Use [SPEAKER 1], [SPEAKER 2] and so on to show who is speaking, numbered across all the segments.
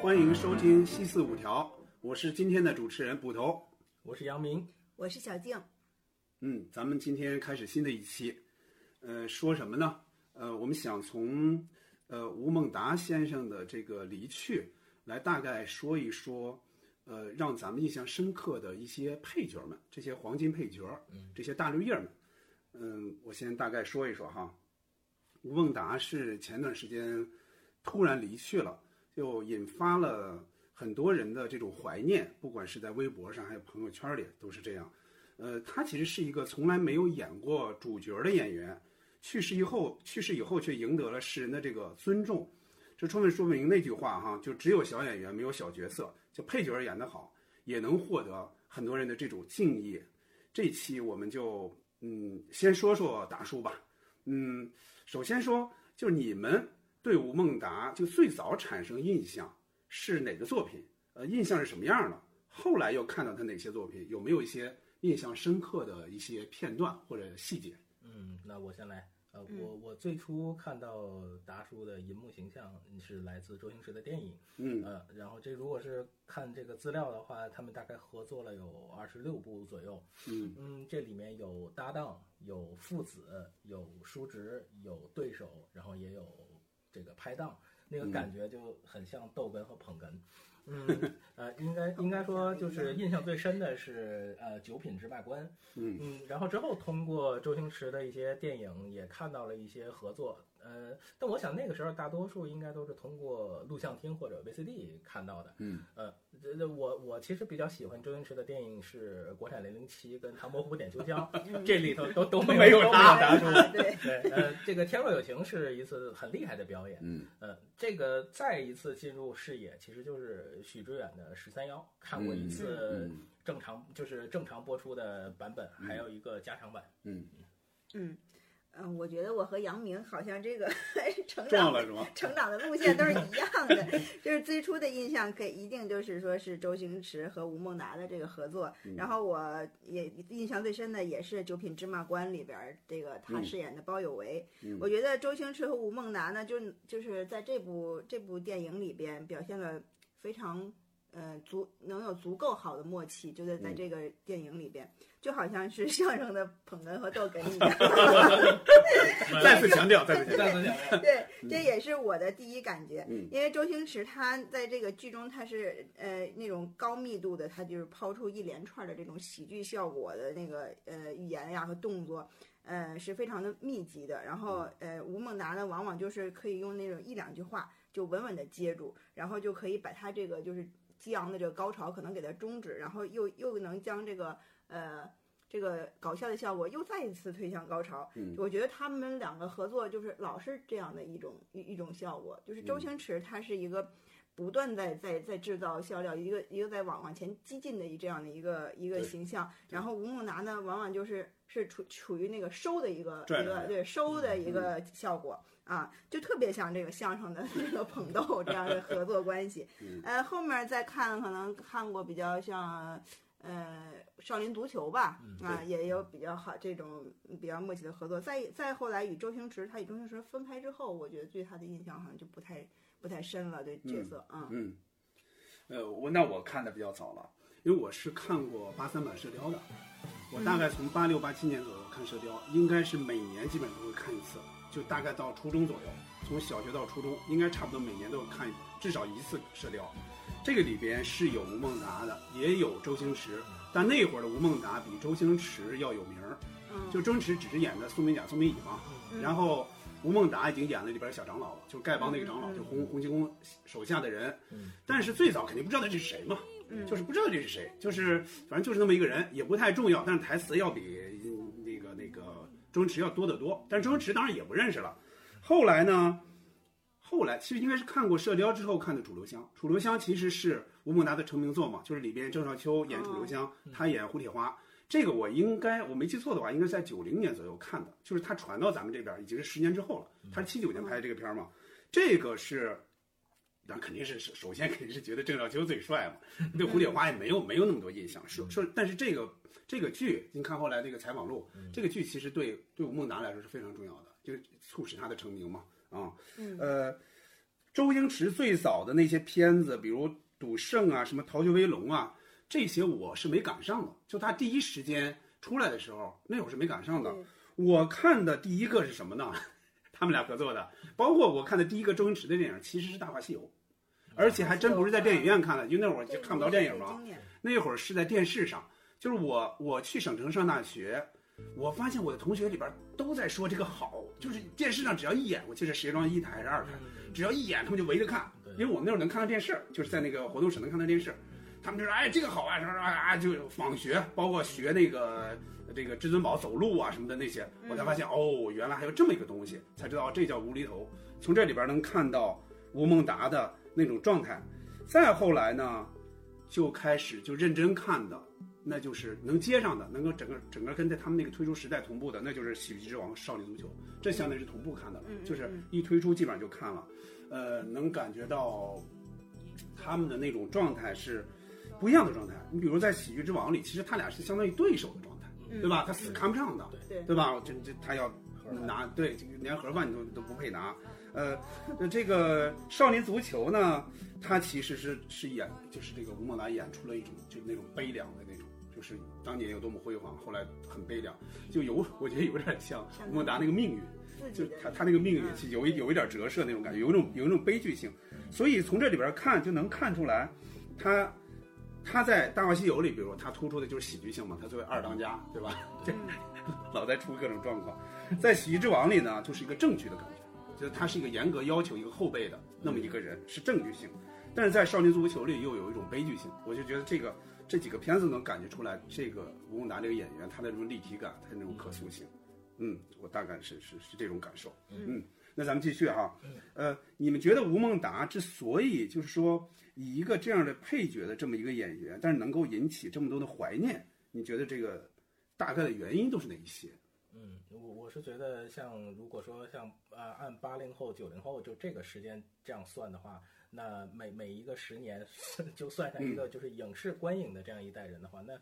[SPEAKER 1] 欢迎收听《西四五条》，我是今天的主持人捕头。
[SPEAKER 2] 我是杨明，
[SPEAKER 3] 我是小静，
[SPEAKER 1] 嗯，咱们今天开始新的一期，呃，说什么呢？呃，我们想从呃吴孟达先生的这个离去来大概说一说，呃，让咱们印象深刻的一些配角们，这些黄金配角，这些大绿叶们。嗯，我先大概说一说哈。吴孟达是前段时间突然离去了，就引发了很多人的这种怀念，不管是在微博上还有朋友圈里都是这样。呃，他其实是一个从来没有演过主角的演员，去世以后，去世以后却赢得了世人的这个尊重，这充分说明那句话哈，就只有小演员没有小角色，就配角演得好，也能获得很多人的这种敬意。这期我们就嗯，先说说达叔吧，嗯，首先说就是你们对吴孟达就最早产生印象是哪个作品？呃，印象是什么样的？后来又看到他哪些作品？有没有一些印象深刻的一些片段或者细节？
[SPEAKER 2] 嗯，那我先来。呃，
[SPEAKER 3] 嗯
[SPEAKER 2] 我我最初看到达叔的银幕形象是来自周星驰的电影，
[SPEAKER 1] 嗯
[SPEAKER 2] 呃，然后这如果是看这个资料的话，他们大概合作了有二十六部左右。
[SPEAKER 1] 嗯
[SPEAKER 2] 嗯，这里面有搭档，有父子，有叔侄，有对手，然后也有这个拍档，那个感觉就很像逗哏和捧哏。嗯，呃，应该应该说就是印象最深的是呃《九品芝麻官》。
[SPEAKER 1] 嗯
[SPEAKER 2] 嗯，然后之后通过周星驰的一些电影也看到了一些合作。呃，但我想那个时候大多数应该都是通过录像厅或者 VCD 看到的。
[SPEAKER 1] 嗯
[SPEAKER 2] 呃，这这我我其实比较喜欢周星驰的电影是国产《零零七》跟《唐伯虎点秋 香》，这里头都嗯都没有他达叔。
[SPEAKER 3] 啊对，
[SPEAKER 2] 对，呃，这个《天若有情》是一次很厉害的表演。
[SPEAKER 1] 嗯
[SPEAKER 2] 呃，这个再一次进入视野，其实就是许知远的《十三幺》，看过一次
[SPEAKER 1] 嗯
[SPEAKER 2] 正常，就是正常播出的版本，还有一个加 长版。
[SPEAKER 1] 嗯，
[SPEAKER 3] 嗯嗯，我觉得我和杨明好像这个 成
[SPEAKER 1] 撞
[SPEAKER 3] 长
[SPEAKER 1] 了是 吗？
[SPEAKER 3] 成长的路线都是一样的，就是最初的印象可以一定就是说是周星驰和吴孟达的这个合作，
[SPEAKER 1] 嗯
[SPEAKER 3] 然后我也印象最深的也是《九品芝麻官》里边儿这个他
[SPEAKER 1] 嗯
[SPEAKER 3] 饰演的包有为，
[SPEAKER 1] 嗯
[SPEAKER 3] 我觉得周星驰和吴孟达呢，就就是在这部这部电影里边表现了非常呃足能有足够好的默契，就是在
[SPEAKER 1] 嗯
[SPEAKER 3] 这个电影里边，就好像是相声的捧哏和逗哏 一样。
[SPEAKER 1] 再次强调，再次强调。
[SPEAKER 2] 再次讲 一下
[SPEAKER 3] 对，这也是我的第一感觉。
[SPEAKER 1] 嗯
[SPEAKER 3] 因为周星驰他在这个剧中他是呃那种高密度的，他就是抛出一连串的这种喜剧效果的那个呃语言呀和动作，呃是非常的密集的。然后
[SPEAKER 1] 嗯
[SPEAKER 3] 呃吴孟达呢，往往就是可以用那种一两句话就稳稳的接住，然后就可以把他这个就是激昂的这个高潮可能给它终止，然后又又能将这个呃。这个搞笑的效果又再一次推向高潮，
[SPEAKER 1] 嗯
[SPEAKER 3] 我觉得他们两个合作就是老是这样的一种一一种效果，就是周
[SPEAKER 1] 嗯
[SPEAKER 3] 星驰他是一个不断在在在制造笑料，一个一个在往往前激进的一这样的一个一个
[SPEAKER 1] 对
[SPEAKER 3] 形象，
[SPEAKER 1] 对
[SPEAKER 3] 然后吴孟达呢，往往就是是处处于那个收的一个
[SPEAKER 1] 拽
[SPEAKER 3] 一个
[SPEAKER 1] 着嗯
[SPEAKER 3] 对收的一个效果。啊，就特别像这个相声的这个捧逗这样的合作关系，
[SPEAKER 1] 嗯
[SPEAKER 3] 呃，后面再看可能看过比较像，呃，少林足球吧，
[SPEAKER 2] 嗯
[SPEAKER 3] 啊，也有比较好这种比较默契的合作。再再后来与周星驰，他与周星驰分开之后，我觉得对他的印象好像就不太不太深了，对角色，嗯
[SPEAKER 1] 嗯，呃，我那我看的比较早了，因为我是看过八三版《射雕》的，我大概从八六八七年左右看《射雕》，应该是每年基本上都会看一次，就大概到初中左右，从小学到初中，应该差不多每年都会看至少一次《射雕》。这个里边是有吴孟达的，也有周星驰，但那会儿的吴孟达比周星驰要有名儿，
[SPEAKER 3] 嗯，
[SPEAKER 1] 就周星驰只是演的宋美甲、宋美乙嘛，
[SPEAKER 3] 嗯
[SPEAKER 1] 然后吴孟达已经演了里边小长老了，就是丐帮那个长老，
[SPEAKER 3] 嗯嗯
[SPEAKER 1] 就洪洪七公手下的人。
[SPEAKER 2] 嗯
[SPEAKER 1] 但是最早肯定不知道这是谁嘛，
[SPEAKER 3] 嗯
[SPEAKER 1] 就是不知道这是谁，就是反正就是那么一个人，也不太重要，但是台词要比嗯那个那个周星驰要多得多。但是周星驰当然也不认识了。后来呢，后来其实应该是看过《射雕》之后看的《楚留香》，《楚留香》其实是吴孟达的成名作嘛，就是里边郑少秋演楚留香，他演胡铁花。这个我应该我没记错的话，应该是在九零年左右看的，就是他传到咱们这边已经是十年之后了。他是七九年拍的这个片儿嘛，这个是，那肯定是首首先肯定是觉得郑少秋最帅嘛， 对胡铁花也没有没有那么多印象。说说，但是这个这个剧，你看后来那个采访录，这个剧其实对对吴孟达来说是非常重要的，就是促使他的成名嘛。啊、
[SPEAKER 3] 嗯
[SPEAKER 1] 呃，周星驰最早的那些片子，比如《赌圣》啊，什么《逃学威龙》啊，这些我是没赶上的。就他第一时间出来的时候，那会儿是没赶上的。
[SPEAKER 3] 嗯
[SPEAKER 1] 我看的第一个是什么呢？ 他们俩合作的，包括我看的第一个周星驰的电影，其实是《大话西游》，而且还真不是在电影院看的，因为那会儿就看不到电影嘛。
[SPEAKER 3] 经典
[SPEAKER 1] 那会儿是在电视上，就是我我去省城上大学，我发现我的同学里边都在说这个好，就是电视上只要一演过去是石家庄一台还是二台，只要一演他们就围着看，
[SPEAKER 2] 对
[SPEAKER 1] 因为我们那会儿能看到电视，就是在那个活动室能看到电视，他们就说哎这个好啊什么什么啊，就仿学，包括学那个这个至尊宝走路啊什么的那些，我才发现哦原来还有这么一个东西，才知道这叫无厘头，从这里边能看到吴孟达的那种状态。再后来呢，就开始就认真看的，那就是能接上的，能够整个整个跟在他们那个推出时代同步的，那就是《喜剧之王》《少林足球》，这相当于是同步看的了，
[SPEAKER 3] 嗯嗯
[SPEAKER 1] 就是
[SPEAKER 3] 嗯
[SPEAKER 1] 一推出基本上就看了，呃，能感觉到他们的那种状态是不一样的状态。你比如在《喜剧之王》里，其实他俩是相当于对手的状态，
[SPEAKER 3] 嗯
[SPEAKER 1] 对吧？他死看不上的，
[SPEAKER 3] 对
[SPEAKER 1] 对吧？这这他要
[SPEAKER 2] 盒饭
[SPEAKER 1] 拿对，这个连盒饭你都都不配拿。呃，那这个少年足球呢，它其实是是演，就是这个吴孟达演出了一种就是那种悲凉的那种，就是当年有多么辉煌，后来很悲凉，就有我觉得有点像
[SPEAKER 3] 像
[SPEAKER 1] 吴孟达那个命运。
[SPEAKER 2] 嗯
[SPEAKER 3] 自己
[SPEAKER 1] 就
[SPEAKER 3] 的
[SPEAKER 1] 他他那个命运是有一有一点折射那种感觉，有一种有一种悲剧性，所以从这里边看就能看出来，他他在《大话西游》里，比如说他突出的就是喜剧性嘛，他作为二当家，对吧？这
[SPEAKER 3] 嗯
[SPEAKER 1] 老在出各种状况，在《喜剧之王》里呢，就是一个正剧的感觉，就是他是一个严格要求一个后辈的那么一个人，是正剧性，但是在《少林足球》里又有一种悲剧性，我就觉得这个这几个片子能感觉出来，这个吴孟达这个演员他的那种立体感，他的那种可塑性，嗯，我大概是是是这种感受。那咱们继续哈，呃，你们觉得吴孟达之所以就是说以一个这样的配角的这么一个演员，但是能够引起这么多的怀念，你觉得这个大概的原因都是哪一些？
[SPEAKER 2] 嗯，我我是觉得像如果说像呃按八零后、九零后就这个时间这样算的话，那每每一个十年 就算上一个就是影视观影的这样一代人的话，那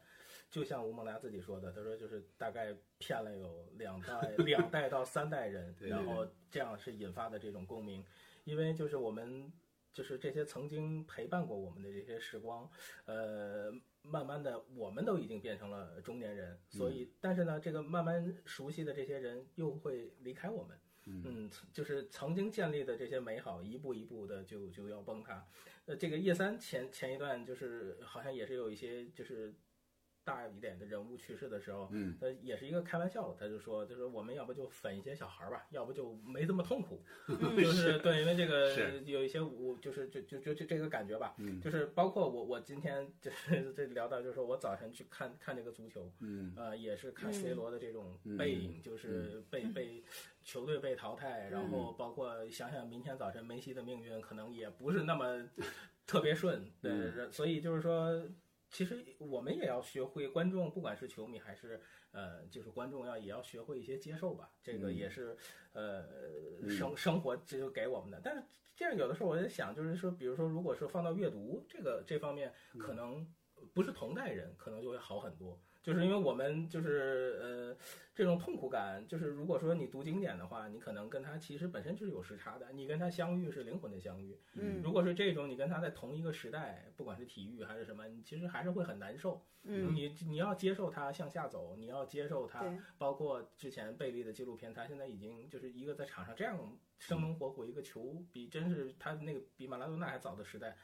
[SPEAKER 2] 就像吴孟达自己说的，他说就是大概骗了有两 代两代到三代人，
[SPEAKER 1] 对对对
[SPEAKER 2] 然后这样是引发的这种共鸣，因为就是我们就是这些曾经陪伴过我们的这些时光，呃，慢慢的我们都已经变成了中年人，所
[SPEAKER 1] 嗯
[SPEAKER 2] 以、但是呢，这个慢慢熟悉的这些人又会离开我们，
[SPEAKER 1] 嗯
[SPEAKER 2] 就是曾经建立的这些美好，一步一步的就就要崩塌。呃，这个叶三前前一段就是好像也是有一些就是大一点的人物去世的时候，
[SPEAKER 1] 嗯，
[SPEAKER 2] 他也是一个开玩笑，他就说，就说我们要不就粉一些小孩儿吧，要不就没这么痛 苦，就是对，因为这个
[SPEAKER 1] 是
[SPEAKER 2] 有一些我就是就就就就这个感觉吧，
[SPEAKER 1] 嗯
[SPEAKER 2] 就是包括我我今天就是 这聊到，就是说我早晨去看看这个足球，
[SPEAKER 1] 嗯
[SPEAKER 2] 呃，也是看
[SPEAKER 3] 嗯
[SPEAKER 2] C 罗的这种
[SPEAKER 1] 嗯
[SPEAKER 2] 背影，就是被被球队被淘汰，然
[SPEAKER 1] 嗯
[SPEAKER 2] 后包括想想明天早晨梅西的命运可能也不是那么 特别顺，
[SPEAKER 1] 嗯
[SPEAKER 2] 对，所以就是说。其实我们也要学会，观众不管是球迷还是呃，就是观众要也要学会一些接受吧，这个
[SPEAKER 1] 嗯
[SPEAKER 2] 也是呃
[SPEAKER 1] 嗯
[SPEAKER 2] 生生活这就给我们的。但是这样有的时候我在想，就是说，比如说，如果说放到阅读这个这方面，
[SPEAKER 3] 嗯
[SPEAKER 2] 可能不是同代人，可能就会好很多。就是因为我们就是呃这种痛苦感，就是如果说你读经典的话，你可能跟他其实本身就是有时差的，你跟他相遇是灵魂的相遇。
[SPEAKER 3] 嗯
[SPEAKER 2] 如果是这种，你跟他在同一个时代，不管是体育还是什么，你其实还是会很难受。
[SPEAKER 3] 嗯，
[SPEAKER 2] 你你要接受他向下走，你要接受他
[SPEAKER 3] 对，
[SPEAKER 2] 包括之前贝利的纪录片，他现在已经就是一个在场上这样生龙活虎，一个球比真是他那个比马拉多纳还早的时代，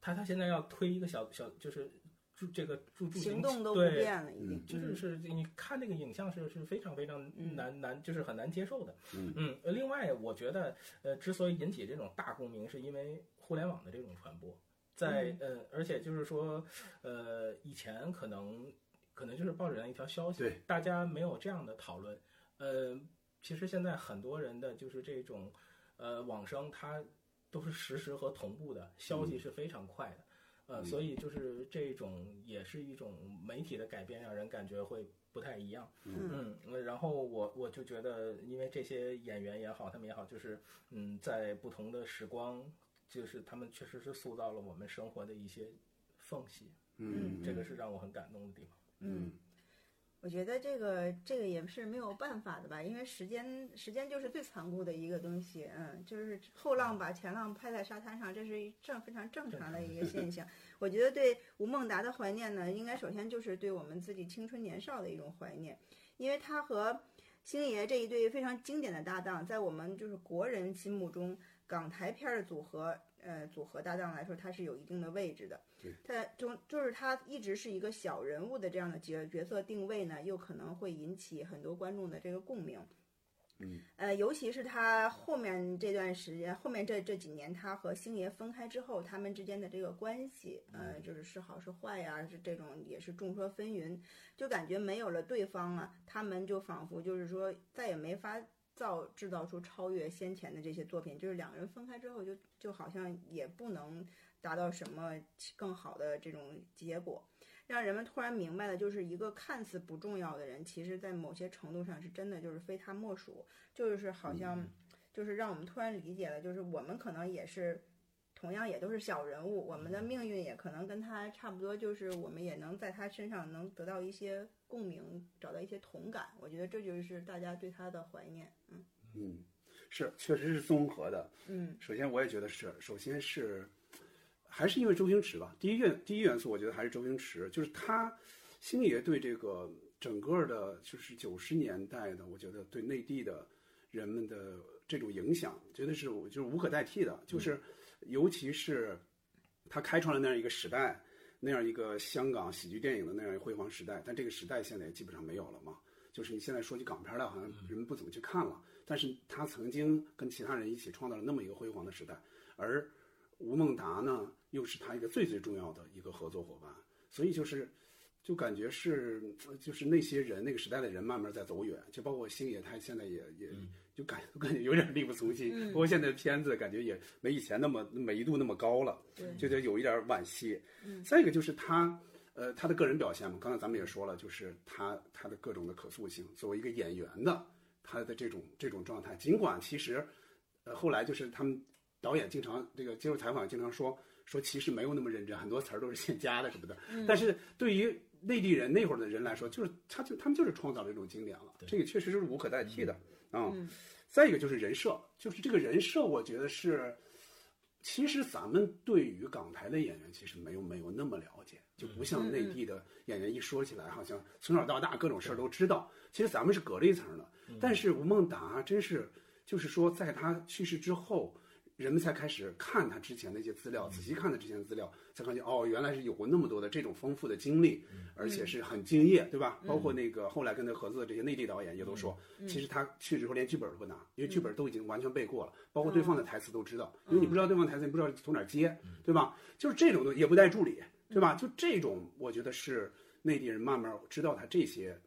[SPEAKER 2] 他他现在要推一个小小就是助这个助助
[SPEAKER 3] 行动都不
[SPEAKER 2] 对
[SPEAKER 3] 变了，已经
[SPEAKER 1] 嗯
[SPEAKER 2] 就是是你看那个影像是是非常非常
[SPEAKER 3] 嗯
[SPEAKER 2] 难、难，就是很难接受的。
[SPEAKER 1] 嗯
[SPEAKER 2] 呃另外我觉得呃，之所以引起这种大共鸣，是因为互联网的这种传播，在、
[SPEAKER 1] 嗯
[SPEAKER 2] 呃，而且就是说呃，以前可能可能就是报纸上一条消息
[SPEAKER 1] 对，
[SPEAKER 2] 大家没有这样的讨论。呃，其实现在很多人的就是这种呃网生，它都是实时和同步的，消息是非常快的。呃，
[SPEAKER 1] 嗯
[SPEAKER 2] 所以就是这种也是一种媒体的改变，让人感觉会不太一样。
[SPEAKER 3] 嗯
[SPEAKER 2] 嗯，呃然后我我就觉得，因为这些演员也好，他们也好，就是嗯，在不同的时光，就是他们确实是塑造了我们生活的一些缝隙，
[SPEAKER 1] 嗯
[SPEAKER 2] 这个是让我很感动的地方。
[SPEAKER 3] 嗯。我觉得这个这个也是没有办法的吧，因为时间时间就是最残酷的一个东西，嗯，就是后浪把前浪拍在沙滩上，这是一正非常正常的一个现象。我觉得对吴孟达的怀念呢，应该首先就是对我们自己青春年少的一种怀念，因为他和星爷这一对非常经典的搭档，在我们就是国人心目中港台片儿的组合，呃，组合搭档来说，他是有一定的位置的。他就就是他一直是一个小人物的这样的角角色定位呢，又可能会引起很多观众的这个共鸣。
[SPEAKER 1] 嗯，
[SPEAKER 3] 呃，尤其是他后面这段时间，后面这这几年，他和星爷分开之后，他们之间的这个关系，呃，就是是好是坏呀、是这种也是众说纷纭，就感觉没有了对方啊，他们就仿佛就是说再也没法造制造出超越先前的这些作品，就是两个人分开之后就，就好像也不能达到什么更好的这种结果。让人们突然明白的，就是一个看似不重要的人，其实在某些程度上是真的就是非他莫属。就是好像
[SPEAKER 1] 嗯
[SPEAKER 3] 就是让我们突然理解了，就是我们可能也是同样也都是小人物，我们
[SPEAKER 1] 嗯
[SPEAKER 3] 的命运也可能跟他差不多，就是我们也能在他身上能得到一些共鸣，找到一些同感。我觉得这就是大家对他的怀念。嗯
[SPEAKER 1] 嗯，是，确实是综合的。
[SPEAKER 3] 嗯
[SPEAKER 1] 首先，我也觉得是，首先是还是因为周星驰吧。第一元第一元素，我觉得还是周星驰，就是他星爷对这个整个的，就是九十年代的，我觉得对内地的人们的这种影响，绝对是我就是无可代替的。就是尤其是他开创了那样一个时代，那样一个香港喜剧电影的那样一个辉煌时代，但这个时代现在也基本上没有了嘛。就是你现在说起港片来，好像人们不怎么去看了。但是他曾经跟其他人一起创造了那么一个辉煌的时代，而吴孟达呢，又是他一个最最重要的一个合作伙伴，所以就是，就感觉是，呃就是那些人那个时代的人慢慢在走远，就包括星爷，他现在也也就感 就感觉有点力不从心，包括现在的片子感觉也没以前那么美度那么高了，
[SPEAKER 3] 对
[SPEAKER 1] 就觉得有一点惋惜。
[SPEAKER 3] 嗯
[SPEAKER 1] 再一个就是他，呃，他的个人表现嘛，刚才咱们也说了，就是他他的各种的可塑性，作为一个演员的他的这种这种状态，尽管其实，呃，后来就是他们导演经常这个接受采访，经常说 说其实没有那么认真，很多词儿都是现加的什么的，但是对于内地人那会儿的人来说，就是他就他们就是创造了一种经典了，这个确实就是无可代替的啊。
[SPEAKER 3] 嗯
[SPEAKER 1] 再一个就是人设，就是这个人设，我觉得是，其实咱们对于港台的演员其实没有没有那么了解，就不像内地的演员一说起来，好像从小到大各种事儿都知道。其实咱们是隔了一层的，但是吴孟达真是，就是说在他去世之后。人们才开始看他之前的一些资料，仔细看他之前的资料，才发现哦，原来是有过那么多的这种丰富的经历，而且是很敬业，对吧？包括那个后来跟他合作的这些内地导演也都说，其实他去之后连剧本都不拿，因为剧本都已经完全背过了，包括对方的台词都知道，因为你不知道对方台词，你不知道从哪儿接，对吧？就是这种东西也不带助理，对吧？就这种，我觉得是内地人慢慢知道他这些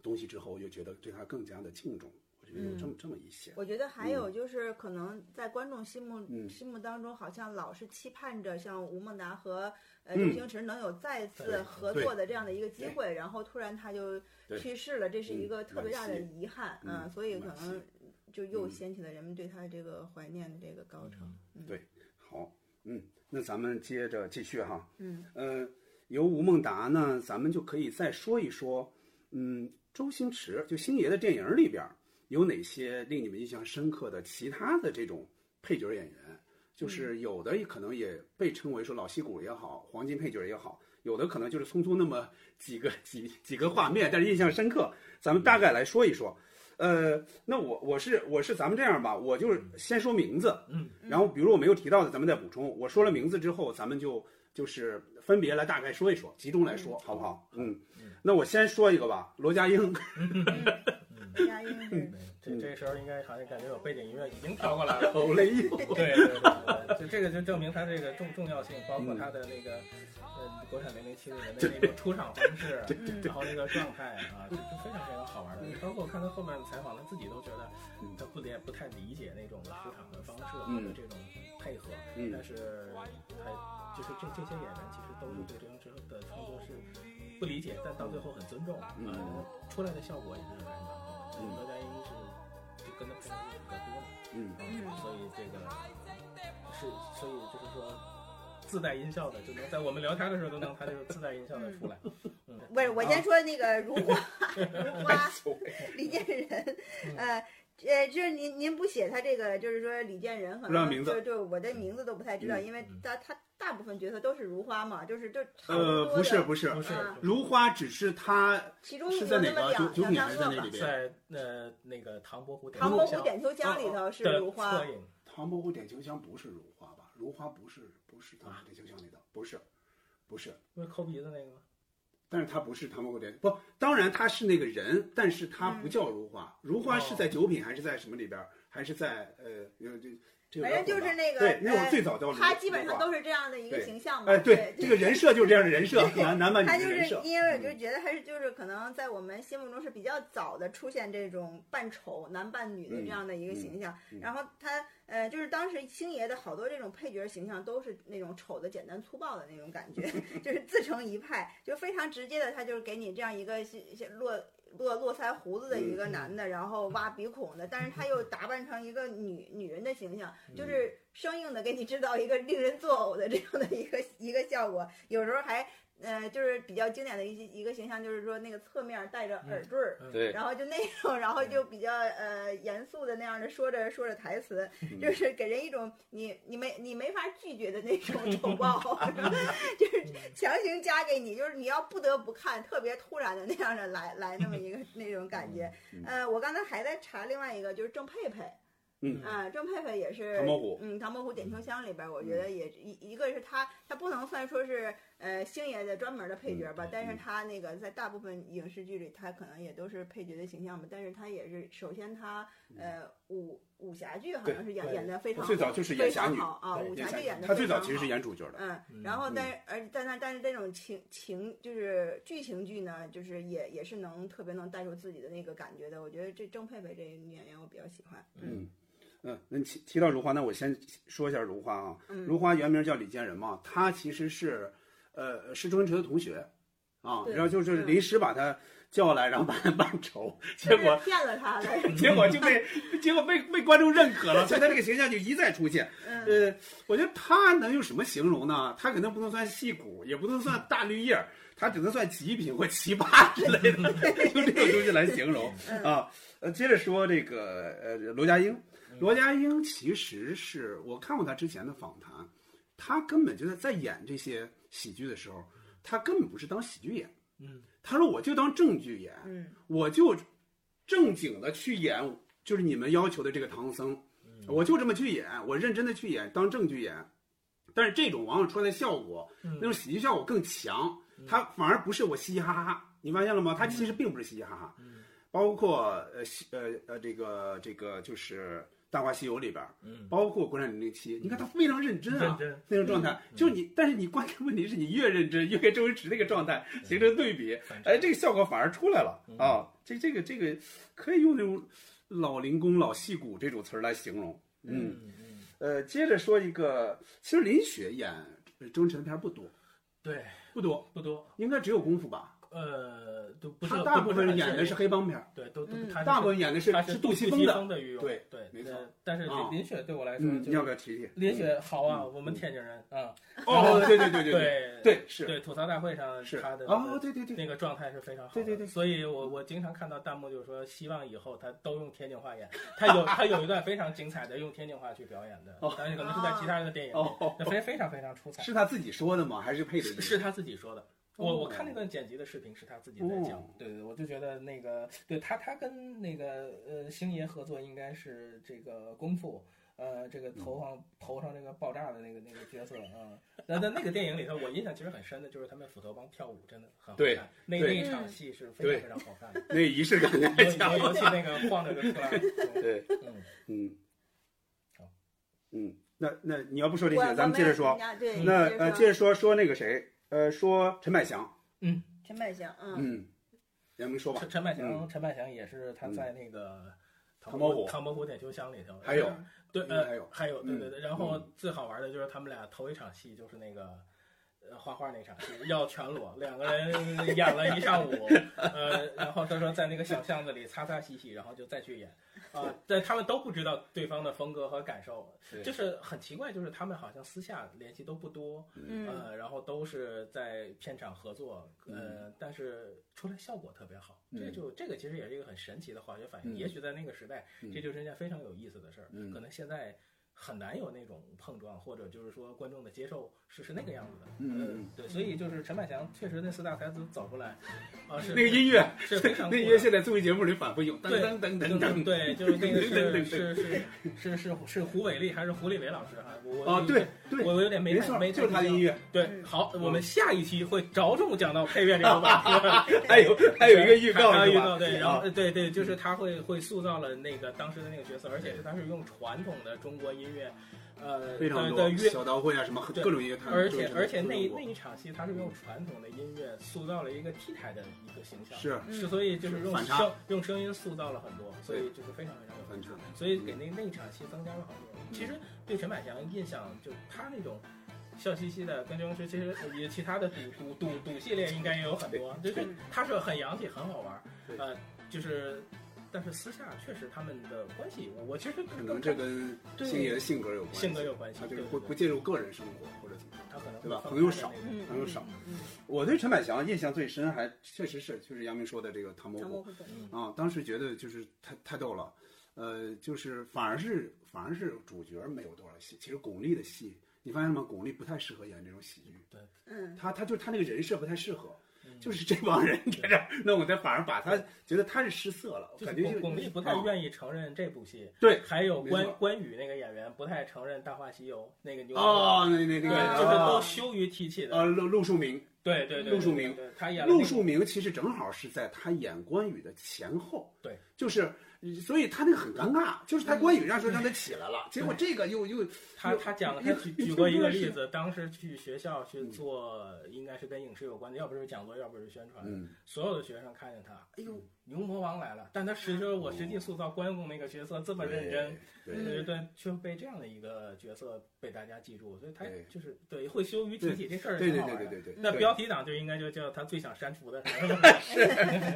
[SPEAKER 1] 东西之后，又觉得对他更加的敬重，我觉得有这么这么一些，
[SPEAKER 3] 我觉得还有就是，可能在观众心目、心目当中，好像老是期盼着像吴孟达和呃周
[SPEAKER 1] 嗯
[SPEAKER 3] 星驰能有再次
[SPEAKER 2] 对
[SPEAKER 3] 合
[SPEAKER 1] 对
[SPEAKER 3] 作的这样的一个机会，然后突然他就
[SPEAKER 1] 对
[SPEAKER 3] 去世了，这是一
[SPEAKER 1] 嗯
[SPEAKER 3] 个特别大的
[SPEAKER 1] 惋惜
[SPEAKER 3] 遗憾，啊
[SPEAKER 1] 嗯
[SPEAKER 3] 所以可
[SPEAKER 1] 惋惜
[SPEAKER 3] 能就又
[SPEAKER 1] 嗯
[SPEAKER 3] 掀起了人们对他这个怀念的这个高潮。嗯
[SPEAKER 1] 对好，嗯，那咱们接着继续哈，
[SPEAKER 3] 嗯
[SPEAKER 1] 呃，由吴孟达呢，咱们就可以再说一说，嗯，周星驰就星爷的电影里边儿有哪些令你们印象深刻的其他的这种配角演员？就是有的也可能也被称为说老戏骨也好，黄金配角也好，有的可能就是匆匆那么 几个几几个画面，但是印象深刻。咱们大概来说一说。呃，那我我是我是咱们这样吧，我就是先说名字，
[SPEAKER 2] 嗯，
[SPEAKER 1] 然后比如我没有提到的，咱们再补充。我说了名字之后，咱们就就是分别来大概说一说，集中来说，好不好？嗯，那我先说一个吧，罗家英，
[SPEAKER 3] 嗯，佳音 是
[SPEAKER 2] 对这这时候应该好像感觉有背景音乐已经飘过来了。
[SPEAKER 1] 好嘞，
[SPEAKER 2] 对对对对，对就这个就证明它这个重重要性，包
[SPEAKER 1] 嗯
[SPEAKER 2] 括它的那个呃国产零零七的人的那种出场方 式，啊
[SPEAKER 3] 嗯
[SPEAKER 2] 然后那个状态啊，就就非常非常好玩的。包括我看他后面的采访，他自己都觉得
[SPEAKER 1] 嗯
[SPEAKER 2] 他不也不太理解那种出场的方式
[SPEAKER 1] 嗯
[SPEAKER 2] 或者这种配合，
[SPEAKER 1] 嗯
[SPEAKER 2] 但是他就是这这些演员其实都是对周星驰的创作是不理解，但到最后很尊重，啊
[SPEAKER 1] 嗯，
[SPEAKER 2] 出来的效果也是非常好的。所以
[SPEAKER 1] 嗯
[SPEAKER 2] 罗家英是就跟他配合的比较多嘛。
[SPEAKER 1] 嗯
[SPEAKER 2] 嗯，所以这个是，所以就是说，自带音效的，就能在我们聊天的时候都能，它就自带音效的出来。嗯，
[SPEAKER 3] 不是，我先说那个如 花，如花
[SPEAKER 1] 所谓
[SPEAKER 3] 李建仁，
[SPEAKER 1] 嗯
[SPEAKER 3] 呃。呃，就是您您不写他这个，就是说李建仁可
[SPEAKER 1] 不知道
[SPEAKER 3] 能
[SPEAKER 1] 名字
[SPEAKER 3] 就就我的名字都不太知道，
[SPEAKER 1] 嗯
[SPEAKER 3] 因为
[SPEAKER 2] 嗯
[SPEAKER 3] 他他大部分角色都是如花嘛，就是就差不
[SPEAKER 1] 呃，
[SPEAKER 3] 多
[SPEAKER 1] 不是
[SPEAKER 3] 的
[SPEAKER 1] 不是，
[SPEAKER 2] 不是
[SPEAKER 3] 啊，
[SPEAKER 1] 如花只是他
[SPEAKER 3] 其中
[SPEAKER 1] 是
[SPEAKER 3] 有
[SPEAKER 1] 在哪
[SPEAKER 3] 那么
[SPEAKER 1] 个啊
[SPEAKER 3] 两
[SPEAKER 1] 九九
[SPEAKER 3] 两
[SPEAKER 1] 品还是
[SPEAKER 3] 三
[SPEAKER 1] 在
[SPEAKER 3] 个
[SPEAKER 1] 哪
[SPEAKER 3] 吧
[SPEAKER 1] 里。嗯边？
[SPEAKER 2] 在呃那个唐伯虎点
[SPEAKER 3] 唐伯
[SPEAKER 2] 秋
[SPEAKER 3] 虎
[SPEAKER 2] 香
[SPEAKER 3] 点秋香里头是
[SPEAKER 1] 哦
[SPEAKER 2] 的
[SPEAKER 3] 如花
[SPEAKER 2] 侧，影，
[SPEAKER 1] 唐伯虎点秋香不是如花吧？如花不是不是唐伯虎点秋香里的，不是，不是。
[SPEAKER 2] 不是抠鼻子那个吗？
[SPEAKER 1] 但是他不是唐伯虎点不，当然他是那个人，但是他不叫如花。
[SPEAKER 3] 嗯
[SPEAKER 1] 如花是在九品还是在什么里边？还是在呃有这这个
[SPEAKER 3] 反
[SPEAKER 1] 有点
[SPEAKER 3] 正就
[SPEAKER 1] 混乱
[SPEAKER 3] 是那个
[SPEAKER 1] 对，那
[SPEAKER 3] 呃
[SPEAKER 1] 我最早叫如
[SPEAKER 3] 他基本上
[SPEAKER 1] 是
[SPEAKER 3] 都是这样的一个
[SPEAKER 1] 啊对
[SPEAKER 3] 形象嘛。
[SPEAKER 1] 哎，对，这个人设就是这样的人设，
[SPEAKER 3] 对
[SPEAKER 1] 男男扮
[SPEAKER 3] 他
[SPEAKER 1] 女
[SPEAKER 3] 就
[SPEAKER 1] 的人
[SPEAKER 3] 是
[SPEAKER 1] 设。
[SPEAKER 3] 因为我
[SPEAKER 1] 嗯
[SPEAKER 3] 就觉得还是就是可能在我们心目中是比较早的出现这种扮丑男扮女的这样的一个形象，
[SPEAKER 1] 嗯嗯嗯
[SPEAKER 3] 然后他呃就是当时星爷的好多这种配角形象都是那种丑的简单粗暴的那种 感觉，就是自成一派，就非常直接的，他就是给你这样一个是是络络络腮胡子的一个
[SPEAKER 1] 嗯
[SPEAKER 3] 男的，然后挖鼻孔的，但是他又打扮成一个女女人的形象，就是生硬的给你制造一个令人作呕的这样的一个一个效果，有时候还呃就是比较经典的一些一个形象，就是说那个侧面戴着耳坠儿。
[SPEAKER 2] 嗯
[SPEAKER 4] 对，
[SPEAKER 3] 然后就那种，然后就比较呃严肃的那样的说着说着台词， 就是给人一种你你没你没法拒绝的那种丑报， 就是强行加给你，就是你要不得不看，特别突然的那样的来来那么一个那种感觉
[SPEAKER 1] 嗯。
[SPEAKER 3] 呃，我刚才还在查另外一个，就是郑佩佩，
[SPEAKER 1] 嗯
[SPEAKER 3] 啊、郑佩佩也是
[SPEAKER 1] 唐伯虎嗯
[SPEAKER 3] 嗯，唐伯虎点秋香里边儿，我觉得也一一个是他，他不能算说是呃星爷的专门的配角吧，
[SPEAKER 1] 嗯
[SPEAKER 3] 但是
[SPEAKER 1] 嗯
[SPEAKER 3] 他那个在大部分影视剧里，他可能也都是配角的形象吧，但是他也是首先他呃武武侠剧好像是演
[SPEAKER 2] 对
[SPEAKER 3] 演的非常
[SPEAKER 1] 嗯最早就是
[SPEAKER 3] 非
[SPEAKER 1] 演侠
[SPEAKER 3] 常
[SPEAKER 1] 女，
[SPEAKER 3] 好啊，
[SPEAKER 2] 对
[SPEAKER 3] 武
[SPEAKER 1] 演
[SPEAKER 3] 侠
[SPEAKER 1] 侠
[SPEAKER 3] 剧演
[SPEAKER 1] 女，
[SPEAKER 3] 的
[SPEAKER 1] 他最早其实是演主角的。
[SPEAKER 3] 嗯，
[SPEAKER 2] 嗯
[SPEAKER 3] 然后
[SPEAKER 1] 嗯
[SPEAKER 3] 但是而但但但是这种情情就是剧情剧呢，就是也也是能特别能带出自己的那个感觉的。我觉得这郑佩佩这女演员我比较喜欢。
[SPEAKER 1] 嗯，嗯，那你提提到如花，那我先说一下如花啊。
[SPEAKER 3] 嗯
[SPEAKER 1] 如花原名叫李建仁嘛，她其实是，呃，是周星驰的同学，啊，
[SPEAKER 3] 对
[SPEAKER 1] 然后就是临时把她叫来， 然后把她扮丑， 结
[SPEAKER 3] 就是
[SPEAKER 1] 果
[SPEAKER 3] 骗了 他的，
[SPEAKER 1] 结果就被结果被被观众认可了，所以她这个形象就一再出现。
[SPEAKER 3] 嗯，
[SPEAKER 1] 呃，我觉得她能用什么形容呢？她可能不能算戏骨，也不能算大绿叶儿，她只能算极品或奇葩之类的，用这种东西来形容
[SPEAKER 3] 嗯
[SPEAKER 1] 啊。呃，接着说这个呃罗家英，罗家英其实是我看过她之前的访谈，她根本就是在演这些喜剧的时候，她根本不是当喜剧演，
[SPEAKER 2] 嗯，
[SPEAKER 1] 她说我就当正剧演，
[SPEAKER 3] 嗯，
[SPEAKER 1] 我就正经的去演，就是你们要求的这个唐僧，我就这么去演，我认真的去演，当正剧演。但是这种往往出来的效果，
[SPEAKER 2] 嗯
[SPEAKER 1] 那种喜剧效果更强，它反而不是我嘻嘻哈哈，你发现了吗？它其实并不是嘻嘻哈哈，
[SPEAKER 2] 嗯
[SPEAKER 1] 包括呃西呃呃这个这个就是《大话西游》里边，
[SPEAKER 2] 嗯，
[SPEAKER 1] 包括《国产零零七》，你看他非常认真啊
[SPEAKER 2] 认，真，
[SPEAKER 1] 那种状态，就是你，但是你关键问题是你越认真，越跟周星驰那个状态形成对比，
[SPEAKER 2] 反正
[SPEAKER 1] 哎，这个效果反而出来了
[SPEAKER 2] 嗯
[SPEAKER 1] 啊！这这个这个可以用那种老零工、老戏骨这种词儿来形容。嗯，
[SPEAKER 2] 嗯嗯，
[SPEAKER 1] 呃，接着说一个，其实林雪演周星驰的片儿不多，
[SPEAKER 2] 对，
[SPEAKER 1] 不多，
[SPEAKER 2] 不多，
[SPEAKER 1] 应该只有功夫吧？
[SPEAKER 2] 呃，都不是
[SPEAKER 1] 他大部分
[SPEAKER 2] 都不
[SPEAKER 1] 演的
[SPEAKER 2] 很
[SPEAKER 1] 是黑帮片儿，
[SPEAKER 2] 对，都都
[SPEAKER 3] 嗯
[SPEAKER 2] 他
[SPEAKER 1] 大部分演的是
[SPEAKER 2] 他
[SPEAKER 1] 是
[SPEAKER 2] 杜
[SPEAKER 1] 杜
[SPEAKER 2] 琪
[SPEAKER 1] 琪峰的。
[SPEAKER 2] 的御用，
[SPEAKER 1] 对
[SPEAKER 2] 对，
[SPEAKER 1] 没错
[SPEAKER 2] 呃。但是
[SPEAKER 1] 啊
[SPEAKER 2] 林雪对我来说
[SPEAKER 1] 嗯，你
[SPEAKER 2] 就
[SPEAKER 1] 要
[SPEAKER 2] 是
[SPEAKER 1] 不要提提？
[SPEAKER 2] 林雪好啊，
[SPEAKER 1] 嗯
[SPEAKER 2] 我们天津人啊，
[SPEAKER 1] 哦，对对对对对
[SPEAKER 2] 对
[SPEAKER 1] 对是
[SPEAKER 2] 对，吐槽大会上
[SPEAKER 1] 是
[SPEAKER 2] 他的
[SPEAKER 1] 哦，对对对，
[SPEAKER 2] 那个状态是非常好的，
[SPEAKER 1] 对对对
[SPEAKER 2] 所以我我经常看到弹幕就是说，希望以后他都用天津话演。他有他有一段非常精彩的用天津话去表演的
[SPEAKER 1] 哦，
[SPEAKER 2] 但是可能是在其他人的电影里，
[SPEAKER 1] 哦，
[SPEAKER 2] 那非非常非常出彩。
[SPEAKER 1] 是他自己说的吗？还是配的音
[SPEAKER 2] 是？是他自己说的，我我
[SPEAKER 1] 哦
[SPEAKER 2] 看那段剪辑的视频是他自己在讲
[SPEAKER 1] 哦，
[SPEAKER 2] 对对，我就觉得那个对他他跟那个呃星爷合作应该是这个功夫。呃，这个头上头上这个爆炸的那个那个角色啊，那在那个电影里头，我印象其实很深的就是他们斧头帮跳舞真的很好
[SPEAKER 1] 对
[SPEAKER 2] 看，那
[SPEAKER 1] 对
[SPEAKER 2] 那一场戏是非常
[SPEAKER 1] 对
[SPEAKER 2] 非常好看的，
[SPEAKER 1] 那仪 式感太
[SPEAKER 2] 尤
[SPEAKER 1] 强
[SPEAKER 2] 尤尤
[SPEAKER 1] 了
[SPEAKER 2] 其。那个晃着就出 来了，
[SPEAKER 1] 对，
[SPEAKER 2] 嗯，
[SPEAKER 1] 嗯
[SPEAKER 2] 好，
[SPEAKER 1] 嗯，那那你要不说这
[SPEAKER 3] 我
[SPEAKER 1] 些，咱们接着说。。
[SPEAKER 3] 嗯我对，
[SPEAKER 1] 那呃，接
[SPEAKER 3] 着
[SPEAKER 1] 着说说那个谁，呃，说陈百祥，
[SPEAKER 3] 说陈百祥，嗯，
[SPEAKER 1] 嗯，杨明说吧
[SPEAKER 2] 陈，陈百祥，
[SPEAKER 1] 嗯
[SPEAKER 2] 陈百祥也是他在那个
[SPEAKER 1] 唐伯虎
[SPEAKER 2] 唐伯虎点秋香里头，
[SPEAKER 1] 还有
[SPEAKER 2] 对，
[SPEAKER 1] 应该
[SPEAKER 2] 呃，
[SPEAKER 1] 还有
[SPEAKER 2] 还有，对对对。然后
[SPEAKER 1] 嗯
[SPEAKER 2] 最好玩的就是他们俩头一场戏就是那个，呃画画那场戏要全裸，两个 人演了一上午，呃，然后他说在那个小巷子里擦擦洗洗，然后就再去演，啊、但他们都不知道对方的风格和感受，
[SPEAKER 4] 对
[SPEAKER 2] 就是很奇怪，就是他们好像私下联系都不多，
[SPEAKER 3] 嗯
[SPEAKER 2] 呃，然后都是在片场合作，呃，但是出来效果特别好，这
[SPEAKER 4] 嗯
[SPEAKER 2] 就这个其实也是一个很神奇的化学反应，
[SPEAKER 4] 嗯
[SPEAKER 2] 也许在那个时代，
[SPEAKER 4] 嗯
[SPEAKER 2] 这就是一件非常有意思的事儿，
[SPEAKER 4] 嗯
[SPEAKER 2] 可能现在。很难有那种碰撞，或者就是说观众的接受是是那个样子的，
[SPEAKER 4] 嗯嗯
[SPEAKER 2] 呃
[SPEAKER 4] 嗯，
[SPEAKER 2] 对，所以就是陈百强确实那四大才子走过来，啊是
[SPEAKER 4] 那个音乐，
[SPEAKER 2] 是非常
[SPEAKER 4] 那个
[SPEAKER 2] 酷的
[SPEAKER 4] 音乐现在综艺节目里反复用，噔
[SPEAKER 2] 对
[SPEAKER 4] 噔噔
[SPEAKER 2] 就是
[SPEAKER 4] 噔噔，
[SPEAKER 2] 对，就是那个
[SPEAKER 4] 对对
[SPEAKER 2] 是
[SPEAKER 4] 对
[SPEAKER 2] 是是是是是胡伟立还是胡立伟老师哈？我
[SPEAKER 4] 哦，对，对，
[SPEAKER 2] 我我有点没
[SPEAKER 4] 没
[SPEAKER 2] 太
[SPEAKER 4] 错，
[SPEAKER 2] 没太
[SPEAKER 4] 就是他的
[SPEAKER 2] 印
[SPEAKER 4] 音乐。
[SPEAKER 2] 象对，
[SPEAKER 3] 嗯
[SPEAKER 2] 好，我们下一期会着重讲到配乐这个话题。
[SPEAKER 1] 哎
[SPEAKER 4] 还有 还有一个预告
[SPEAKER 2] 还
[SPEAKER 4] 是
[SPEAKER 2] 有预
[SPEAKER 4] 吧？
[SPEAKER 2] 告对，然后呃
[SPEAKER 4] 啊
[SPEAKER 2] 对对，就是他会会塑造了那个当时的那个角色，而且是他是用传统的中国音乐，呃
[SPEAKER 1] 非常
[SPEAKER 2] 的
[SPEAKER 1] 多
[SPEAKER 2] 的乐
[SPEAKER 1] 小刀会啊什么
[SPEAKER 2] 对
[SPEAKER 1] 各种音乐探索，
[SPEAKER 2] 而且
[SPEAKER 1] 各种
[SPEAKER 2] 而且那一
[SPEAKER 1] 各
[SPEAKER 2] 那
[SPEAKER 1] 种
[SPEAKER 2] 一场戏，他是用传统的音乐塑造了一个 T 台的一个形象，
[SPEAKER 1] 是
[SPEAKER 2] 是所以就是用
[SPEAKER 1] 反差
[SPEAKER 2] 声用声音塑造了很多，所以就是非常非常有
[SPEAKER 1] 反差，嗯
[SPEAKER 2] 所以给那那一场戏增加了好多。其实对陈百强印象就他那种。笑嘻嘻的，跟周星驰其实也其他的赌赌赌赌系列应该也有很多，
[SPEAKER 1] 哎
[SPEAKER 2] 就是
[SPEAKER 3] 嗯
[SPEAKER 2] 他是很洋气，很好玩儿
[SPEAKER 1] 对，
[SPEAKER 2] 呃，就是，但是私下确实他们的关系，我我其实
[SPEAKER 1] 可
[SPEAKER 2] 可
[SPEAKER 1] 嗯能这跟星爷的性格有关系，
[SPEAKER 2] 性格有关系，
[SPEAKER 1] 他就是
[SPEAKER 2] 对
[SPEAKER 1] 会
[SPEAKER 2] 对
[SPEAKER 1] 不介入个人生活或者怎么样。
[SPEAKER 2] 他可能
[SPEAKER 1] 对吧
[SPEAKER 2] 会
[SPEAKER 1] 朋友
[SPEAKER 2] 放开
[SPEAKER 1] 少
[SPEAKER 2] 那个
[SPEAKER 3] 嗯，
[SPEAKER 1] 朋友少
[SPEAKER 3] 嗯，嗯
[SPEAKER 1] 我对陈百强印象最深还确实是就是杨明说的这个唐伯
[SPEAKER 3] 嗯唐伯
[SPEAKER 1] 虎
[SPEAKER 3] 虎本
[SPEAKER 2] 嗯
[SPEAKER 1] 啊，当时觉得就是太太逗了，呃，就是反而是反而是主角没有多少戏，其实巩俐的戏。你发现吗？巩俐不太适合演这种喜剧，
[SPEAKER 3] 嗯，
[SPEAKER 1] 她她就是她那个人设不太适合，
[SPEAKER 2] 嗯
[SPEAKER 1] 就是这帮人在这儿弄，他反而把她觉得她是失色了，我
[SPEAKER 2] 就是
[SPEAKER 1] 感觉就
[SPEAKER 2] 巩巩俐不太
[SPEAKER 1] 啊
[SPEAKER 2] 愿意承认这部戏，
[SPEAKER 1] 对
[SPEAKER 2] 还有
[SPEAKER 1] 没
[SPEAKER 2] 关
[SPEAKER 1] 错
[SPEAKER 2] 关羽那个演员不太承认《大话西游》那个牛郎
[SPEAKER 1] 哦，那那那
[SPEAKER 2] 对，
[SPEAKER 1] 个
[SPEAKER 3] 啊
[SPEAKER 2] 就是都
[SPEAKER 1] 啊
[SPEAKER 2] 羞于提起的，
[SPEAKER 1] 呃陆陆树铭，
[SPEAKER 2] 对对对，
[SPEAKER 1] 陆树铭
[SPEAKER 2] 对，对他演了那
[SPEAKER 1] 陆
[SPEAKER 2] 个
[SPEAKER 1] 树铭其实正好是在他演关羽的前后，
[SPEAKER 2] 对，
[SPEAKER 1] 就是所以他那个很尴尬，就是他关羽让说让他起来
[SPEAKER 2] 嗯
[SPEAKER 1] 了，结果这个又又
[SPEAKER 2] 他他讲他举举过一个例子，当时去学校去
[SPEAKER 1] 嗯
[SPEAKER 2] 做，应该是跟影视有关的，要不就是讲座，要不就是宣传，
[SPEAKER 1] 嗯
[SPEAKER 2] 所有的学生看见他，
[SPEAKER 3] 哎呦，
[SPEAKER 2] 牛魔王来了，但他实际我实际塑造关公那个角色这么认真，，
[SPEAKER 1] 哦
[SPEAKER 2] 嗯
[SPEAKER 1] 对
[SPEAKER 2] 对对，却被这样的一个角色被大家记住，所以他
[SPEAKER 1] 对
[SPEAKER 2] 就是对会羞于提起这事儿，
[SPEAKER 1] 对对对
[SPEAKER 2] 挺好玩
[SPEAKER 1] 对
[SPEAKER 2] 的
[SPEAKER 1] 对对对，
[SPEAKER 2] 那标题党就应该就叫他最想删 除的什么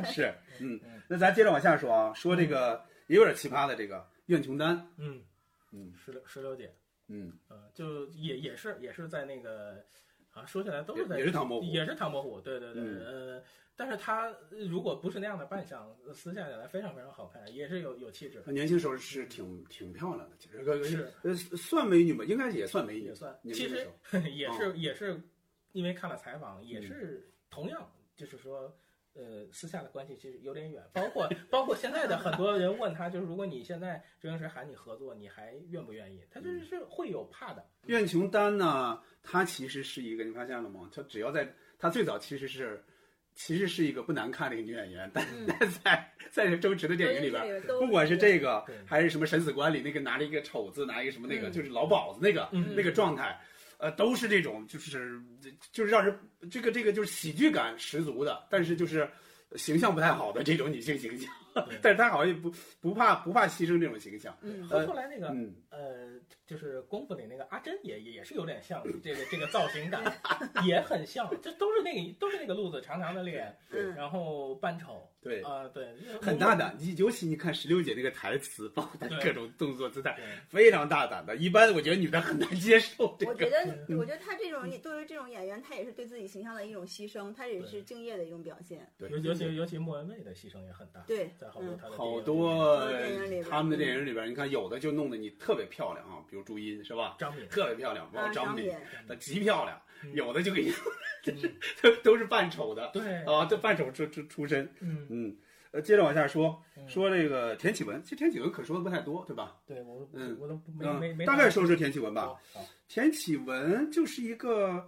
[SPEAKER 1] 是嗯
[SPEAKER 2] 嗯，
[SPEAKER 1] 那咱接着往下说啊，说这个也有点奇葩的这个苑琼丹，
[SPEAKER 2] 嗯
[SPEAKER 1] 嗯
[SPEAKER 2] 石榴石榴姐，
[SPEAKER 1] 嗯，
[SPEAKER 2] 呃，就也也是也是在那个啊，说起来都
[SPEAKER 1] 也
[SPEAKER 2] 是在
[SPEAKER 1] 也是唐伯虎，
[SPEAKER 2] 也是唐伯虎，对对对，
[SPEAKER 1] 嗯
[SPEAKER 2] 呃，但是他呃如果不是那样的扮相，呃私下起来非常非常好看，也是有有气质，
[SPEAKER 1] 她年轻时候是挺挺漂亮的，其实个
[SPEAKER 2] 是
[SPEAKER 1] 呃算美女吧，应该也算美
[SPEAKER 2] 也
[SPEAKER 1] 女，
[SPEAKER 2] 算，
[SPEAKER 1] 年
[SPEAKER 2] 其
[SPEAKER 1] 轻的
[SPEAKER 2] 实
[SPEAKER 1] 时候，
[SPEAKER 2] 也
[SPEAKER 1] 哦
[SPEAKER 2] 是也是因为看了采访，也
[SPEAKER 1] 嗯
[SPEAKER 2] 是同样就是说。呃，私下的关系其实有点远，包括包括现在的很多人问他，就是如果你现在周星驰喊你合作，你还愿不愿意？他
[SPEAKER 1] 嗯
[SPEAKER 2] 就是是会有怕的，
[SPEAKER 1] 苑琼丹呢，她其实是一个，你发现了吗？她只要在，她最早其实是，其实是一个不难看的一个女演员，但
[SPEAKER 3] 嗯
[SPEAKER 1] 但在在周星驰的电影里边，不管是这个
[SPEAKER 2] 对
[SPEAKER 1] 还是什么《神死关》里那个拿着一个丑字，拿一个什么那个，
[SPEAKER 2] 嗯
[SPEAKER 1] 就是老鸨子那个、
[SPEAKER 2] 嗯
[SPEAKER 1] 那个状态，呃，都是这种就是就是让人这个这个就是喜剧感十足的，但是就是。形象不太好的这种女性形象
[SPEAKER 2] 对，
[SPEAKER 1] 但是她好像也不不怕不怕牺牲这种形象，
[SPEAKER 3] 嗯
[SPEAKER 2] 和后来那个
[SPEAKER 1] 嗯，
[SPEAKER 2] 呃，就是功夫里那个阿珍也也是有点像这个这个造型感，也很像，这都是那个都是那个路子，长长的脸，
[SPEAKER 3] 嗯
[SPEAKER 2] 然后扮丑
[SPEAKER 1] 对，
[SPEAKER 2] 啊、对，
[SPEAKER 1] 很大胆，你尤其你看石榴姐那个台词，包括她
[SPEAKER 2] 对
[SPEAKER 1] 各种动作姿态，
[SPEAKER 2] 对。
[SPEAKER 1] 非常大胆的。一般我觉得女的很难接受这
[SPEAKER 3] 我
[SPEAKER 1] 个
[SPEAKER 3] 觉。得，我觉得他这种对于这种演员，他也是对自己形象的一种牺牲，他也是敬业的一种表现。
[SPEAKER 1] 对
[SPEAKER 2] 尤尤其尤其莫文蔚的牺牲也很大，
[SPEAKER 3] 对，
[SPEAKER 2] 在好多
[SPEAKER 3] 嗯，
[SPEAKER 2] 他的
[SPEAKER 1] 好
[SPEAKER 2] 电影里
[SPEAKER 1] 多
[SPEAKER 2] 面
[SPEAKER 3] 电影里边
[SPEAKER 1] 他们的电影里边，你看有的就弄得你特别漂亮啊，比如朱茵是吧？
[SPEAKER 2] 张敏，
[SPEAKER 1] 特别漂亮，包
[SPEAKER 3] 啊，
[SPEAKER 1] 括张
[SPEAKER 3] 张
[SPEAKER 1] 敏
[SPEAKER 3] 敏，，
[SPEAKER 1] 她极漂亮。
[SPEAKER 2] 嗯
[SPEAKER 1] 有的就给你
[SPEAKER 2] 嗯
[SPEAKER 1] 都都是扮丑的
[SPEAKER 2] 对，
[SPEAKER 1] 啊，这扮丑出出出身。
[SPEAKER 2] 嗯，
[SPEAKER 1] 嗯，呃，接着往下说，
[SPEAKER 2] 嗯
[SPEAKER 1] 说这个田启文，其实田启文可说的不太多，对吧？
[SPEAKER 2] 对我
[SPEAKER 1] 嗯
[SPEAKER 2] 我都没
[SPEAKER 1] 嗯
[SPEAKER 2] 没没哦
[SPEAKER 1] 大概说说田启文吧。
[SPEAKER 2] 好，好
[SPEAKER 1] 田启文就是一个，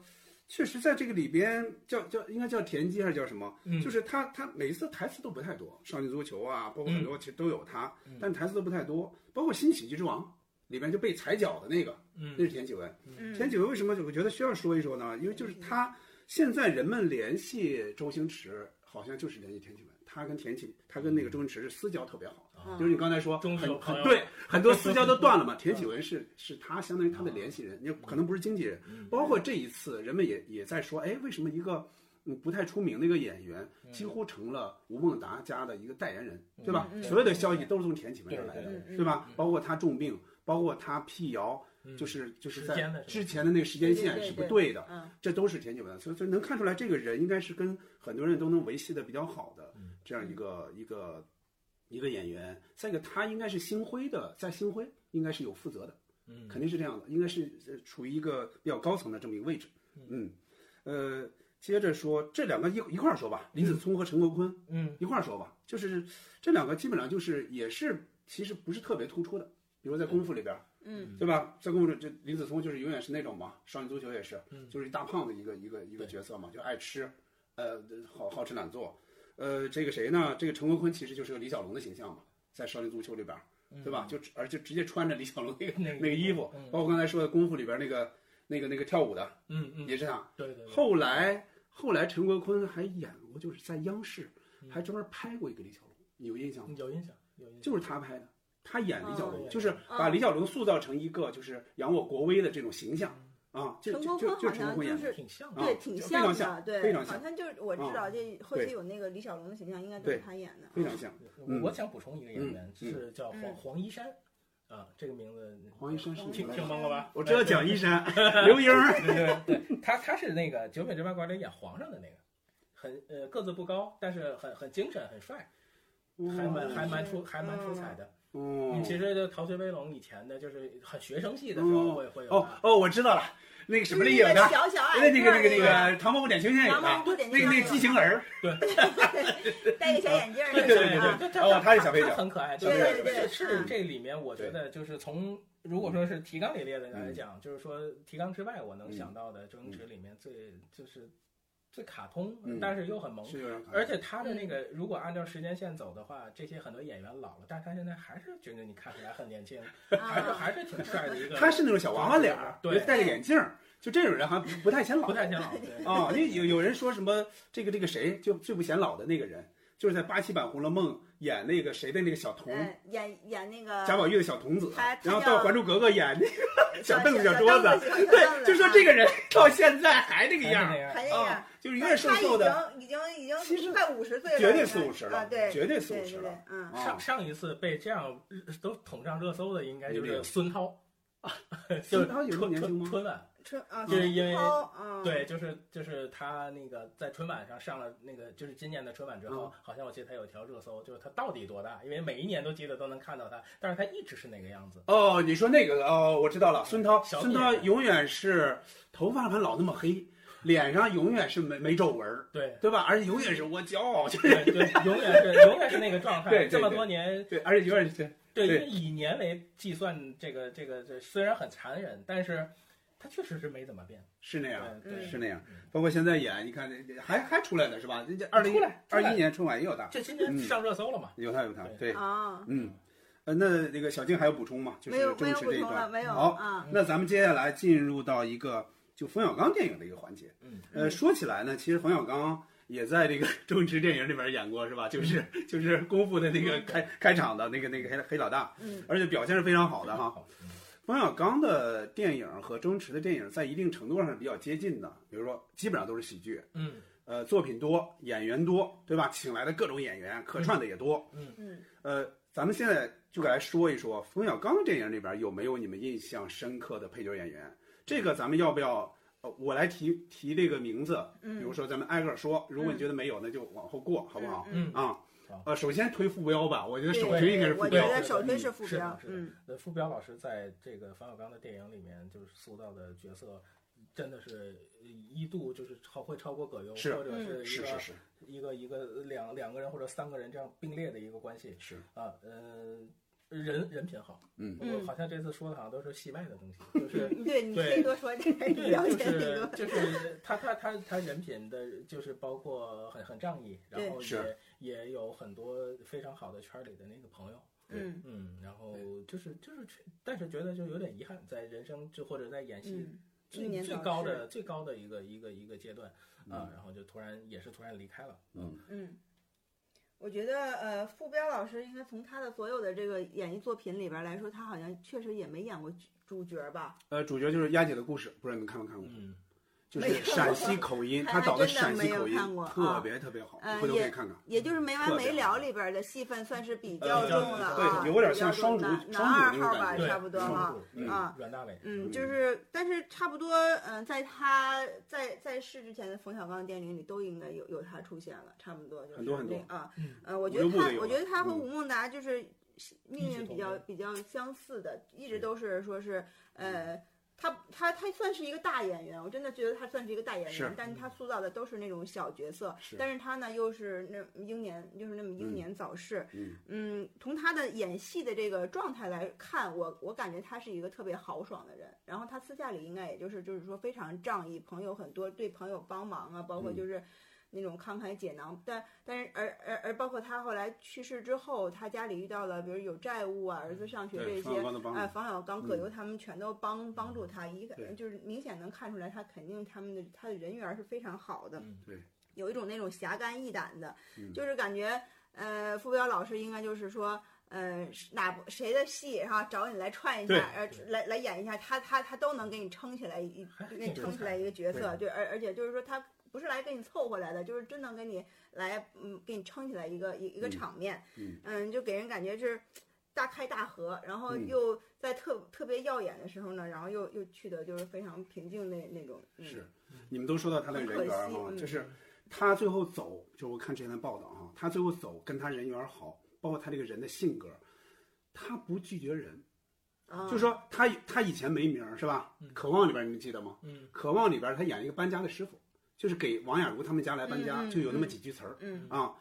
[SPEAKER 1] 确实在这个里边叫叫应该叫田鸡还是叫什么？
[SPEAKER 2] 嗯
[SPEAKER 1] 就是他他每一次台词都不太多，《少林足球》啊，包括很多其实都有他，
[SPEAKER 2] 嗯
[SPEAKER 1] 但台词都不太多。包括《新喜剧之王》里边就被踩脚的那个，那
[SPEAKER 2] 嗯
[SPEAKER 1] 是田启文。田
[SPEAKER 3] 嗯，
[SPEAKER 1] 启文为什么我觉得需要说一说呢？因为就是他现在人们联
[SPEAKER 2] 嗯
[SPEAKER 1] 系周星驰，好像就是联系田启文，他跟田启他跟那个周星驰是私交特别好。
[SPEAKER 2] 啊
[SPEAKER 3] 嗯
[SPEAKER 1] 就是你刚才说，
[SPEAKER 4] 忠实
[SPEAKER 1] 很
[SPEAKER 4] 朋友
[SPEAKER 1] 很对，很多私交都断 了嘛。田启文是是他相当于他的联系人，也可能不是经纪人。
[SPEAKER 2] 嗯
[SPEAKER 1] 包括这一次，人们也也在说，哎，为什么一个嗯不太出名的一个演员，
[SPEAKER 2] 嗯
[SPEAKER 1] 几乎成了吴孟达家的一个代言人，对吧
[SPEAKER 3] 嗯嗯？
[SPEAKER 1] 所有的消息都是从田启文
[SPEAKER 2] 对
[SPEAKER 1] 这儿来的，
[SPEAKER 2] 对
[SPEAKER 3] 嗯
[SPEAKER 1] 对吧？包括他重病，包括他辟谣，
[SPEAKER 2] 嗯
[SPEAKER 1] 就是就是
[SPEAKER 2] 时
[SPEAKER 1] 在
[SPEAKER 2] 间的是吧
[SPEAKER 1] 之前的那个时间
[SPEAKER 3] 对对
[SPEAKER 1] 线
[SPEAKER 3] 对
[SPEAKER 1] 是不
[SPEAKER 3] 对
[SPEAKER 1] 对的。
[SPEAKER 3] 嗯，
[SPEAKER 1] 这都是田启文，所以所以能看出来这个人应该是跟很多人都能维系的比较好的
[SPEAKER 2] 嗯
[SPEAKER 1] 这样一个一个一个演员。再一个，他应该是星辉的，在星辉应该是有负责的，
[SPEAKER 2] 嗯
[SPEAKER 1] 肯定是这样的，应该是呃处于一个比较高层的这么一个位置。嗯，呃，接着说这两个一一块儿说吧，李子聪和陈国坤
[SPEAKER 2] 嗯
[SPEAKER 1] 一块儿说吧，就是这两个基本上就是也是其实不是特别突出的，比如在功夫里边儿。
[SPEAKER 3] 嗯
[SPEAKER 1] 对吧？在跟我说，这李子聪就是永远是那种嘛，少年足球也是，
[SPEAKER 2] 嗯
[SPEAKER 1] 就是一大胖子一个一个一个
[SPEAKER 2] 对
[SPEAKER 1] 角色嘛，就爱吃，呃，好好吃懒做。呃，这个谁呢？这个陈国坤其实就是个李小龙的形象嘛，在少年足球里边儿，
[SPEAKER 2] 嗯
[SPEAKER 1] 对吧？就而且直接穿着李小龙那个
[SPEAKER 2] 那
[SPEAKER 1] 那个衣服，
[SPEAKER 2] 嗯
[SPEAKER 1] 包括刚才说的功夫里边那个那个那个跳舞的
[SPEAKER 2] 嗯嗯
[SPEAKER 1] 也是他。
[SPEAKER 2] 对对对
[SPEAKER 1] 后来后来陈国坤还演过，就是在央视
[SPEAKER 2] 嗯
[SPEAKER 1] 还专门拍过一个李小龙，你有印象吗？
[SPEAKER 2] 有印象有印象
[SPEAKER 1] 就是他拍的，他演李小龙，
[SPEAKER 2] 哦
[SPEAKER 1] 就是把
[SPEAKER 3] 哦
[SPEAKER 1] 李小龙塑造成一个就是扬我国威的这种形象
[SPEAKER 2] 嗯
[SPEAKER 1] 啊，就
[SPEAKER 3] 陈
[SPEAKER 1] 就
[SPEAKER 3] 国
[SPEAKER 1] 就
[SPEAKER 3] 坤
[SPEAKER 1] 就
[SPEAKER 3] 好
[SPEAKER 1] 陈国
[SPEAKER 3] 像
[SPEAKER 1] 坤
[SPEAKER 3] 就
[SPEAKER 1] 演的，
[SPEAKER 3] 是
[SPEAKER 2] 挺像的
[SPEAKER 1] 啊
[SPEAKER 3] 嗯对，挺
[SPEAKER 1] 就非常
[SPEAKER 3] 的，
[SPEAKER 1] 像
[SPEAKER 3] 对，
[SPEAKER 1] 非常
[SPEAKER 3] 好
[SPEAKER 1] 像
[SPEAKER 3] 像就是我知
[SPEAKER 1] 啊
[SPEAKER 3] 道这后
[SPEAKER 1] 对
[SPEAKER 3] 期有那个李小龙的形象，应该都
[SPEAKER 1] 对
[SPEAKER 3] 是他演的。
[SPEAKER 1] 非常像。嗯
[SPEAKER 2] 我想补充一个演员，
[SPEAKER 1] 嗯嗯
[SPEAKER 2] 是叫黄
[SPEAKER 3] 嗯
[SPEAKER 2] 黄一山，啊，这个名字呃
[SPEAKER 1] 黄一山是
[SPEAKER 4] 听听懵了吧？
[SPEAKER 1] 我知道蒋一山、刘英儿，
[SPEAKER 2] 对对对，他他是那个《九品芝麻官》里演皇上的那个，很呃个子不高，但是很很精神，很帅，
[SPEAKER 1] 嗯
[SPEAKER 2] 还蛮还蛮出还蛮出彩的。
[SPEAKER 1] 哦
[SPEAKER 2] 你其实就《逃学威龙》以前的，就是很学生戏的时候会会有
[SPEAKER 1] 哦
[SPEAKER 2] 他。
[SPEAKER 1] 哦，我知道了，那个什么
[SPEAKER 3] 就是
[SPEAKER 1] 里
[SPEAKER 3] 那
[SPEAKER 1] 有
[SPEAKER 3] 个
[SPEAKER 1] 的，
[SPEAKER 3] 小小
[SPEAKER 1] 那
[SPEAKER 3] 矮
[SPEAKER 1] 那个
[SPEAKER 3] 个儿
[SPEAKER 1] 那个那
[SPEAKER 3] 那
[SPEAKER 1] 个《唐伯虎点秋香》有
[SPEAKER 3] 然后
[SPEAKER 1] 的，
[SPEAKER 3] 不点
[SPEAKER 1] 那个那个畸形儿，
[SPEAKER 3] 戴个小眼镜儿那
[SPEAKER 2] 对
[SPEAKER 3] 个，
[SPEAKER 2] 对对
[SPEAKER 3] 啊
[SPEAKER 2] 对，
[SPEAKER 1] 哦他是小
[SPEAKER 2] 他
[SPEAKER 1] 配角
[SPEAKER 2] 他很可爱，
[SPEAKER 1] 对
[SPEAKER 2] 是
[SPEAKER 1] 对
[SPEAKER 3] 对
[SPEAKER 2] 是
[SPEAKER 3] 嗯
[SPEAKER 2] 这里面我觉得就是从如果说是提纲里列的
[SPEAKER 1] 嗯
[SPEAKER 2] 来讲，就是说提纲之外，我能想到的周星驰里面最就是最卡通
[SPEAKER 1] 嗯，
[SPEAKER 2] 但是又很萌
[SPEAKER 1] 是嗯有点可爱
[SPEAKER 2] 而且他的那个，如果按照时间线走的话，这些很多演员老了，但是他现在还是觉得你看起来很年轻，
[SPEAKER 3] 啊
[SPEAKER 2] 还是
[SPEAKER 3] 嗯
[SPEAKER 2] 还是挺帅的一个。
[SPEAKER 1] 啊他是那种小娃娃脸儿，
[SPEAKER 2] 对
[SPEAKER 1] 戴个眼镜儿，就这种人还不不太显老，
[SPEAKER 2] 不太像老，对，
[SPEAKER 1] 啊，那有有人说什么这个这个谁就最不显老的那个人，就是在八七版《红楼梦》演那个谁的那个小童，
[SPEAKER 3] 嗯，演演那个
[SPEAKER 1] 贾宝玉的小童子啊
[SPEAKER 3] 他，他
[SPEAKER 1] 然后
[SPEAKER 3] 叫
[SPEAKER 1] 到《还珠格格》演那个小凳子小桌子，
[SPEAKER 3] 子，嗯哎
[SPEAKER 1] 对，就说这
[SPEAKER 3] 个
[SPEAKER 1] 个人到现在还这个样
[SPEAKER 2] 还
[SPEAKER 1] 儿
[SPEAKER 2] 是那样
[SPEAKER 3] 还那样
[SPEAKER 1] 啊，就是永远瘦瘦的，，
[SPEAKER 3] 已经已经
[SPEAKER 1] 其
[SPEAKER 3] 已
[SPEAKER 1] 实
[SPEAKER 3] 经快五十岁了，
[SPEAKER 1] 绝对
[SPEAKER 3] 已经
[SPEAKER 1] 四五十了
[SPEAKER 3] 啊，对，
[SPEAKER 1] 绝对
[SPEAKER 3] 对
[SPEAKER 1] 四五十了
[SPEAKER 3] 对对嗯，
[SPEAKER 1] 啊
[SPEAKER 2] 上，上一次被这样呃都捅上热搜的，应该就
[SPEAKER 1] 有没有
[SPEAKER 2] 是孙涛，就是
[SPEAKER 1] 孙涛有那么
[SPEAKER 2] 春
[SPEAKER 1] 年轻
[SPEAKER 2] 春
[SPEAKER 1] 吗？
[SPEAKER 2] 春晚，
[SPEAKER 3] 春啊，
[SPEAKER 2] 就是因为
[SPEAKER 3] 涛嗯，
[SPEAKER 2] 对，就是就是他那个在春晚上上了那个，就是今年的春晚之
[SPEAKER 1] 啊
[SPEAKER 2] 后，好像我记得他有一条热搜，就是他到底多大？因为每一年都记得都能看到他，但是他一直是那个样子。
[SPEAKER 1] 哦，你说那个哦，我知道了，孙涛，
[SPEAKER 2] 小
[SPEAKER 1] 孙
[SPEAKER 2] 品
[SPEAKER 1] 涛永远是头发还老那么黑，脸上永远是没没皱纹儿，，
[SPEAKER 2] 对
[SPEAKER 1] 对吧？而且永远是我骄傲，就是
[SPEAKER 2] 对对，永远是永远是那个状态。
[SPEAKER 1] 对对
[SPEAKER 2] 这么
[SPEAKER 1] 对
[SPEAKER 2] 多年，
[SPEAKER 1] 对，而且永远是
[SPEAKER 2] 对，因
[SPEAKER 1] 对
[SPEAKER 2] 为以年为计算，这个这个这虽然很残忍，但是他确实是没怎么变。
[SPEAKER 1] 是那
[SPEAKER 2] 对
[SPEAKER 1] 样。
[SPEAKER 2] 对，
[SPEAKER 1] 是那样
[SPEAKER 2] 嗯，
[SPEAKER 1] 包括现在演，你看这还还出来呢是吧？人家二零
[SPEAKER 2] 出来出
[SPEAKER 1] 二
[SPEAKER 2] 来
[SPEAKER 1] 一年春晚也有他，
[SPEAKER 2] 就今天上热搜了嘛？
[SPEAKER 1] 有他有他，对，
[SPEAKER 3] 啊，
[SPEAKER 1] 嗯，呃，那那个小静还有补充吗？就是
[SPEAKER 3] 没有
[SPEAKER 1] 周
[SPEAKER 3] 没
[SPEAKER 1] 星
[SPEAKER 3] 有
[SPEAKER 1] 驰
[SPEAKER 3] 补
[SPEAKER 1] 这一
[SPEAKER 3] 充了，
[SPEAKER 1] 段。
[SPEAKER 3] 没有
[SPEAKER 1] 好
[SPEAKER 3] 啊，
[SPEAKER 1] 那咱们接下来进入到一个就冯小刚电影的一个环节。
[SPEAKER 2] 嗯，
[SPEAKER 1] 呃，说起来呢，其实冯小刚也在这个 周星驰电影里边演过是吧？就是就是功夫的那个开开场的那个那个黑黑老大，
[SPEAKER 3] 嗯
[SPEAKER 1] 而且表现是非常好的哈。
[SPEAKER 2] 好，
[SPEAKER 1] 冯小刚的电影和周星驰的电影在一定程度上是比较接近的，比如说基本上都是喜剧，
[SPEAKER 2] 嗯
[SPEAKER 1] 呃，作品多，演员多，对吧？请来的各种演员，客串的也多。
[SPEAKER 3] 嗯
[SPEAKER 1] 呃，咱们现在就来说一说冯小刚电影里边有没有你们印象深刻的配角演员？这个咱们要不要？呃，我来提提这个名字，比如
[SPEAKER 3] 嗯，
[SPEAKER 1] 说咱们挨个说，如果你觉得没有，那就往后过，好不好？
[SPEAKER 3] 嗯，
[SPEAKER 2] 嗯，
[SPEAKER 1] 啊
[SPEAKER 2] 好，
[SPEAKER 1] 呃，首先推副标吧，我觉得首
[SPEAKER 3] 对
[SPEAKER 1] 推应该是副
[SPEAKER 3] 我觉
[SPEAKER 1] 标
[SPEAKER 2] 对。
[SPEAKER 3] 得首推是副
[SPEAKER 2] 是
[SPEAKER 3] 标
[SPEAKER 2] 的，是的
[SPEAKER 3] 嗯
[SPEAKER 2] 呃，傅彪老师在这个冯小刚的电影里面，就是塑造的角色，真的是一度就是超会超过葛优，
[SPEAKER 1] 是
[SPEAKER 2] 或者是一个
[SPEAKER 1] 是是是
[SPEAKER 2] 一个一个两两个人或者三个人这样并列的一个关系
[SPEAKER 1] 是，
[SPEAKER 2] 啊，呃，人人品好，
[SPEAKER 1] 嗯
[SPEAKER 2] 我
[SPEAKER 3] 嗯
[SPEAKER 2] 好像这次说的好像都是戏外 的东西，就是。
[SPEAKER 3] 对，你
[SPEAKER 2] 对
[SPEAKER 3] 可以多说点儿，你
[SPEAKER 2] 对，
[SPEAKER 3] 了
[SPEAKER 2] 就
[SPEAKER 3] 解挺
[SPEAKER 2] 是
[SPEAKER 3] 多，
[SPEAKER 2] 就是他他他他人品的，就是包括很很仗义，然后
[SPEAKER 1] 对是
[SPEAKER 2] 也也有很多非常好的圈里的那个朋友，
[SPEAKER 3] 嗯
[SPEAKER 2] 嗯，然后就是就是去，但是觉得就有点遗憾，在人生就或者在演戏
[SPEAKER 3] 嗯，
[SPEAKER 2] 最、
[SPEAKER 3] 英年
[SPEAKER 2] 最
[SPEAKER 3] 早
[SPEAKER 2] 高
[SPEAKER 3] 逝
[SPEAKER 2] 的最高的一
[SPEAKER 1] 嗯
[SPEAKER 2] 个一个一个阶段啊、然后就突然也是突然离开了，
[SPEAKER 1] 嗯
[SPEAKER 3] 嗯，我觉得呃，傅彪老师应该从他的所有的这个演艺作品里边来说，他好像确实也没演过主主角吧？
[SPEAKER 1] 呃，主角就是丫姐的故事，不知道你们看没看过？
[SPEAKER 2] 嗯，
[SPEAKER 1] 就是陕西口音，他导陕西口音
[SPEAKER 3] 还真的没有看过
[SPEAKER 1] 特别特别好，
[SPEAKER 3] 啊
[SPEAKER 1] 回头可以看看。
[SPEAKER 3] 也就是没完
[SPEAKER 1] 嗯特别
[SPEAKER 3] 没了里边的戏份算是比较
[SPEAKER 1] 呃
[SPEAKER 3] 重了啊，
[SPEAKER 1] 对有点
[SPEAKER 3] 比较
[SPEAKER 1] 像双
[SPEAKER 3] 重
[SPEAKER 1] 主
[SPEAKER 3] 男男
[SPEAKER 1] 双主
[SPEAKER 3] 二
[SPEAKER 1] 那种
[SPEAKER 3] 号
[SPEAKER 1] 感
[SPEAKER 3] 吧，
[SPEAKER 1] 觉
[SPEAKER 3] 差不多
[SPEAKER 1] 对
[SPEAKER 3] 哈。
[SPEAKER 2] 嗯
[SPEAKER 3] 啊
[SPEAKER 2] 阮大伟，
[SPEAKER 3] 嗯，
[SPEAKER 1] 嗯
[SPEAKER 3] 就是，但是差不多，嗯、在他在在世之前的冯小刚的电影里都应该有有他出现了，差不多就是
[SPEAKER 1] 很多很多
[SPEAKER 3] 那个啊
[SPEAKER 2] 嗯，
[SPEAKER 3] 呃，我觉
[SPEAKER 1] 五六
[SPEAKER 3] 得
[SPEAKER 1] 部
[SPEAKER 3] 他
[SPEAKER 1] 都，有
[SPEAKER 3] 我觉得
[SPEAKER 1] 了
[SPEAKER 3] 他和
[SPEAKER 1] 嗯
[SPEAKER 3] 吴孟达就是命
[SPEAKER 2] 异曲
[SPEAKER 3] 运比
[SPEAKER 2] 同
[SPEAKER 3] 较
[SPEAKER 2] 工
[SPEAKER 3] 比较相似的，一直
[SPEAKER 2] 是
[SPEAKER 3] 都是说是，
[SPEAKER 1] 嗯
[SPEAKER 3] 呃，他他他算是一个大演员，我真的觉得他算是一个大演
[SPEAKER 1] 是
[SPEAKER 3] 员，但是他塑造的都是那种小角色，
[SPEAKER 1] 是
[SPEAKER 3] 但是他呢又是那英年，就是那么英
[SPEAKER 1] 嗯
[SPEAKER 3] 年早逝，
[SPEAKER 1] 嗯，
[SPEAKER 3] 嗯，从他的演戏的这个状态来看，我我感觉他是一个特别豪爽的人。然后他私下里应该也就是就是说非常仗义，朋友很多，对朋友帮忙啊，包括
[SPEAKER 1] 嗯
[SPEAKER 3] 就是那种慷慨解囊。但但是而而而包括他后来去世之后，他家里遇到了比如有债务啊，儿子上学这
[SPEAKER 1] 对，冯
[SPEAKER 3] 些
[SPEAKER 1] 小，刚的帮
[SPEAKER 3] 哎，
[SPEAKER 1] 助，
[SPEAKER 3] 冯小刚、葛
[SPEAKER 1] 嗯
[SPEAKER 3] 优他们全都帮帮助他，一个
[SPEAKER 1] 对
[SPEAKER 3] 就是明显能看出来他肯定他们的他的人缘是非常好的。
[SPEAKER 2] 嗯
[SPEAKER 3] 有一种那种侠肝义胆的，
[SPEAKER 1] 嗯
[SPEAKER 3] 就是感觉呃，傅彪老师应该就是说。呃，哪部谁的戏，然后找你来串一下
[SPEAKER 1] 对，
[SPEAKER 3] 呃，来来演一下，他他他都能给你撑起来一，给你
[SPEAKER 2] 挺精
[SPEAKER 3] 撑起来一个角
[SPEAKER 1] 对
[SPEAKER 3] 色，对，而而且就是说他不是来给你凑合来的，就是真能给你来，嗯，给你撑起来一个一一个
[SPEAKER 1] 嗯
[SPEAKER 3] 场面，
[SPEAKER 1] 嗯
[SPEAKER 3] 就给人感觉是大开大合，然后
[SPEAKER 1] 嗯
[SPEAKER 3] 又在特、特别耀眼的时候呢，然后又又去的就是非常平静那那种，嗯、
[SPEAKER 1] 是，你们都说到他的人缘儿
[SPEAKER 3] 很可
[SPEAKER 1] 哈
[SPEAKER 3] 惜嗯，
[SPEAKER 1] 就是他最后走，就我看之前的报道哈，他最后走跟他人缘儿好，包括他这个人的性格，他不拒绝人，
[SPEAKER 3] 啊，
[SPEAKER 1] 就说他他以前没名儿是吧
[SPEAKER 2] 嗯？
[SPEAKER 1] 渴望里边儿你们记得吗？
[SPEAKER 2] 嗯，
[SPEAKER 1] 渴望里边儿他演一个搬家的师傅，就是给王雅茹他们家来搬家，
[SPEAKER 3] 嗯嗯
[SPEAKER 1] 就有那么
[SPEAKER 3] 嗯
[SPEAKER 1] 几句词儿
[SPEAKER 3] 嗯
[SPEAKER 1] 啊。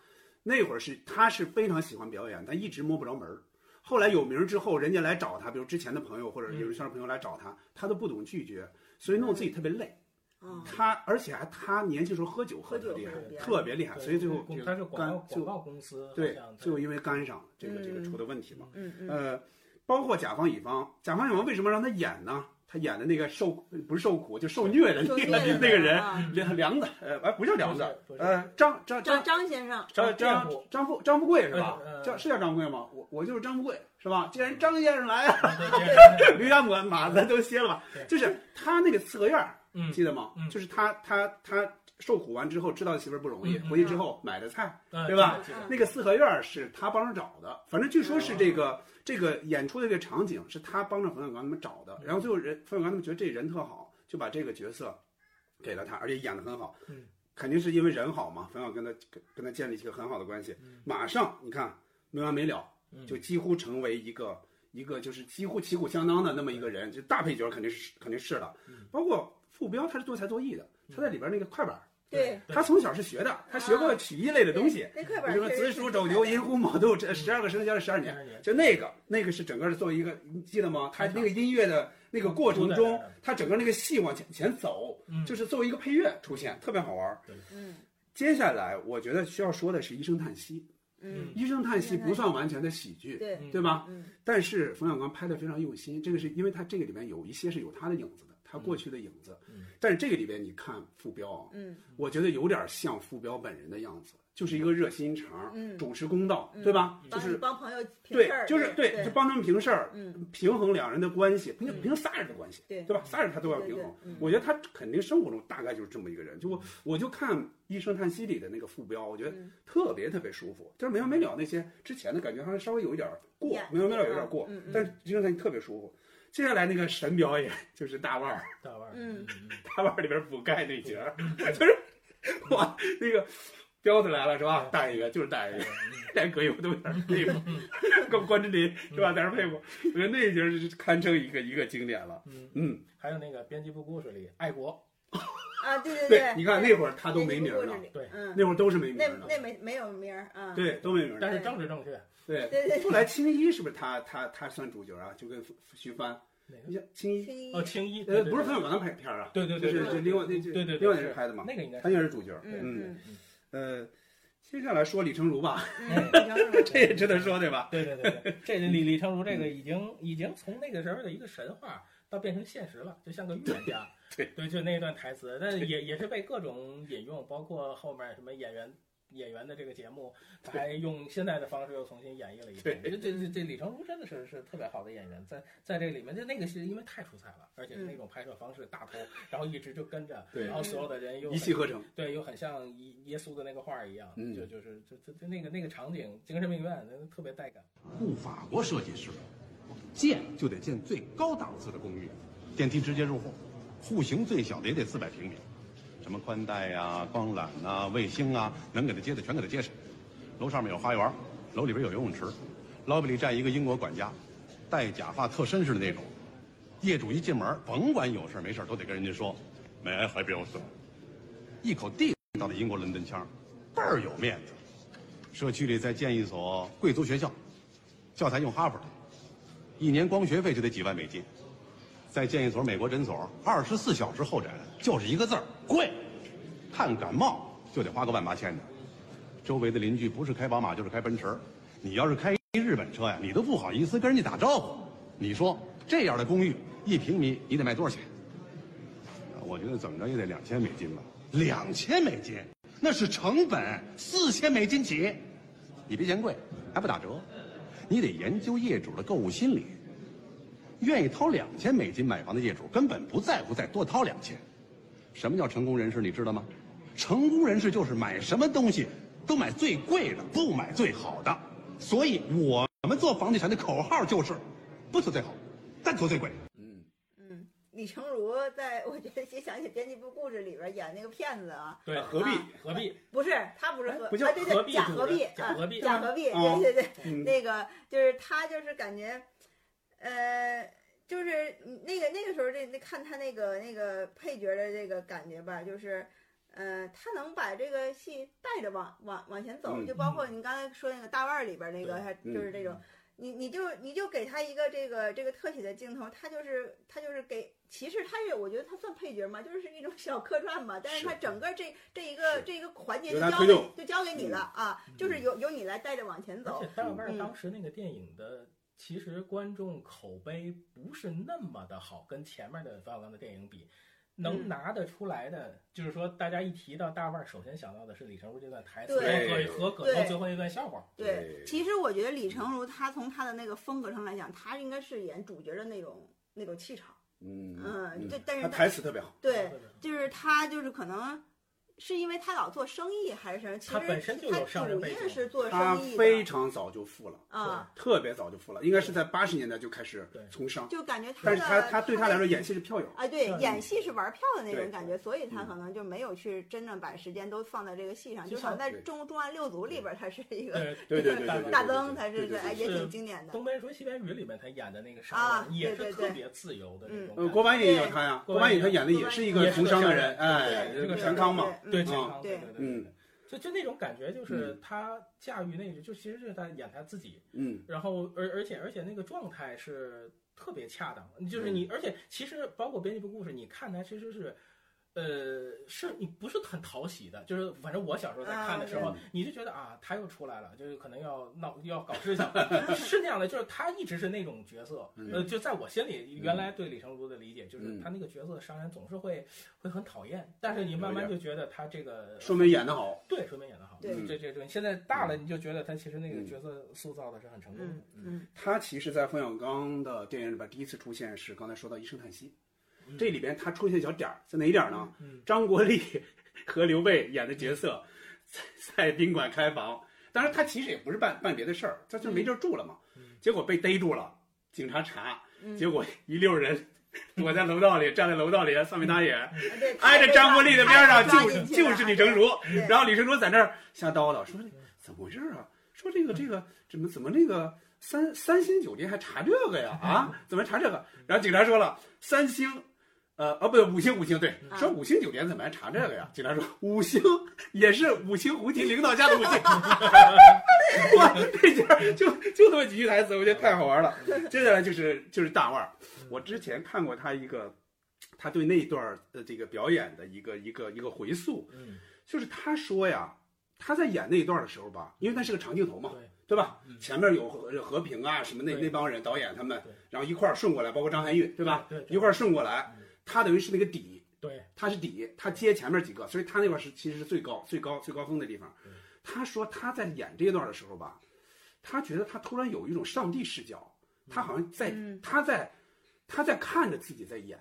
[SPEAKER 1] 那会儿是他是非常喜欢表演，但一直摸不着门儿。后来有名儿之后，人家来找他，比如之前的朋友或者
[SPEAKER 2] 嗯
[SPEAKER 1] 影视圈的朋友来找他，他都不懂拒绝，所以弄得自己特别累。
[SPEAKER 3] 啊，
[SPEAKER 1] 他而且还他年轻时候喝酒喝
[SPEAKER 3] 喝
[SPEAKER 1] 的
[SPEAKER 3] 酒
[SPEAKER 1] 厉害
[SPEAKER 3] 喝得厉，
[SPEAKER 1] 嗯
[SPEAKER 3] 害
[SPEAKER 1] 特别厉嗯害，所以最后
[SPEAKER 2] 公
[SPEAKER 1] 这
[SPEAKER 2] 他
[SPEAKER 1] 个
[SPEAKER 2] 是广
[SPEAKER 1] 肝
[SPEAKER 2] 告广
[SPEAKER 1] 就
[SPEAKER 2] 告公司，好
[SPEAKER 1] 对
[SPEAKER 2] 像，
[SPEAKER 1] 最后
[SPEAKER 2] 对
[SPEAKER 1] 因为肝上了这个这个
[SPEAKER 3] 嗯
[SPEAKER 1] 出的问题嘛。
[SPEAKER 3] 嗯 嗯，
[SPEAKER 1] 呃，包括甲方乙方，甲方乙方为什么让他演呢？他演的那个受不是受苦，就受虐的
[SPEAKER 3] 就
[SPEAKER 1] 那
[SPEAKER 3] 是
[SPEAKER 1] 个
[SPEAKER 3] 那
[SPEAKER 1] 那个人，
[SPEAKER 3] 啊
[SPEAKER 1] 梁梁子，呃，哎，不叫梁子，
[SPEAKER 2] 不是不是
[SPEAKER 1] 呃，张张张
[SPEAKER 3] 张张先生，
[SPEAKER 1] 张
[SPEAKER 2] 呃张
[SPEAKER 1] 张张富张富贵是吧
[SPEAKER 2] 呃呃？
[SPEAKER 1] 叫是叫张富贵吗？我我就是张富贵是吧？既然张先生来啊，
[SPEAKER 2] 对
[SPEAKER 1] 驴打滚马咱都歇了吧
[SPEAKER 2] 对。
[SPEAKER 1] 就是他那个四合院儿，
[SPEAKER 2] 嗯
[SPEAKER 1] 记得吗
[SPEAKER 2] 嗯？
[SPEAKER 1] 就是他他他受苦完之后，知道媳妇儿不容易，
[SPEAKER 2] 嗯嗯
[SPEAKER 1] 回去之后买的菜，
[SPEAKER 2] 嗯
[SPEAKER 1] 对吧
[SPEAKER 2] 记得记得
[SPEAKER 1] 那个四合院儿是他帮着找的，反正据说是这
[SPEAKER 2] 哦
[SPEAKER 1] 个这个演出的这个场景是他帮着冯小刚他们找的，
[SPEAKER 2] 嗯
[SPEAKER 1] 然后最后人冯小刚他们觉得这人特好，就把这个角色给了他，而且演得很好
[SPEAKER 2] 嗯，
[SPEAKER 1] 肯定是因为人好嘛，冯小刚跟他跟跟他建立起一个很好的关系
[SPEAKER 2] 嗯，
[SPEAKER 1] 马上你看没完没了，
[SPEAKER 2] 嗯
[SPEAKER 1] 就几乎成为一个一个就是几乎旗鼓相当的那么一个人，就大配角肯定是肯定是了
[SPEAKER 2] 嗯，
[SPEAKER 1] 包括傅彪他是多才多艺的，他在里边那个快板儿，
[SPEAKER 3] 对，
[SPEAKER 2] 对啊
[SPEAKER 1] 他从小是学的，他学过曲艺类的东西。
[SPEAKER 3] 那快
[SPEAKER 1] 比
[SPEAKER 3] 板
[SPEAKER 1] 如说
[SPEAKER 3] 确实
[SPEAKER 1] 子
[SPEAKER 3] 是
[SPEAKER 1] 鼠、
[SPEAKER 3] 挺
[SPEAKER 1] 丑
[SPEAKER 3] 快
[SPEAKER 1] 牛、
[SPEAKER 3] 的
[SPEAKER 1] 寅虎、卯兔，这十二个生肖是十二年。
[SPEAKER 2] 12年
[SPEAKER 1] 就那个，那个是整个是作为一个，你记得吗？他那个音乐的那个过程中，他整个那个戏往前前走，
[SPEAKER 2] 嗯
[SPEAKER 1] 就是作为一个配乐出现，特别好玩。
[SPEAKER 3] 嗯
[SPEAKER 1] 接下来我觉得需要说的是《一声叹息》，
[SPEAKER 3] 嗯，
[SPEAKER 1] 《一声叹息》不算完全的喜剧，
[SPEAKER 3] 对，
[SPEAKER 2] 嗯
[SPEAKER 1] 对吧？
[SPEAKER 3] 嗯
[SPEAKER 1] 但是冯小刚拍的非常用心，这个是因为他这个里面有一些是有他的影子的，他过去的影子。
[SPEAKER 2] 嗯
[SPEAKER 1] 但是这个里边你看傅彪啊，
[SPEAKER 3] 嗯
[SPEAKER 1] 我觉得有点像傅彪本人的样子，就是一个热心肠，
[SPEAKER 3] 嗯，
[SPEAKER 1] 主持公道，
[SPEAKER 3] 嗯
[SPEAKER 1] 对吧？就
[SPEAKER 3] 帮
[SPEAKER 1] 是
[SPEAKER 3] 帮朋友平
[SPEAKER 1] 对
[SPEAKER 3] 事儿，
[SPEAKER 1] 就是
[SPEAKER 3] 对，
[SPEAKER 1] 就帮他们平事儿，
[SPEAKER 3] 嗯
[SPEAKER 1] 平衡两人的关系，平
[SPEAKER 3] 嗯
[SPEAKER 1] 平仨人的关系，
[SPEAKER 3] 对
[SPEAKER 1] 对吧？仨人他都要
[SPEAKER 3] 对
[SPEAKER 1] 平
[SPEAKER 3] 对
[SPEAKER 1] 衡。
[SPEAKER 3] 嗯
[SPEAKER 1] 我觉得他肯定生活中大概就是这么一个人，就我
[SPEAKER 2] 嗯
[SPEAKER 1] 我就看《一声叹息》里的那个傅彪，我觉得
[SPEAKER 3] 嗯
[SPEAKER 1] 特别特别舒服，就是没完没了那些之前的感觉，好像稍微有一点儿过
[SPEAKER 3] 演，
[SPEAKER 1] 没完没了有点儿过
[SPEAKER 3] 嗯嗯嗯，
[SPEAKER 1] 但是《一声叹息》特别舒服。接下来那个神表演就是大腕儿，
[SPEAKER 2] 大腕儿，
[SPEAKER 3] 嗯
[SPEAKER 1] 大腕儿里边补钙那角儿，就是哇，那个彪子来了是
[SPEAKER 2] 嗯
[SPEAKER 1] 吧？大演员就是大演员，连葛优都有点佩服，跟关之琳是吧？在那儿佩服，我觉得那一节是堪称一个一个经典了。
[SPEAKER 2] 嗯，
[SPEAKER 1] 嗯，
[SPEAKER 2] 还有那个编辑部故事里爱国，
[SPEAKER 3] 啊，对对
[SPEAKER 1] 对，你看那会儿他
[SPEAKER 3] 他
[SPEAKER 1] 都没名儿呢，
[SPEAKER 2] 对
[SPEAKER 3] 嗯，
[SPEAKER 1] 那会儿都是没名
[SPEAKER 3] 那
[SPEAKER 1] 儿的，
[SPEAKER 3] 那没没有名儿啊，
[SPEAKER 1] 对，都没名儿的。
[SPEAKER 2] 但是政治正确，
[SPEAKER 1] 对，
[SPEAKER 3] 对对
[SPEAKER 1] 后来青衣是不是他他他算主角啊？就跟徐帆，
[SPEAKER 2] 哪
[SPEAKER 1] 你
[SPEAKER 2] 个？
[SPEAKER 1] 像青衣，
[SPEAKER 3] 对，
[SPEAKER 2] 哦，青衣，
[SPEAKER 1] 呃，
[SPEAKER 2] 对
[SPEAKER 1] 不是冯小刚的拍片儿啊，
[SPEAKER 2] 对对
[SPEAKER 1] 就
[SPEAKER 2] 对
[SPEAKER 1] 是
[SPEAKER 2] 对
[SPEAKER 1] 就
[SPEAKER 2] 对
[SPEAKER 1] 是另外那就
[SPEAKER 2] 对对，
[SPEAKER 1] 另外
[SPEAKER 2] 对
[SPEAKER 1] 那人拍的嘛，
[SPEAKER 2] 那个应该
[SPEAKER 1] 他也是主角。
[SPEAKER 3] 嗯
[SPEAKER 1] 呃，接下来说李成儒吧，
[SPEAKER 3] 嗯嗯，
[SPEAKER 1] 这也值得说对吧？
[SPEAKER 2] 对对对，对， 这李李成儒这个已经已经从那个时候的一个神话到变成现实了，就像个预言家。
[SPEAKER 1] 对
[SPEAKER 2] 对，就那段台词，但也也是被各种引用，包括后面什么演员演员的这个节目，他还用现在的方式又重新演绎了一遍。这这这这李成儒真的是是特别好的演员，在在这里面，就那个是因为太出彩了，而且那种拍摄方式大头，然后一直就跟着，
[SPEAKER 1] 嗯对
[SPEAKER 2] 然后所有的人又
[SPEAKER 1] 一气呵成，
[SPEAKER 2] 对，又很像耶耶稣的那个画儿一样，
[SPEAKER 1] 嗯
[SPEAKER 2] 就就是就就就那个那个场景，精神病院，那特别带感。
[SPEAKER 5] 雇法国设计师，建就得建最高档次的公寓，电梯直接入户，户型最小的也得四百平米，什么宽带呀、光缆呐、卫星啊，能给他接的全给他接上。楼上面有花园，楼里边有游泳池，lobby 里站一个英国管家，戴假发特绅士的那种。业主一进门，甭管有事儿没事儿都得跟人家说，May I help you？sir？” 一口地道的英国伦敦腔，倍儿有面子。社区里再建一所贵族学校，教材用哈佛的，一年光学费就得几万美金。再建一所美国诊所，二十四小时候诊，就是一个字儿贵。看感冒就得花个万八千的。周围的邻居不是开宝马就是开奔驰，你要是开日本车呀，你都不好意思跟人家打招呼。你说这样的公寓一平米你得卖多少钱？啊我觉得怎么着也得两千美金吧。两千美金，那是成本，四千美金起。你别嫌贵，还不打折。你得研究业主的购物心理。愿意掏两千美金买房的业主根本不在乎再多掏两千。什么叫成功人士？你知道吗？成功人士就是买什么东西都买最贵的，不买最好的。所以我们做房地产的口号就是：不求最好，但求最贵。
[SPEAKER 1] 嗯，
[SPEAKER 3] 嗯，李成儒在我觉得先想起编辑部故事里边演那个骗子啊，
[SPEAKER 2] 对，
[SPEAKER 1] 何必
[SPEAKER 3] 啊
[SPEAKER 2] 何 必
[SPEAKER 3] 不是他不是
[SPEAKER 2] 哎
[SPEAKER 3] 和
[SPEAKER 2] 不叫
[SPEAKER 3] 啊对
[SPEAKER 2] 何
[SPEAKER 3] 对
[SPEAKER 2] 必
[SPEAKER 3] 假
[SPEAKER 2] 主
[SPEAKER 3] 何
[SPEAKER 2] 任
[SPEAKER 3] 必
[SPEAKER 2] 假
[SPEAKER 3] 啊
[SPEAKER 2] 何必嗯
[SPEAKER 3] 假何必，
[SPEAKER 1] 哦
[SPEAKER 3] 对对对，
[SPEAKER 1] 嗯
[SPEAKER 3] 那个就是他就是感觉，呃，就是那个那个时候这那看他那个那个配角的这个感觉吧，就是。呃，他能把这个戏带着往往往前走，
[SPEAKER 1] 嗯
[SPEAKER 3] 就包括你刚才说那个大腕儿里边那个，
[SPEAKER 2] 对
[SPEAKER 3] 还
[SPEAKER 1] 嗯
[SPEAKER 3] 就是这种，你你就你就给他一个这个这个特写的镜头，他就是他就是给，其实他是我觉得他算配角嘛，就是一种 小客串嘛，但是
[SPEAKER 1] 是
[SPEAKER 3] 他整个这这一个
[SPEAKER 1] 是
[SPEAKER 3] 这一个环节
[SPEAKER 1] 由
[SPEAKER 3] 就
[SPEAKER 1] 他
[SPEAKER 3] 交
[SPEAKER 1] 推
[SPEAKER 3] 给
[SPEAKER 1] 动嗯
[SPEAKER 3] 就交给你了啊，就是由由你来带着往前
[SPEAKER 2] 而
[SPEAKER 3] 走
[SPEAKER 2] 且，大老伴儿
[SPEAKER 3] 嗯
[SPEAKER 2] 当时那个电影的，其实观众口碑不是那么的好，跟前面的冯小刚的电影比，能
[SPEAKER 3] 嗯
[SPEAKER 2] 拿得出来的，就是说大家一提到大腕儿，首先想到的是李成儒这段台词
[SPEAKER 1] 对
[SPEAKER 2] 和和葛
[SPEAKER 3] 对
[SPEAKER 2] 优最后一段笑话。
[SPEAKER 1] 对
[SPEAKER 3] 其实我觉得李成儒他从他的那个风格上来讲，他应该是演主角的那种那种气场，
[SPEAKER 1] 嗯
[SPEAKER 3] 嗯，这但是
[SPEAKER 1] 他
[SPEAKER 3] 他
[SPEAKER 1] 台词特别好，
[SPEAKER 2] 啊
[SPEAKER 3] 对，就是他就是可能。是因为他老做生意还是什么？其
[SPEAKER 2] 他本
[SPEAKER 3] 实
[SPEAKER 2] 身就有商
[SPEAKER 3] 他
[SPEAKER 2] 人
[SPEAKER 3] 主
[SPEAKER 2] 背
[SPEAKER 3] 业
[SPEAKER 2] 景
[SPEAKER 3] 是做
[SPEAKER 1] 他
[SPEAKER 3] 生意
[SPEAKER 1] 非
[SPEAKER 3] 的
[SPEAKER 1] 常早就富了，
[SPEAKER 3] 啊，
[SPEAKER 1] 特别早就富了，应该是在八十年代就开始
[SPEAKER 2] 对
[SPEAKER 1] 从商，
[SPEAKER 3] 就感觉他
[SPEAKER 1] 但
[SPEAKER 3] 的
[SPEAKER 1] 是他他对他来说
[SPEAKER 3] 的
[SPEAKER 1] 演戏是票友，
[SPEAKER 3] 啊，对
[SPEAKER 2] 嗯，
[SPEAKER 3] 演戏是玩票的那
[SPEAKER 1] 对
[SPEAKER 3] 种感觉，所以他
[SPEAKER 1] 嗯
[SPEAKER 3] 可能就没有去真正把时间都放在这个戏上，
[SPEAKER 2] 就
[SPEAKER 3] 就好像
[SPEAKER 2] 像
[SPEAKER 3] 在
[SPEAKER 1] 对
[SPEAKER 3] 中重案六组里边，他是一个
[SPEAKER 2] 对
[SPEAKER 1] 对对对对对，
[SPEAKER 3] 大
[SPEAKER 1] 对
[SPEAKER 3] 灯，
[SPEAKER 1] 对
[SPEAKER 3] 他
[SPEAKER 1] 对
[SPEAKER 3] 是
[SPEAKER 1] 对
[SPEAKER 3] 哎
[SPEAKER 1] 对
[SPEAKER 3] 也
[SPEAKER 2] 是
[SPEAKER 3] 挺经典的。
[SPEAKER 2] 东北人说西北语里面他演的那个商人、
[SPEAKER 3] 啊
[SPEAKER 2] 也
[SPEAKER 3] 对
[SPEAKER 2] 是
[SPEAKER 3] 对
[SPEAKER 2] 特
[SPEAKER 3] 对
[SPEAKER 2] 别自由的那
[SPEAKER 3] 嗯
[SPEAKER 2] 种感
[SPEAKER 1] 呃，
[SPEAKER 2] 觉。
[SPEAKER 1] 郭晚也有他呀，
[SPEAKER 2] 对
[SPEAKER 1] 郭晚也他演的也是一个从商的人，哎，
[SPEAKER 2] 对
[SPEAKER 1] 个陈康嘛，
[SPEAKER 3] 对
[SPEAKER 2] 对
[SPEAKER 3] 嗯
[SPEAKER 2] 健康，
[SPEAKER 3] 对
[SPEAKER 2] 对嗯对对对。就就那种感觉，就是他驾驭那个，就其实是他演他自己，
[SPEAKER 1] 嗯，
[SPEAKER 2] 然后而而且而且那个状态是特别恰当的，就是
[SPEAKER 1] 嗯
[SPEAKER 2] 你，而且其实包括编辑部故事，你看它其实是。呃，是你不是很讨喜的，就是反正我小时候在看的时候，
[SPEAKER 1] 啊
[SPEAKER 2] 你就觉得啊，他又出来了，就是可能要闹要搞事情，是那样的，就是他一直是那种角色，
[SPEAKER 1] 嗯
[SPEAKER 2] 呃，就在我心里，原来对李成儒的理解就是
[SPEAKER 1] 嗯
[SPEAKER 2] 他那个角色商人总是会会很讨厌，但是你慢慢就觉得他这个
[SPEAKER 1] 说明嗯演的好，
[SPEAKER 2] 对说明演的好，
[SPEAKER 3] 对
[SPEAKER 2] 这这这现在大了你就觉得他其实
[SPEAKER 1] 嗯
[SPEAKER 2] 那个角色塑造的是很成功的
[SPEAKER 3] 嗯，嗯，
[SPEAKER 1] 他其实，在冯小刚的电影里边第一次出现是刚才说到《一声叹息》，这里边他出现小点儿在哪一点儿呢？
[SPEAKER 2] 嗯
[SPEAKER 1] 张国立 和刘备演的角色在在宾馆开房，当然他其实也不是办办别的事儿，他就没地儿住了嘛，
[SPEAKER 2] 嗯
[SPEAKER 1] 结果被逮住了，警察查，
[SPEAKER 3] 嗯
[SPEAKER 1] 结果一溜人躲在楼道里，站在楼道里三米大眼。
[SPEAKER 2] 嗯
[SPEAKER 3] 啊对，
[SPEAKER 1] 挨着张国立的边儿上
[SPEAKER 3] 他被抓
[SPEAKER 1] 就
[SPEAKER 3] 进去了
[SPEAKER 1] 就是李成儒
[SPEAKER 3] 对，
[SPEAKER 1] 然后李成儒在那儿瞎叨叨，说怎么回事儿啊？说这个这个怎么怎么那个三三星酒店还查这个呀？啊，怎么查这个？然后警察说了，三星，呃啊不对，五星五星对，
[SPEAKER 3] 嗯
[SPEAKER 1] 说五星酒店怎么还查这个呀？警察说五星也是五星胡琴领导下的五星。 哇，这家就就那么几句台词，我觉得太好玩了。接下来就是就是大腕儿，
[SPEAKER 3] 嗯
[SPEAKER 1] 我之前看过他一个，他对那一段儿的这个表演的一个一个一个回溯，
[SPEAKER 2] 嗯，
[SPEAKER 1] 就是他说呀，他在演那一段的时候吧，因为那是个长镜头嘛，
[SPEAKER 2] 对，
[SPEAKER 1] 对吧？
[SPEAKER 2] 嗯
[SPEAKER 1] 前面有和和平啊什么那
[SPEAKER 2] 对
[SPEAKER 1] 那帮人导演他们
[SPEAKER 2] 对，
[SPEAKER 1] 然后一块儿顺过来，包括张涵予，对吧？
[SPEAKER 2] 对？对，
[SPEAKER 1] 一块儿顺过来
[SPEAKER 2] 嗯，
[SPEAKER 1] 他等于是那个底，
[SPEAKER 2] 对
[SPEAKER 1] 他是底，他接前面几个，所以他那块是其实是最高最高最高峰的地方
[SPEAKER 2] 对。
[SPEAKER 1] 他说他在演这一段的时候吧，他觉得他突然有一种上帝视角，他好像在、
[SPEAKER 3] 嗯
[SPEAKER 1] 他在他在看着自己在演，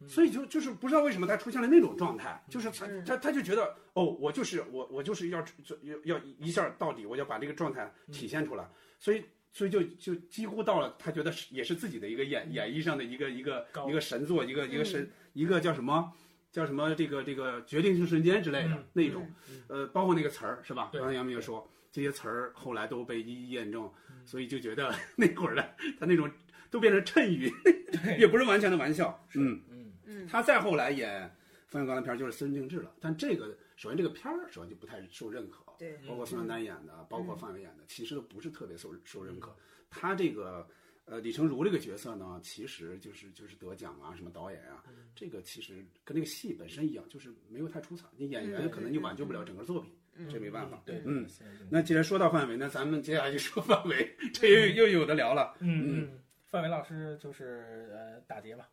[SPEAKER 2] 嗯
[SPEAKER 1] 所以就就是不知道为什么他出现了那种状态，就是他
[SPEAKER 3] 嗯
[SPEAKER 1] 他他就觉得哦，我就是我我就是要要要一下到底，我要把这个状态
[SPEAKER 2] 嗯
[SPEAKER 1] 体现出来，所以。所以就就几乎到了，他觉得是也是自己的一个演演绎上的一个一个
[SPEAKER 2] 嗯高
[SPEAKER 1] 一个神作，一个一个
[SPEAKER 3] 嗯
[SPEAKER 1] 神、一个叫什么叫什么这个这个决定性瞬间之类的、
[SPEAKER 2] 嗯
[SPEAKER 1] 那种，呃，包括那个词儿是吧？
[SPEAKER 2] 对
[SPEAKER 1] 刚才杨明也
[SPEAKER 2] 对
[SPEAKER 1] 说这些词儿后来都被一一验证，
[SPEAKER 2] 嗯
[SPEAKER 1] 所以就觉得 那会儿的他那种都变成谶语，
[SPEAKER 2] 对，
[SPEAKER 1] 也不是完全的玩笑。
[SPEAKER 2] 是
[SPEAKER 1] 嗯，
[SPEAKER 2] 嗯，
[SPEAKER 3] 嗯
[SPEAKER 1] 他再后来演冯小刚的片儿就是《私人定制》了，但这个首先这个片儿首先就不太受认可，
[SPEAKER 3] 对，
[SPEAKER 1] 包括
[SPEAKER 2] 嗯嗯
[SPEAKER 1] 宋丹丹演的，包括范伟演的，其实都不是特别受受认可。他这个呃李成儒这个角色呢，其实就是就是得奖啊，什么导演啊，
[SPEAKER 2] 嗯
[SPEAKER 1] 这个其实跟那个戏本身一样，就是没有太出彩。你演员
[SPEAKER 3] 嗯
[SPEAKER 1] 可能就挽救不了整个作品，
[SPEAKER 3] 嗯
[SPEAKER 1] 这没办法。
[SPEAKER 2] 对，
[SPEAKER 1] 嗯
[SPEAKER 2] 现在就
[SPEAKER 1] 那既然说到范伟，那咱们接下来就说范伟，这又又有的聊了。
[SPEAKER 2] 嗯，嗯，范伟老师就是呃打劫嘛，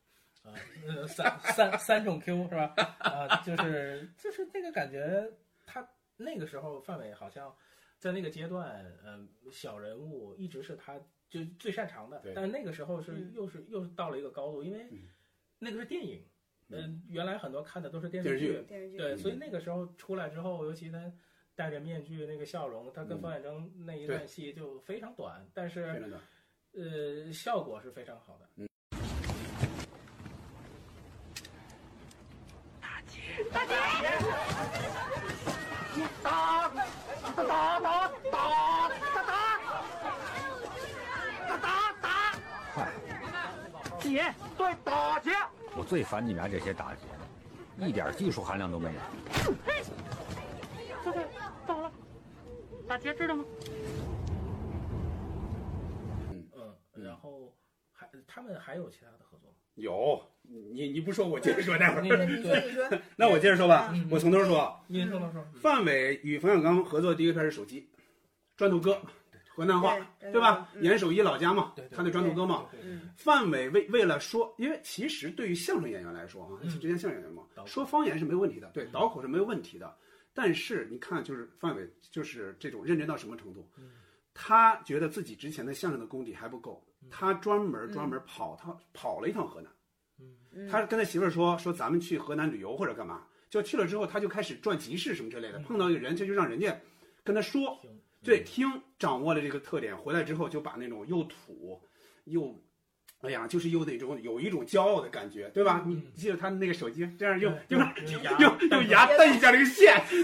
[SPEAKER 2] 啊、呃三三三种 Q 是吧？啊、就是就是那个感觉，他那个时候范伟好像在那个阶段，嗯、小人物一直是他就最擅长的
[SPEAKER 1] 对，
[SPEAKER 2] 但是那个时候是
[SPEAKER 3] 嗯
[SPEAKER 2] 又是又是到了一个高度，因为
[SPEAKER 1] 嗯
[SPEAKER 2] 那个是电影，
[SPEAKER 1] 嗯
[SPEAKER 2] 嗯、原来很多看的都是电
[SPEAKER 1] 电
[SPEAKER 2] 视
[SPEAKER 1] 视剧
[SPEAKER 2] 剧，
[SPEAKER 3] 电视剧，
[SPEAKER 2] 对，
[SPEAKER 1] 嗯
[SPEAKER 2] 所以那个时候出来之后，尤其他戴着面具那个笑容，他跟
[SPEAKER 1] 嗯
[SPEAKER 2] 方远征那一段戏就非常短，但
[SPEAKER 1] 非
[SPEAKER 2] 是
[SPEAKER 1] 常的
[SPEAKER 2] 呃效果是非常好的。
[SPEAKER 6] 我最烦你们俩这些打劫的，一点技术含量都没有。
[SPEAKER 7] 打劫知道吗？
[SPEAKER 2] 嗯，
[SPEAKER 1] 嗯
[SPEAKER 2] 然后还他们还有其他的合作吗？
[SPEAKER 1] 有你你不说，我接着 说，待会儿。
[SPEAKER 3] 对你说你说，
[SPEAKER 1] 那我接着说吧
[SPEAKER 2] 嗯，
[SPEAKER 1] 我从头说。
[SPEAKER 2] 您说说说，
[SPEAKER 1] 范伟与冯小刚合作的第一个片是《手机》，砖头哥，河南话，
[SPEAKER 3] 对
[SPEAKER 1] 对吧？
[SPEAKER 3] 嗯
[SPEAKER 1] 严守一老家嘛
[SPEAKER 2] 对，对
[SPEAKER 1] 他那砖头哥嘛。
[SPEAKER 2] 对，
[SPEAKER 3] 嗯
[SPEAKER 1] 范伟为为了说，因为其实对于相声演员来说啊，
[SPEAKER 2] 嗯
[SPEAKER 1] 之前相声演员嘛
[SPEAKER 2] 倒，口
[SPEAKER 1] 说方言是没有问题的，对，
[SPEAKER 2] 嗯
[SPEAKER 1] 倒口是没有问题的。但是你看，就是范伟就是这种认真到什么程度
[SPEAKER 2] 嗯？
[SPEAKER 1] 他觉得自己之前的相声的功底还不够，
[SPEAKER 2] 嗯
[SPEAKER 1] 他专门
[SPEAKER 3] 嗯
[SPEAKER 1] 专门跑趟跑了一趟河南。
[SPEAKER 2] 嗯
[SPEAKER 3] 嗯
[SPEAKER 1] 他跟他媳妇儿说说咱们去河南旅游或者干嘛，就去了之后他就开始转集市什么之类的，
[SPEAKER 2] 嗯
[SPEAKER 1] 碰到一个人他就让人家跟他说，
[SPEAKER 2] 听，
[SPEAKER 1] 对，听掌握了这个特点，回来之后就把那种又土又，哎呀，就是又那种有一种骄傲的感觉，对吧？你
[SPEAKER 2] 嗯
[SPEAKER 1] 记得他那个手机这样用用
[SPEAKER 2] 牙
[SPEAKER 1] 用用牙蹬一下这个线，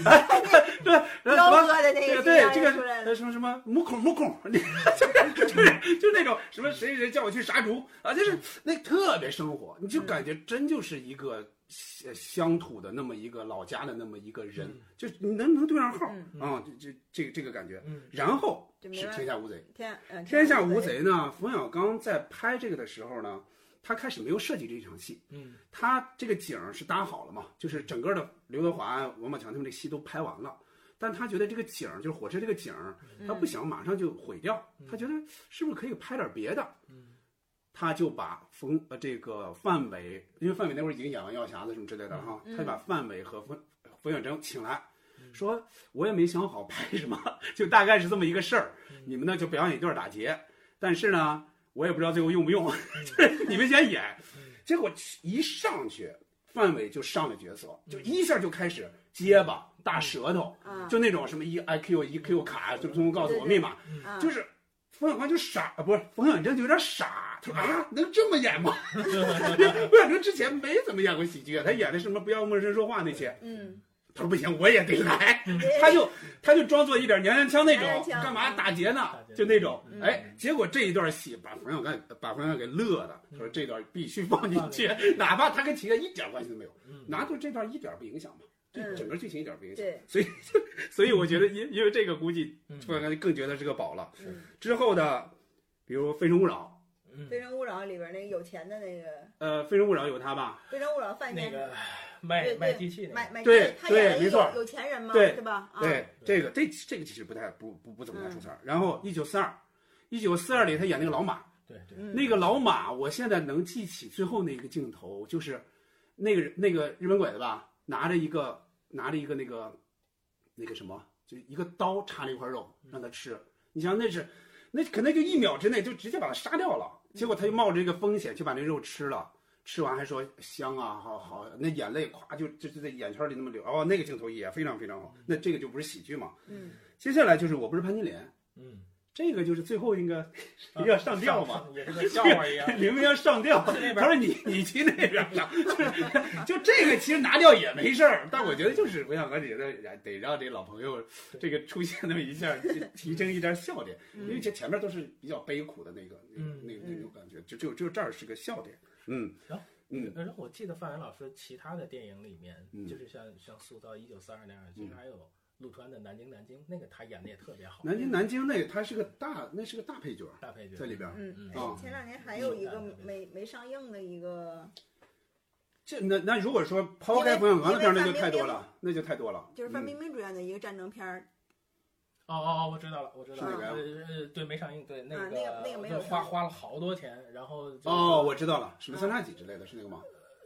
[SPEAKER 1] 对，然后什么
[SPEAKER 3] 彪哥的那个
[SPEAKER 1] 对
[SPEAKER 3] 形象
[SPEAKER 1] 这
[SPEAKER 3] 就出来
[SPEAKER 1] 个
[SPEAKER 3] 了
[SPEAKER 1] 呃什么什么母孔母孔，那就是就是就是那种什么谁谁叫我去杀猪啊，就是那特别生活，你就感觉真就是一个乡乡土的那么一个老家的那么一个人
[SPEAKER 2] 嗯，
[SPEAKER 1] 就是你能能对上号
[SPEAKER 3] 嗯
[SPEAKER 1] 啊，这这这个这个感觉。
[SPEAKER 2] 嗯
[SPEAKER 1] 然后是
[SPEAKER 3] 就没了
[SPEAKER 1] 《天下无贼》，《
[SPEAKER 3] 天嗯
[SPEAKER 1] 天下无，贼》呢，冯小刚在拍这个的时候呢，他开始没有设计这一场戏，
[SPEAKER 2] 嗯
[SPEAKER 1] 他这个景儿是搭好了嘛，就是整个的刘德华、王宝强他们这戏都拍完了，但他觉得这个景儿就是火车这个景儿，
[SPEAKER 3] 嗯
[SPEAKER 1] 他不想马上就毁掉，他觉得是不是可以拍点别的？
[SPEAKER 2] 嗯
[SPEAKER 1] 他就把冯呃这个范伟，因为范伟那会儿已经演完《药匣子》什么之类的哈，
[SPEAKER 3] 嗯
[SPEAKER 1] 他就把范伟和冯呃冯远征请来，
[SPEAKER 2] 嗯
[SPEAKER 1] 说我也没想好拍什么， 就大概是这么一个事儿
[SPEAKER 2] 嗯。
[SPEAKER 1] 你们呢就表演一段打劫，但是呢我也不知道最后用不用，就是你们先演。结果一上去，范伟就上了角色，就一下就开始结巴、大舌头，
[SPEAKER 3] 啊
[SPEAKER 1] 就那种什么一 IQ 一 Q 卡，就通通告诉我密码，
[SPEAKER 3] 啊
[SPEAKER 1] 就是冯小刚就傻，不是冯小刚真就有点傻，他说啊，能这么演吗？
[SPEAKER 2] 嗯
[SPEAKER 1] 冯小刚之前没怎么演过喜剧啊，他演的什么不要陌生说话那些，
[SPEAKER 3] 嗯
[SPEAKER 1] 他说不行，我也得来，
[SPEAKER 3] 对
[SPEAKER 1] 他就他就装作一点娘娘腔那
[SPEAKER 3] 娘
[SPEAKER 1] 种
[SPEAKER 3] 娘，腔
[SPEAKER 1] 干嘛
[SPEAKER 3] 嗯
[SPEAKER 1] 打劫呢
[SPEAKER 2] 打劫？
[SPEAKER 1] 就那种
[SPEAKER 2] 嗯，
[SPEAKER 1] 哎，结果这一段戏把冯小刚把冯小刚给乐的，他
[SPEAKER 2] 嗯
[SPEAKER 1] 说这段必须放进去，哪怕他跟体验一点关系都没有，
[SPEAKER 2] 嗯，
[SPEAKER 1] 拿住这段一点不影响嘛，就
[SPEAKER 3] 嗯
[SPEAKER 1] 整个剧情一点不影响，
[SPEAKER 3] 对
[SPEAKER 1] 所以我觉得因因为这个估计
[SPEAKER 2] 嗯
[SPEAKER 1] 冯小刚更觉得是个宝了。
[SPEAKER 3] 嗯
[SPEAKER 1] 之后的，比如《非诚勿扰
[SPEAKER 2] 嗯
[SPEAKER 3] 《非诚勿扰》里边那个有钱的那个，》，
[SPEAKER 1] 呃，《非诚勿扰》有他吧？
[SPEAKER 3] 《非诚勿扰》范
[SPEAKER 2] 那
[SPEAKER 3] 闲
[SPEAKER 2] 个卖
[SPEAKER 3] 对
[SPEAKER 2] 卖
[SPEAKER 3] 对
[SPEAKER 2] 机器那
[SPEAKER 3] 买
[SPEAKER 2] 个，
[SPEAKER 3] 买
[SPEAKER 1] 对
[SPEAKER 3] 他演了
[SPEAKER 1] 对
[SPEAKER 3] 一
[SPEAKER 1] 没错
[SPEAKER 3] 个有钱人嘛，
[SPEAKER 1] 对
[SPEAKER 3] 对吧？啊，嗯
[SPEAKER 1] 对，这个这这个其实不太不不不怎么太出彩儿。然后《一九四二》，《一九四二》里他演那个老马，
[SPEAKER 2] 对对，
[SPEAKER 3] 嗯
[SPEAKER 1] 那个老马，我现在能记起最后那个镜头，就是那个人那个日本鬼子吧，拿着一个拿着一个那个那个什么，就一个刀插了一块肉让他吃。你想那是，那可能就一秒之内就直接把它杀掉了，结果他就冒着这个风险去把那肉吃了。吃完还说香啊，好好，那眼泪咵就就就在眼圈里那么流。哦，那个镜头也非常非常好。那这个就不是喜剧嘛。
[SPEAKER 3] 嗯，
[SPEAKER 1] 接下来就是我不是潘金莲，
[SPEAKER 2] 嗯，
[SPEAKER 1] 这个就是最后一个 要上吊嘛。
[SPEAKER 2] 上，也是个笑话一样。
[SPEAKER 1] 明明要上 吊，他说你你去那边上， 就这个其实拿掉也没事儿，但我觉得就是我想和觉得得让这老朋友这个出现那么一下，就提升一点笑点，
[SPEAKER 3] 嗯
[SPEAKER 1] 因为这前面都是比较悲苦的那个那个
[SPEAKER 2] 嗯
[SPEAKER 1] 那个那种感觉，就就就这儿是个笑点，嗯嗯
[SPEAKER 2] 但是我记得范伟老师其他的电影里面，
[SPEAKER 1] 嗯
[SPEAKER 2] 就是像像《塑造一九三二》那样，其实还有陆川的《南京南京》，那个他演的也特别好，
[SPEAKER 1] 南京南京那个他是个大那是个大配角
[SPEAKER 2] 大配角
[SPEAKER 1] 在里边儿，
[SPEAKER 3] 嗯，
[SPEAKER 1] 哦
[SPEAKER 3] 哎，前两年还有一个
[SPEAKER 2] 嗯
[SPEAKER 3] 没没上映的一个，
[SPEAKER 1] 这那那如果说抛开冯小刚的片儿，那就太多了，那就太多了，
[SPEAKER 3] 就是范
[SPEAKER 1] 嗯
[SPEAKER 3] 冰冰主演的一个战争片儿，
[SPEAKER 2] 哦哦哦，我知道了，我知道了，
[SPEAKER 1] 哪
[SPEAKER 3] 是
[SPEAKER 1] 个
[SPEAKER 2] 呃呃，对，没上映，对，那
[SPEAKER 3] 啊那个那个没有
[SPEAKER 2] 对花
[SPEAKER 3] 上映
[SPEAKER 2] 花了好多钱，然后就是
[SPEAKER 1] 哦，我知道了，什么三叉戟之类的，是那个吗？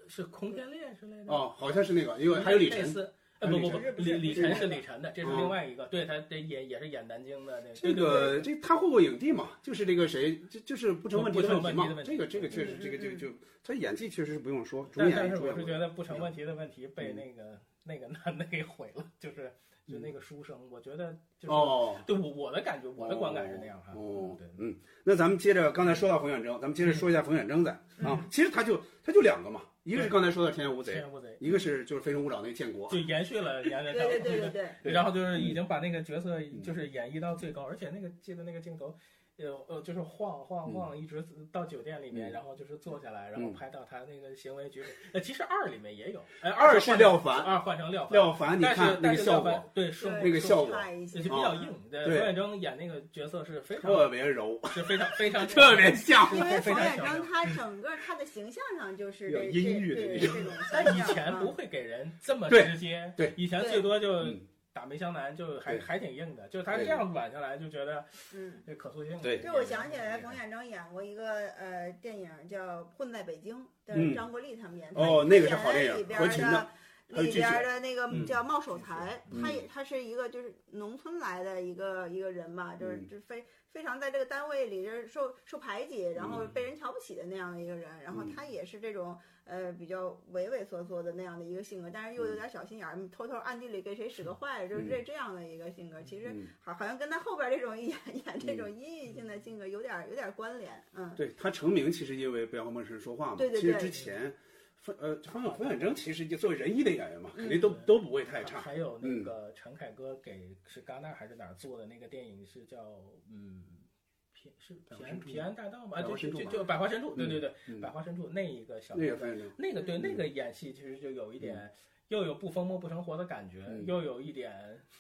[SPEAKER 2] 是空天猎之
[SPEAKER 3] 嗯
[SPEAKER 2] 类的，
[SPEAKER 1] 哦，好像是那个，因为还有李
[SPEAKER 2] 类
[SPEAKER 1] 晨，
[SPEAKER 2] 似，呃，
[SPEAKER 1] 还有
[SPEAKER 2] 不
[SPEAKER 1] 李
[SPEAKER 2] 不不，
[SPEAKER 1] 晨
[SPEAKER 2] 李李
[SPEAKER 1] 这
[SPEAKER 2] 晨
[SPEAKER 1] 个
[SPEAKER 2] 是李晨的，这是
[SPEAKER 1] 哦
[SPEAKER 2] 另外一个，对他这也也是演南京的那个，
[SPEAKER 1] 这
[SPEAKER 2] 对
[SPEAKER 1] 个这他获过影帝嘛？就是这个谁，这就是不成问题的
[SPEAKER 2] 不
[SPEAKER 1] 问
[SPEAKER 2] 成
[SPEAKER 1] 题嘛
[SPEAKER 2] 问题的。问题
[SPEAKER 1] 这个这个确实
[SPEAKER 3] 嗯，
[SPEAKER 1] 这个
[SPEAKER 3] 嗯
[SPEAKER 1] 就就他演技确实是不用说，主
[SPEAKER 2] 但
[SPEAKER 1] 演
[SPEAKER 2] 但是
[SPEAKER 1] 主
[SPEAKER 2] 我是
[SPEAKER 1] 演
[SPEAKER 2] 觉得不成问题的问题被那个那个男的给毁了，就是就那个书生，我觉得
[SPEAKER 1] 嗯
[SPEAKER 2] 就是
[SPEAKER 1] 哦，
[SPEAKER 2] 对我我的感觉，我的观感是那样哈。
[SPEAKER 1] 哦
[SPEAKER 2] 对，，
[SPEAKER 1] 嗯，那咱们接着刚才说到冯远征，咱们接着说一下冯远征在
[SPEAKER 2] 嗯
[SPEAKER 1] 啊，其实他就他就两个嘛，一个是刚才说的天下无
[SPEAKER 2] 天
[SPEAKER 1] 贼，
[SPEAKER 2] 然无贼
[SPEAKER 1] 一个是就是非诚勿扰那个建国
[SPEAKER 2] 就。延续了延
[SPEAKER 3] 对
[SPEAKER 2] 的
[SPEAKER 3] 对对对对，
[SPEAKER 1] 对
[SPEAKER 2] 然后就是已经把那个角色
[SPEAKER 1] 嗯
[SPEAKER 2] 就是演绎到最高，而且那个记得那个镜头，呃呃，就是晃晃晃，一直到酒店里
[SPEAKER 1] 嗯
[SPEAKER 2] 面，然后就是坐下来，然后
[SPEAKER 1] 嗯
[SPEAKER 2] 拍到他那个行为举止。呃，其实二里面也有，哎，
[SPEAKER 1] 二是
[SPEAKER 2] 换
[SPEAKER 1] 廖凡
[SPEAKER 2] 二换成廖凡，
[SPEAKER 1] 廖凡，你
[SPEAKER 2] 但是
[SPEAKER 1] 看那
[SPEAKER 2] 但
[SPEAKER 1] 个
[SPEAKER 2] 是
[SPEAKER 1] 效
[SPEAKER 2] 廖
[SPEAKER 1] 果
[SPEAKER 2] 凡对
[SPEAKER 3] 对
[SPEAKER 2] 顺
[SPEAKER 1] 那个效果
[SPEAKER 3] 差一些
[SPEAKER 2] 也是比较硬。对，
[SPEAKER 1] 对
[SPEAKER 2] 冯远征演那个角色是非常
[SPEAKER 1] 特别柔，
[SPEAKER 2] 是非常非 常
[SPEAKER 1] 特别像
[SPEAKER 3] 因为冯远
[SPEAKER 2] 非常
[SPEAKER 3] 征他整个他的形象上就是
[SPEAKER 1] 有
[SPEAKER 3] 这
[SPEAKER 1] 阴郁的
[SPEAKER 3] 这
[SPEAKER 1] 那
[SPEAKER 3] 这这种形
[SPEAKER 2] 但
[SPEAKER 3] 象
[SPEAKER 2] 以前
[SPEAKER 3] 啊
[SPEAKER 2] 不会给人这么
[SPEAKER 1] 对
[SPEAKER 2] 直接，
[SPEAKER 1] 对
[SPEAKER 2] 以前最多就
[SPEAKER 1] 嗯
[SPEAKER 2] 打梅香南，就还
[SPEAKER 1] 对
[SPEAKER 2] 还挺硬的，就是他
[SPEAKER 1] 对
[SPEAKER 2] 这样挽下来就觉得
[SPEAKER 3] 嗯，
[SPEAKER 2] 这可塑性。
[SPEAKER 1] 对
[SPEAKER 3] 这我想起来，冯远征演过一个呃电影叫《混在北京》，但
[SPEAKER 1] 嗯
[SPEAKER 3] 是张国立他们演的。
[SPEAKER 1] 哦那个是好电影
[SPEAKER 3] 里边
[SPEAKER 1] 何群的
[SPEAKER 3] 的
[SPEAKER 1] 还有
[SPEAKER 3] 里
[SPEAKER 1] 剧
[SPEAKER 3] 边
[SPEAKER 1] 雪
[SPEAKER 3] 的那个
[SPEAKER 1] 嗯
[SPEAKER 3] 叫冒守才，
[SPEAKER 1] 嗯
[SPEAKER 3] 他也他是一个就是农村来的一个一个人吧，就是
[SPEAKER 1] 嗯
[SPEAKER 3] 就非非常在这个单位里就是受受排挤，然后被人瞧不起的那样的一个人，然后
[SPEAKER 1] 嗯
[SPEAKER 3] 他也是这种呃比较畏畏缩缩的那样的一个性格，但是又
[SPEAKER 1] 嗯
[SPEAKER 3] 有点小心眼儿，偷偷暗地里给谁使个坏，就是这这样的一个性格，其实。
[SPEAKER 1] 嗯
[SPEAKER 3] 好，好像跟他后边这种演演这种阴郁性的性格有点有点关联，嗯，
[SPEAKER 1] 对他成名其实因为不要和陌生人说话嘛。
[SPEAKER 3] 对对
[SPEAKER 1] 其实
[SPEAKER 3] 对
[SPEAKER 1] 之前，冯呃冯小冯远征其实就作为仁义的演员嘛，
[SPEAKER 3] 嗯
[SPEAKER 1] 肯定都都不会太差。嗯
[SPEAKER 2] 还有那个陈凯歌给是戛纳还是哪儿做的那个电影是叫嗯。平是
[SPEAKER 1] 百花
[SPEAKER 2] 平
[SPEAKER 1] 深
[SPEAKER 2] 安
[SPEAKER 1] 处
[SPEAKER 2] 平安大道吗？
[SPEAKER 1] 百
[SPEAKER 2] 啊，
[SPEAKER 1] 花
[SPEAKER 2] 就
[SPEAKER 1] 深
[SPEAKER 2] 就
[SPEAKER 1] 处
[SPEAKER 2] 就
[SPEAKER 1] 吧
[SPEAKER 2] 就百花深处，对对对，
[SPEAKER 1] 嗯
[SPEAKER 2] 百花深处那一个小
[SPEAKER 1] 那个
[SPEAKER 2] 片
[SPEAKER 1] 冯远征，
[SPEAKER 2] 那个对
[SPEAKER 3] 嗯
[SPEAKER 2] 那个演戏，其实就有一点又有不疯魔不成活的感觉，
[SPEAKER 1] 嗯
[SPEAKER 2] 又有一点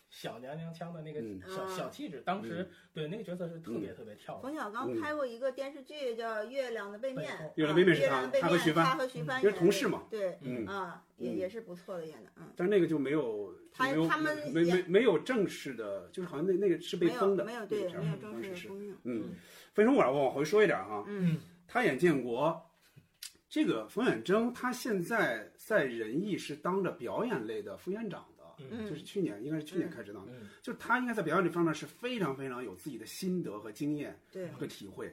[SPEAKER 2] 小娘娘腔的那个
[SPEAKER 1] 嗯
[SPEAKER 2] 小、
[SPEAKER 3] 啊
[SPEAKER 2] 小气质。当时、对那个角色是特别特别跳的，
[SPEAKER 3] 冯小刚拍过一个电视剧叫《月亮的背面》，啊
[SPEAKER 1] 月亮背面是
[SPEAKER 3] 月亮的背
[SPEAKER 1] 他
[SPEAKER 3] 面
[SPEAKER 1] 他和徐帆
[SPEAKER 3] 他和徐帆
[SPEAKER 1] 因为
[SPEAKER 3] 演
[SPEAKER 1] 同
[SPEAKER 3] 的
[SPEAKER 1] 事嘛，
[SPEAKER 3] 对，
[SPEAKER 1] 嗯，
[SPEAKER 3] 啊，也
[SPEAKER 1] 嗯
[SPEAKER 3] 也是不错的演的，嗯，
[SPEAKER 1] 但是那个就没有，
[SPEAKER 3] 他
[SPEAKER 1] 就没有
[SPEAKER 3] 他们
[SPEAKER 1] 没
[SPEAKER 3] 也
[SPEAKER 1] 没没有正式的，就是好像那那个是被
[SPEAKER 3] 没有
[SPEAKER 1] 封的，
[SPEAKER 3] 没有
[SPEAKER 1] 那个
[SPEAKER 3] 对
[SPEAKER 1] 片儿
[SPEAKER 3] 没有
[SPEAKER 1] 当
[SPEAKER 3] 正
[SPEAKER 1] 时
[SPEAKER 3] 式
[SPEAKER 1] 是
[SPEAKER 3] 的，公映，
[SPEAKER 1] 嗯，非诚勿扰，我往回说一点哈，
[SPEAKER 3] 嗯
[SPEAKER 1] 他演建国，这个冯远征他现在在仁义是当着表演类的副院长的。
[SPEAKER 3] 嗯
[SPEAKER 1] 就是去年，应该是去年开始当的，
[SPEAKER 2] 嗯
[SPEAKER 1] 就是他应该在表演这方面是非常非常有自己的心得和经验，
[SPEAKER 3] 对，
[SPEAKER 1] 和体会。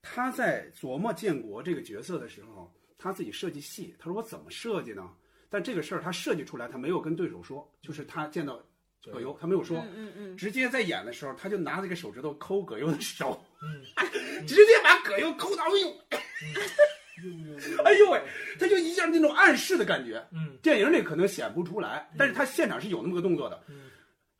[SPEAKER 1] 他在琢磨建国这个角色的时候，他自己设计戏，他说我怎么设计呢？但这个事儿他设计出来，他没有跟对手说，就是他见到葛优，他没有说，
[SPEAKER 3] 嗯嗯嗯，
[SPEAKER 1] 直接在演的时候，他就拿这个手指头抠葛优的手，
[SPEAKER 2] 嗯
[SPEAKER 1] 直接把葛优抠到，哎呦， 哎呦喂，他就一下那种暗示的感觉，
[SPEAKER 2] 嗯
[SPEAKER 1] 电影里可能显不出来，但是他现场是有那么个动作的。
[SPEAKER 2] 嗯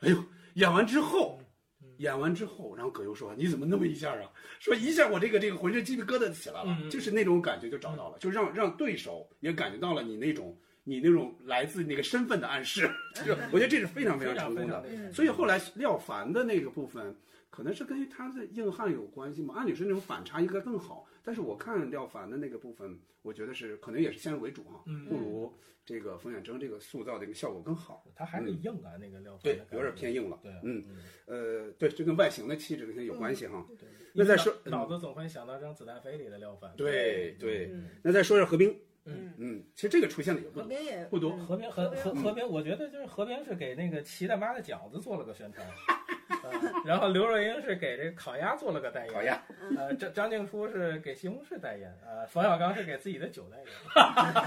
[SPEAKER 1] 哎呦，演完之后
[SPEAKER 2] 嗯嗯，
[SPEAKER 1] 演完之后，然后葛优说：“你怎么那么一下啊？”说一下我这个这个浑身鸡皮疙瘩起来了，
[SPEAKER 2] 嗯嗯嗯
[SPEAKER 1] 就是那种感觉就找到了，就让让对手也感觉到了你那种你那种来自那个身份的暗示。就是我觉得这是非常非
[SPEAKER 2] 嗯非
[SPEAKER 1] 常成功
[SPEAKER 2] 非
[SPEAKER 1] 的
[SPEAKER 2] 常。厉害
[SPEAKER 3] 嗯
[SPEAKER 1] 所以后来廖凡的那个部分，可能是跟他的硬汉有关系嘛。按理说那种反差应该更好，但是我看廖凡的那个部分，我觉得是可能也是先入为主啊哈、
[SPEAKER 2] 嗯
[SPEAKER 1] 不如这个冯远征这个塑造的一个效果更好。
[SPEAKER 2] 他还是硬啊，那个廖
[SPEAKER 1] 嗯
[SPEAKER 2] 凡的
[SPEAKER 1] 对
[SPEAKER 2] 感，觉
[SPEAKER 1] 有点偏硬了。
[SPEAKER 2] 对，
[SPEAKER 1] 嗯，呃，对，这跟外形的气质跟有关系
[SPEAKER 3] 嗯
[SPEAKER 1] 哈。
[SPEAKER 2] 对
[SPEAKER 1] 那再说
[SPEAKER 2] 脑脑子总会想到《让子弹飞》里的廖凡，
[SPEAKER 1] 对对
[SPEAKER 3] 嗯
[SPEAKER 1] 那再说一下何冰，
[SPEAKER 2] 嗯
[SPEAKER 1] 嗯，其实这个出现的也不
[SPEAKER 3] 和
[SPEAKER 1] 多，
[SPEAKER 3] 平也
[SPEAKER 4] 不多
[SPEAKER 3] 嗯
[SPEAKER 2] 和平和和
[SPEAKER 1] 嗯
[SPEAKER 2] 和平，我觉得就是和平是给那个齐大妈的饺子做了个宣传， 呃然后刘若英是给这个烤鸭做了个代言，
[SPEAKER 1] 烤 鸭，
[SPEAKER 2] 呃，张张静初是给西红柿代言，呃，冯小刚是给自己的酒代言，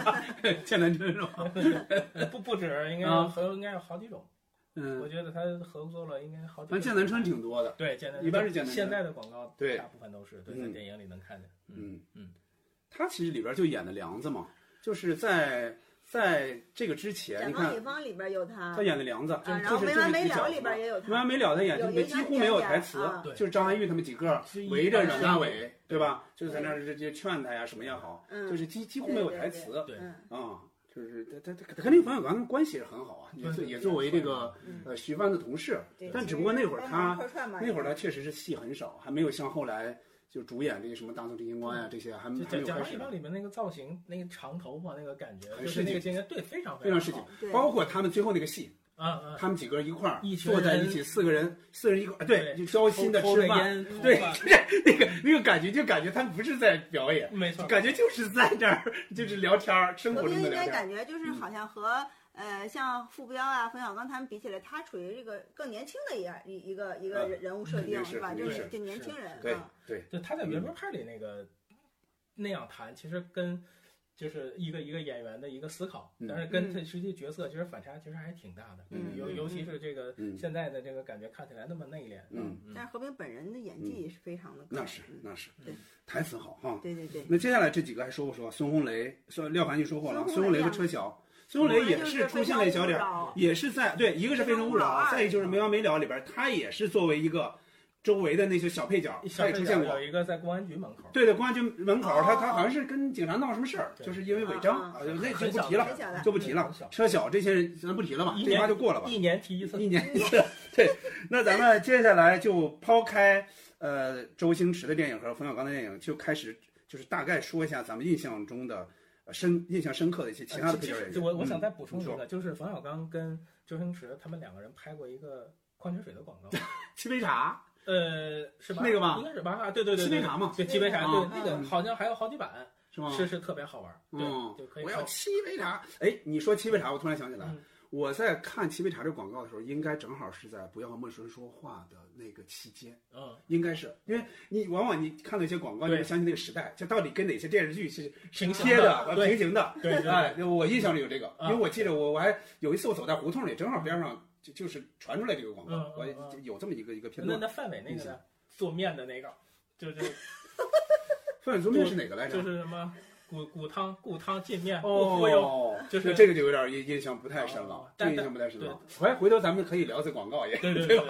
[SPEAKER 4] 剑南春是吧？
[SPEAKER 2] 呃不不止，应该
[SPEAKER 4] 啊
[SPEAKER 2] 有和应该有好几种，我
[SPEAKER 1] 嗯，
[SPEAKER 2] 觉得他合作了应该好几种。
[SPEAKER 1] 但剑南春挺多的，
[SPEAKER 2] 对，剑南
[SPEAKER 1] 一般是剑南春
[SPEAKER 2] 现在的广告
[SPEAKER 1] 对
[SPEAKER 2] 大部分都是对在
[SPEAKER 1] 嗯
[SPEAKER 2] 电影里能看见，
[SPEAKER 1] 嗯
[SPEAKER 2] 嗯，
[SPEAKER 1] 他其实里边就演的梁子嘛，就是在在这个之前，
[SPEAKER 3] 甲
[SPEAKER 1] 你
[SPEAKER 3] 方
[SPEAKER 1] 看
[SPEAKER 3] 乙方里边有他
[SPEAKER 1] 他，演的梁子，
[SPEAKER 3] 啊，然
[SPEAKER 1] 就
[SPEAKER 3] 后
[SPEAKER 1] 是
[SPEAKER 3] 没
[SPEAKER 1] 就是
[SPEAKER 3] 完没
[SPEAKER 1] 比较
[SPEAKER 3] 了里边也有
[SPEAKER 1] 没完
[SPEAKER 3] 他，
[SPEAKER 1] 没了的演，就
[SPEAKER 3] 有
[SPEAKER 1] 没
[SPEAKER 3] 一
[SPEAKER 1] 几
[SPEAKER 3] 个
[SPEAKER 1] 乎没有台
[SPEAKER 3] 演
[SPEAKER 1] 词
[SPEAKER 3] 员啊，
[SPEAKER 2] 对
[SPEAKER 1] 就是张涵予他们几个围着阮大伟，对吧？就是在那儿就就劝他呀，什么也好，
[SPEAKER 3] 嗯
[SPEAKER 1] 就是几几乎没有台词
[SPEAKER 2] 对
[SPEAKER 3] 嗯
[SPEAKER 1] 啊。就是他他他他跟那个冯小刚关系也很好啊，也作也作为这个
[SPEAKER 3] 嗯，
[SPEAKER 1] 呃徐帆的同事，
[SPEAKER 3] 对
[SPEAKER 1] 但只不过那会儿他那会儿
[SPEAKER 3] 他
[SPEAKER 1] 他确实是戏很少，还没有像后来就主演这个什么《大宋执行官》呀这些还还
[SPEAKER 2] 就
[SPEAKER 1] 没
[SPEAKER 2] 贾
[SPEAKER 1] 有
[SPEAKER 2] 贾
[SPEAKER 1] 开
[SPEAKER 2] 樟柯
[SPEAKER 1] 始
[SPEAKER 2] 一，般里面那个造型，那个长头发那个感觉，
[SPEAKER 1] 很
[SPEAKER 2] 就
[SPEAKER 1] 市
[SPEAKER 2] 是那
[SPEAKER 1] 井
[SPEAKER 2] 个应该对非常
[SPEAKER 1] 非常
[SPEAKER 2] 市
[SPEAKER 1] 市
[SPEAKER 2] 井
[SPEAKER 1] 井，
[SPEAKER 3] 对
[SPEAKER 1] 包括他们最后那个戏，
[SPEAKER 2] 啊啊，
[SPEAKER 1] 他们几个一块儿
[SPEAKER 2] 一群
[SPEAKER 1] 坐在一
[SPEAKER 2] 人
[SPEAKER 1] 起，四个人四人一块儿，哎
[SPEAKER 2] 对
[SPEAKER 1] 对，就交心的吃饭，
[SPEAKER 2] 烟，头
[SPEAKER 1] 对
[SPEAKER 2] 发，
[SPEAKER 1] 那个那个感觉就感觉他们不是在表演，
[SPEAKER 2] 没错，
[SPEAKER 1] 感觉就是在这儿就是聊天儿，生活
[SPEAKER 3] 和
[SPEAKER 1] 中
[SPEAKER 3] 平
[SPEAKER 1] 的
[SPEAKER 3] 应
[SPEAKER 1] 聊
[SPEAKER 3] 该
[SPEAKER 1] 天儿。嗯
[SPEAKER 3] 感觉就是好像和呃像傅彪啊、冯小刚他们比起来，他处于这个更年轻的一样一一个一个
[SPEAKER 1] 嗯
[SPEAKER 3] 人人物设
[SPEAKER 1] 肯定
[SPEAKER 3] 定
[SPEAKER 1] 是
[SPEAKER 3] 吧？
[SPEAKER 1] 肯
[SPEAKER 3] 就
[SPEAKER 1] 定
[SPEAKER 3] 是
[SPEAKER 1] 是
[SPEAKER 3] 就年轻人，
[SPEAKER 1] 对
[SPEAKER 3] 啊
[SPEAKER 1] 对，
[SPEAKER 2] 就他在原
[SPEAKER 1] 嗯
[SPEAKER 2] 著派里那个那样谈，其实跟就是一个一个演员的一个思考，
[SPEAKER 1] 嗯
[SPEAKER 2] 但是跟他实际角色其实反差其实还挺大的，
[SPEAKER 1] 嗯
[SPEAKER 2] 尤
[SPEAKER 3] 嗯
[SPEAKER 2] 尤其是这个
[SPEAKER 1] 嗯
[SPEAKER 2] 现在的这个感觉看起来那么内敛，
[SPEAKER 1] 嗯
[SPEAKER 3] 但是和平本人的演技也是非常的高，
[SPEAKER 1] 那是
[SPEAKER 3] 嗯
[SPEAKER 1] 那是
[SPEAKER 3] 对，
[SPEAKER 1] 台词好哈。
[SPEAKER 3] 对对对，
[SPEAKER 1] 那接下来这几个还说不说？孙红雷说廖凡玉说过了，
[SPEAKER 3] 孙
[SPEAKER 1] 孙
[SPEAKER 3] 红
[SPEAKER 1] 红
[SPEAKER 3] 雷
[SPEAKER 1] 雷和
[SPEAKER 3] 啊
[SPEAKER 1] 车晓，孙红雷也
[SPEAKER 3] 就是
[SPEAKER 1] 出现了小点
[SPEAKER 3] 非
[SPEAKER 1] 儿，
[SPEAKER 3] 常污
[SPEAKER 1] 也是在对，一个是《非诚勿扰
[SPEAKER 3] 非诚勿扰》，二
[SPEAKER 1] 再一个就是《没完没了》里边儿，他也是作为一个周围的那些小配角，
[SPEAKER 2] 小
[SPEAKER 1] 他也出现过
[SPEAKER 2] 有。一个在公安局门口，
[SPEAKER 1] 对对，公安局门口儿，他他
[SPEAKER 3] 哦
[SPEAKER 1] 好像是跟警察闹什么事儿，
[SPEAKER 2] 对
[SPEAKER 1] 就是因为违章
[SPEAKER 3] 啊
[SPEAKER 1] 啊，就那就
[SPEAKER 2] 很
[SPEAKER 1] 不
[SPEAKER 2] 小
[SPEAKER 1] 提了
[SPEAKER 3] 很。小的
[SPEAKER 1] 就不提了
[SPEAKER 2] 很小。
[SPEAKER 1] 车晓这些人咱不提了吧，
[SPEAKER 2] 一
[SPEAKER 1] 这
[SPEAKER 2] 年
[SPEAKER 1] 趴就过了吧。
[SPEAKER 2] 一年提一 次，
[SPEAKER 1] 一年一次，对。那咱们接下来就抛开呃周星驰的电影和冯小刚的电影，就开始就是大概说一下咱们印象中的呃深印象深刻的一些
[SPEAKER 2] 呃
[SPEAKER 1] 其他的配角演
[SPEAKER 2] 就
[SPEAKER 1] 员。
[SPEAKER 2] 我我想
[SPEAKER 1] 嗯
[SPEAKER 2] 再补充一
[SPEAKER 1] 你
[SPEAKER 2] 个，就是冯小刚跟周星驰他们两个人拍过一个矿泉水的广 告，
[SPEAKER 1] 七杯茶，
[SPEAKER 2] 呃，是吧？
[SPEAKER 1] 那个吧
[SPEAKER 2] 应该是吧？啊，对对对，
[SPEAKER 1] 七
[SPEAKER 2] 对
[SPEAKER 1] 杯茶嘛，
[SPEAKER 2] 对，鸡杯茶，
[SPEAKER 1] 啊
[SPEAKER 2] 对，那个
[SPEAKER 1] 嗯
[SPEAKER 2] 好像还有好几版，
[SPEAKER 1] 是吗？
[SPEAKER 2] 是是特别好玩，
[SPEAKER 1] 嗯
[SPEAKER 2] 对，就可以
[SPEAKER 1] 我
[SPEAKER 2] 看。
[SPEAKER 1] 要七杯茶。哎，你说七杯茶，我突然想起来
[SPEAKER 2] 嗯，
[SPEAKER 1] 我在看七杯茶这广告的时候，应该正好是在不要和莫说说话的那个期间。
[SPEAKER 2] 嗯，
[SPEAKER 1] 应该是因为你往往你看到一些广告，你
[SPEAKER 2] 对
[SPEAKER 1] 会想起那个时代，就到底跟哪些电视剧是
[SPEAKER 2] 平行
[SPEAKER 1] 贴的、呃
[SPEAKER 2] 对
[SPEAKER 1] 平行的。
[SPEAKER 2] 对对
[SPEAKER 1] 哎，我印象里有这个，因
[SPEAKER 2] 啊
[SPEAKER 1] 为我记得我我还有一次我走在胡同里，正好边上就就是传出来这个广告，
[SPEAKER 2] 嗯嗯
[SPEAKER 1] 我
[SPEAKER 2] 嗯
[SPEAKER 1] 就有这么一个一个片
[SPEAKER 2] 那
[SPEAKER 1] 段。
[SPEAKER 2] 那范伟那个呢？做面的那个，就 就
[SPEAKER 1] 范伟宗面是哪个来着？
[SPEAKER 2] 就是什么骨骨汤骨汤进面不忽悠，
[SPEAKER 1] 哎哦，
[SPEAKER 2] 就是
[SPEAKER 1] 那这个就有点印印象不太深
[SPEAKER 2] 哦
[SPEAKER 1] 了，这
[SPEAKER 2] 但
[SPEAKER 1] 个印象不太深了。
[SPEAKER 2] 对
[SPEAKER 1] 回回头咱们可以聊这广告也。
[SPEAKER 2] 对对对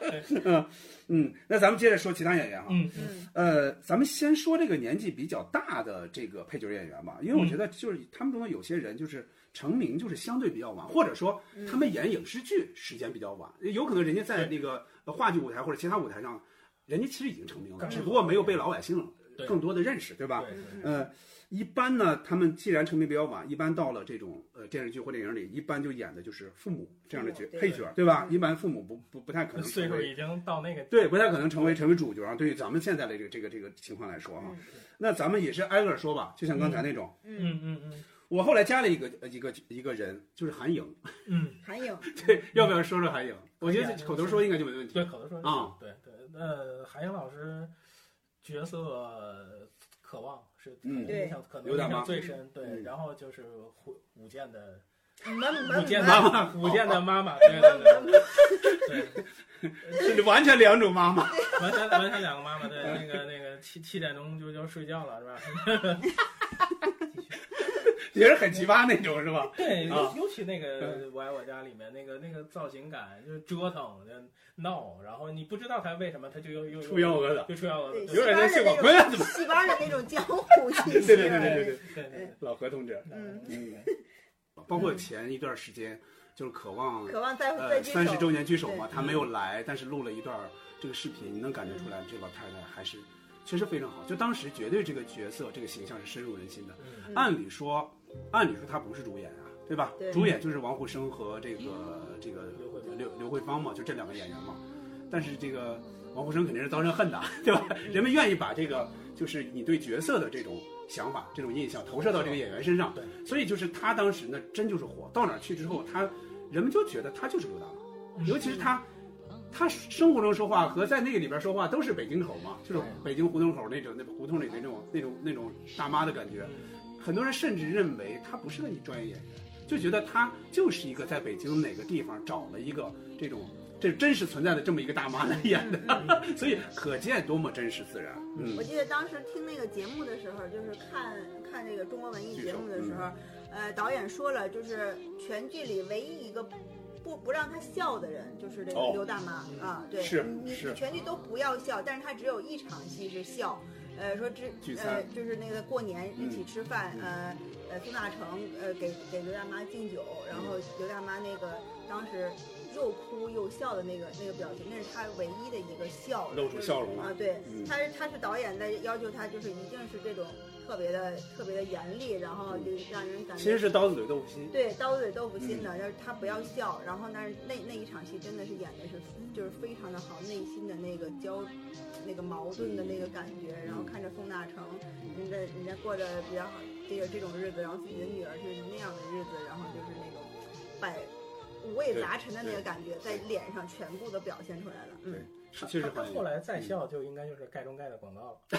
[SPEAKER 2] 对，对
[SPEAKER 1] 嗯，那咱们接着说其他演员哈。
[SPEAKER 2] 嗯嗯
[SPEAKER 3] 嗯，
[SPEAKER 1] 呃，咱们先说这个年纪比较大的这个配角演员吧，因为我觉得就是他们中的有些人就是成名就是相对比较晚，或者说
[SPEAKER 3] 嗯
[SPEAKER 1] 他们演影视剧时间比较晚，有可能人家在那个呃话剧舞台或者其他舞台上，人家其实已经成名了，
[SPEAKER 2] 刚
[SPEAKER 1] 只不过没有被老百姓
[SPEAKER 2] 嗯对
[SPEAKER 1] 更多的认识，对
[SPEAKER 3] 嗯
[SPEAKER 1] 吧？
[SPEAKER 2] 对对
[SPEAKER 1] 呃，一般呢，他们既然成名比较晚，一般到了这种呃电视剧或电影里，一般就演的就是父母这样的角
[SPEAKER 3] 父母对
[SPEAKER 1] 配角，对吧？
[SPEAKER 3] 嗯
[SPEAKER 1] 一般父母不不不太可
[SPEAKER 2] 对，
[SPEAKER 1] 能
[SPEAKER 2] 岁
[SPEAKER 1] 成
[SPEAKER 2] 数
[SPEAKER 1] 为
[SPEAKER 2] 已经到那个
[SPEAKER 1] 对，不太可能成为成为主角啊。对于咱们现在的这个这个这个情况来说啊，
[SPEAKER 3] 嗯
[SPEAKER 1] 那咱们也是挨个儿说吧，就像刚才那种，
[SPEAKER 3] 嗯
[SPEAKER 2] 嗯嗯嗯
[SPEAKER 1] 我后来加了一个呃一个一个人，就是韩颖，
[SPEAKER 2] 嗯，
[SPEAKER 3] 韩影，
[SPEAKER 1] 对，要不要说说韩颖？我觉
[SPEAKER 2] 可
[SPEAKER 1] 得
[SPEAKER 2] 以啊
[SPEAKER 1] 口头说应该就没问题。
[SPEAKER 2] 对，口头说
[SPEAKER 1] 啊
[SPEAKER 2] 对对，那韩英老师角色呃渴望是可能
[SPEAKER 1] 嗯
[SPEAKER 2] 印象可能
[SPEAKER 1] 刘
[SPEAKER 2] 印
[SPEAKER 1] 大
[SPEAKER 2] 象
[SPEAKER 1] 妈
[SPEAKER 2] 最深，对，
[SPEAKER 1] 嗯
[SPEAKER 2] 然后就是胡舞剑的
[SPEAKER 3] 妈妈
[SPEAKER 2] 舞剑
[SPEAKER 1] 妈
[SPEAKER 2] 的
[SPEAKER 1] 妈
[SPEAKER 2] 舞剑的妈妈，对对对 对。
[SPEAKER 1] 是完全两种妈妈。
[SPEAKER 2] 完全完全两个妈妈，对，那个那个七七点钟就就睡觉了，是吧？
[SPEAKER 1] 也是很奇葩那种，是吧？
[SPEAKER 2] 对，
[SPEAKER 1] 啊
[SPEAKER 2] 尤尤其那个《我爱我家》里面那个那个造型感，就是折腾、就闹，然后你不知道他为什么他就又又
[SPEAKER 1] 出幺蛾子，
[SPEAKER 2] 又出幺蛾
[SPEAKER 3] 对，
[SPEAKER 2] 子，
[SPEAKER 1] 有点像谢
[SPEAKER 3] 戏
[SPEAKER 1] 广坤啊怎么
[SPEAKER 3] 戏班的那种江湖气息，
[SPEAKER 1] 对对对对对，
[SPEAKER 2] 对对
[SPEAKER 1] 老何同志，
[SPEAKER 3] 嗯
[SPEAKER 1] 嗯，包括前一段时间就是渴望
[SPEAKER 3] 渴望再再
[SPEAKER 1] 呃
[SPEAKER 3] 聚
[SPEAKER 1] 三十
[SPEAKER 3] 首
[SPEAKER 1] 周年聚首嘛，
[SPEAKER 3] 对
[SPEAKER 1] 他没有来，但是录了一段这个视频，你能感觉出来这老太太还是确实非常好，就当时绝对这个角色这个形象是深入人心的。
[SPEAKER 2] 对，
[SPEAKER 3] 嗯
[SPEAKER 1] 按理说，按理说她不是主演啊，对吧？
[SPEAKER 3] 对
[SPEAKER 1] 主演就是王沪生和这个这个
[SPEAKER 2] 刘慧芳
[SPEAKER 1] 刘刘慧芳嘛，就这两个演员嘛。但是这 个王沪生肯定是遭人恨的，对吧？人们愿意把这个就是你对角色的这种想法、这种印象投射到这个演员身上。
[SPEAKER 2] 对，
[SPEAKER 1] 所以就是他当时呢，真就是火，到哪儿去之后，他人们就觉得他就是刘大妈，尤其是他。他生活中说话和在那个里边说话都是北京口嘛，就是北京胡同口那种、那胡同里那种、那种、那种大妈的感觉。很多人甚至认为他不是个专业演员，就觉得他就是一个在北京哪个地方找了一个这种这真实存在的这么一个大妈来演
[SPEAKER 2] 嗯
[SPEAKER 1] 的， 所以可见多么真实自然。嗯
[SPEAKER 3] 我，记得当时听那个节目的时候，就是看看那个中国文艺节目的时候，
[SPEAKER 1] 嗯
[SPEAKER 3] 呃，导演说了，就是全剧里唯一一个不不让他笑的人，就是这个
[SPEAKER 1] 哦
[SPEAKER 3] 刘大妈、啊。对，
[SPEAKER 1] 是
[SPEAKER 3] 你你
[SPEAKER 1] 是
[SPEAKER 3] 全剧都不要笑，但是他只有一场戏是笑。呃，说之
[SPEAKER 1] 聚餐
[SPEAKER 3] 呃，就是那个过年一起
[SPEAKER 1] 嗯
[SPEAKER 3] 吃饭，
[SPEAKER 1] 嗯
[SPEAKER 3] 呃呃，孙大成呃给给刘大妈敬酒，然后刘大妈那个当时又哭又笑的那个那个表情，那是她唯一的一个笑容，
[SPEAKER 1] 露出笑容
[SPEAKER 3] 啊
[SPEAKER 1] 了。，
[SPEAKER 3] 对，
[SPEAKER 1] 嗯
[SPEAKER 3] 他是他是导演在要求他就是一定是这种特别的特别的严厉，然后就让人感
[SPEAKER 1] 嗯其实
[SPEAKER 3] 觉
[SPEAKER 1] 是嗯刀子嘴豆腐心。
[SPEAKER 3] 对刀子嘴豆腐心的，就是他不要笑，然后但是那那一场戏真的是演的是就是非常的好，内心的那个焦那个矛盾的那个感觉，然后看着宋大成人家人家过着比较好这个这种日子，然后自己的女儿就是那样的日子，然后就是那种百五味杂陈的那个
[SPEAKER 1] 对
[SPEAKER 3] 感觉在脸上全部都表现出来了，嗯
[SPEAKER 1] 对。是
[SPEAKER 2] 他
[SPEAKER 1] 确实嗯
[SPEAKER 2] 他
[SPEAKER 1] 还
[SPEAKER 2] 后来再笑就应该就是盖中盖的广告了。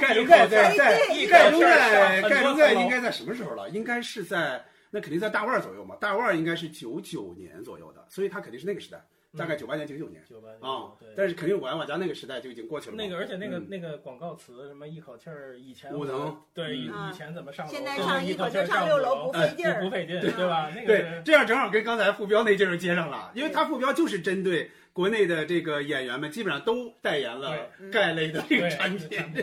[SPEAKER 1] 盖中盖
[SPEAKER 3] 对
[SPEAKER 1] 在
[SPEAKER 3] 对
[SPEAKER 1] 在哎盖中盖
[SPEAKER 2] 对
[SPEAKER 1] 盖中盖应该在什么时候了？应该是在那肯定在大腕儿左右嘛，大腕儿应该是九九年左右的，所以他肯定是那个时代，大概九八年九九年
[SPEAKER 2] 九八年
[SPEAKER 1] 啊。
[SPEAKER 2] 嗯对。
[SPEAKER 1] 但是肯定我爱我家那个时代就已经过去了嘛。
[SPEAKER 2] 那个，而且那个
[SPEAKER 1] 嗯
[SPEAKER 2] 那个广告词什么一口气儿，以前
[SPEAKER 1] 五
[SPEAKER 2] 我
[SPEAKER 1] 层
[SPEAKER 2] 对以
[SPEAKER 3] 嗯
[SPEAKER 2] 以前怎么上楼，
[SPEAKER 3] 现在
[SPEAKER 2] 都是
[SPEAKER 3] 上
[SPEAKER 2] 一
[SPEAKER 3] 一口
[SPEAKER 2] 口
[SPEAKER 3] 气
[SPEAKER 2] 气
[SPEAKER 3] 儿
[SPEAKER 2] 儿
[SPEAKER 3] 上
[SPEAKER 2] 上
[SPEAKER 3] 六
[SPEAKER 2] 楼
[SPEAKER 3] 楼不费劲儿
[SPEAKER 2] 不，费劲，
[SPEAKER 3] 嗯
[SPEAKER 2] 对吧？那个
[SPEAKER 1] 对
[SPEAKER 2] 是，
[SPEAKER 1] 这样正好跟刚才副标那劲儿接上了，因为他副标就是针对国内的这个演员们，基本上都代言了
[SPEAKER 3] 对
[SPEAKER 1] 钙类的这个
[SPEAKER 2] 对
[SPEAKER 1] 产品。
[SPEAKER 2] 对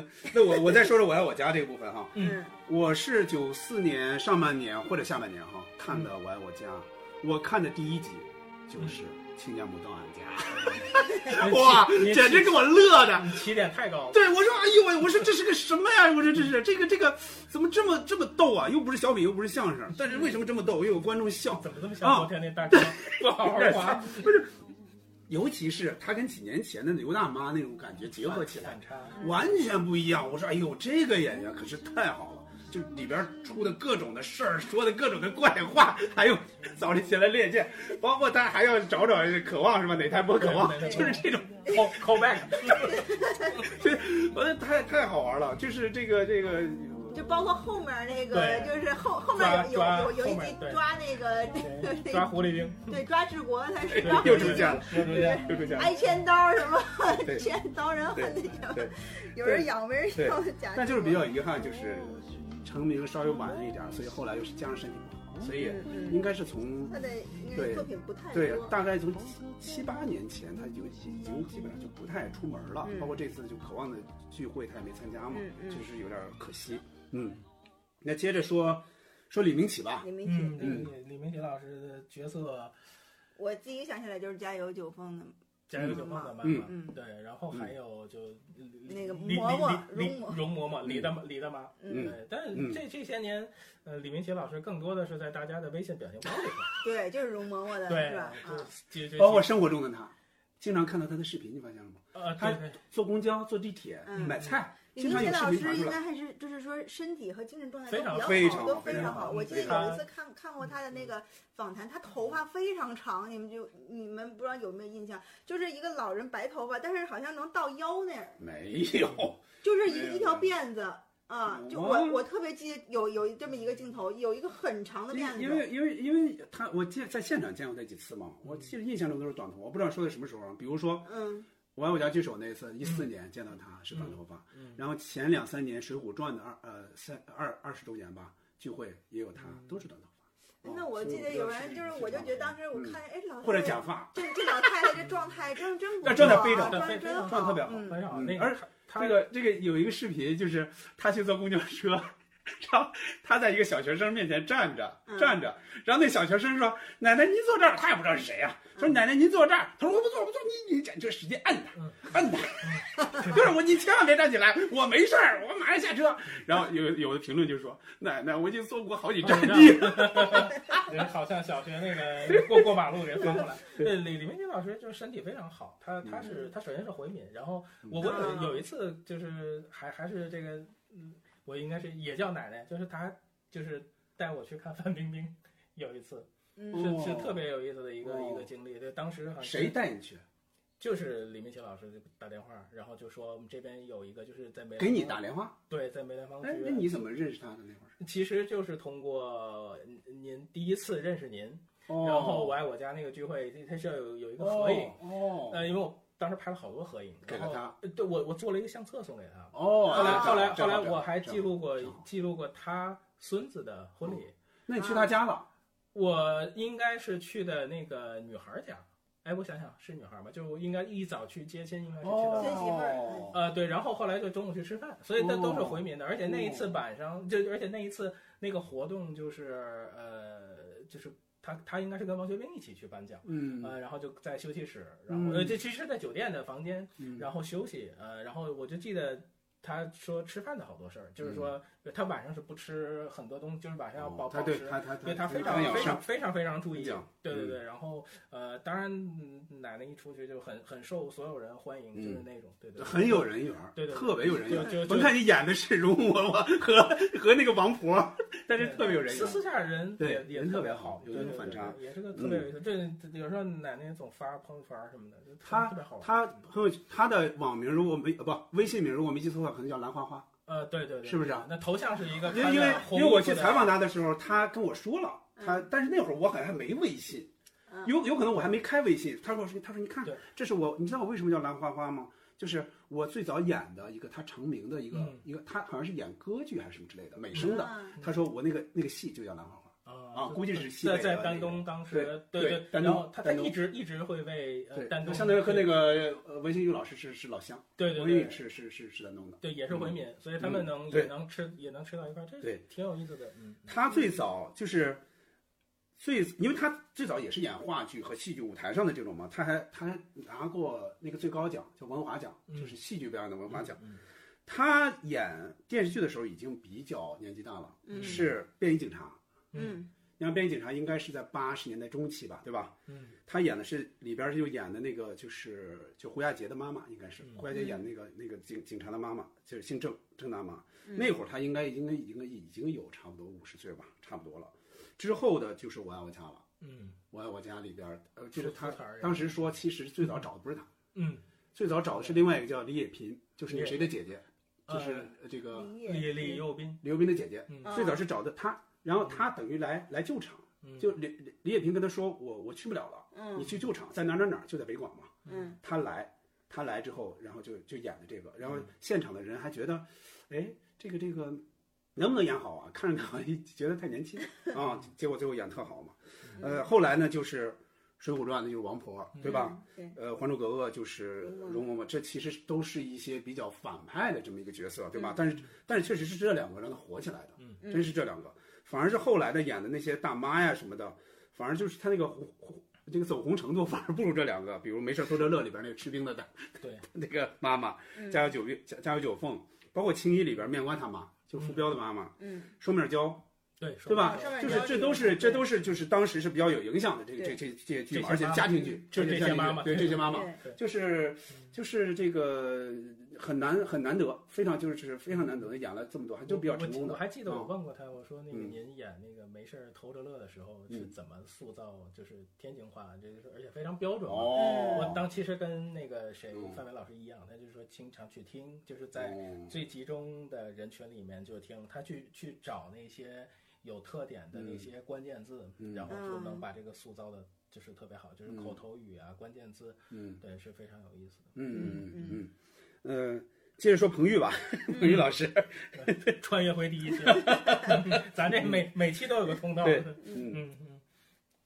[SPEAKER 2] 对
[SPEAKER 1] 那我我再说说我爱我家这个部分哈，
[SPEAKER 2] 嗯
[SPEAKER 3] 嗯
[SPEAKER 1] 我是九四年上半年或者下半年哈看的《我爱我家》，我看的第一集就是亲家母到俺家，
[SPEAKER 2] 对
[SPEAKER 1] 哇
[SPEAKER 2] 哎你，
[SPEAKER 1] 简直给我乐的。
[SPEAKER 2] 你起点太高了。
[SPEAKER 1] 对，我说，哎呦喂，我说这是个什么呀？我说这是这个这个怎么这么这么逗啊？又不是小品，又不是相声，但是为什么这么逗？又有观众笑，
[SPEAKER 2] 怎么这么像昨天那大哥？不好好滑，
[SPEAKER 1] 尤其是他跟几年前的刘大妈那种感觉结合起来
[SPEAKER 2] 反，差。
[SPEAKER 1] 完全不一样。我说，哎呦，这个演员可是太好了，就里边出的各种的事儿，说的各种的怪话，还有早晨起来练剑，包括他还要找找渴望是吧？哪台播渴望，
[SPEAKER 2] 对对对
[SPEAKER 1] 就是这种，
[SPEAKER 2] call call back，
[SPEAKER 1] 我说太太好玩了，就是这个这个。
[SPEAKER 3] 就包括后面那个，
[SPEAKER 2] 对
[SPEAKER 3] 就是 后后面有
[SPEAKER 2] 抓
[SPEAKER 3] 有有有
[SPEAKER 2] 抓
[SPEAKER 3] 一
[SPEAKER 2] 后
[SPEAKER 3] 集
[SPEAKER 2] 面对
[SPEAKER 3] 抓那个
[SPEAKER 2] 对抓狐狸精，
[SPEAKER 3] 对抓治国，他是
[SPEAKER 1] 又出现了，
[SPEAKER 2] 又出现了。
[SPEAKER 1] 又出现了。
[SPEAKER 3] 挨千刀什么
[SPEAKER 1] 对
[SPEAKER 3] 千刀人恨那
[SPEAKER 1] 对
[SPEAKER 3] 什
[SPEAKER 1] 对
[SPEAKER 3] 有人养没人要的假，
[SPEAKER 1] 但就是比较遗憾，就是成名稍微晚了一点儿，所以后来又是加上身体不好，所以
[SPEAKER 3] 嗯
[SPEAKER 1] 应该是从
[SPEAKER 3] 他的应该是
[SPEAKER 1] 对
[SPEAKER 3] 作品不太
[SPEAKER 1] 对
[SPEAKER 3] 多，
[SPEAKER 1] 大概从七七八年前，他就已经基本上就不太出门了，
[SPEAKER 3] 嗯
[SPEAKER 1] 包括这次就渴望的聚会他也没参加嘛
[SPEAKER 3] 嗯，嗯
[SPEAKER 1] 就是有点可惜。嗯，那接着说说李明启吧，
[SPEAKER 3] 李明
[SPEAKER 2] 嗯，
[SPEAKER 3] 启，
[SPEAKER 2] 对李李明启老师的角色，
[SPEAKER 3] 我第一想起来就是《家有九凤》的，
[SPEAKER 2] 加油九凤的妈
[SPEAKER 1] 嗯
[SPEAKER 2] 妈，
[SPEAKER 3] 嗯
[SPEAKER 2] 对，然后还有就李
[SPEAKER 3] 那个
[SPEAKER 2] 李
[SPEAKER 3] 嬷嬷
[SPEAKER 2] 李
[SPEAKER 3] 容嬷
[SPEAKER 2] 容嬷嬷李大妈李大妈，
[SPEAKER 3] 嗯，
[SPEAKER 2] 对，但是这这些年，呃，李明启老师更多的是在大家的微信表情包里头，
[SPEAKER 3] 对，就是容嬷嬷的
[SPEAKER 2] 对
[SPEAKER 3] 是吧？，
[SPEAKER 2] 就
[SPEAKER 3] 啊，
[SPEAKER 2] 就就
[SPEAKER 1] 包括生活中的他，经常看到他的视频，你发现了吗？
[SPEAKER 2] 呃，
[SPEAKER 1] 他
[SPEAKER 2] 对对
[SPEAKER 1] 坐公交、坐地铁、
[SPEAKER 3] 嗯
[SPEAKER 1] 买菜，
[SPEAKER 3] 李
[SPEAKER 1] 经
[SPEAKER 3] 明
[SPEAKER 1] 常
[SPEAKER 3] 启
[SPEAKER 1] 有视
[SPEAKER 3] 老
[SPEAKER 1] 频传
[SPEAKER 3] 师
[SPEAKER 1] 出
[SPEAKER 3] 应
[SPEAKER 1] 来。
[SPEAKER 3] 该还是就是说身体和精神状态都
[SPEAKER 2] 非常
[SPEAKER 3] 比较
[SPEAKER 1] 好
[SPEAKER 3] 好，都
[SPEAKER 1] 非
[SPEAKER 3] 常
[SPEAKER 1] 常嗯
[SPEAKER 3] 好。
[SPEAKER 1] 好
[SPEAKER 3] 我记得
[SPEAKER 1] 非
[SPEAKER 2] 常
[SPEAKER 3] 有一
[SPEAKER 2] 好
[SPEAKER 3] 次看看过他的那个访谈，他头发非常长，你们就你们不知道有没有印象？就是一个老人白头发，但是好像能到腰那儿，
[SPEAKER 1] 没有，
[SPEAKER 3] 就是
[SPEAKER 1] 没有
[SPEAKER 3] 一一条辫子啊。就我
[SPEAKER 1] 哦
[SPEAKER 3] 我特别记得有有这么一个镜头，有一个很长的辫子，
[SPEAKER 1] 因为因为因为他我见在现场见过他几次嘛，我记得印象中都是短头发，我不知道说的什么时候啊，比如说
[SPEAKER 3] 嗯
[SPEAKER 1] 我爱我家聚首那一次，一四年见到他是短头发，
[SPEAKER 2] 嗯
[SPEAKER 1] 然后前两三年《水浒传》的二呃三二二十周年吧聚会也有他，
[SPEAKER 2] 嗯
[SPEAKER 1] 都是短头发。
[SPEAKER 3] 那我记得有人就是，我就觉得当时我看，哎，老
[SPEAKER 1] 得嗯或者
[SPEAKER 3] 太太
[SPEAKER 1] 假发，
[SPEAKER 3] 这这老太太这状态真真不
[SPEAKER 1] 那
[SPEAKER 3] 错，
[SPEAKER 1] 状态
[SPEAKER 3] 啊，
[SPEAKER 1] 非常
[SPEAKER 3] 状态
[SPEAKER 2] 非
[SPEAKER 3] 真
[SPEAKER 2] 常
[SPEAKER 1] 状态特别好
[SPEAKER 3] 嗯
[SPEAKER 2] 非常好。
[SPEAKER 1] 嗯
[SPEAKER 2] 那个
[SPEAKER 1] 而
[SPEAKER 2] 他他
[SPEAKER 1] 这个这个有一个视频，就是他去坐公交车，然后他在一个小学生面前站着
[SPEAKER 3] 嗯
[SPEAKER 1] 站着，然后那小学生说：“奶奶您坐这儿。”他也不知道是谁呀、说：“奶奶您坐这儿。”他说：“我不坐，我不坐，你你站，就使劲摁
[SPEAKER 2] 嗯
[SPEAKER 1] 他，摁他， 就是我，你千万别站起来，我没事儿，我马上下车。”然后有有的评论就说：“奶奶，我已经坐过好几
[SPEAKER 2] 哦
[SPEAKER 1] 站地了。
[SPEAKER 2] 人好像小学那个过过马路给翻过来。对，呃李李明金老师就是身体非常好，
[SPEAKER 1] 嗯
[SPEAKER 2] 他他是他首先是回民，然后我我有啊
[SPEAKER 3] 嗯
[SPEAKER 2] 有一次就是还还是这个嗯我应该是也叫奶奶，就是她就是带我去看范冰冰，有一次是
[SPEAKER 3] 嗯，
[SPEAKER 2] 是
[SPEAKER 1] 哦
[SPEAKER 2] 特别有意思的一个一
[SPEAKER 1] 哦
[SPEAKER 2] 个经历。对，当时好像是
[SPEAKER 1] 谁带你去？
[SPEAKER 2] 就是李明启老师就打电话，然后就说我们这边有一个就是在梅兰
[SPEAKER 1] 给你
[SPEAKER 2] 芳
[SPEAKER 1] 打电话？
[SPEAKER 2] 对，在梅兰芳剧
[SPEAKER 1] 哎，那
[SPEAKER 2] 院，
[SPEAKER 1] 你怎么认识他的那会儿？
[SPEAKER 2] 其实就是通过您您第一次认识您，
[SPEAKER 1] 哦
[SPEAKER 2] 然后我爱我家那个聚会，它是要有有一个合影，
[SPEAKER 1] 哦
[SPEAKER 2] 呃，因为我当时拍了好多合影，
[SPEAKER 1] 给
[SPEAKER 2] 然
[SPEAKER 1] 了
[SPEAKER 2] 后
[SPEAKER 1] 他。
[SPEAKER 2] 呃对我我做了一个相册送给他。
[SPEAKER 1] 哦，
[SPEAKER 2] 后来
[SPEAKER 1] 那
[SPEAKER 2] 后来后
[SPEAKER 1] 正好
[SPEAKER 2] 来我还
[SPEAKER 1] 正好
[SPEAKER 2] 记录过
[SPEAKER 1] 正好
[SPEAKER 2] 记录过他孙子的婚礼，
[SPEAKER 1] 那你去他家了？
[SPEAKER 2] 我应该是去的那个女孩家，哎，我想想是女孩吧，就我应该一早去接亲，应啊该是去
[SPEAKER 1] 哦
[SPEAKER 2] 的。
[SPEAKER 3] 接媳妇儿
[SPEAKER 2] 呃，对，然后后来就中午去吃饭，所以那都是
[SPEAKER 1] 哦
[SPEAKER 2] 回民的，而且那一次晚上就，而且那一次那个活动就是呃，就是他他应该是跟王学兵一起去颁奖，
[SPEAKER 1] 嗯
[SPEAKER 2] 呃，然后就在休息室，然后、呃，
[SPEAKER 1] 嗯
[SPEAKER 2] 这其实是在酒店的房间，
[SPEAKER 1] 嗯
[SPEAKER 2] 然后休息，呃，然后我就记得。他说吃饭的好多事儿，就是说他晚上是不吃很多东西，就是晚上要保、
[SPEAKER 1] 嗯哦他
[SPEAKER 2] 保
[SPEAKER 1] 对
[SPEAKER 2] 持，
[SPEAKER 1] 他他
[SPEAKER 2] 对他非
[SPEAKER 1] 很
[SPEAKER 2] 常
[SPEAKER 1] 养
[SPEAKER 2] 非
[SPEAKER 1] 生
[SPEAKER 2] 常非常非常注意
[SPEAKER 1] 讲，
[SPEAKER 2] 对对对。然后呃，当然嗯奶奶一出去就很很受所有人欢迎，
[SPEAKER 1] 嗯
[SPEAKER 2] 就是那种，对对，对
[SPEAKER 1] 很有人缘儿，
[SPEAKER 2] 对对对
[SPEAKER 1] 特别有人缘
[SPEAKER 2] 就
[SPEAKER 1] 儿。
[SPEAKER 2] 就
[SPEAKER 1] 我看你演的是容嬷嬷和 和那个王婆，但是
[SPEAKER 2] 对
[SPEAKER 1] 特别有人缘
[SPEAKER 2] 私
[SPEAKER 1] 儿。
[SPEAKER 2] 私下人
[SPEAKER 1] 对
[SPEAKER 2] 也也
[SPEAKER 1] 人特别
[SPEAKER 2] 别
[SPEAKER 1] 好有
[SPEAKER 2] 对
[SPEAKER 1] 那
[SPEAKER 2] 对
[SPEAKER 1] 种反
[SPEAKER 2] 对
[SPEAKER 1] 差嗯
[SPEAKER 2] 对也是个特别有意思。这这有时候奶奶总发朋友圈什么的，就特
[SPEAKER 1] 她
[SPEAKER 2] 特别好玩。
[SPEAKER 1] 他朋友他的网名如果没呃不微信名如果没记错的话，可能叫兰花花。
[SPEAKER 2] 呃，对对对，
[SPEAKER 1] 是不是啊
[SPEAKER 2] 那头像是一个
[SPEAKER 1] 因
[SPEAKER 2] 穿
[SPEAKER 1] 为因为
[SPEAKER 2] 着红
[SPEAKER 1] 因
[SPEAKER 2] 衣
[SPEAKER 1] 为
[SPEAKER 2] 服的，
[SPEAKER 1] 我去采访他的时候，他跟我说了，
[SPEAKER 3] 嗯
[SPEAKER 1] 他但是那会儿我好像还没微信，有有可能我还没开微信。他跟我说，他说你看
[SPEAKER 2] 对，
[SPEAKER 1] 这是我，你知道我为什么叫兰花花吗？就是我最早演的一个他成名的一个、
[SPEAKER 2] 嗯
[SPEAKER 1] 一个，他好像是演歌剧还是什么之类的美声的。
[SPEAKER 3] 啊
[SPEAKER 1] 他说我那个那个戏就叫兰花花，啊
[SPEAKER 2] 啊
[SPEAKER 1] 估计是西
[SPEAKER 2] 在
[SPEAKER 1] 北
[SPEAKER 2] 在
[SPEAKER 1] 的那
[SPEAKER 2] 丹
[SPEAKER 1] 个
[SPEAKER 2] 东当
[SPEAKER 1] 对
[SPEAKER 2] 时，
[SPEAKER 1] 对
[SPEAKER 2] 对，
[SPEAKER 1] 丹
[SPEAKER 2] 然
[SPEAKER 1] 东
[SPEAKER 2] 后他他
[SPEAKER 1] 丹东
[SPEAKER 2] 一直一直会为呃
[SPEAKER 1] 对，
[SPEAKER 2] 丹东，
[SPEAKER 1] 相当于和那个呃文心宇老师是是老乡，
[SPEAKER 2] 对对
[SPEAKER 1] 文心
[SPEAKER 2] 对
[SPEAKER 1] 宇是是是是丹东的。
[SPEAKER 2] 对也是回民，所以他们能
[SPEAKER 1] 嗯对
[SPEAKER 2] 也能吃也能吃到一块儿，这
[SPEAKER 1] 对
[SPEAKER 2] 挺有意思的。嗯，
[SPEAKER 1] 他最早就是最，因为他最早也是演话剧和戏剧舞台上的这种嘛，他还他还拿过那个最高奖，叫文华奖，
[SPEAKER 2] 嗯
[SPEAKER 1] 就是戏剧表演的文华奖。
[SPEAKER 2] 嗯
[SPEAKER 1] 他演电视剧的时候已经比较年纪大了，
[SPEAKER 3] 嗯
[SPEAKER 1] 是便衣警察。
[SPEAKER 3] 嗯
[SPEAKER 1] 那便衣警察应该是在八十年代中期吧，对吧？
[SPEAKER 2] 嗯，
[SPEAKER 1] 他演的是里边就演的那个就是就胡亚杰的妈妈，应该是
[SPEAKER 2] 嗯
[SPEAKER 1] 胡亚杰演那个那个警警察的妈妈，就是姓郑郑大妈。
[SPEAKER 3] 嗯
[SPEAKER 1] 那会儿他应该应该已经已经有差不多五十岁吧，差不多了。之后的就是我爱我家了，
[SPEAKER 2] 嗯
[SPEAKER 1] 我爱我家里边，呃，就是
[SPEAKER 2] 说
[SPEAKER 1] 他
[SPEAKER 2] 出彩儿
[SPEAKER 1] 当时说，其实最早找的不是他，
[SPEAKER 2] 嗯，
[SPEAKER 1] 最早找的是另外一个叫李野平，就是那个谁的姐姐，
[SPEAKER 2] 嗯
[SPEAKER 1] 就是呃这个
[SPEAKER 3] 李
[SPEAKER 2] 呃李
[SPEAKER 3] 野
[SPEAKER 2] 李幼斌，
[SPEAKER 1] 刘斌的姐姐。
[SPEAKER 2] 嗯
[SPEAKER 3] 啊
[SPEAKER 1] 最早是找的他，然后他等于来来救场，
[SPEAKER 2] 嗯，
[SPEAKER 1] 就李李李野平跟他说，我我去不了了，
[SPEAKER 3] 嗯
[SPEAKER 1] 你去救场，在哪儿哪儿哪儿，就在北广嘛。
[SPEAKER 3] 嗯
[SPEAKER 1] 他来，他来之后，然后就就演的这个，然后
[SPEAKER 2] 嗯
[SPEAKER 1] 现场的人还觉得，哎，这个这个能不能演好啊？看着看着觉得太年轻啊，结果最后演特好嘛。
[SPEAKER 2] 嗯
[SPEAKER 1] 呃，后来呢就是《水浒传》那就是王婆，
[SPEAKER 3] 嗯
[SPEAKER 1] 对吧？
[SPEAKER 3] 对
[SPEAKER 1] 呃，《还珠格格》就是
[SPEAKER 3] 容嬷嬷
[SPEAKER 1] 容嬷嬷，这其实都是一些比较反派的这么一个角色，对吧
[SPEAKER 3] 嗯？
[SPEAKER 1] 但是但是确实是这两个让他火起来的，
[SPEAKER 3] 嗯
[SPEAKER 1] 真是这两个。反而是后来的演的那些大妈呀什么的，反而就是他那个红红这个走红程度 反而不如这两个，比如《没事偷着乐》里边那个吃冰的大
[SPEAKER 2] 对
[SPEAKER 1] 那个妈妈，
[SPEAKER 3] 嗯
[SPEAKER 1] 家有九月家家有九凤，包括《青衣》里边面瓜他妈，就是傅彪的妈妈，
[SPEAKER 3] 嗯
[SPEAKER 1] 双面胶，
[SPEAKER 2] 对
[SPEAKER 1] 对吧
[SPEAKER 3] 双面？胶
[SPEAKER 1] 就是这都是这都是就是当时是比较有影响的这个这这这些剧嘛，而且
[SPEAKER 2] 这些妈妈
[SPEAKER 1] 家庭剧，
[SPEAKER 2] 就
[SPEAKER 1] 而且
[SPEAKER 2] 这些
[SPEAKER 1] 家庭剧
[SPEAKER 2] 妈妈嗯
[SPEAKER 1] 对这些妈妈，
[SPEAKER 3] 对
[SPEAKER 1] 就是就是这个很难很难得，非常就是非常难得的演了这么多，还都比较成功
[SPEAKER 2] 我
[SPEAKER 1] 的
[SPEAKER 2] 我。还记得我
[SPEAKER 1] 嗯
[SPEAKER 2] 问过他，我说那个
[SPEAKER 1] 嗯
[SPEAKER 2] 您演那个没事儿偷着乐的时候是
[SPEAKER 1] 嗯
[SPEAKER 2] 怎么塑造，就是天津话，这就是而且非常标准嘛。
[SPEAKER 1] 哦，
[SPEAKER 2] 我当其实跟那个谁
[SPEAKER 1] 嗯
[SPEAKER 2] 范伟老师一样，他就是说经常去听，就是在
[SPEAKER 1] 哦
[SPEAKER 2] 最集中的人群里面就听，他去去找那些有特点的那
[SPEAKER 1] 嗯
[SPEAKER 2] 些关键字，
[SPEAKER 1] 嗯
[SPEAKER 2] 然后就能
[SPEAKER 3] 嗯
[SPEAKER 2] 把这个塑造的，就是特别好，就是
[SPEAKER 1] 嗯
[SPEAKER 2] 口头语啊、关键字，
[SPEAKER 1] 嗯
[SPEAKER 2] 对，是非常有意思的。
[SPEAKER 1] 嗯
[SPEAKER 3] 嗯
[SPEAKER 1] 嗯嗯，呃，接着说彭昱吧， 彭昱老师，
[SPEAKER 2] 穿越回第一期， 咱这每每期都有个通道。
[SPEAKER 1] 嗯对嗯
[SPEAKER 2] 嗯，嗯，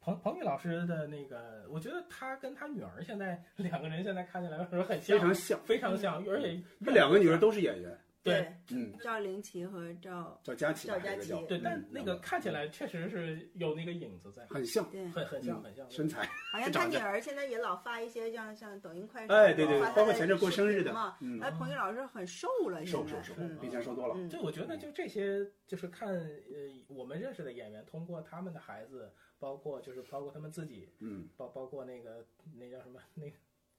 [SPEAKER 2] 彭彭宇老师的那个，我觉得他跟他女儿现在两个人现在看起来是很
[SPEAKER 1] 非
[SPEAKER 2] 像，
[SPEAKER 1] 常像，嗯
[SPEAKER 2] 非常像，而且
[SPEAKER 1] 这两个女儿都是演员，
[SPEAKER 2] 对
[SPEAKER 1] 嗯，
[SPEAKER 3] 赵灵奇和赵
[SPEAKER 1] 叫佳琪吧，
[SPEAKER 3] 赵佳
[SPEAKER 1] 这个叫
[SPEAKER 3] 琪
[SPEAKER 2] 对，
[SPEAKER 1] 嗯
[SPEAKER 2] 但那个
[SPEAKER 1] 嗯
[SPEAKER 2] 看起来确实是有那个影子在，
[SPEAKER 1] 很像，
[SPEAKER 3] 对，
[SPEAKER 2] 很很像
[SPEAKER 1] 嗯
[SPEAKER 2] 很像。
[SPEAKER 1] 身材，
[SPEAKER 3] 好像
[SPEAKER 1] 是
[SPEAKER 3] 他
[SPEAKER 1] 长
[SPEAKER 3] 女
[SPEAKER 1] 这样
[SPEAKER 3] 儿现在也老发一些像像抖音快手，啊
[SPEAKER 1] 哎，对对
[SPEAKER 3] 发
[SPEAKER 1] 对，
[SPEAKER 3] 她
[SPEAKER 1] 包括
[SPEAKER 3] 的
[SPEAKER 1] 前阵过
[SPEAKER 3] 视
[SPEAKER 1] 生日
[SPEAKER 3] 频
[SPEAKER 1] 的
[SPEAKER 3] 嘛，，
[SPEAKER 1] 嗯，
[SPEAKER 3] 哎，彭昱老师很瘦了，现
[SPEAKER 1] 瘦
[SPEAKER 3] 在
[SPEAKER 1] 瘦瘦
[SPEAKER 3] 嗯，
[SPEAKER 1] 比以前瘦多了，
[SPEAKER 3] 嗯
[SPEAKER 2] 对，我觉得就这些，就是看呃，我们认识的演员，通过他们的孩子，包括就是包括他们自己，
[SPEAKER 1] 嗯，
[SPEAKER 2] 包包括那个那叫什么那个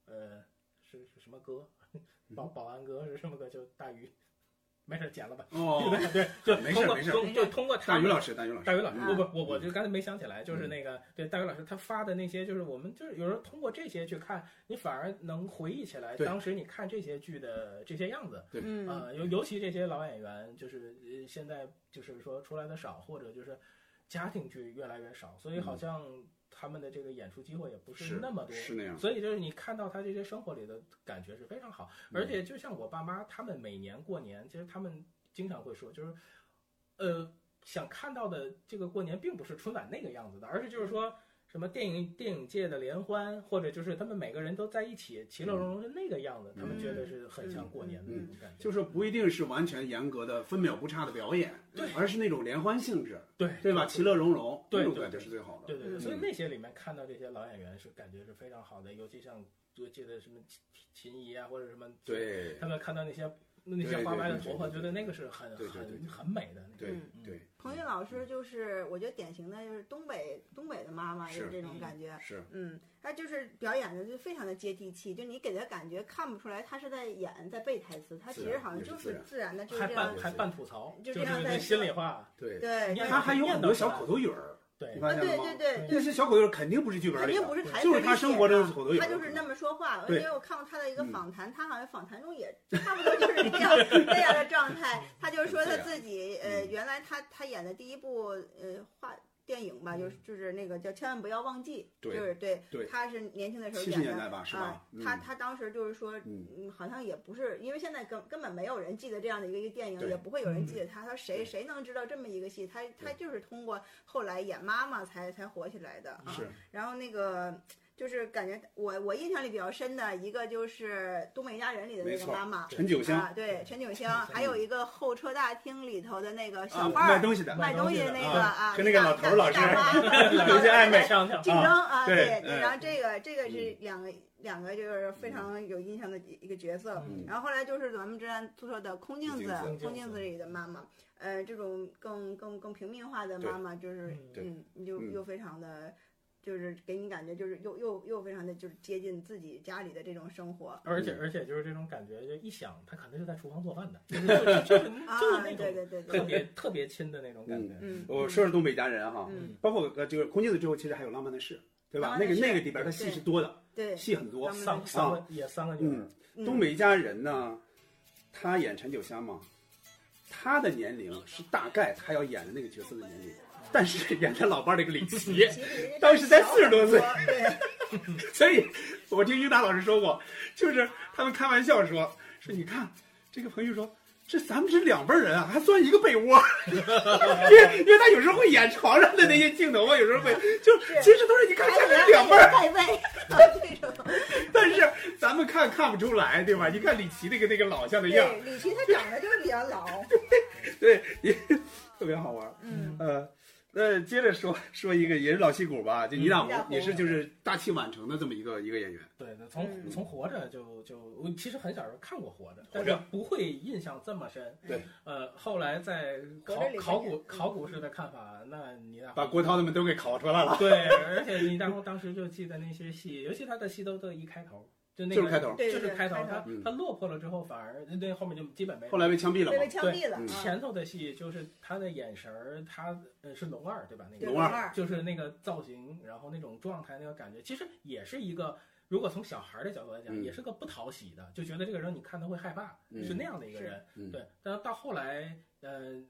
[SPEAKER 1] 嗯
[SPEAKER 2] 呃是是什么歌，保保安哥是什么歌？就大鱼，没事，剪了吧。
[SPEAKER 1] 哦
[SPEAKER 2] 对，就
[SPEAKER 1] 没事
[SPEAKER 2] 通过
[SPEAKER 1] 没事
[SPEAKER 2] 通就通过他
[SPEAKER 1] 大
[SPEAKER 2] 们
[SPEAKER 1] 鱼老师，大鱼老师，
[SPEAKER 2] 大鱼老师，
[SPEAKER 3] 嗯
[SPEAKER 2] 不不，我我就刚才没想起来，
[SPEAKER 1] 嗯
[SPEAKER 2] 就是那个对大鱼老师他发的那些，就是我们就是有时候通过这些去看，你反而能回忆起来
[SPEAKER 1] 对
[SPEAKER 2] 当时你看这些剧的这些样子
[SPEAKER 3] 嗯，
[SPEAKER 2] 啊，尤、尤其这些老演员，就是呃现在就是说出来的少，或者就是家庭剧越来越少，所以好像他们的这个演出机会也不
[SPEAKER 1] 嗯是
[SPEAKER 2] 那么多，
[SPEAKER 1] 是那样，
[SPEAKER 2] 所以就是你看到他这些生活里的感觉是非常好，
[SPEAKER 1] 嗯
[SPEAKER 2] 而且就像我爸妈，他们每年过年，其实他们经常会说，就是，呃，想看到的这个过年并不是春晚那个样子的，而是就是说什么电影电影界的联欢，或者就是他们每个人都在一起其乐融融是那个样子，他们觉得是很像过年的那种感觉，
[SPEAKER 1] 嗯就是不一定是完全严格的分秒不差的表演，
[SPEAKER 2] 对
[SPEAKER 1] 而是那种联欢性质，
[SPEAKER 2] 对
[SPEAKER 1] 对吧？其乐融融，
[SPEAKER 2] 对
[SPEAKER 1] 这种
[SPEAKER 2] 对
[SPEAKER 1] 感觉
[SPEAKER 2] 对
[SPEAKER 1] 是最好的。
[SPEAKER 2] 对对对，
[SPEAKER 3] 嗯
[SPEAKER 2] 所以那些里面看到这些老演员是感觉是非常好的，尤其像我记得什么秦秦怡啊，或者什么
[SPEAKER 1] 对
[SPEAKER 2] 他们看到那些那些
[SPEAKER 1] 对
[SPEAKER 2] 花白的
[SPEAKER 1] 对对
[SPEAKER 2] 头发，
[SPEAKER 1] 对
[SPEAKER 2] 觉得那个是很
[SPEAKER 1] 对对对
[SPEAKER 2] 很
[SPEAKER 1] 对
[SPEAKER 2] 很美的。
[SPEAKER 1] 对
[SPEAKER 3] 嗯
[SPEAKER 1] 对，
[SPEAKER 3] 彭昱老师就是我觉得典型的就是东北东北的妈妈，就是这种感觉。
[SPEAKER 1] 是
[SPEAKER 3] 嗯，她就是表演的就非常的接地气，就你给她感觉看不出来她是在演在背台词，她其实好像就
[SPEAKER 1] 自
[SPEAKER 3] 是
[SPEAKER 1] 然
[SPEAKER 3] 自然的就是
[SPEAKER 2] 还
[SPEAKER 3] 这
[SPEAKER 2] 半
[SPEAKER 3] 样。
[SPEAKER 2] 还半吐槽，
[SPEAKER 3] 就
[SPEAKER 2] 就是
[SPEAKER 3] 这样在
[SPEAKER 2] 那心里话。
[SPEAKER 1] 对，
[SPEAKER 3] 对，
[SPEAKER 2] 你看
[SPEAKER 1] 他还有很多小口头语儿，
[SPEAKER 2] 对
[SPEAKER 1] 你
[SPEAKER 3] 啊
[SPEAKER 1] 发现了
[SPEAKER 3] 对
[SPEAKER 1] 吗
[SPEAKER 3] 对？对对
[SPEAKER 1] 那，些小口头语儿肯定不是剧本
[SPEAKER 3] 肯
[SPEAKER 1] 里
[SPEAKER 3] 定
[SPEAKER 1] 的，
[SPEAKER 3] 不是台词
[SPEAKER 1] 就是
[SPEAKER 3] 里
[SPEAKER 1] 他
[SPEAKER 3] 写
[SPEAKER 1] 生活
[SPEAKER 3] 的
[SPEAKER 1] 中口头语儿
[SPEAKER 3] 他就是那么说话。因
[SPEAKER 1] 对
[SPEAKER 3] 为我看过他的一个
[SPEAKER 1] 嗯
[SPEAKER 3] 访谈，他好像访谈中也差不多就是那样那样的 状态。他就说他自己呃，
[SPEAKER 1] 嗯
[SPEAKER 3] 原来他他演的第一部呃画电影吧，就是就是那个叫《千万不要忘记》，
[SPEAKER 1] 嗯对
[SPEAKER 3] 就是对
[SPEAKER 1] 对
[SPEAKER 3] 他是年轻的时候
[SPEAKER 1] 七
[SPEAKER 3] 演
[SPEAKER 1] 十
[SPEAKER 3] 的。
[SPEAKER 1] 年代吧，是吧
[SPEAKER 3] 啊？，他
[SPEAKER 1] 嗯
[SPEAKER 3] 他当时就是说，
[SPEAKER 1] 嗯
[SPEAKER 3] 嗯，好像也不是，因为现在根根本没有人记得这样的一个一个电影，
[SPEAKER 1] 对
[SPEAKER 3] 也不会有人
[SPEAKER 2] 嗯
[SPEAKER 3] 记得他。他说谁
[SPEAKER 1] 对
[SPEAKER 3] 谁能知道这么一个戏？他他就是通过后来演妈妈才才火起来的啊。
[SPEAKER 1] 是
[SPEAKER 3] 然后那个就是感觉我我印象里比较深的一个就是《东北一家人》里的
[SPEAKER 1] 没
[SPEAKER 3] 那个
[SPEAKER 1] 错
[SPEAKER 3] 妈妈。
[SPEAKER 1] 陈九香
[SPEAKER 3] 啊，对，陈九香，还有一个候车大厅里头的那个小贩
[SPEAKER 1] 啊卖
[SPEAKER 3] 儿、
[SPEAKER 1] 东西的，
[SPEAKER 3] 卖东西的那个啊，
[SPEAKER 4] 跟那个
[SPEAKER 3] 大
[SPEAKER 4] 老头儿老师
[SPEAKER 3] 大妈
[SPEAKER 2] 有些爱 美上
[SPEAKER 3] 竞
[SPEAKER 2] 去，
[SPEAKER 3] 争啊，
[SPEAKER 4] 对
[SPEAKER 3] 对
[SPEAKER 4] 嗯
[SPEAKER 3] 然后这个这个是两个两个就是非常有印象的一一个角色。
[SPEAKER 2] 嗯
[SPEAKER 3] 然后后来就是咱们之前说的空镜子
[SPEAKER 1] 空
[SPEAKER 2] 镜，子
[SPEAKER 3] 空镜子里的妈妈，呃，这种更更更平民化的妈妈，就是
[SPEAKER 1] 对
[SPEAKER 3] 嗯，你就
[SPEAKER 1] 嗯
[SPEAKER 3] 又非常的。就是给你感觉就是又又又非常的就是接近自己家里的这种生活啊，
[SPEAKER 1] 嗯
[SPEAKER 2] 而且而且就是这种感觉，就一想他可能就在厨房做饭的，就是就是就是
[SPEAKER 3] 嗯
[SPEAKER 2] 就是
[SPEAKER 3] 啊对
[SPEAKER 2] 那
[SPEAKER 3] 对
[SPEAKER 2] 种
[SPEAKER 3] 对对
[SPEAKER 2] 特
[SPEAKER 3] 对，
[SPEAKER 2] 别特别亲的那种感觉。
[SPEAKER 3] 嗯，
[SPEAKER 1] 我说说东北一家人哈，
[SPEAKER 3] 嗯
[SPEAKER 1] 包括呃这个空镜子之后，其实还有浪漫的事，对
[SPEAKER 3] 浪
[SPEAKER 1] 吧？
[SPEAKER 3] 漫
[SPEAKER 1] 那
[SPEAKER 3] 的
[SPEAKER 1] 个
[SPEAKER 3] 事
[SPEAKER 1] 那个里边的戏是多的，
[SPEAKER 3] 对，
[SPEAKER 1] 戏很多
[SPEAKER 3] 浪。漫
[SPEAKER 2] 三三个也三个女
[SPEAKER 1] 嗯
[SPEAKER 2] 儿，，
[SPEAKER 3] 嗯
[SPEAKER 1] 东北一家人呢，他演陈九香嘛，他的年龄是大概他要演的那个角色的年龄，但是演他老伴儿那个李琦，
[SPEAKER 3] 其实人家
[SPEAKER 1] 当时才
[SPEAKER 3] 小
[SPEAKER 1] 40多岁
[SPEAKER 3] 很对，
[SPEAKER 1] 所以我听英达老师说过，就是他们开玩笑说说你看这个彭昱说。这咱们这两辈儿人啊，还算一个被窝， 因为因为他有时候会演床上的那些镜头啊，有时 候会就其实都是你看他们两辈儿，
[SPEAKER 3] 太位，这种
[SPEAKER 1] 但是咱们看看不出来，对吧？你看李琦那个那个老相的样儿，
[SPEAKER 3] 对，李琦他长得就是比较老，
[SPEAKER 1] 对，也特别好玩儿。
[SPEAKER 3] 嗯，
[SPEAKER 1] 呃，那接着说说一个也是老戏骨吧，就倪大
[SPEAKER 3] 嗯倪大
[SPEAKER 1] 红，
[SPEAKER 3] 红
[SPEAKER 1] 也是就是大器晚成的这么一个一个演员。
[SPEAKER 2] 对，那从
[SPEAKER 3] 嗯
[SPEAKER 2] 从活着就就我其实很小时候看过活着，但是不会印象这么深。
[SPEAKER 1] 对，
[SPEAKER 2] 呃，后来在
[SPEAKER 3] 活
[SPEAKER 2] 考
[SPEAKER 3] 着里面
[SPEAKER 2] 考古
[SPEAKER 3] 嗯
[SPEAKER 2] 考古式的看法，那你俩
[SPEAKER 1] 把郭涛他们都给烤出 来
[SPEAKER 3] 啊
[SPEAKER 1] 了，
[SPEAKER 2] 对，而且倪大红当时就记得那些戏，尤其他的戏都都一开头，就那个
[SPEAKER 1] 就是开头
[SPEAKER 3] 对
[SPEAKER 2] 就是
[SPEAKER 3] 对
[SPEAKER 2] 开头
[SPEAKER 3] 开，头
[SPEAKER 2] 他
[SPEAKER 1] 嗯
[SPEAKER 2] 他落魄了之后，反而那后面就基本没有。
[SPEAKER 1] 后来被枪毙了
[SPEAKER 3] 被
[SPEAKER 1] 嘛
[SPEAKER 3] 被。枪毙了
[SPEAKER 1] 对
[SPEAKER 3] 啊。
[SPEAKER 2] 前头的戏就是他的眼神儿，他呃是龙二对吧？那
[SPEAKER 3] 对
[SPEAKER 2] 个
[SPEAKER 1] 龙
[SPEAKER 3] 二
[SPEAKER 1] 二
[SPEAKER 2] 就是那个造型，然后那种状态，那个感觉，其实也是一个，如果从小孩儿的角度来讲，
[SPEAKER 1] 嗯
[SPEAKER 2] 也是个不讨喜的，就觉得这个人你看他会害怕，
[SPEAKER 1] 嗯
[SPEAKER 2] 是那样的一个
[SPEAKER 3] 是
[SPEAKER 2] 人。
[SPEAKER 1] 嗯
[SPEAKER 2] 对，但到后来，呃。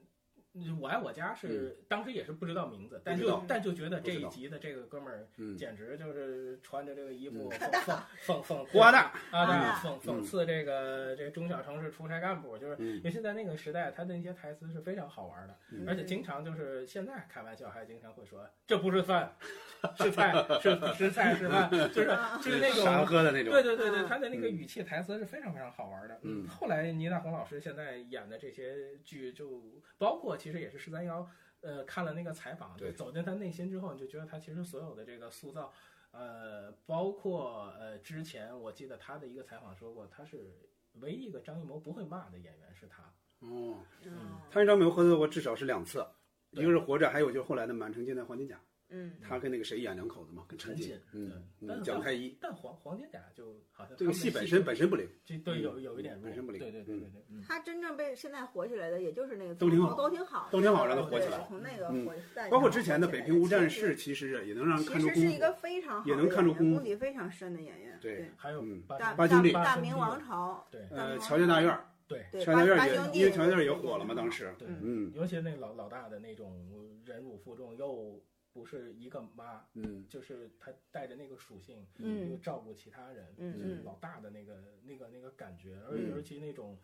[SPEAKER 2] 嗯我爱我家是、当时也是不知道名字，但
[SPEAKER 1] 嗯不知
[SPEAKER 2] 就
[SPEAKER 1] 道
[SPEAKER 2] 但就觉得
[SPEAKER 1] 不
[SPEAKER 2] 这
[SPEAKER 1] 知
[SPEAKER 2] 一
[SPEAKER 1] 道
[SPEAKER 2] 集的这个哥们儿
[SPEAKER 1] 嗯，
[SPEAKER 2] 简直就是穿着这个衣服
[SPEAKER 1] 嗯
[SPEAKER 2] 讽讽讽 讽
[SPEAKER 1] 胡阿大，
[SPEAKER 2] 啊，
[SPEAKER 3] 啊
[SPEAKER 2] 大讽讽
[SPEAKER 1] 嗯
[SPEAKER 2] 刺这个这个中小城市出差干部，就是
[SPEAKER 1] 嗯
[SPEAKER 2] 尤其在那个时代，他的一些台词是非常好玩的，
[SPEAKER 1] 嗯
[SPEAKER 2] 而且经常就是现在开玩笑还经常会说这不是饭，是菜，是是菜是饭，就是就是那
[SPEAKER 1] 傻
[SPEAKER 2] 种。
[SPEAKER 1] 呵的那种
[SPEAKER 2] 对。对对对，
[SPEAKER 3] 嗯
[SPEAKER 2] 他的那个
[SPEAKER 1] 嗯
[SPEAKER 2] 语气台词是非常非常好玩的。
[SPEAKER 1] 嗯
[SPEAKER 2] 后来倪大红老师现在演的这些剧，就包括其实也是十三幺，呃，看了那个采访，就
[SPEAKER 1] 对
[SPEAKER 2] 走进他内心之后，你就觉得他其实所有的这个塑造，呃，包括呃之前我记得他的一个采访说过，他是唯一一个张艺谋不会骂的演员是他。
[SPEAKER 1] 哦，
[SPEAKER 3] 嗯
[SPEAKER 1] 他跟张美谋合作过至少是两次，一
[SPEAKER 2] 对
[SPEAKER 1] 个是活着，还有就是后来的《满城尽带黄金甲》。
[SPEAKER 3] 嗯
[SPEAKER 1] 他跟那个谁演两口子嘛，跟陈
[SPEAKER 2] 陈
[SPEAKER 1] 瑾
[SPEAKER 2] 瑾，，
[SPEAKER 1] 嗯
[SPEAKER 2] 对但
[SPEAKER 1] 嗯，
[SPEAKER 2] 是
[SPEAKER 1] 蒋
[SPEAKER 2] 黄
[SPEAKER 1] 太医，
[SPEAKER 2] 但黄黄金甲就好像
[SPEAKER 1] 这个戏本身本身不灵，
[SPEAKER 2] 就
[SPEAKER 1] 嗯
[SPEAKER 2] 对有有一点弱
[SPEAKER 1] 本身不灵
[SPEAKER 2] 对对对对对，嗯
[SPEAKER 3] 他真正被现在火起来的，也就是那个
[SPEAKER 1] 都挺好
[SPEAKER 3] 都挺好，
[SPEAKER 1] 都挺好让
[SPEAKER 2] 他
[SPEAKER 3] 对
[SPEAKER 2] 火起
[SPEAKER 1] 来
[SPEAKER 3] 从那个
[SPEAKER 1] 嗯
[SPEAKER 3] 火带起来
[SPEAKER 1] 包括之前的北平无战
[SPEAKER 3] 其
[SPEAKER 1] 事，
[SPEAKER 3] 实，
[SPEAKER 1] 其实也能让人
[SPEAKER 3] 其
[SPEAKER 1] 看出
[SPEAKER 3] 实
[SPEAKER 1] 功
[SPEAKER 3] 是一
[SPEAKER 1] 夫。
[SPEAKER 3] 个非常好的
[SPEAKER 1] 也能看出
[SPEAKER 3] 演员
[SPEAKER 1] 功夫
[SPEAKER 3] 功底非常深的演员。
[SPEAKER 1] 对
[SPEAKER 2] 还有
[SPEAKER 1] 嗯
[SPEAKER 2] 八
[SPEAKER 3] 大
[SPEAKER 1] 八经理
[SPEAKER 3] 大大
[SPEAKER 2] 八
[SPEAKER 3] 明
[SPEAKER 2] 经理
[SPEAKER 3] 王朝，
[SPEAKER 2] 对
[SPEAKER 3] 大明
[SPEAKER 1] 呃，
[SPEAKER 3] 王
[SPEAKER 1] 乔家大院儿，
[SPEAKER 2] 对
[SPEAKER 3] 对
[SPEAKER 1] 乔家大院
[SPEAKER 3] 八
[SPEAKER 1] 儿
[SPEAKER 3] 八兄
[SPEAKER 1] 也
[SPEAKER 3] 弟
[SPEAKER 1] 因为乔家大院儿也火了嘛，当时，
[SPEAKER 2] 对，
[SPEAKER 1] 嗯
[SPEAKER 2] 尤其那老老大的那种忍辱负重，又不是一个妈，
[SPEAKER 1] 嗯
[SPEAKER 2] 就是他带着那个属性，
[SPEAKER 3] 嗯
[SPEAKER 2] 又照顾其他人，
[SPEAKER 3] 嗯
[SPEAKER 2] 就是
[SPEAKER 3] 嗯
[SPEAKER 2] 老大的那个那个那个感觉，而
[SPEAKER 1] 嗯
[SPEAKER 2] 尤其那种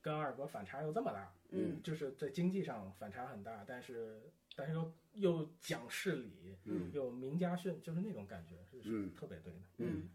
[SPEAKER 2] 跟二哥反差又这么大，
[SPEAKER 3] 嗯
[SPEAKER 2] 就是在经济上反差很大，但是但是又又讲事理，
[SPEAKER 1] 嗯
[SPEAKER 2] 又名家训，就是那种感觉，是是
[SPEAKER 1] 嗯
[SPEAKER 2] 特别对的。
[SPEAKER 3] 嗯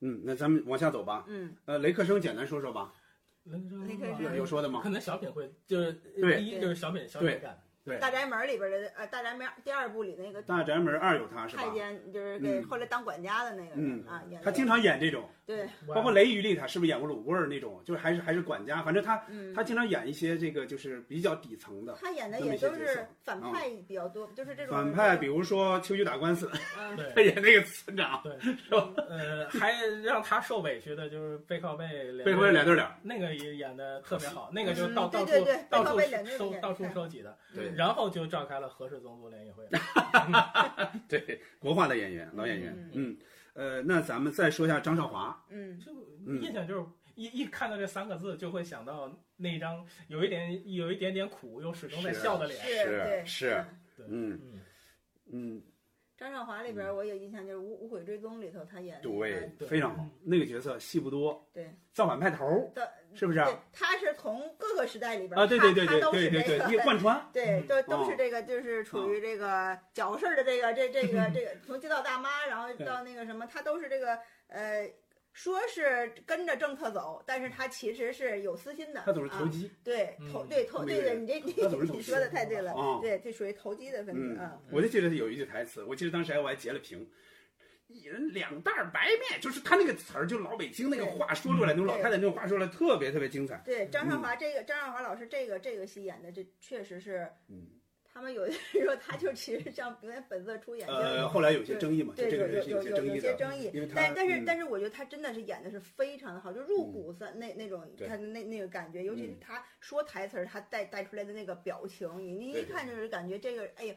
[SPEAKER 1] 嗯，那咱们往下走吧。
[SPEAKER 3] 嗯
[SPEAKER 1] 呃，雷克生简单说说吧，
[SPEAKER 2] 那
[SPEAKER 3] 那个
[SPEAKER 1] 有
[SPEAKER 3] 是
[SPEAKER 1] 有说的吗
[SPEAKER 2] 可？能小品会就是
[SPEAKER 1] 对
[SPEAKER 2] 第一就是小品小品
[SPEAKER 1] 对
[SPEAKER 2] 感，
[SPEAKER 1] 对，
[SPEAKER 3] 嗯大宅门里边的呃大宅门第二部里那个
[SPEAKER 1] 大宅门二有他是吧
[SPEAKER 3] 太？监，就是给
[SPEAKER 1] 嗯
[SPEAKER 3] 后来当管家的那个
[SPEAKER 1] 嗯
[SPEAKER 3] 人啊，演的
[SPEAKER 1] 他经常演这种，
[SPEAKER 3] 对，
[SPEAKER 1] 包括雷雨里他是不是演过鲁棍儿那种？就是还是还是管家，反正他
[SPEAKER 3] 嗯，
[SPEAKER 1] 他经常演一些这个就是比较底层的
[SPEAKER 3] 他演的
[SPEAKER 1] 那么
[SPEAKER 3] 也
[SPEAKER 1] 一些
[SPEAKER 3] 都
[SPEAKER 1] 角
[SPEAKER 3] 是
[SPEAKER 1] 色
[SPEAKER 3] 反
[SPEAKER 1] 啊
[SPEAKER 3] 派比较多，就是这种
[SPEAKER 1] 反派，比如说秋菊打官司，
[SPEAKER 3] 嗯
[SPEAKER 2] 对
[SPEAKER 1] 他演那个村长，
[SPEAKER 2] 对，
[SPEAKER 1] 吧
[SPEAKER 2] 呃，还让他受委屈的就是背靠背，
[SPEAKER 1] 背后是两对脸儿，
[SPEAKER 2] 那个也演的特别好，那个就到到
[SPEAKER 3] 嗯对对
[SPEAKER 2] 处
[SPEAKER 3] 对
[SPEAKER 2] 到
[SPEAKER 3] 背靠
[SPEAKER 2] 处
[SPEAKER 3] 背两对
[SPEAKER 2] 收
[SPEAKER 3] 脸
[SPEAKER 2] 到处
[SPEAKER 3] 看
[SPEAKER 2] 收集的，
[SPEAKER 1] 对
[SPEAKER 2] 然后就召开了何氏宗族联谊 会了。
[SPEAKER 1] 对，国画的演员，老演员，嗯，呃，那咱们再说一下张少华，
[SPEAKER 3] 嗯
[SPEAKER 2] 就
[SPEAKER 1] 嗯
[SPEAKER 2] 印象就是一一看到这三个字就会想到那一张有一点有一点点苦又始终在
[SPEAKER 1] 是啊
[SPEAKER 2] 笑的脸。
[SPEAKER 3] 是对
[SPEAKER 1] 是，
[SPEAKER 2] 对
[SPEAKER 1] 嗯
[SPEAKER 2] 嗯，
[SPEAKER 1] 嗯，
[SPEAKER 3] 张少华里边我有印象，就是《无无悔追踪》里头他演的
[SPEAKER 1] 对，
[SPEAKER 2] 对
[SPEAKER 1] 非常好，那个角色戏不多，
[SPEAKER 3] 嗯对，
[SPEAKER 1] 造反派头儿
[SPEAKER 3] 他
[SPEAKER 1] 是不是啊
[SPEAKER 3] 对？，他是从各个时代里边
[SPEAKER 1] 啊，对对对
[SPEAKER 3] 他
[SPEAKER 1] 对
[SPEAKER 3] 他都
[SPEAKER 1] 对
[SPEAKER 3] 是
[SPEAKER 1] 对
[SPEAKER 3] 这
[SPEAKER 1] 对，
[SPEAKER 3] 个
[SPEAKER 1] 一 贯穿，
[SPEAKER 3] 对，都都
[SPEAKER 1] 哦
[SPEAKER 3] 是这个，就是处
[SPEAKER 1] 嗯
[SPEAKER 3] 于这个搅事儿的这个这 这个这个，从街道大妈，然后到那个什么，他都是这个呃，说是跟着政策走，但是他其实是有私心的。
[SPEAKER 1] 他总是投
[SPEAKER 3] 啊，
[SPEAKER 1] 机
[SPEAKER 3] 对投
[SPEAKER 2] 嗯
[SPEAKER 3] 对投
[SPEAKER 1] 每个
[SPEAKER 3] 对对，
[SPEAKER 1] 人
[SPEAKER 3] 你这你
[SPEAKER 1] 他总是投
[SPEAKER 3] 你
[SPEAKER 1] 机嗯
[SPEAKER 3] 说的太对了，
[SPEAKER 1] 啊，
[SPEAKER 3] 对，这属于投机的分子啊。
[SPEAKER 1] 我就记得有一句台词，我记得当时还我还截了屏。一人两袋白面，就是他那个词儿，就老北京那个话说
[SPEAKER 3] 嗯
[SPEAKER 1] 出来，那种老太太那种话说出来，特别特别精彩。
[SPEAKER 3] 对张少华这个张少华老师这个这个戏演的，这确实是
[SPEAKER 1] 嗯，
[SPEAKER 3] 他们有的人说他就其实像有点本色出演，就是
[SPEAKER 1] 呃，后来有些争议嘛，就
[SPEAKER 3] 对，
[SPEAKER 1] 这
[SPEAKER 3] 有
[SPEAKER 1] 个
[SPEAKER 3] 有
[SPEAKER 1] 人是
[SPEAKER 3] 有
[SPEAKER 1] 些
[SPEAKER 3] 有
[SPEAKER 1] 争
[SPEAKER 3] 有
[SPEAKER 1] 议
[SPEAKER 3] 些
[SPEAKER 1] 的。
[SPEAKER 3] 争议
[SPEAKER 1] 因为，他
[SPEAKER 3] 但但是
[SPEAKER 1] 嗯
[SPEAKER 3] 但是我觉得他真的是演的是非常的好，就入骨三那那种
[SPEAKER 1] 对
[SPEAKER 3] 他的那那个感觉，尤其是
[SPEAKER 1] 嗯
[SPEAKER 3] 他说台词儿，他带带出来的那个表情，你你
[SPEAKER 1] 对对
[SPEAKER 3] 一看就是感觉这个哎呀。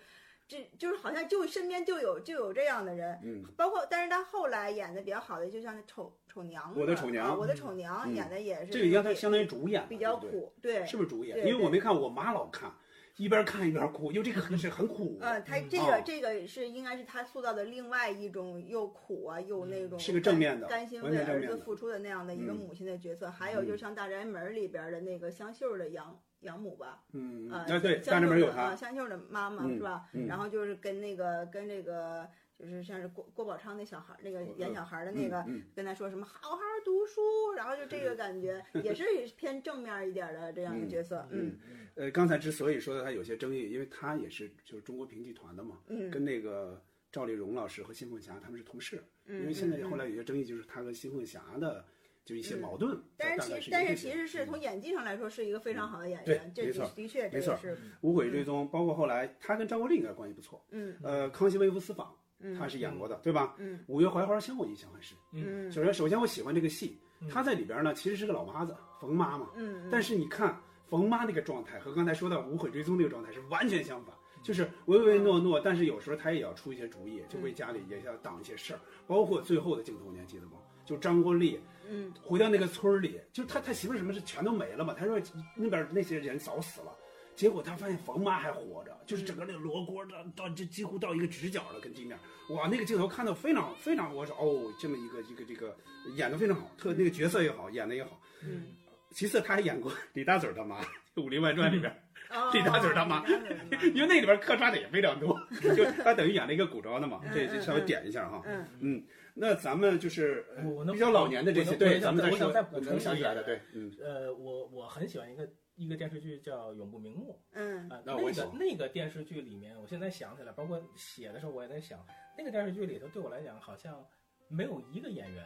[SPEAKER 3] 这就是好像就身边就有就有这样的人，
[SPEAKER 1] 嗯，
[SPEAKER 3] 包括，但是他后来演的比较好的，就像那丑丑娘嘛，
[SPEAKER 1] 我的丑娘
[SPEAKER 3] 啊我的丑娘
[SPEAKER 1] 嗯
[SPEAKER 3] 演的也是
[SPEAKER 1] 这个应该他相当于主演了，
[SPEAKER 3] 比较
[SPEAKER 1] 对不对，
[SPEAKER 3] 苦，对，
[SPEAKER 1] 是不是主演？
[SPEAKER 3] 对
[SPEAKER 1] 因为我没看，我妈老看，一边看一边哭，因为这个很是很苦，
[SPEAKER 3] 嗯，他
[SPEAKER 2] 嗯
[SPEAKER 3] 这个
[SPEAKER 1] 哦
[SPEAKER 3] 这个是应该是他塑造的另外一种又苦啊，又那种
[SPEAKER 1] 嗯是个正
[SPEAKER 3] 甘
[SPEAKER 1] 面的
[SPEAKER 3] 甘心
[SPEAKER 1] 完
[SPEAKER 3] 为
[SPEAKER 1] 全正
[SPEAKER 3] 儿
[SPEAKER 1] 面
[SPEAKER 3] 子
[SPEAKER 1] 的
[SPEAKER 3] 付出的那样的一个
[SPEAKER 1] 嗯
[SPEAKER 3] 母亲的角色。还有就
[SPEAKER 1] 嗯
[SPEAKER 3] 像《大宅门》里边的那个香秀的养养母吧，
[SPEAKER 1] 嗯，
[SPEAKER 3] 啊，
[SPEAKER 1] 啊对，
[SPEAKER 3] 香
[SPEAKER 1] 大宅门有
[SPEAKER 3] 秀的啊，
[SPEAKER 1] 他，
[SPEAKER 3] 香秀的妈妈
[SPEAKER 1] 嗯
[SPEAKER 3] 是吧？
[SPEAKER 1] 嗯
[SPEAKER 3] 然后就是跟那个跟这个。就是像是郭郭宝昌那小孩儿，那个
[SPEAKER 1] 我
[SPEAKER 3] 演
[SPEAKER 1] 呃
[SPEAKER 3] 小孩儿的
[SPEAKER 1] 嗯
[SPEAKER 3] 那个，
[SPEAKER 1] 嗯
[SPEAKER 3] 跟他说什么好好读书，然后就这个感觉，也是偏正面一点儿的这样的
[SPEAKER 1] 嗯
[SPEAKER 3] 角色，嗯
[SPEAKER 1] 嗯，呃，刚才之所以说他有些争议，因为他也是就是中国评剧团的嘛，
[SPEAKER 3] 嗯，
[SPEAKER 1] 跟那个赵丽蓉老师和新凤霞他们是同事，
[SPEAKER 3] 嗯
[SPEAKER 1] 因为现在
[SPEAKER 3] 嗯
[SPEAKER 1] 后
[SPEAKER 3] 嗯
[SPEAKER 1] 来有些争议就是他和新凤霞的就一些
[SPEAKER 3] 嗯
[SPEAKER 1] 矛盾，
[SPEAKER 3] 但
[SPEAKER 1] 大
[SPEAKER 3] 是
[SPEAKER 1] 概
[SPEAKER 3] 其
[SPEAKER 1] 一
[SPEAKER 3] 但
[SPEAKER 1] 个点
[SPEAKER 3] 是其实是从演技上来说是一个非常好的演
[SPEAKER 1] 对
[SPEAKER 3] 员，这
[SPEAKER 1] 没
[SPEAKER 3] 的
[SPEAKER 1] 错
[SPEAKER 3] 的确这
[SPEAKER 1] 没错
[SPEAKER 3] 个是，
[SPEAKER 1] 无悔追踪，包括后来他跟张国立应该关系不错，
[SPEAKER 3] 嗯
[SPEAKER 1] 呃，康熙微服私访
[SPEAKER 3] 嗯，
[SPEAKER 1] 他是演过的，对吧？
[SPEAKER 3] 嗯
[SPEAKER 1] 五月槐花香我印象很深，
[SPEAKER 3] 嗯
[SPEAKER 1] 首先首先我喜欢这个戏，
[SPEAKER 2] 嗯
[SPEAKER 1] 她在里边呢其实是个老妈子，冯妈妈，
[SPEAKER 3] 嗯，
[SPEAKER 1] 但是你看冯妈那个状态和刚才说到无悔追踪那个状态是完全相反，
[SPEAKER 3] 嗯
[SPEAKER 1] 就是唯唯诺诺，但是有时候她也要出一些主意，就
[SPEAKER 3] 嗯
[SPEAKER 1] 为家里也要挡一些事儿，包括最后的镜头你还记得吗？就张国立
[SPEAKER 3] 嗯
[SPEAKER 1] 回到那个村儿里，就是他他媳妇儿什么是全都没了嘛，他说那边那些人早死了。结果他发现冯妈还活着，就是整个那个罗锅到到这几乎到一个直角了，跟地面，哇，那个镜头看到非常非常，我说哦，这么一个一个这个演的非常好，特那个角色也好，演的也好，
[SPEAKER 3] 嗯，
[SPEAKER 1] 其次，他还演过李大嘴儿他妈，《武林外传》里边，
[SPEAKER 3] 哦
[SPEAKER 1] 李大嘴儿他妈
[SPEAKER 3] 李大嘴儿他妈
[SPEAKER 1] 因为那里边客串的也非常多， 就他等于演了一个古装的嘛，这这稍微点一下哈。
[SPEAKER 3] 嗯
[SPEAKER 1] 嗯，那咱们就是呃
[SPEAKER 2] 哦我我能
[SPEAKER 1] 比较老年的这些，
[SPEAKER 2] 我能我
[SPEAKER 1] 对，
[SPEAKER 2] 能
[SPEAKER 1] 咱们再
[SPEAKER 2] 我
[SPEAKER 1] 说
[SPEAKER 2] 想再，补充
[SPEAKER 1] 能想起来的，
[SPEAKER 2] 一点
[SPEAKER 1] 对，嗯，
[SPEAKER 2] 呃，我我很喜欢一个一个电视剧叫《永不瞑目》
[SPEAKER 3] 嗯
[SPEAKER 2] 啊、
[SPEAKER 1] 那我
[SPEAKER 2] 那
[SPEAKER 1] 也喜
[SPEAKER 2] 个
[SPEAKER 1] 欢
[SPEAKER 2] 那个电视剧里面，我现在想起来，包括写的时候我也在想，那个电视剧里头对我来讲好像没有一个演员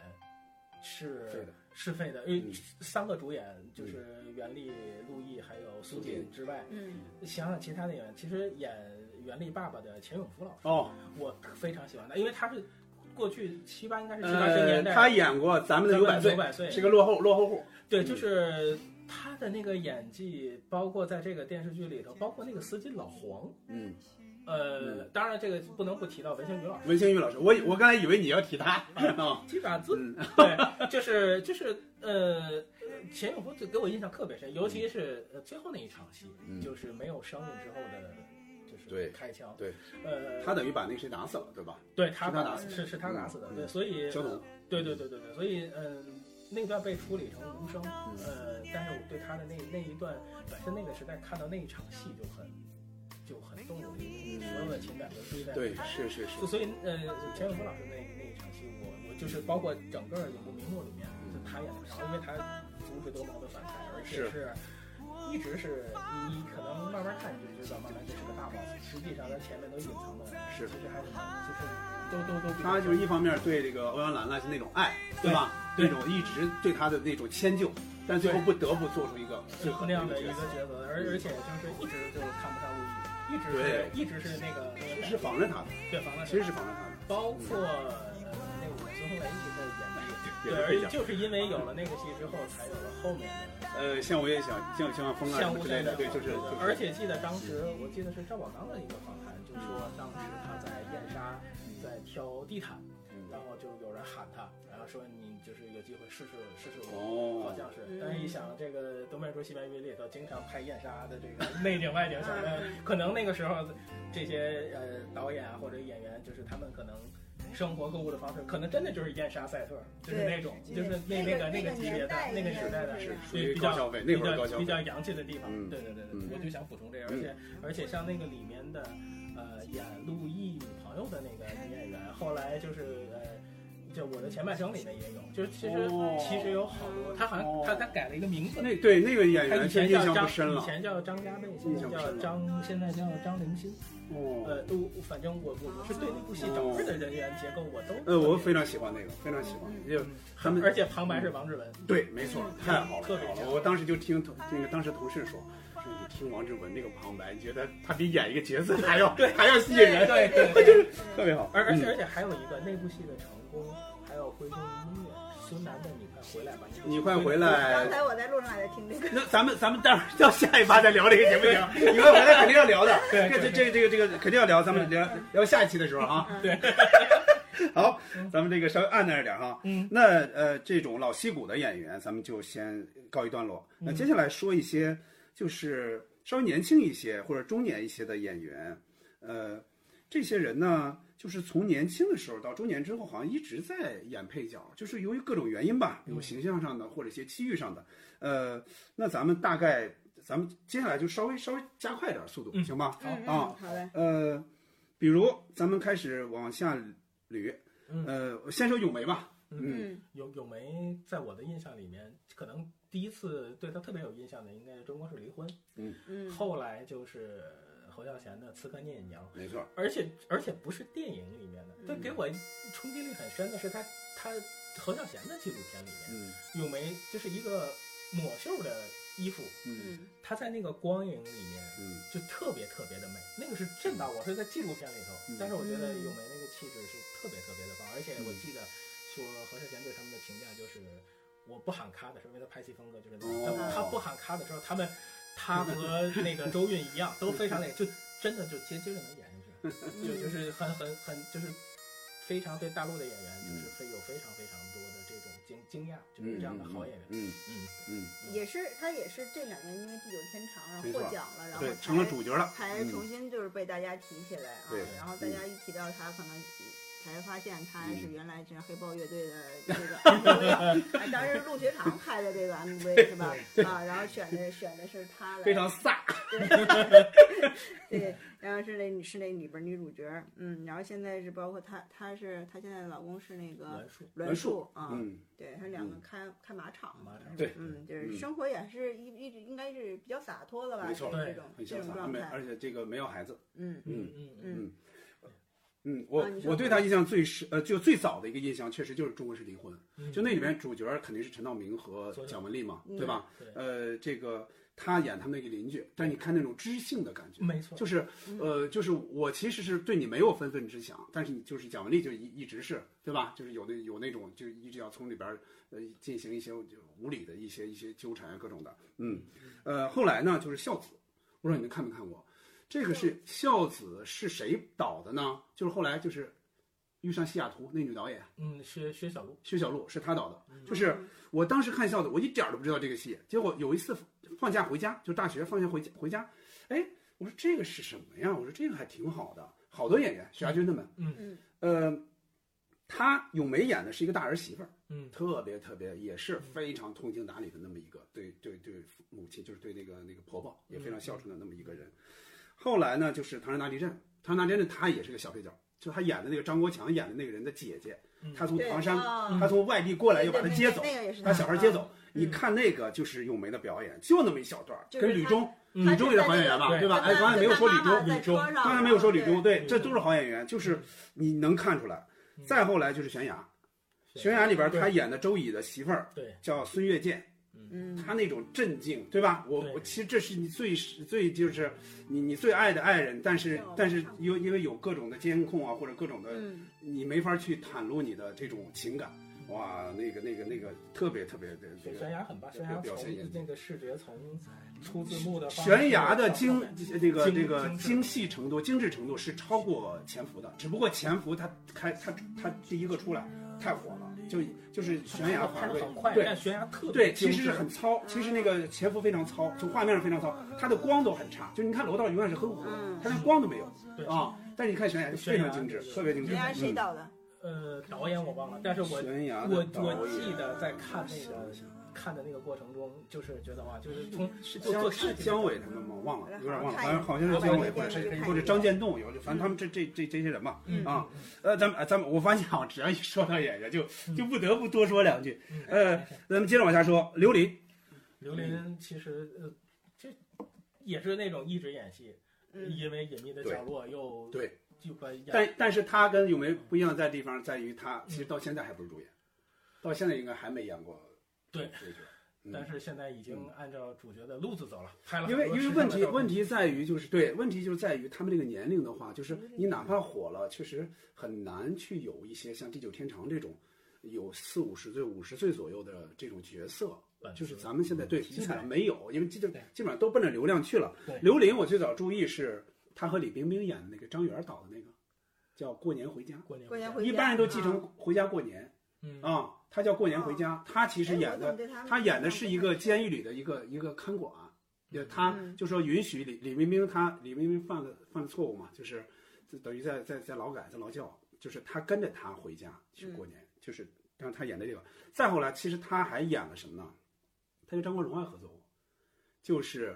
[SPEAKER 2] 是
[SPEAKER 1] 对的
[SPEAKER 2] 是废的，因为
[SPEAKER 1] 嗯
[SPEAKER 2] 三个主演就是袁立、陆毅还有苏
[SPEAKER 1] 苏
[SPEAKER 2] 锦
[SPEAKER 1] 锦
[SPEAKER 2] 之外，
[SPEAKER 3] 嗯
[SPEAKER 2] 想想其他的演员，其实演《永袁立爸爸的钱永福老师，
[SPEAKER 1] 哦，
[SPEAKER 2] 我非常喜欢他，因为他是过去七八应该是七八十
[SPEAKER 1] 呃
[SPEAKER 2] 年，代，
[SPEAKER 1] 他演过咱们的有
[SPEAKER 2] 百
[SPEAKER 1] 百岁，
[SPEAKER 2] 岁
[SPEAKER 1] 是个嗯落后落后户。
[SPEAKER 2] 对，就是他的那个演技，包括在这个电视剧里头，包括那个司机老黄，
[SPEAKER 1] 嗯，
[SPEAKER 2] 呃，当然这个不能不提到文星宇老师，
[SPEAKER 1] 文星宇老师，我以我刚才以为你要提他 啊，
[SPEAKER 2] 基本上自
[SPEAKER 1] 嗯，
[SPEAKER 2] 对，就是就是呃，钱永福就给我印象特别深，尤其是呃最后那一场戏，
[SPEAKER 1] 嗯
[SPEAKER 2] 就是没有伤病之后的，就是
[SPEAKER 1] 对
[SPEAKER 2] 开枪，
[SPEAKER 1] 对，
[SPEAKER 2] 呃，
[SPEAKER 1] 他等于把那谁打死了，对吧？
[SPEAKER 2] 对他
[SPEAKER 1] 是他
[SPEAKER 2] 把
[SPEAKER 1] 打死的
[SPEAKER 2] 是是他打死的，
[SPEAKER 1] 嗯
[SPEAKER 2] 对，所以呃
[SPEAKER 1] 小董，
[SPEAKER 2] 对对对对对，所以嗯。那段被处理成无声，呃，但是我对他的那那一段，本身那个时代看到那一场戏就很就很动容，因为所有的情感都堆在
[SPEAKER 1] 对，是是，
[SPEAKER 2] 就是所以呃，钱永福老师那那一场戏，我我就是包括整个影部名目里面，就他演的少，因为他阻止多毛的反派，而且
[SPEAKER 1] 是
[SPEAKER 2] 是一直是你可能慢慢看你就知道，慢慢这是个大 boss，实际上他前面都隐藏的，
[SPEAKER 1] 是
[SPEAKER 2] 其实还是就是都都都比较
[SPEAKER 1] 他就是一方面对这个欧阳兰兰是那种爱，
[SPEAKER 2] 对
[SPEAKER 1] 吧？
[SPEAKER 2] 对
[SPEAKER 1] 那种一直对他的那种迁就，但最后不得不做出一个最后
[SPEAKER 2] 那样的一
[SPEAKER 1] 角
[SPEAKER 2] 个
[SPEAKER 1] 色。
[SPEAKER 2] 角色，而而且就是一直就看不上陆毅，一直是
[SPEAKER 1] 对
[SPEAKER 2] 一直是那个啊
[SPEAKER 1] 是防着他的，
[SPEAKER 2] 对防了
[SPEAKER 1] 其实是防着他的。
[SPEAKER 2] 包括呃那个孙红雷一直在演技，
[SPEAKER 1] 也
[SPEAKER 2] 对，
[SPEAKER 1] 是
[SPEAKER 2] 而
[SPEAKER 1] 配角
[SPEAKER 2] 就是因为有了那个戏之后，才有了后面的
[SPEAKER 1] 呃，像我也想，像像风啊什
[SPEAKER 2] 像雾
[SPEAKER 1] 么之
[SPEAKER 2] 山
[SPEAKER 1] 类的，对，
[SPEAKER 2] 这
[SPEAKER 1] 就是
[SPEAKER 2] 样
[SPEAKER 1] 就是，
[SPEAKER 2] 的啊而且记得当时我记得是赵宝刚的一个访谈，就说当时他在燕莎
[SPEAKER 1] 嗯
[SPEAKER 2] 在挑地毯，然后就有人喊他，然后说你就是有机会试试试试我。好
[SPEAKER 1] 哦，
[SPEAKER 2] 像是，但是一想，这个《东北说西白云》里头经常拍燕莎的这 个内景外景什么的，
[SPEAKER 1] 嗯
[SPEAKER 2] 可能那个时候这些呃导演啊或者演员，就是他们可能生活购物的方式，可能真的就是燕莎赛特，就是那种，就是那那个那个级别的那个时代的，
[SPEAKER 1] 是属
[SPEAKER 2] 对
[SPEAKER 1] 于
[SPEAKER 2] 比较
[SPEAKER 1] 高消费，
[SPEAKER 2] 比
[SPEAKER 1] 那
[SPEAKER 2] 较
[SPEAKER 1] 会儿高消
[SPEAKER 2] 比
[SPEAKER 1] 费
[SPEAKER 2] 较。洋气的地方。
[SPEAKER 1] 嗯
[SPEAKER 2] 对对对对，
[SPEAKER 1] 嗯
[SPEAKER 2] 我就想补充这个，而且、而且像那个里面的呃演陆毅女朋友的那个女演员，后来就是呃，就我的前半生里面也有，就是其实、
[SPEAKER 1] 哦
[SPEAKER 2] 其实有好多，她好像、
[SPEAKER 1] 哦
[SPEAKER 2] 她她改了一个名字。
[SPEAKER 1] 那对那个演
[SPEAKER 2] 她以
[SPEAKER 1] 员是
[SPEAKER 2] 前
[SPEAKER 1] 印象
[SPEAKER 2] 叫张，
[SPEAKER 1] 不深
[SPEAKER 2] 以
[SPEAKER 1] 了。
[SPEAKER 2] 前叫张家贝，现
[SPEAKER 1] 印
[SPEAKER 2] 在
[SPEAKER 1] 象不
[SPEAKER 2] 叫
[SPEAKER 1] 深了
[SPEAKER 2] 张，现在叫张灵心。
[SPEAKER 1] 哦，
[SPEAKER 2] 呃，都反正我我我是对那部戏整个的人员结构我都
[SPEAKER 1] 呃，我非常喜欢那个，非常喜欢，就他们
[SPEAKER 2] 嗯而且旁白是王志文，
[SPEAKER 1] 对，没错，太好了，
[SPEAKER 2] 特
[SPEAKER 1] 太
[SPEAKER 2] 别
[SPEAKER 1] 好
[SPEAKER 2] 像
[SPEAKER 1] 了。我当时就听同那个当时同事说，说你听王志文那个旁白，你觉得他比演一个角色还要对还要吸引人，
[SPEAKER 2] 对对对。
[SPEAKER 1] 特别好。
[SPEAKER 2] 而而且
[SPEAKER 1] 嗯
[SPEAKER 2] 而且还有一个那部戏的成功，还有归功于音乐，孙楠的《你快回来吧》，
[SPEAKER 1] 你快回
[SPEAKER 3] 刚
[SPEAKER 1] 来，
[SPEAKER 3] 才我在路上还在听这个，
[SPEAKER 1] 那咱们咱们待会儿到下一趴再聊这个行不行？你快回来肯定要聊的，
[SPEAKER 2] 对
[SPEAKER 1] 这
[SPEAKER 2] 对
[SPEAKER 1] 这这这个这个肯定要聊，咱们聊聊下一期的时候啊。
[SPEAKER 2] 对，
[SPEAKER 1] 好，咱们这个稍微按耐着点哈。
[SPEAKER 2] 嗯，
[SPEAKER 1] 那呃，这种老戏骨的演员，咱们就先告一段落。
[SPEAKER 2] 嗯
[SPEAKER 1] 那接下来说一些就是稍微年轻一些或者中年一些的演员，呃，这些人呢，就是从年轻的时候到中年之后，好像一直在演配角，就是由于各种原因吧，有形象上的或者一些机遇上的，呃，那咱们大概，咱们接下来就稍微稍微加快点速度，
[SPEAKER 2] 嗯
[SPEAKER 1] 行吧？
[SPEAKER 3] 嗯嗯，
[SPEAKER 1] 啊
[SPEAKER 3] 好嘞，
[SPEAKER 1] 呃，比如咱们开始往下捋，
[SPEAKER 2] 嗯
[SPEAKER 1] 呃，我先说咏梅吧，嗯，
[SPEAKER 3] 嗯
[SPEAKER 2] 咏咏梅在我的印象里面，可能第一次对她特别有印象的应该是《中国式离婚》，
[SPEAKER 3] 嗯，
[SPEAKER 2] 后来就是侯孝贤的《刺客聂隐娘》，
[SPEAKER 1] 没错，
[SPEAKER 2] 而且而且不是电影里面的，但
[SPEAKER 3] 嗯
[SPEAKER 2] 给我冲击力很深的是他他侯孝贤的纪录片里面，
[SPEAKER 1] 嗯
[SPEAKER 2] 咏梅就是一个抹袖的衣服，
[SPEAKER 1] 嗯
[SPEAKER 3] 嗯
[SPEAKER 2] 她在那个光影里面。
[SPEAKER 1] 嗯，
[SPEAKER 2] 就特别特别的美，那个是震到我，是在纪录片里头。
[SPEAKER 1] 嗯
[SPEAKER 2] 但是我觉得
[SPEAKER 3] 嗯
[SPEAKER 2] 咏梅那个气质是特别特别的棒，而且我记得说侯孝贤对他们的评价就是，我不喊咔的时候，因为他拍戏风格就是那样，
[SPEAKER 1] 哦
[SPEAKER 2] 他不喊咔的时候，他们他和那个周韵一样，都非常那个，就真的就结结的能演下去，
[SPEAKER 1] 嗯
[SPEAKER 2] 就就是很很很就是。非常对大陆的演员，就
[SPEAKER 1] 嗯
[SPEAKER 2] 是非有非常非常多的这种惊惊讶，就是这样的好演员。
[SPEAKER 1] 嗯
[SPEAKER 2] 嗯，
[SPEAKER 1] 嗯，
[SPEAKER 3] 也是他也是这两年因为地久天长，然后
[SPEAKER 1] 没
[SPEAKER 3] 获
[SPEAKER 1] 错
[SPEAKER 3] 奖了，然
[SPEAKER 1] 嗯
[SPEAKER 3] 后
[SPEAKER 1] 对，
[SPEAKER 3] 才
[SPEAKER 1] 成了主角了，
[SPEAKER 3] 才重新就是被大家提起来啊
[SPEAKER 1] 嗯对，嗯
[SPEAKER 3] 然后大家一提到他，可能才发现他是原来是黑豹乐队的这个 MV，哎当时陆学堂拍的这个 MV 是吧？啊，然后选的选的是他来，
[SPEAKER 1] 非常飒，啊
[SPEAKER 3] 对，然后是那是那里边女主角，嗯，然后现在是包括她，她是她现在的老公是那个
[SPEAKER 2] 栾树，
[SPEAKER 3] 栾
[SPEAKER 1] 栾
[SPEAKER 3] 树啊，
[SPEAKER 1] 嗯，
[SPEAKER 3] 对他两个开开马场，
[SPEAKER 2] 马场
[SPEAKER 1] 对
[SPEAKER 3] 嗯，就是
[SPEAKER 1] 嗯
[SPEAKER 3] 生活也是一一直应该是比较洒脱的吧，
[SPEAKER 1] 没错
[SPEAKER 3] 这
[SPEAKER 2] 对
[SPEAKER 3] 种
[SPEAKER 1] 嗯很
[SPEAKER 3] 这
[SPEAKER 1] 潇
[SPEAKER 3] 种
[SPEAKER 1] 洒，
[SPEAKER 3] 状
[SPEAKER 1] 没，
[SPEAKER 3] 态，
[SPEAKER 1] 而且这个没有孩子，
[SPEAKER 3] 嗯
[SPEAKER 2] 嗯嗯嗯，
[SPEAKER 3] 嗯
[SPEAKER 1] 嗯，我、
[SPEAKER 3] 啊你说
[SPEAKER 1] 我对他印象最深，呃，就最早的一个印象确实就是《中国式离婚》
[SPEAKER 2] 嗯
[SPEAKER 1] 就那里面主角肯定是陈道明和
[SPEAKER 2] 左小
[SPEAKER 1] 蒋雯丽嘛，
[SPEAKER 3] 嗯
[SPEAKER 1] 对吧？
[SPEAKER 2] 对
[SPEAKER 1] 呃，这个他演他们那个邻居，但你看那种知性的感觉，
[SPEAKER 2] 没错
[SPEAKER 1] 就是呃，就是我其实是对你没有愤愤之想，但是你就是蒋雯丽就一一直是对吧？就是有那有那种就一直要从里边儿呃进行一些就无理的一些一些纠缠啊各种的，嗯，呃，后来呢就是孝子，我说你们看没看过？这个是孝子是谁导的呢？就是后来就是遇上西雅图那女导演。
[SPEAKER 2] 嗯，薛薛小璐，嗯
[SPEAKER 1] 薛小璐是他导的，就是我当时看《孝子》，我一点儿都不知道这个戏。结果有一次放假回家，就大学放假回家回家，哎，我说这个是什么呀？我说这个还挺好的，好多演员，许家军他们，
[SPEAKER 2] 嗯
[SPEAKER 3] 嗯，
[SPEAKER 1] 呃，他咏梅演的是一个大儿媳妇儿，
[SPEAKER 2] 嗯
[SPEAKER 1] 特别特别也是非常通情达理的那么一
[SPEAKER 3] 嗯
[SPEAKER 1] 个，对对对，母亲就是对那个那个婆婆也非常孝顺的那么一个人。后来呢，就是《唐山大地震》，《唐山大地震》他也是个小配角，就他演的那个张国强演的那个人的姐姐，
[SPEAKER 2] 嗯
[SPEAKER 1] 他从
[SPEAKER 3] 对
[SPEAKER 1] 唐山
[SPEAKER 3] 啊
[SPEAKER 1] 他从外地过来又把他接走
[SPEAKER 3] 对对对那个也是，他
[SPEAKER 1] 把小孩接走。
[SPEAKER 3] 嗯
[SPEAKER 1] 你看那个就是咏梅的表演，就那么一小段儿，
[SPEAKER 3] 就是
[SPEAKER 1] 跟吕中，
[SPEAKER 2] 嗯
[SPEAKER 1] 吕中也是好演员吧，
[SPEAKER 2] 对
[SPEAKER 1] 对吧？哎，刚才没有说吕中，
[SPEAKER 3] 吕中，
[SPEAKER 1] 刚才没有说吕中，对，
[SPEAKER 2] 嗯
[SPEAKER 1] 这都是好演员，就是你
[SPEAKER 3] 嗯
[SPEAKER 1] 能看出来。再后来就是《悬崖》，《悬崖》里边他演的周乙的媳妇儿
[SPEAKER 2] 对，
[SPEAKER 1] 叫孙越健，
[SPEAKER 3] 嗯，
[SPEAKER 1] 他那种镇静，对吧？我
[SPEAKER 2] 对
[SPEAKER 1] 我其实这是你最最就是你你最爱的爱人，但是
[SPEAKER 3] 对我
[SPEAKER 1] 但是
[SPEAKER 3] 看过
[SPEAKER 1] 因为因为有各种的监控啊，或者各种的
[SPEAKER 3] 嗯，
[SPEAKER 1] 你没法去袒露你的这种情感，
[SPEAKER 2] 嗯
[SPEAKER 1] 哇，那个那个那个特别特别的这
[SPEAKER 2] 悬
[SPEAKER 1] 个
[SPEAKER 2] 崖很棒，悬崖
[SPEAKER 1] 表现也
[SPEAKER 2] 从那个视觉从出字幕的方式
[SPEAKER 1] 悬崖的精
[SPEAKER 2] 到后面
[SPEAKER 1] 这个
[SPEAKER 2] 精
[SPEAKER 1] 这个
[SPEAKER 2] 精致
[SPEAKER 1] 精细程度、精致程度是超过潜伏的，只不过潜伏它开它它第一个出来太火了，就就是悬崖
[SPEAKER 2] 拍
[SPEAKER 1] 反
[SPEAKER 2] 的
[SPEAKER 1] 而
[SPEAKER 2] 很快，
[SPEAKER 1] 对
[SPEAKER 2] 但悬崖特别
[SPEAKER 1] 对，
[SPEAKER 2] 精
[SPEAKER 1] 其
[SPEAKER 2] 致
[SPEAKER 1] 实是很糙，其
[SPEAKER 2] 嗯
[SPEAKER 1] 实那个潜伏非常糙，从画面上非常糙，它的光都很差，就你看楼道永远是黑乎乎的
[SPEAKER 3] 嗯，
[SPEAKER 1] 它连光都没有
[SPEAKER 2] 对
[SPEAKER 1] 啊。但是你看悬崖就非常精致
[SPEAKER 2] 悬，崖
[SPEAKER 1] 特别精致。
[SPEAKER 3] 人家谁
[SPEAKER 1] 嗯
[SPEAKER 3] 导的？
[SPEAKER 2] 呃导演我忘了，但是我
[SPEAKER 1] 悬崖
[SPEAKER 2] 我
[SPEAKER 1] 的导
[SPEAKER 2] 我
[SPEAKER 1] 演
[SPEAKER 2] 记得在看那个看的那个过程中，就是觉得
[SPEAKER 1] 嗯
[SPEAKER 2] 哇，就是从
[SPEAKER 1] 是
[SPEAKER 2] 做做
[SPEAKER 1] 姜是姜伟他们吗？忘了，有点忘了，好像好像是姜伟或者是或者张建栋，有反正他们这这这这些人吧。
[SPEAKER 2] 嗯
[SPEAKER 1] 啊，呃，咱们呃咱们我发现啊，只要一说到演员，就就
[SPEAKER 2] 嗯
[SPEAKER 1] 不得不多说两句。呃，咱们接着往下说，刘琳，
[SPEAKER 2] 刘琳其实呃这也是那种一直演戏，
[SPEAKER 3] 嗯，
[SPEAKER 2] 因为隐秘的角落又
[SPEAKER 1] 对，
[SPEAKER 2] 就把演
[SPEAKER 1] 但但是她跟咏梅不一样在地方在于她其实到现在还不是主演，到现在应该还没演过
[SPEAKER 2] 对
[SPEAKER 1] 主角。嗯
[SPEAKER 2] 但是现在已经按照主角的路子走了，拍了
[SPEAKER 1] 因 为因为问题问
[SPEAKER 2] 题
[SPEAKER 1] 题在于就是对问题就在于他们这个年龄的话，就是你哪怕火了，确实很难去有一些像地久天长这种有四五十岁、五十岁左右的这种角色，
[SPEAKER 2] 嗯
[SPEAKER 1] 就是咱们现在对基本上没有，因为基本
[SPEAKER 2] 对
[SPEAKER 1] 基本上都奔着流量去了
[SPEAKER 2] 对。
[SPEAKER 1] 刘琳，我最早注意是她和李冰冰演的那个张元导的那个叫《过年回家
[SPEAKER 2] 过年
[SPEAKER 3] 过年》，
[SPEAKER 2] 回
[SPEAKER 3] 回
[SPEAKER 1] 一般人都继承《回家过年》
[SPEAKER 2] 嗯
[SPEAKER 1] 啊，她叫《过年回家》，她其
[SPEAKER 3] 哎
[SPEAKER 1] 实演的他演的是一个监狱里的一个一个看管，也他
[SPEAKER 3] 嗯
[SPEAKER 1] 就说允许李李冰冰他李冰冰犯了犯了错误嘛，就是就等于在在在劳改在劳教，就是他跟着他回家去过年，就是让他演的这个。再后来，其实他还演了什么呢？他跟张国荣还合作过，就是《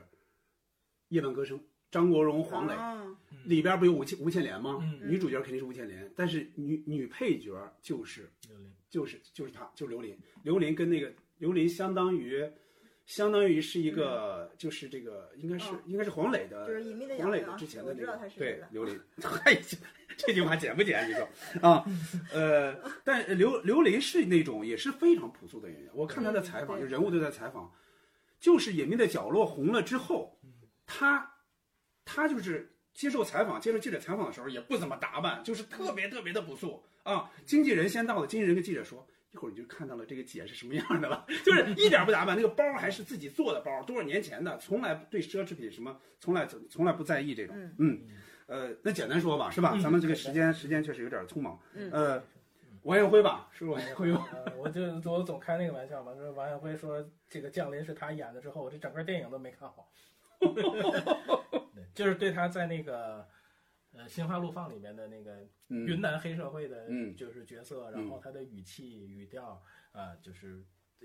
[SPEAKER 1] 夜半歌声》，张国荣、黄磊、
[SPEAKER 3] 啊
[SPEAKER 1] 里边不有吴倩吴倩莲吗？
[SPEAKER 2] 嗯
[SPEAKER 1] 女主角肯定是吴倩莲，但是女女配角就是
[SPEAKER 2] 嗯刘
[SPEAKER 1] 就
[SPEAKER 2] 琳
[SPEAKER 1] 是就是他，就是刘琳。刘琳跟那个刘琳相当于，相当于是一个，就是这个应该是、
[SPEAKER 3] 嗯
[SPEAKER 1] 应该是黄磊的，
[SPEAKER 3] 就是隐秘的角
[SPEAKER 1] 呃黄
[SPEAKER 3] 落
[SPEAKER 1] 磊
[SPEAKER 3] 啊
[SPEAKER 1] 之前
[SPEAKER 3] 我
[SPEAKER 1] 的那
[SPEAKER 3] 知道
[SPEAKER 1] 个
[SPEAKER 3] 他是谁
[SPEAKER 1] 对
[SPEAKER 3] 了
[SPEAKER 1] 刘琳。 哎，这这句话剪不剪？你说啊？呃，但刘刘琳是那种也是非常朴素的演员。我看他的采访，
[SPEAKER 3] 对
[SPEAKER 1] 就人物都在采访，就是《隐秘的角落》红了之后，他他就是接受采访、接受记者采访的时候也不怎么打扮，就是特别特别的朴素啊。经纪人先到的，经纪人跟记者说。一会儿你就看到了这个姐是什么样的了， 就是一点不打扮，那个包还是自己做的包，多少年前的，从来对奢侈品什么，从来从来不在意这种
[SPEAKER 3] 嗯。
[SPEAKER 1] 嗯，呃，那简单说吧，是吧？咱们这个时间时间确实有点匆忙。
[SPEAKER 3] 嗯
[SPEAKER 1] 呃，王彦辉吧，是王彦辉吧？
[SPEAKER 2] 呃，我就我总开那个玩笑嘛，说王彦辉说这个降临是他演的之后，我这整个电影都没看 好。对，就是对他在那个呃《心花怒放》里面的那个云
[SPEAKER 1] 嗯，
[SPEAKER 2] 南黑社会的，
[SPEAKER 1] 嗯
[SPEAKER 2] 就是角色，
[SPEAKER 1] 嗯
[SPEAKER 2] 然后他的语气、语调，呃，就是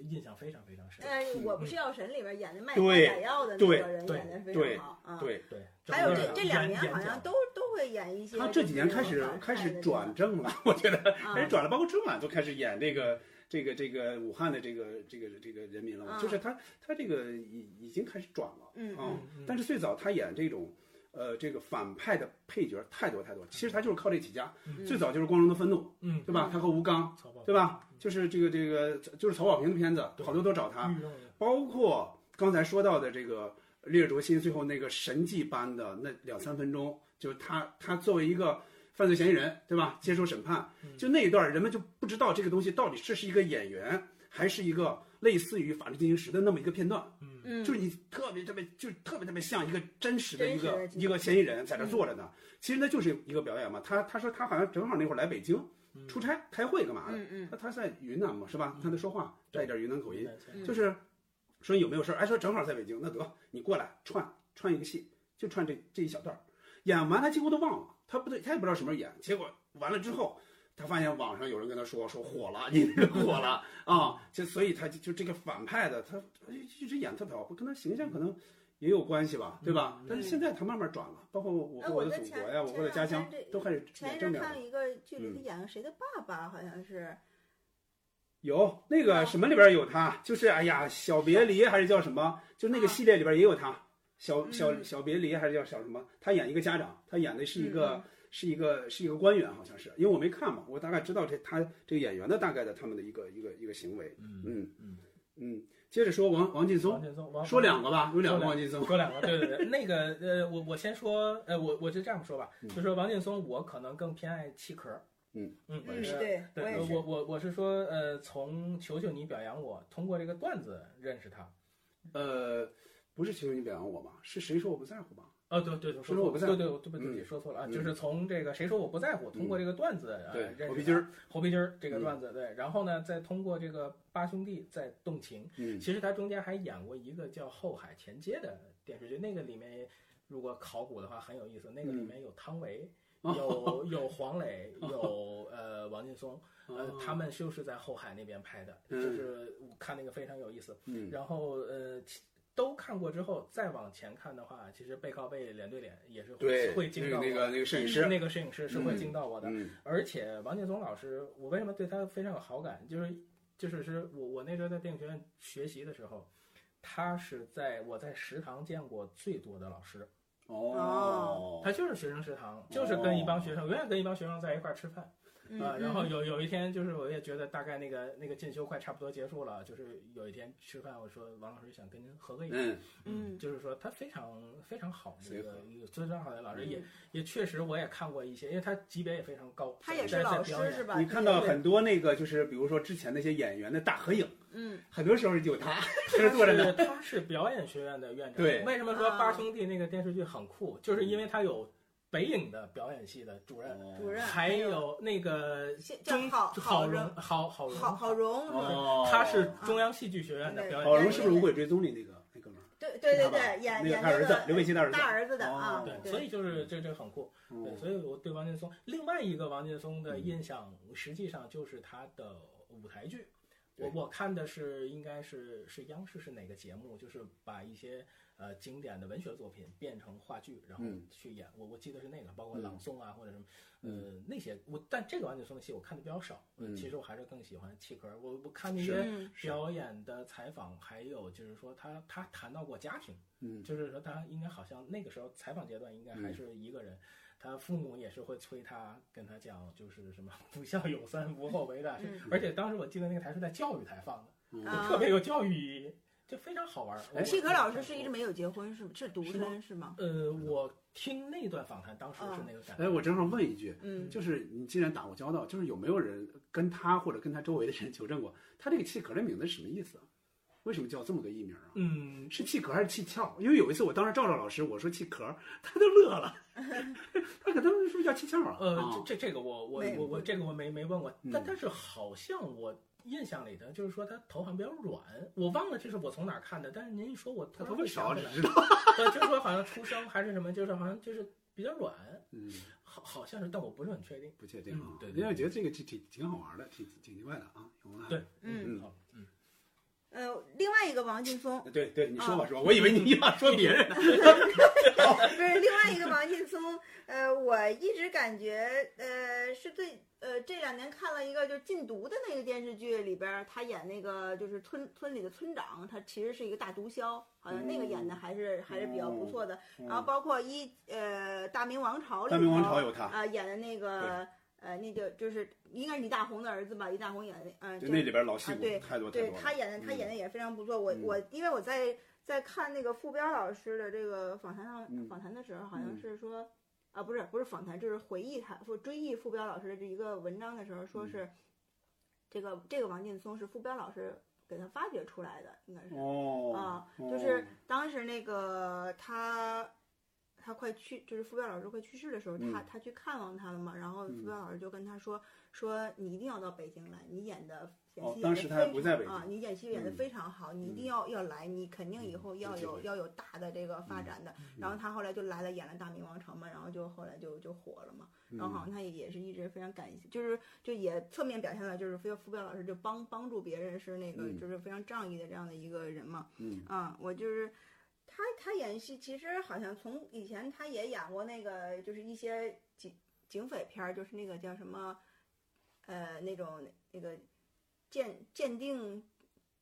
[SPEAKER 2] 印象非常非常深。
[SPEAKER 3] 哎，我不是药神里边演的卖
[SPEAKER 1] 嗯对
[SPEAKER 3] 卖假药的那个人演的非常好啊。
[SPEAKER 1] 对。
[SPEAKER 2] 对，
[SPEAKER 3] 还有
[SPEAKER 2] 整
[SPEAKER 3] 这
[SPEAKER 2] 个
[SPEAKER 3] 这两
[SPEAKER 2] 演
[SPEAKER 3] 年好
[SPEAKER 2] 演
[SPEAKER 3] 像
[SPEAKER 2] 讲
[SPEAKER 3] 都都会演一些。
[SPEAKER 1] 他这几年开始开始转哎正了，我觉得
[SPEAKER 3] 啊
[SPEAKER 1] 开始转了，包括春晚都开始演这个这个这个武汉的这个这个这个人民了嘛，
[SPEAKER 3] 啊
[SPEAKER 1] 就是他他这个已已经开始转了，
[SPEAKER 3] 嗯
[SPEAKER 1] 啊
[SPEAKER 2] 嗯，
[SPEAKER 1] 但是最早他演这种。呃，这个反派的配角太多太多，其实他就是靠这起家。
[SPEAKER 3] 嗯
[SPEAKER 1] 最早就是《光荣的愤怒》，
[SPEAKER 2] 嗯，
[SPEAKER 1] 对吧？他和吴刚，
[SPEAKER 2] 曹嗯宝
[SPEAKER 1] 对吧？就是这个啊
[SPEAKER 2] 嗯
[SPEAKER 1] 这个，就是曹保平的片子，好多都找他。
[SPEAKER 2] 玉用
[SPEAKER 1] 包括刚才说到的这个烈日灼心最后那个神迹般的那两三分钟，就是他他作为一个犯罪嫌疑人，对吧？接受审判，
[SPEAKER 2] 嗯
[SPEAKER 1] 就那一段儿人们就不知道这个东西到底这是一个演员还是一个类似于《法律进行时》的那么一个片段，
[SPEAKER 3] 嗯，
[SPEAKER 1] 就是你特别特别就是特别特别像一个真实的
[SPEAKER 3] 真
[SPEAKER 1] 一
[SPEAKER 3] 实的嗯
[SPEAKER 1] 个
[SPEAKER 3] 情
[SPEAKER 1] 一
[SPEAKER 3] 况
[SPEAKER 1] 个嫌疑人在那坐着呢。其实那就是一个表演嘛。他他说他好像正好那会儿来北京
[SPEAKER 2] 嗯
[SPEAKER 1] 出差开会干嘛的，
[SPEAKER 3] 嗯嗯
[SPEAKER 1] 他他在云南嘛是吧？他在说话带一点云南口音，
[SPEAKER 2] 嗯
[SPEAKER 3] 嗯
[SPEAKER 1] 就是说有没有事儿？哎，说正好在北京，那得你过来串串一个戏，就串这这一小段儿。演完他几乎都忘了，他不对，他也不知道什么时候演。结果完了之后，他发现网上有人跟他说说火了，你那个火 了啊！就所以他就就这个反派的，他他一直演特别好，跟他形象可能也有关系吧，对吧？
[SPEAKER 3] 嗯
[SPEAKER 1] 但是现在他慢慢转了，包括我
[SPEAKER 3] 哎
[SPEAKER 1] 和我的
[SPEAKER 3] 在
[SPEAKER 1] 祖
[SPEAKER 3] 前
[SPEAKER 1] 国呀，我
[SPEAKER 3] 前
[SPEAKER 1] 和我的
[SPEAKER 3] 两
[SPEAKER 1] 家
[SPEAKER 3] 天
[SPEAKER 1] 乡
[SPEAKER 3] 这
[SPEAKER 1] 都开始
[SPEAKER 3] 前
[SPEAKER 1] 演
[SPEAKER 3] 一
[SPEAKER 1] 正
[SPEAKER 3] 阵
[SPEAKER 1] 面了
[SPEAKER 3] 看。了一个剧里，
[SPEAKER 1] 嗯
[SPEAKER 3] 他演个谁的爸爸，好像是
[SPEAKER 1] 有那个什么里边有他，就是哎呀，小别离还是叫什么？就
[SPEAKER 2] 啊
[SPEAKER 1] 那个系列里边也有他，
[SPEAKER 2] 嗯
[SPEAKER 1] 小小小别离还是叫小什么？他演一个家长，他演的是一
[SPEAKER 2] 嗯
[SPEAKER 3] 嗯
[SPEAKER 1] 个是一个是一个官员，好像是，因为我没看嘛，我大概知道这他这个演员的大概的他们的一个一个一个行为，嗯
[SPEAKER 2] 嗯
[SPEAKER 1] 嗯，接着说王王劲
[SPEAKER 2] 王
[SPEAKER 1] 松，
[SPEAKER 2] 劲松，王
[SPEAKER 1] 说两个吧，有两
[SPEAKER 2] 说
[SPEAKER 1] 个
[SPEAKER 2] 两
[SPEAKER 1] 王劲松，
[SPEAKER 2] 说两个，对对对，那个呃，我我先说，呃，我我就这样说吧，就说王劲松，我可能更偏爱七壳儿，
[SPEAKER 1] 嗯
[SPEAKER 2] 嗯
[SPEAKER 1] 我也
[SPEAKER 3] 嗯，
[SPEAKER 1] 是
[SPEAKER 2] 呃
[SPEAKER 3] 对，我
[SPEAKER 2] 对，
[SPEAKER 3] 也
[SPEAKER 2] 呃
[SPEAKER 3] 是，
[SPEAKER 2] 我我我是说，呃，从求求你表扬我，通过这个段子认识他。
[SPEAKER 1] 呃，不是求求你表扬我吧，是谁说我不在乎吧？
[SPEAKER 2] 哦，对对对，
[SPEAKER 1] 谁说我不在乎
[SPEAKER 2] 对对，我对不对不起，说错了啊，
[SPEAKER 1] 嗯
[SPEAKER 2] 就是从这个谁说我不在乎，通过这个段子呃
[SPEAKER 1] 对
[SPEAKER 2] 认识他
[SPEAKER 1] 猴皮筋儿，嗯
[SPEAKER 2] 猴皮筋儿这个段子，对，然后呢，再通过这个八兄弟再动情，
[SPEAKER 1] 嗯
[SPEAKER 2] 其实他中间还演过一个叫《后海前街》的电视剧，那个里面如果考古的话很有意思，那个里
[SPEAKER 1] 嗯
[SPEAKER 2] 面有汤唯，
[SPEAKER 1] 哦
[SPEAKER 2] 有 有黄磊，有呃王劲松，呃，他们就是在后海那边拍的，
[SPEAKER 1] 哦嗯
[SPEAKER 2] 就是我看那个非常有意思。
[SPEAKER 1] 嗯
[SPEAKER 2] 然后呃，其都看过之后，再往前看的话，其实背靠背、脸对脸也是
[SPEAKER 1] 对
[SPEAKER 2] 会，会
[SPEAKER 1] 那
[SPEAKER 2] 惊
[SPEAKER 1] 个
[SPEAKER 2] 到我
[SPEAKER 1] 那个那个摄影
[SPEAKER 2] 是
[SPEAKER 1] 师，
[SPEAKER 2] 那个摄影师是会
[SPEAKER 1] 嗯
[SPEAKER 2] 惊到我的。
[SPEAKER 1] 嗯
[SPEAKER 2] 而且王劲松老师，我为什么对他非常有好感？就是就是是我我那时候在电影学院学习的时候，他是在我在食堂见过最多的老师。
[SPEAKER 1] 哦，
[SPEAKER 2] 他就是学生食堂，就是跟一帮学生，永远跟一帮学生在一块儿吃饭
[SPEAKER 3] 嗯
[SPEAKER 1] 哦
[SPEAKER 2] 啊、然
[SPEAKER 3] 嗯
[SPEAKER 2] 后有有一天，就是我也觉得大概那个那个进修快差不多结束了，就是有一天吃饭，我说王老师想跟您合个影。
[SPEAKER 1] 嗯
[SPEAKER 3] 嗯
[SPEAKER 2] 就是说他非常非常好的一
[SPEAKER 1] 随
[SPEAKER 2] 个
[SPEAKER 1] 和
[SPEAKER 2] 一个非常好的老师，也
[SPEAKER 3] 嗯
[SPEAKER 2] 也确实我也看过一些，因为他级别也非常高，
[SPEAKER 3] 他也
[SPEAKER 2] 在
[SPEAKER 3] 是
[SPEAKER 2] 在
[SPEAKER 3] 老
[SPEAKER 2] 表演
[SPEAKER 3] 师是吧？
[SPEAKER 1] 你看到很多那个，就是比如说之前那些演员的大合影，
[SPEAKER 3] 嗯，
[SPEAKER 1] 很多时候有他 在
[SPEAKER 2] 他
[SPEAKER 1] 这坐着
[SPEAKER 2] 是
[SPEAKER 1] 呢。
[SPEAKER 2] 他是表演学院的院长。
[SPEAKER 1] 对嗯
[SPEAKER 2] 为什么说
[SPEAKER 3] 啊
[SPEAKER 2] 八兄弟那个电视剧很酷？就是因为他有北影的表演系的主任，
[SPEAKER 3] 主任
[SPEAKER 2] 还
[SPEAKER 3] 有
[SPEAKER 2] 有那个
[SPEAKER 3] 谢叫
[SPEAKER 2] 中
[SPEAKER 3] 郝
[SPEAKER 2] 郝
[SPEAKER 3] 荣
[SPEAKER 2] 荣郝郝荣
[SPEAKER 3] 郝郝荣，
[SPEAKER 1] 哦
[SPEAKER 2] 他是中央戏剧学院的表演。
[SPEAKER 1] 郝荣是不是《无鬼追踪》里那个那哥们儿？
[SPEAKER 3] 嗯对对
[SPEAKER 1] 是
[SPEAKER 3] 对
[SPEAKER 1] 他吧
[SPEAKER 3] 对，演
[SPEAKER 1] 那个
[SPEAKER 3] 演
[SPEAKER 1] 他
[SPEAKER 3] 那
[SPEAKER 1] 儿子刘
[SPEAKER 3] 个
[SPEAKER 1] 伟奇的儿子
[SPEAKER 3] 大。儿子的啊
[SPEAKER 1] 哦，
[SPEAKER 2] 对，所以就是这这很酷。
[SPEAKER 1] 嗯
[SPEAKER 2] 对，所以我对王劲松，另外一个王劲松的印象，实际上就是他的舞台剧。我我看的是应该是是央视是哪个节目，就是把一些呃经典的文学作品变成话剧，然后
[SPEAKER 1] 嗯
[SPEAKER 2] 去演。我我记得是那个，包括朗诵啊、或者什么，呃那些我但这个王劲松的戏我看的比较少。呃
[SPEAKER 1] 嗯
[SPEAKER 2] 其实我还是更喜欢契壳儿。我我看那
[SPEAKER 1] 是
[SPEAKER 2] 些
[SPEAKER 3] 嗯
[SPEAKER 2] 表演的采访，还有就是说他他谈到过家庭，
[SPEAKER 1] 嗯
[SPEAKER 2] 就是说他应该好像那个时候采访阶段应该还是一个人，他父母也是会催他，跟他讲就是什么不孝有三，无后为大。
[SPEAKER 3] 嗯
[SPEAKER 2] 而且当时我记得那个台是在教育台放的，
[SPEAKER 1] 嗯
[SPEAKER 3] 啊
[SPEAKER 2] 特别有教育意义，就非常好玩。我
[SPEAKER 3] 契壳老师是一直没有结婚，是吗是独
[SPEAKER 2] 是吗
[SPEAKER 3] 身是吗？嗯
[SPEAKER 2] 呃，我听那段访谈，当时是那个感觉。
[SPEAKER 1] 哎，我正好问一句，
[SPEAKER 3] 嗯，
[SPEAKER 1] 就是你既然打过交道，就是有没有人跟他或者跟他周围的人 求证过，他这个气壳的名字是什么意思啊？为什么叫这么个艺名啊？
[SPEAKER 2] 嗯，
[SPEAKER 1] 是气壳还是气壳？因为有一次我当时赵赵老师我说气壳，他都乐了， 他可能是不是叫气壳啊？
[SPEAKER 2] 呃，
[SPEAKER 1] 啊
[SPEAKER 2] 这这这个我我
[SPEAKER 3] 没
[SPEAKER 2] 我我这个我没没问过，但
[SPEAKER 1] 嗯
[SPEAKER 2] 但是好像我印象里的就是说他头发比较软，我忘了这是我从哪儿看的，但是您一说我
[SPEAKER 1] 他头
[SPEAKER 2] 突然
[SPEAKER 1] 发
[SPEAKER 2] 就想
[SPEAKER 1] 少，
[SPEAKER 2] 起
[SPEAKER 1] 只
[SPEAKER 2] 来了
[SPEAKER 1] 知道。
[SPEAKER 2] 对，就是说好像出生还是什么，就是好像就是比较软，
[SPEAKER 1] 嗯，
[SPEAKER 2] 好好像是，但我不是很确定。
[SPEAKER 1] 不确定啊
[SPEAKER 2] 嗯。对对
[SPEAKER 1] 因为我觉得这个挺挺挺好玩的，挺挺奇怪的啊。有吗
[SPEAKER 2] 对
[SPEAKER 3] 嗯
[SPEAKER 1] 嗯
[SPEAKER 2] 好，嗯，
[SPEAKER 3] 呃，另外一个王劲松，
[SPEAKER 1] 对对，你说吧，
[SPEAKER 3] 啊
[SPEAKER 1] 说吧，我以为你要说别 人呢。
[SPEAKER 3] 不是另外一个王劲松，呃，我一直感觉，呃，是最，呃，这两年看了一个就是禁毒的那个电视剧里边儿，他演那个就是村村里的村长，他其实是一个大毒枭，好像那个演的还
[SPEAKER 1] 嗯
[SPEAKER 3] 是、还是比较不错的。然后包括一呃《大明王朝》里头，
[SPEAKER 1] 大明王朝有他
[SPEAKER 3] 啊、演的那个呃，那就就是应该是李大红的儿子吧？李大红演的，嗯、呃，
[SPEAKER 1] 就
[SPEAKER 3] 这
[SPEAKER 1] 那里边老戏
[SPEAKER 3] 啊
[SPEAKER 1] 骨
[SPEAKER 3] 对
[SPEAKER 1] 太多太
[SPEAKER 3] 对
[SPEAKER 1] 多了。
[SPEAKER 3] 他演的，他演的也非常不错。我
[SPEAKER 1] 嗯
[SPEAKER 3] 我因为我在在看那个傅彪老师的这个访谈上、
[SPEAKER 1] 嗯
[SPEAKER 3] 访谈的时候，好像
[SPEAKER 1] 嗯
[SPEAKER 3] 是说、啊，不是不是访谈，就是回忆他说追忆傅彪老师的这一个文章的时候，说
[SPEAKER 1] 嗯
[SPEAKER 3] 是、这个这个王劲松是傅彪老师给他发掘出来的，应该是。
[SPEAKER 1] 哦
[SPEAKER 3] 啊，
[SPEAKER 1] 哦
[SPEAKER 3] 就是当时那个他，他快去，就是傅彪老师快去世的时候，他
[SPEAKER 1] 嗯
[SPEAKER 3] 他去看望他了嘛。然后
[SPEAKER 1] 嗯
[SPEAKER 3] 傅彪老师就跟他说，说你一定要到北京来，你演的演
[SPEAKER 1] 哦
[SPEAKER 3] 戏
[SPEAKER 1] 当
[SPEAKER 3] 演
[SPEAKER 1] 时
[SPEAKER 3] 的
[SPEAKER 1] 他还
[SPEAKER 3] 非
[SPEAKER 1] 不
[SPEAKER 3] 常
[SPEAKER 1] 在北
[SPEAKER 3] 啊，
[SPEAKER 1] 京
[SPEAKER 3] 你演戏演的
[SPEAKER 1] 嗯
[SPEAKER 3] 非常好，你一定
[SPEAKER 1] 嗯
[SPEAKER 3] 要要来，你肯定以后
[SPEAKER 1] 嗯
[SPEAKER 3] 要
[SPEAKER 1] 有机
[SPEAKER 3] 有
[SPEAKER 1] 会
[SPEAKER 3] 要有大的这个发
[SPEAKER 1] 嗯
[SPEAKER 3] 展的。
[SPEAKER 1] 嗯
[SPEAKER 3] 然后他后来就来了，演了《大明王朝》嘛，然后就后来就就火了嘛。
[SPEAKER 1] 嗯
[SPEAKER 3] 然后好像他也也是一直非常感谢，就是就也侧面表现了，就是傅傅彪老师就帮帮助别人是那个
[SPEAKER 1] 嗯
[SPEAKER 3] 就是非常仗义的这样的一个人嘛。
[SPEAKER 1] 嗯
[SPEAKER 3] 啊，我就是他，他演戏其实好像从以前他也演过那个，就是一些警警匪片儿，就是那个叫什么，呃，那种那个鉴鉴定。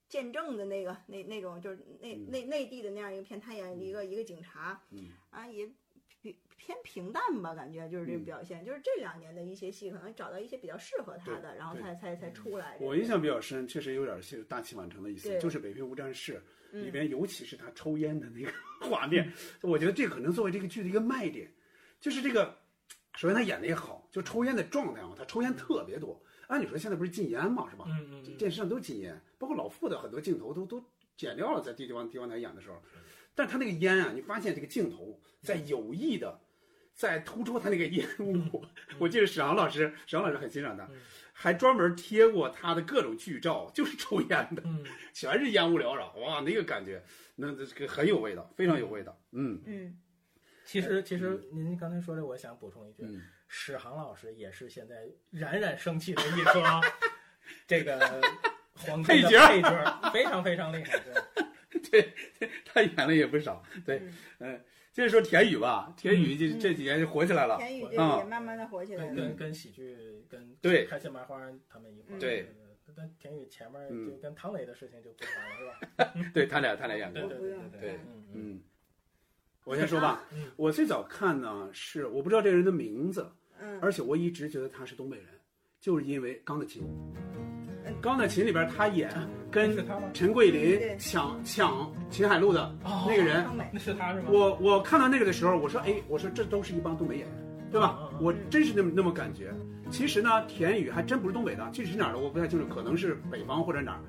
[SPEAKER 3] 见证的那个那那种就是内
[SPEAKER 1] 嗯
[SPEAKER 3] 内内地的那样一个片，他演一个、一个警察
[SPEAKER 1] 嗯
[SPEAKER 3] 啊，也比偏平淡吧，感觉就是这
[SPEAKER 1] 嗯
[SPEAKER 3] 表现，就是这两年的一些戏可能找到一些比较适合他
[SPEAKER 1] 对
[SPEAKER 3] 的，然后
[SPEAKER 1] 对嗯
[SPEAKER 3] 才才才出来这个。
[SPEAKER 1] 我印象比较深，确实有点是大器晚成的意思，
[SPEAKER 3] 对
[SPEAKER 1] 就是《北平无战事》
[SPEAKER 3] 嗯
[SPEAKER 1] 里边，尤其是他抽烟的那个 画面，我觉得这可能作为这个剧的一个卖点，就是这个，首先他演的也好，就抽烟的状态啊，他抽烟特别多。按理说现在不是禁烟嘛，是吧？
[SPEAKER 2] 嗯嗯
[SPEAKER 1] 这
[SPEAKER 2] 嗯，
[SPEAKER 1] 电视上都禁烟，包括老傅的很多镜头都都剪掉了，在地方地方台演的时候，但他那个烟啊，你发现这个镜头在有意的在突出他那个烟雾。我记得史航老师，史航老师很欣赏他
[SPEAKER 2] 嗯，
[SPEAKER 1] 还专门贴过他的各种剧照，就是抽烟的，
[SPEAKER 2] 嗯
[SPEAKER 1] 全是烟雾缭绕，哇，那个感觉，那这个很有味道，非常有味道。嗯
[SPEAKER 3] 嗯
[SPEAKER 2] 其实其实您刚才说的，我想补充一句，
[SPEAKER 1] 嗯，
[SPEAKER 2] 史航老师也是现在冉冉升起的一 颗这个黄金
[SPEAKER 1] 配
[SPEAKER 2] 的
[SPEAKER 1] 角
[SPEAKER 2] 配角，非常非常厉害。 对
[SPEAKER 1] 他演了也不少。对，嗯，接着说田雨吧，田雨这
[SPEAKER 3] 嗯
[SPEAKER 1] 这几年就火起来了。
[SPEAKER 3] 田宇这
[SPEAKER 1] 啊
[SPEAKER 3] 个也慢慢的火起来
[SPEAKER 2] 跟
[SPEAKER 3] 了，
[SPEAKER 2] 跟跟喜剧跟
[SPEAKER 1] 对
[SPEAKER 2] 开心麻花他们一块儿
[SPEAKER 1] 对。
[SPEAKER 2] 但田宇前面
[SPEAKER 1] 嗯
[SPEAKER 2] 就跟唐磊的事情就不谈了，是吧？
[SPEAKER 3] 嗯
[SPEAKER 1] 对他俩，他俩演过
[SPEAKER 2] 对。对
[SPEAKER 3] 不
[SPEAKER 2] 对
[SPEAKER 3] 用
[SPEAKER 2] 对
[SPEAKER 1] 对
[SPEAKER 2] 嗯嗯
[SPEAKER 1] 嗯，我先说吧
[SPEAKER 2] 嗯，
[SPEAKER 1] 我最早看呢是我不知道这人的名字，
[SPEAKER 3] 嗯，
[SPEAKER 1] 而且我一直觉得他是东北人，就是因为《钢的琴》。
[SPEAKER 3] 嗯
[SPEAKER 1] 《钢的琴》里边他演跟
[SPEAKER 2] 是他吗
[SPEAKER 1] 陈桂
[SPEAKER 3] 对
[SPEAKER 1] 林抢抢秦海璐的
[SPEAKER 2] 哦
[SPEAKER 1] 那个人，
[SPEAKER 3] 东北
[SPEAKER 2] 那是他是吗？
[SPEAKER 1] 我我看到那个的时候，我说哎，我说这都是一帮东北演员，对吧
[SPEAKER 2] 嗯嗯？嗯
[SPEAKER 1] 我真是那么那么感觉。其实呢，田雨还真不是东北的，具体是哪儿的我不太清楚，可能是北方或者哪儿。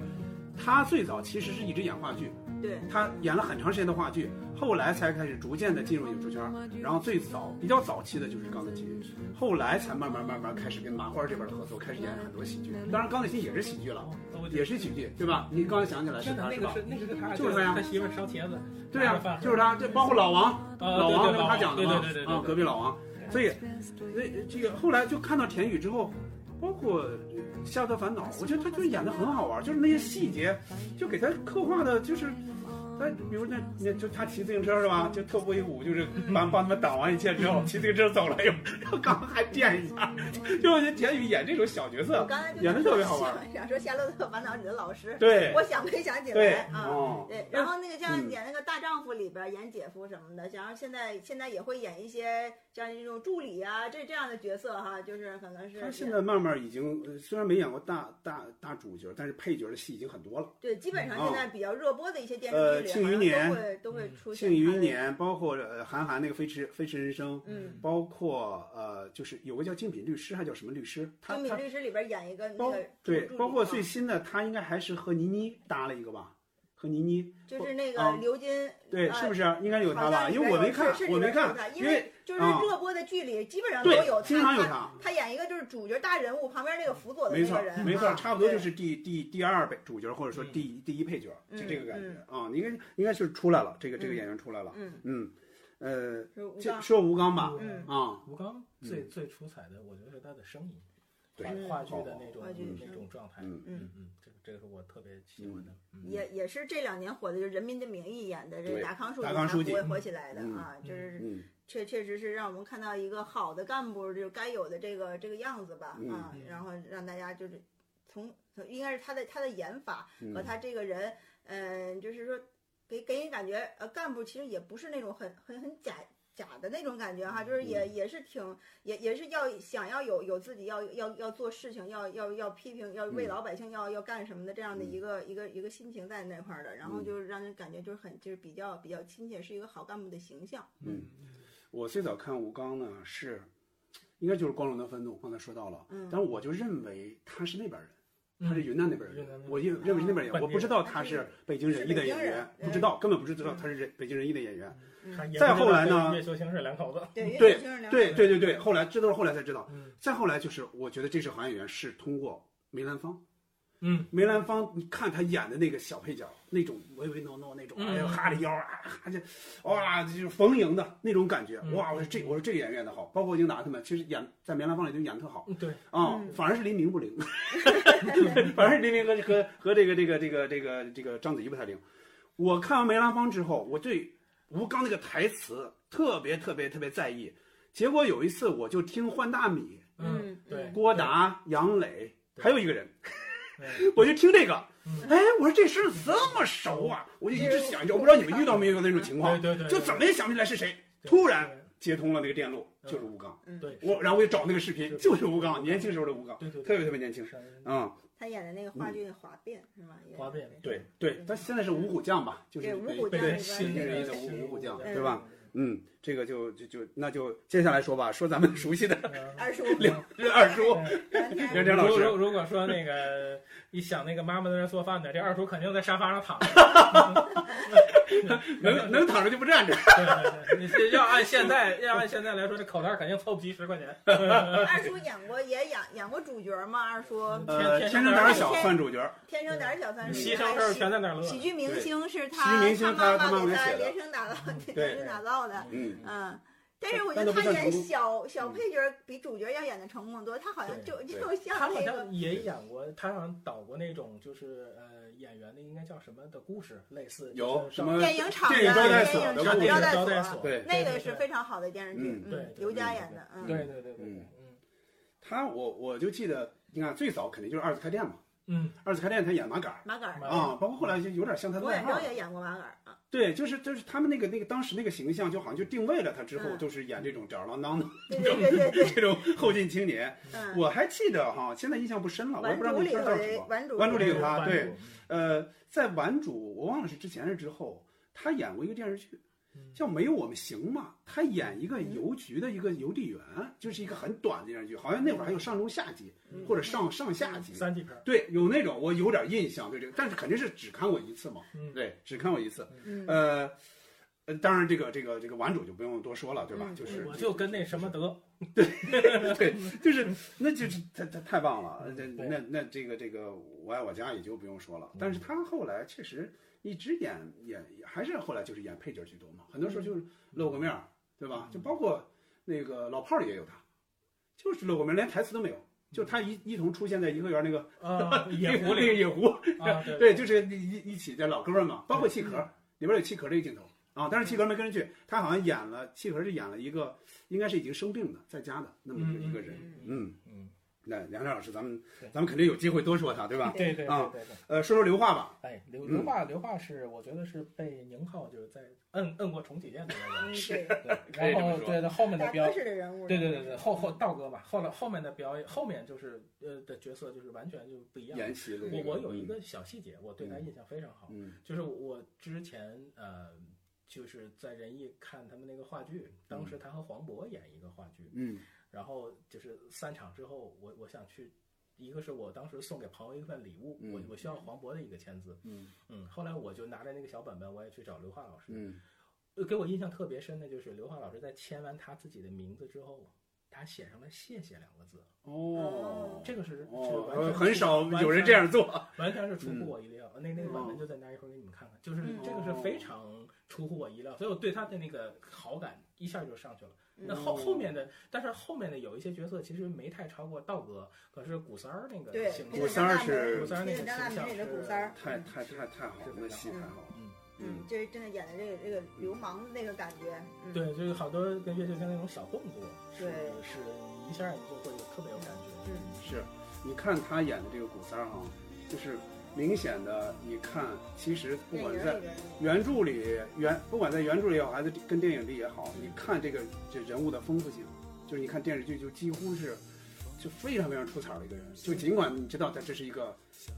[SPEAKER 1] 他最早其实是一直演话剧，
[SPEAKER 3] 对，
[SPEAKER 1] 他演了很长时间的话剧，后来才开始逐渐的进入影视圈儿，然后最早比较早期的就是钢铁琴，后来才慢慢慢慢开始跟麻花这边的合作，开始演很多喜剧。当然，钢铁琴也是喜剧了，
[SPEAKER 2] 哦我
[SPEAKER 1] 也是喜剧，对吧？你刚才想起来是
[SPEAKER 2] 天哪
[SPEAKER 1] 他
[SPEAKER 2] 那
[SPEAKER 1] 是
[SPEAKER 2] 个
[SPEAKER 1] 吧？
[SPEAKER 2] 是那个是他，
[SPEAKER 1] 就是他呀
[SPEAKER 2] 他媳妇儿烧茄子，
[SPEAKER 1] 对呀、
[SPEAKER 2] 拿着饭盒
[SPEAKER 1] 就是他，这包括老王，
[SPEAKER 2] 啊
[SPEAKER 1] 老王
[SPEAKER 2] 对
[SPEAKER 1] 是
[SPEAKER 2] 对
[SPEAKER 1] 他讲的嘛，
[SPEAKER 2] 对对对对对
[SPEAKER 1] 啊，
[SPEAKER 2] 对
[SPEAKER 1] 隔壁老王，所以那这个后来就看到田雨之后，包括呃《夏洛特烦恼》，我觉得他就是演的很好玩，就是那些细节，就给他刻画的，就是他比如那那就他骑自行车是吧，就特不威武，就是 帮帮他们挡完一切之后，骑自行车走了，又又刚还垫一下， 就我觉得田雨演这种小角
[SPEAKER 3] 我
[SPEAKER 1] 色，
[SPEAKER 3] 刚才就
[SPEAKER 1] 演得
[SPEAKER 3] 想
[SPEAKER 1] 特别
[SPEAKER 3] 说
[SPEAKER 1] 好玩儿
[SPEAKER 3] 想 想说《夏洛特烦恼》里的老师，
[SPEAKER 1] 对
[SPEAKER 3] 我想没想起
[SPEAKER 1] 对
[SPEAKER 3] 来啊？
[SPEAKER 1] 哦，
[SPEAKER 3] 对，然后那个像
[SPEAKER 1] 嗯
[SPEAKER 3] 演那个《大丈夫》里边演姐夫什么的，然后现在现在也会演一些像这种助理啊，这这样的角色哈，就是可能是
[SPEAKER 1] 他现
[SPEAKER 3] 也
[SPEAKER 1] 在慢慢已经呃虽然没演过大大大主角，但是配角的戏已经很多了。
[SPEAKER 3] 对，基本上
[SPEAKER 1] 嗯
[SPEAKER 3] 现在比较热播的一些电
[SPEAKER 1] 呃
[SPEAKER 3] 视剧
[SPEAKER 1] 庆余
[SPEAKER 3] 里，好
[SPEAKER 1] 年嗯
[SPEAKER 3] 像都会都会出现
[SPEAKER 1] 庆余
[SPEAKER 3] 他的，
[SPEAKER 1] 年，包括呃韩寒那个《飞驰飞驰人生》，
[SPEAKER 3] 嗯，
[SPEAKER 1] 包括呃就是有个叫精品律师，还叫什么律师？他
[SPEAKER 3] 精
[SPEAKER 1] 他
[SPEAKER 3] 品律师里边演一个那
[SPEAKER 1] 包
[SPEAKER 3] 个
[SPEAKER 1] 对
[SPEAKER 3] 助理，
[SPEAKER 1] 包括
[SPEAKER 3] 啊
[SPEAKER 1] 最新的他应该还是和倪妮搭了一个吧，和倪妮
[SPEAKER 3] 就是那
[SPEAKER 1] 啊
[SPEAKER 3] 个刘金，
[SPEAKER 1] 对
[SPEAKER 3] 呃
[SPEAKER 1] 是不是应该有他
[SPEAKER 3] 好
[SPEAKER 1] 吧？
[SPEAKER 3] 像
[SPEAKER 1] 因为我没看
[SPEAKER 3] 是是，
[SPEAKER 1] 我
[SPEAKER 3] 里
[SPEAKER 1] 没
[SPEAKER 3] 边有
[SPEAKER 1] 看
[SPEAKER 3] 他，因
[SPEAKER 1] 因为
[SPEAKER 3] 就是
[SPEAKER 1] 啊
[SPEAKER 3] 热播的剧里基本上都
[SPEAKER 1] 对
[SPEAKER 3] 有他，
[SPEAKER 1] 经常有
[SPEAKER 3] 他
[SPEAKER 1] 他。
[SPEAKER 3] 他演一个就是主角大人物，旁边那个辅佐的
[SPEAKER 1] 没
[SPEAKER 3] 那
[SPEAKER 1] 错
[SPEAKER 3] 个人，，
[SPEAKER 1] 没错，
[SPEAKER 3] 啊
[SPEAKER 1] 差不多就
[SPEAKER 3] 对
[SPEAKER 1] 是第第第二辈主角，或者说第一第一配角，
[SPEAKER 3] 嗯
[SPEAKER 1] 是这个感觉
[SPEAKER 3] 嗯
[SPEAKER 1] 啊。应该应该是出来了，这个这个
[SPEAKER 3] 嗯
[SPEAKER 1] 演员出来了。
[SPEAKER 3] 嗯，
[SPEAKER 1] 嗯，呃，
[SPEAKER 3] 是吴
[SPEAKER 1] 这
[SPEAKER 3] 刚，
[SPEAKER 1] 说吴刚吧，
[SPEAKER 3] 嗯
[SPEAKER 1] 啊，
[SPEAKER 2] 吴刚最最出彩的，我觉得是他的声音，
[SPEAKER 1] 对
[SPEAKER 2] 话话剧的那种
[SPEAKER 3] 话剧的声音
[SPEAKER 2] 那种状态，
[SPEAKER 1] 嗯
[SPEAKER 3] 嗯，
[SPEAKER 2] 嗯，这个这个是我特别喜欢的，嗯
[SPEAKER 3] 也也是这两年火的，就是《人民的名义》演的这
[SPEAKER 1] 对
[SPEAKER 3] 达康书
[SPEAKER 1] 达康书
[SPEAKER 3] 记
[SPEAKER 1] 记
[SPEAKER 3] 才火火起来的啊，
[SPEAKER 2] 嗯
[SPEAKER 3] 就是
[SPEAKER 1] 嗯，
[SPEAKER 3] 确确实是让我们看到一个好的干部就该有的这个这个样子吧
[SPEAKER 1] 嗯
[SPEAKER 3] 啊，然后让大家就是从从应该是他的他的演法，
[SPEAKER 1] 嗯
[SPEAKER 3] 和他这个人，呃嗯、就是说给给人感觉，呃，干部其实也不是那种很很很假假的那种感觉哈，
[SPEAKER 1] 嗯
[SPEAKER 3] 就是也也是挺也也是要想要有有自己要要要做事情，要要要批评，要为
[SPEAKER 1] 嗯
[SPEAKER 3] 老百姓要要干什么的这样的一个一个一个心情在那块儿的，然后
[SPEAKER 1] 嗯
[SPEAKER 3] 就是让人感觉就是很就是比较比较亲切，是一个好干部的形象。
[SPEAKER 1] 嗯，我最早看吴刚呢是，应该就是《光荣的愤怒》，刚才说到了，
[SPEAKER 3] 嗯
[SPEAKER 1] 但我就认为他是那边人。他是云南那边
[SPEAKER 2] 嗯云
[SPEAKER 1] 人
[SPEAKER 2] 南那，边
[SPEAKER 1] 我认认为是那边人，
[SPEAKER 2] 本地人哦
[SPEAKER 1] 我不知道他是北京人艺的演
[SPEAKER 3] 是北京人
[SPEAKER 1] 员，
[SPEAKER 3] 嗯
[SPEAKER 1] 不知道，根本不知道他是人北京人艺的演员。
[SPEAKER 2] 看也
[SPEAKER 1] 再
[SPEAKER 2] 不知
[SPEAKER 1] 后
[SPEAKER 2] 道
[SPEAKER 1] 来呢
[SPEAKER 2] 跟叶修行是两口子，
[SPEAKER 3] 对，因为
[SPEAKER 1] 对
[SPEAKER 3] 年轻人聊
[SPEAKER 1] 对对对对，后来这都是后来才知道。
[SPEAKER 2] 嗯
[SPEAKER 1] 再后来就是，我觉得这是好演员是通过梅兰芳，
[SPEAKER 2] 嗯，
[SPEAKER 1] 梅兰芳，你看他演的那个小配角，那种唯唯诺诺那种，
[SPEAKER 2] 嗯
[SPEAKER 1] 哎呦哈着腰啊，哈着，哇，就是逢迎的那种感觉，
[SPEAKER 2] 嗯
[SPEAKER 1] 哇，我说这我说这个演员演的好，包括英达他们，其实演在梅兰芳里头演得特好
[SPEAKER 2] 对，
[SPEAKER 1] 啊、
[SPEAKER 3] 嗯
[SPEAKER 1] 反而是黎明不 灵，反而是黎明和和和这个这个这个这个这个章子怡不太灵。我看完梅兰芳之后，我对吴刚那个台词特别特别特别在意，结果有一次我就听换大米、
[SPEAKER 2] 嗯，
[SPEAKER 3] 嗯
[SPEAKER 2] 对，
[SPEAKER 1] 郭达、杨磊，
[SPEAKER 2] 对
[SPEAKER 1] 还有一个人。
[SPEAKER 2] 对，
[SPEAKER 1] 我就听这个
[SPEAKER 2] 嗯，
[SPEAKER 1] 哎，我说这诗这么熟啊，我就一直想着，我不知道你们遇到没有那种情
[SPEAKER 2] 对
[SPEAKER 1] 况，
[SPEAKER 2] 对对，
[SPEAKER 1] 就怎么也想不起来是谁，
[SPEAKER 2] 对
[SPEAKER 1] 突然接通了那个电路，
[SPEAKER 2] 嗯
[SPEAKER 1] 就是吴刚。
[SPEAKER 2] 对，
[SPEAKER 1] 我然后我就找那个视频，
[SPEAKER 2] 是
[SPEAKER 1] 就是吴刚，年轻时候的吴刚，
[SPEAKER 2] 对对
[SPEAKER 1] 特别特别年轻。
[SPEAKER 2] 别
[SPEAKER 1] 嗯，
[SPEAKER 3] 他演的那个话剧《哗变》是吗？也
[SPEAKER 2] 哗变
[SPEAKER 1] 对对，他现在是五虎将吧，就是
[SPEAKER 3] 对
[SPEAKER 1] 北
[SPEAKER 3] 五虎
[SPEAKER 1] 北
[SPEAKER 3] 将
[SPEAKER 1] 北
[SPEAKER 3] 里边
[SPEAKER 1] 北京
[SPEAKER 3] 那
[SPEAKER 1] 人
[SPEAKER 3] 个
[SPEAKER 1] 艺的五虎将，
[SPEAKER 3] 嗯
[SPEAKER 1] 对吧？？嗯，这个就就就那就接下来说吧，说咱们熟悉的
[SPEAKER 3] 二十五
[SPEAKER 1] 两二叔，
[SPEAKER 3] 元
[SPEAKER 1] 袁成老师
[SPEAKER 2] 如如果说那个 一想那个妈妈在那做饭呢，这二叔肯定在沙发上 躺着。
[SPEAKER 1] 能能躺着就不站着。
[SPEAKER 2] 对对对，你是要按现在要按现在来说，这口袋肯定凑不齐十块钱。
[SPEAKER 3] 二叔演过也演演过主角嘛？二叔
[SPEAKER 1] 呃，嗯天
[SPEAKER 2] 天生
[SPEAKER 1] 生胆
[SPEAKER 2] 胆
[SPEAKER 1] 儿
[SPEAKER 2] 儿
[SPEAKER 1] 小
[SPEAKER 3] 小
[SPEAKER 1] 算主角，
[SPEAKER 3] 天生胆儿小三十，
[SPEAKER 2] 牺牲事儿全在那儿乐。
[SPEAKER 3] 喜剧明星是
[SPEAKER 1] 喜
[SPEAKER 3] 他
[SPEAKER 1] 剧明星
[SPEAKER 3] 他
[SPEAKER 1] 他他妈妈
[SPEAKER 3] 妈给
[SPEAKER 1] 给
[SPEAKER 3] 他
[SPEAKER 1] 写的
[SPEAKER 3] 量身打造、量身打造的，
[SPEAKER 1] 嗯，
[SPEAKER 3] 嗯。但是
[SPEAKER 1] 但
[SPEAKER 3] 我觉
[SPEAKER 1] 但都
[SPEAKER 3] 得
[SPEAKER 1] 不
[SPEAKER 3] 他
[SPEAKER 1] 算
[SPEAKER 3] 演
[SPEAKER 1] 成功
[SPEAKER 3] 小小配角比主角要演的成功得多，他好像就
[SPEAKER 1] 对
[SPEAKER 3] 就
[SPEAKER 2] 他
[SPEAKER 3] 像
[SPEAKER 2] 好
[SPEAKER 3] 那个
[SPEAKER 2] 像也演过，他好像导过那种就是呃演员的应该叫什么的故事，类似
[SPEAKER 1] 有什么
[SPEAKER 3] 电影厂的
[SPEAKER 1] 呃电影招待所的
[SPEAKER 3] 电影
[SPEAKER 1] 故
[SPEAKER 3] 厂
[SPEAKER 1] 事
[SPEAKER 3] 招
[SPEAKER 2] 招
[SPEAKER 3] 待
[SPEAKER 2] 待
[SPEAKER 3] 所
[SPEAKER 2] 所，
[SPEAKER 1] 对
[SPEAKER 3] 那个是非常好的电视剧
[SPEAKER 1] 嗯，
[SPEAKER 2] 对对
[SPEAKER 3] 刘佳演的，嗯，
[SPEAKER 2] 对对对对，嗯
[SPEAKER 1] 他我我就记得，你看最早肯定就是二次开店嘛，
[SPEAKER 2] 嗯，
[SPEAKER 1] 二次开店他演马杆儿
[SPEAKER 3] 马杆
[SPEAKER 2] 马
[SPEAKER 3] 儿，
[SPEAKER 1] 啊，包括后来就有点像他的
[SPEAKER 3] 罗
[SPEAKER 1] 外
[SPEAKER 3] 远
[SPEAKER 1] 号
[SPEAKER 3] 征，也演过马杆儿 啊，
[SPEAKER 1] 对，就是就是他们那个那个当时那个形象，就好像就定位了他之后，
[SPEAKER 3] 嗯
[SPEAKER 1] 就是演这种吊儿郎当的
[SPEAKER 3] 对对对对对，
[SPEAKER 1] 这种后进青年。
[SPEAKER 3] 嗯，
[SPEAKER 1] 我还记得哈，现在印象不深了，我也
[SPEAKER 3] 顽
[SPEAKER 1] 不知道
[SPEAKER 3] 主
[SPEAKER 1] 那
[SPEAKER 3] 里
[SPEAKER 1] 片儿叫什
[SPEAKER 3] 头，
[SPEAKER 1] 么。
[SPEAKER 3] 顽主
[SPEAKER 1] 顽主里
[SPEAKER 3] 里
[SPEAKER 1] 有他对，呃，在顽主我忘了是之前是之后，他演过一个电视剧。叫没有我们行吗？他演一个邮局的一个邮递员，就是一个很短的电视剧，好像那会儿还有上中下集
[SPEAKER 3] 嗯
[SPEAKER 1] 或者上上下集，
[SPEAKER 2] 三级片，
[SPEAKER 1] 对，有那种我有点印象，对这个，但是肯定是只看过一次嘛，
[SPEAKER 2] 嗯，
[SPEAKER 1] 对，只看过一次。
[SPEAKER 3] 嗯，
[SPEAKER 1] 呃，呃当然这个这个这个顽主就不用多说了，对吧？
[SPEAKER 3] 嗯
[SPEAKER 1] 就是
[SPEAKER 2] 我就跟那什么德，
[SPEAKER 1] 对， 就是那就是他他太棒了，那
[SPEAKER 2] 对
[SPEAKER 1] 那那这个这个我爱我家也就不用说了，但是他后来确实一直演演还是后来就是演配角居多嘛，很多时候就是露个面儿，对吧？就包括那个老炮儿也有他，就是露个面儿，连台词都没有。就是他一一同出现在颐和园那个
[SPEAKER 2] 啊，
[SPEAKER 1] 那
[SPEAKER 2] 野
[SPEAKER 1] 个
[SPEAKER 2] 狐
[SPEAKER 1] 那个
[SPEAKER 2] 狸
[SPEAKER 1] 嗯野狐，
[SPEAKER 2] 啊，
[SPEAKER 1] 对，嗯就是一一一起的老哥们儿嘛，包括契壳里边有契壳这个镜头啊，但是契壳没跟着去，他好像演了契壳是演了一个应该是已经生病的在家的那么一个一个人，嗯
[SPEAKER 2] 嗯，
[SPEAKER 1] 那梁亮老师，咱们
[SPEAKER 2] 对
[SPEAKER 1] 咱们肯定有机会多说他，对吧？
[SPEAKER 2] 对对对对。
[SPEAKER 1] 呃，说说刘化吧，
[SPEAKER 2] 哎，刘
[SPEAKER 1] 嗯
[SPEAKER 2] 刘化刘化是我觉得是被宁浩就是在摁摁过重启键的那个
[SPEAKER 3] 嗯
[SPEAKER 2] 人，
[SPEAKER 3] 对，
[SPEAKER 1] 可以这
[SPEAKER 2] 然
[SPEAKER 1] 么
[SPEAKER 2] 后
[SPEAKER 1] 说
[SPEAKER 2] 对对后面的
[SPEAKER 3] 大
[SPEAKER 2] 标
[SPEAKER 3] 哥式的人物，
[SPEAKER 2] 对对对对，后后道哥嘛，后来后面的表演，后面就是呃的角色就是完全就不一样。
[SPEAKER 1] 沿袭了这
[SPEAKER 2] 我
[SPEAKER 1] 个
[SPEAKER 2] 我有一，个小细节，我对他
[SPEAKER 1] 嗯
[SPEAKER 2] 印象非常好，
[SPEAKER 1] 嗯
[SPEAKER 2] 就是我之前呃就是在仁义看他们那个话剧，当时他和黄渤演一个话剧，
[SPEAKER 1] 嗯
[SPEAKER 2] 然后就是三场之后，我我想去，一个是我当时送给朋友一份礼物，我
[SPEAKER 1] 嗯
[SPEAKER 2] 我需要黄渤的一个签字，
[SPEAKER 1] 嗯
[SPEAKER 2] 嗯，后来我就拿着那个小本本，我也去找刘化老师，
[SPEAKER 1] 嗯
[SPEAKER 2] 呃给我印象特别深的就是刘浩老师在签完他自己的名字之后，他写上了“谢谢”两个字，
[SPEAKER 1] 哦，
[SPEAKER 2] 这个是是
[SPEAKER 1] 哦
[SPEAKER 2] 完全，
[SPEAKER 1] 很少有人这，样做，
[SPEAKER 2] 完全完全是出乎我意
[SPEAKER 1] 嗯
[SPEAKER 2] 料。那那个版本就在那儿，一会儿给你们看看，就是
[SPEAKER 3] 嗯
[SPEAKER 2] 这个是非常出乎我意
[SPEAKER 1] 嗯
[SPEAKER 2] 料，所以我对他的那个好感一下就上去了。那后后面的，但是后面的有一些角色其实没太超过道哥，可是古三儿那个
[SPEAKER 3] 对，
[SPEAKER 2] 形
[SPEAKER 1] 古三
[SPEAKER 2] 象
[SPEAKER 1] 儿是
[SPEAKER 2] 古三儿那个
[SPEAKER 3] 张大
[SPEAKER 2] 形
[SPEAKER 3] 民
[SPEAKER 2] 象
[SPEAKER 3] 里的
[SPEAKER 2] 是
[SPEAKER 3] 古三儿，
[SPEAKER 1] 太太太太好了，那戏太好了，
[SPEAKER 2] 嗯。
[SPEAKER 3] 嗯，这真的演的这个这个流氓那个感觉，嗯，
[SPEAKER 2] 对，就是好多跟乐队像那种小动作，是
[SPEAKER 3] 对
[SPEAKER 2] 是一下你就会有特别有感觉。
[SPEAKER 3] 嗯
[SPEAKER 1] 是，你看他演的这个古三儿哈，就是明显的，你看，其实不管在
[SPEAKER 3] 电影里
[SPEAKER 1] 原著里原不管在原著里也好，还是跟电影里也好，你看这个这人物的丰富性，就是你看电视剧就几乎是就非常非常出彩儿的一个人，就尽管你知道他这是一个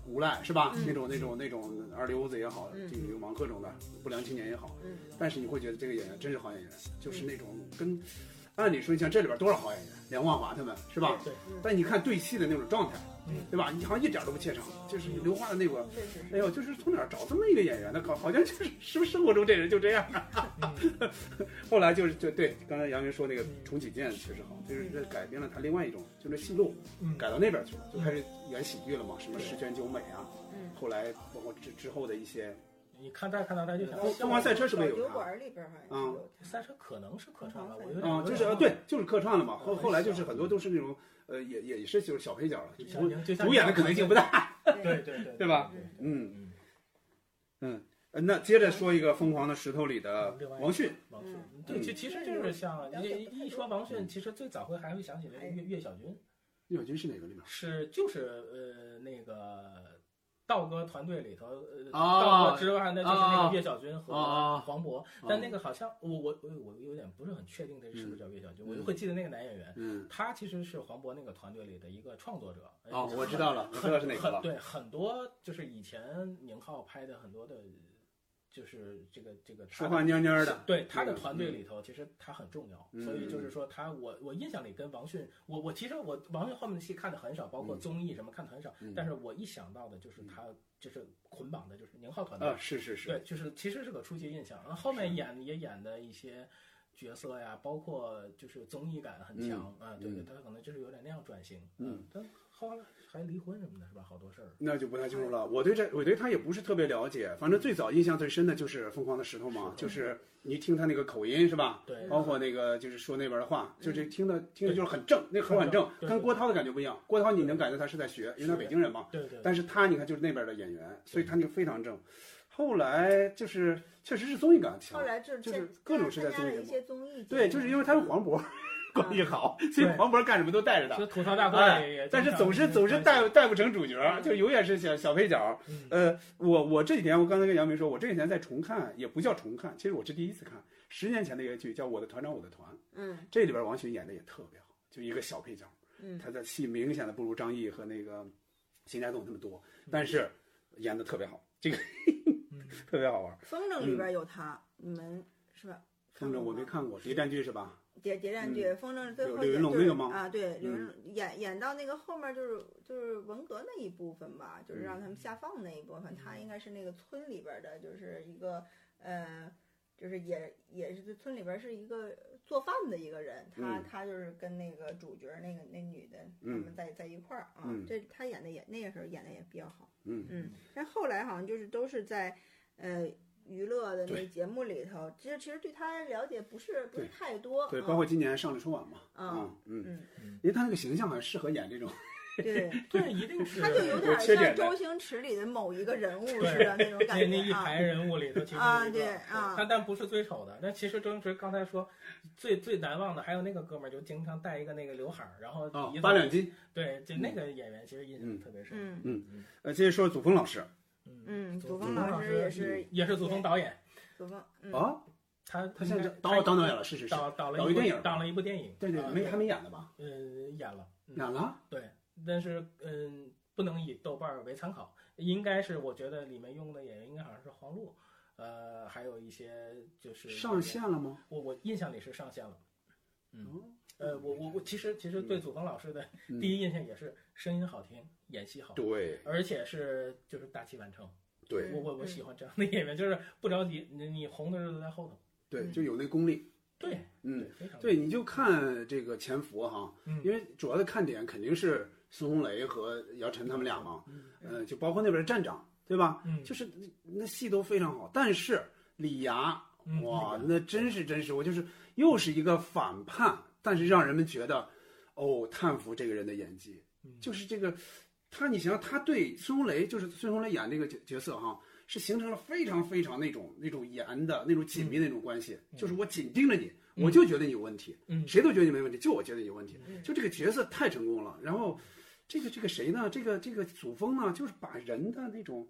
[SPEAKER 1] 无赖是吧？
[SPEAKER 3] 嗯
[SPEAKER 1] 那种那种那种二流子也好，
[SPEAKER 3] 嗯
[SPEAKER 1] 这个流氓各种的不良青年也好，
[SPEAKER 3] 嗯
[SPEAKER 1] 但是你会觉得这个演员真是好演员，就是那种跟按理说你像这里边多少好演员，梁望华他们是吧？
[SPEAKER 2] 对
[SPEAKER 3] 嗯
[SPEAKER 1] 但你看对戏的那种状态
[SPEAKER 2] 嗯，
[SPEAKER 1] 对吧？你好像一点都不怯场，就是刘化的那个。
[SPEAKER 3] 确实
[SPEAKER 1] 哎呦，就是从哪儿找这么一个演员的？搞好像就是是不是生活中这人就这样 啊？后来就是就对，刚才杨云说那个
[SPEAKER 2] 嗯
[SPEAKER 1] 重启键确实好，就是这改编了他另外一种，就是戏路
[SPEAKER 2] 嗯
[SPEAKER 1] 改到那边去了，就开始演喜剧了嘛，什么十全九美啊，
[SPEAKER 3] 嗯，
[SPEAKER 1] 后来包括之之后的一些
[SPEAKER 2] 你看这儿看到这儿就想
[SPEAKER 1] 疯疯狂赛车是不是
[SPEAKER 3] 小
[SPEAKER 1] 有
[SPEAKER 3] 酒
[SPEAKER 1] 他？
[SPEAKER 3] 馆里边好像
[SPEAKER 1] 嗯
[SPEAKER 3] 是有他。
[SPEAKER 2] 赛车可能是客串吧，我有点
[SPEAKER 1] 啊，就是
[SPEAKER 2] 有
[SPEAKER 1] 啊
[SPEAKER 2] 点
[SPEAKER 1] 对，就是客串了哎嘛。
[SPEAKER 2] 对
[SPEAKER 1] 后后来就是很多都是那种呃，也也是就是小配角了，
[SPEAKER 2] 就
[SPEAKER 1] 主
[SPEAKER 2] 像就像
[SPEAKER 1] 主演的可能性不大。
[SPEAKER 2] 对对对
[SPEAKER 1] 对吧？嗯嗯，呃那接着说一个《疯狂的石头》里的
[SPEAKER 2] 另外一个
[SPEAKER 1] 王迅，
[SPEAKER 2] 王迅
[SPEAKER 3] 嗯，
[SPEAKER 2] 对，
[SPEAKER 1] 嗯
[SPEAKER 2] 其其实就是像
[SPEAKER 3] 了解
[SPEAKER 2] 一
[SPEAKER 3] 不太
[SPEAKER 2] 一说王迅，其实最早会还会想起这个
[SPEAKER 3] 哎
[SPEAKER 2] 岳岳小军，
[SPEAKER 1] 岳小军是哪个里面？
[SPEAKER 2] 是就是呃那个道哥团队里头，呃，
[SPEAKER 4] 哦
[SPEAKER 2] 道哥之外呢就是那
[SPEAKER 4] 哦
[SPEAKER 2] 个岳小军和
[SPEAKER 4] 哦哦
[SPEAKER 2] 黄渤，但那个好像我我我我有点不是很确定他是不是叫岳小军，我就会记得那个男演员，
[SPEAKER 1] 嗯，
[SPEAKER 2] 他其实是黄渤那个团队里的一个创作者。
[SPEAKER 1] 哦，
[SPEAKER 2] 呃
[SPEAKER 1] 我知道了，我知道是哪个
[SPEAKER 2] 很
[SPEAKER 1] 了。
[SPEAKER 2] 对，很多就是以前宁浩拍的很多的，就是这个这个他
[SPEAKER 1] 说
[SPEAKER 2] 的
[SPEAKER 1] 话蔫蔫的，
[SPEAKER 2] 对他的
[SPEAKER 1] 那个
[SPEAKER 2] 团队里头，其实他很重要，
[SPEAKER 1] 嗯
[SPEAKER 2] 所以就是说他，我我印象里跟王迅，我我其实我王迅后面的戏看的很少，包括
[SPEAKER 1] 嗯
[SPEAKER 2] 综艺什么看的很少，
[SPEAKER 1] 嗯
[SPEAKER 2] 但是我一想到的就是他就是捆绑的就是宁浩团队，
[SPEAKER 1] 啊，是是
[SPEAKER 2] 对
[SPEAKER 1] 是，，
[SPEAKER 2] 就是其实是个初级印象，然后后面演也演的一些角色呀，包括就是综艺感很强啊，对对，他可能就是有点那样转型，
[SPEAKER 1] 嗯，
[SPEAKER 2] 他后来还离婚什么的，是吧？好多事儿，
[SPEAKER 1] 那就不太清
[SPEAKER 2] 哎
[SPEAKER 1] 楚了。我对这，我对他也不是特别了解。反正最早印象最深的就是《疯狂的石头》嘛，就是你一听他那个口音是吧？
[SPEAKER 2] 对，嗯
[SPEAKER 1] 包括那个就是说那边的话，就是听的听着就是很正，那口很正，
[SPEAKER 2] 对对
[SPEAKER 1] 跟郭涛的感觉不一样。郭涛你能感觉他是在学，因为他北京人嘛。
[SPEAKER 2] 对对对
[SPEAKER 1] 但是他你看就是那边的演员，所以他那个非常正。后来就是确实是综艺感强
[SPEAKER 3] 后，来就是
[SPEAKER 1] 就是
[SPEAKER 3] 参
[SPEAKER 1] 各种是在
[SPEAKER 3] 参加
[SPEAKER 1] 综艺节
[SPEAKER 3] 了一
[SPEAKER 1] 目
[SPEAKER 3] 些综艺节目，
[SPEAKER 1] 对，就是因为他跟黄 渤关系好，所以
[SPEAKER 2] 啊对
[SPEAKER 1] 黄渤干什么都带着他
[SPEAKER 2] 其。实吐槽大
[SPEAKER 1] 哎
[SPEAKER 2] 会也经常，
[SPEAKER 1] 但是总是总是带带不成主角，
[SPEAKER 3] 嗯
[SPEAKER 1] 就永远是小小配角。
[SPEAKER 2] 嗯
[SPEAKER 1] 呃，我我这几天我刚才跟杨明说，我这几天在重看，也不叫重看，其实我是第一次看十年前的一个剧，叫《我的团长我的团》，
[SPEAKER 3] 嗯
[SPEAKER 1] 这里边王迅演的也特别好，就一个小配角，
[SPEAKER 3] 嗯
[SPEAKER 1] 他的戏明显的不如张译和那个邢家栋他们多，但是演的特别好，这个
[SPEAKER 2] 嗯
[SPEAKER 1] 特别好玩。
[SPEAKER 3] 风筝
[SPEAKER 1] 嗯
[SPEAKER 3] 里边有他，你们是吧？
[SPEAKER 1] 风筝我没
[SPEAKER 3] 过吗
[SPEAKER 1] 看过谍战剧是吧？
[SPEAKER 3] 谍谍战剧，风筝最
[SPEAKER 1] 柳嗯
[SPEAKER 3] 后
[SPEAKER 1] 柳云
[SPEAKER 3] 演
[SPEAKER 1] 龙
[SPEAKER 3] 就是
[SPEAKER 1] 那个吗
[SPEAKER 3] 啊，对，柳云
[SPEAKER 1] 嗯
[SPEAKER 3] 龙演演到那个后面就是就是文革那一部分吧，就是
[SPEAKER 1] 嗯
[SPEAKER 3] 让他们下放那一部分，他应该是那个村里边的，就是一个呃，就是也也是村里边是一个做饭的一个人，他
[SPEAKER 1] 嗯
[SPEAKER 3] 他就是跟那个主角那个那女的他
[SPEAKER 1] 嗯
[SPEAKER 3] 们在在一块儿啊
[SPEAKER 1] 嗯，
[SPEAKER 3] 这他演的也那个时候演的也比较好，
[SPEAKER 1] 嗯
[SPEAKER 3] 嗯，但后来好像就是都是在呃。娱乐的那
[SPEAKER 1] 对
[SPEAKER 3] 节目里头，其实其实对他了解不是不是
[SPEAKER 1] 对
[SPEAKER 3] 太多，
[SPEAKER 1] 对，
[SPEAKER 3] 啊
[SPEAKER 1] 包括今年上了春晚嘛，
[SPEAKER 3] 嗯
[SPEAKER 1] 啊嗯，
[SPEAKER 3] 嗯，
[SPEAKER 1] 因为他那个形象很适合演这种，
[SPEAKER 3] 对，
[SPEAKER 2] 对，一定是
[SPEAKER 3] 他就有点
[SPEAKER 1] 有缺
[SPEAKER 3] 像
[SPEAKER 1] 点的
[SPEAKER 3] 周星驰里的某一个人物似
[SPEAKER 2] 对
[SPEAKER 3] 的那种感
[SPEAKER 2] 那那
[SPEAKER 3] 觉
[SPEAKER 2] 一
[SPEAKER 3] 啊。
[SPEAKER 2] 排人物里头，其实
[SPEAKER 3] 啊
[SPEAKER 2] 有一个
[SPEAKER 3] 对啊
[SPEAKER 2] 但但不是最丑的。但其实周星驰刚才说最最难忘的，还有那个哥们儿，就经常戴一个那个刘海儿，然后
[SPEAKER 1] 啊
[SPEAKER 2] 一，
[SPEAKER 1] 八两金。
[SPEAKER 2] 对，就那个演员其实印象特别深。
[SPEAKER 3] 嗯
[SPEAKER 2] 嗯
[SPEAKER 1] 呃，接着说祖峰老师
[SPEAKER 2] 嗯
[SPEAKER 3] 嗯，
[SPEAKER 2] 祖
[SPEAKER 3] 祖峰老师也是
[SPEAKER 2] 也是祖哦峰导演，
[SPEAKER 3] 祖峰，嗯，
[SPEAKER 1] 啊，
[SPEAKER 2] 他
[SPEAKER 1] 他现在
[SPEAKER 2] 应该
[SPEAKER 1] 导导演了，是是是，
[SPEAKER 2] 导导了
[SPEAKER 1] 导一
[SPEAKER 2] 一部
[SPEAKER 1] 电影
[SPEAKER 2] 导了一部电影，
[SPEAKER 1] 对对，
[SPEAKER 2] 啊
[SPEAKER 1] 没还没演呢吧？
[SPEAKER 2] 嗯演了嗯
[SPEAKER 1] 演了？
[SPEAKER 2] 对，但是嗯，不能以豆瓣儿为参考，应该是我觉得里面用的演员应该好像是黄璐，呃，还有一些就是
[SPEAKER 1] 上线，了吗？
[SPEAKER 2] 我我印象里是上线了。嗯，呃，我我我其实其实对祖峰老师的
[SPEAKER 1] 嗯
[SPEAKER 2] 第一印象也是声音好听，演戏好，
[SPEAKER 1] 对
[SPEAKER 2] 而且是就是大器晚成。
[SPEAKER 1] 对
[SPEAKER 2] 我我我喜欢这样的演员，就是不着急，你你红的日子在后头。
[SPEAKER 1] 对，就有那功力。
[SPEAKER 2] 对，
[SPEAKER 1] 嗯，
[SPEAKER 2] 非常
[SPEAKER 1] 对，你就看这个潜伏哈，
[SPEAKER 2] 嗯
[SPEAKER 1] 因为主要的看点肯定是孙红雷和姚晨他们俩嘛，呃，就包括那边的站长，对吧？
[SPEAKER 2] 嗯
[SPEAKER 1] 就是那那戏都非常好，但是李涯，
[SPEAKER 2] 嗯
[SPEAKER 1] 哇，
[SPEAKER 2] 李
[SPEAKER 1] 那真是真是，我就是又是一个反叛，但是让人们觉得，哦，叹服这个人的演技，
[SPEAKER 2] 嗯
[SPEAKER 1] 就是这个他，你想想他对孙红雷，就是孙红雷演这个角角色哈，是形成了非常非常那种那种严的那种紧密的那种关系，嗯就是我紧盯着你，我就觉得你有问题，
[SPEAKER 2] 嗯
[SPEAKER 1] 谁都觉得你没问题，就我觉得你有问题，就这个角色太成功了，然后。这个这个谁呢？这个这个祖峰呢，就是把人的那种，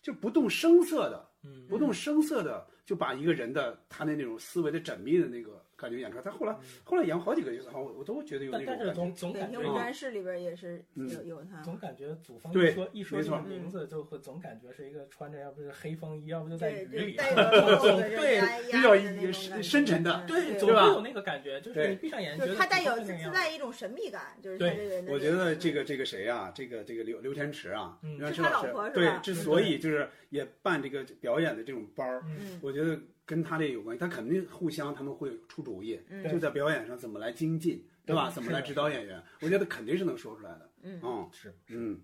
[SPEAKER 1] 就不动声色的，
[SPEAKER 2] 嗯
[SPEAKER 1] 不动声色的就把一个人的他的那种思维的缜密的那个感觉演出来。他后来后来演过好几个角色，我我都觉得有那种感
[SPEAKER 2] 但但
[SPEAKER 1] 觉。
[SPEAKER 2] 是总总
[SPEAKER 3] 北
[SPEAKER 2] 感
[SPEAKER 3] 平
[SPEAKER 2] 觉
[SPEAKER 1] 嗯
[SPEAKER 3] 无战事里边也是
[SPEAKER 1] 嗯
[SPEAKER 3] 有有他，
[SPEAKER 2] 哦总感觉祖峰
[SPEAKER 1] 对
[SPEAKER 2] 说一说
[SPEAKER 1] 没
[SPEAKER 2] 这
[SPEAKER 1] 错
[SPEAKER 2] 个名字，就会总感觉是一个穿着要不就是黑风衣，要不就在
[SPEAKER 3] 对，
[SPEAKER 2] 雨
[SPEAKER 3] 对
[SPEAKER 2] 里， 啊
[SPEAKER 3] 戴着个帽子，
[SPEAKER 2] 总对
[SPEAKER 1] 比较深深沉的
[SPEAKER 2] 对，总
[SPEAKER 1] 对吧
[SPEAKER 2] 会有那个感觉，就是你闭上眼，
[SPEAKER 3] 就
[SPEAKER 2] 觉
[SPEAKER 3] 是
[SPEAKER 2] 得
[SPEAKER 3] 他带有
[SPEAKER 2] 不会那
[SPEAKER 3] 自
[SPEAKER 2] 样
[SPEAKER 3] 带一种神秘感，就是他
[SPEAKER 2] 对
[SPEAKER 3] 这个人的
[SPEAKER 1] 我
[SPEAKER 3] 那
[SPEAKER 1] 觉得这个这个谁啊，这个这个刘刘天池啊，
[SPEAKER 2] 嗯
[SPEAKER 1] 刘天池
[SPEAKER 3] 是他
[SPEAKER 1] 老师
[SPEAKER 3] 老婆是
[SPEAKER 1] 对
[SPEAKER 3] 吧，
[SPEAKER 1] 之所以就是也办这个表演的这种班儿，
[SPEAKER 2] 嗯，
[SPEAKER 3] 嗯
[SPEAKER 1] 我觉得跟他这有关系，他肯定互相他们会出主意，
[SPEAKER 3] 嗯
[SPEAKER 1] 就在表演上怎么来精进，对吧？
[SPEAKER 2] 对
[SPEAKER 1] 怎么来
[SPEAKER 2] 嗯是的
[SPEAKER 1] 指导演员？我觉得肯定是能说出来的。
[SPEAKER 3] 嗯，
[SPEAKER 1] 嗯
[SPEAKER 2] 是，
[SPEAKER 1] 嗯，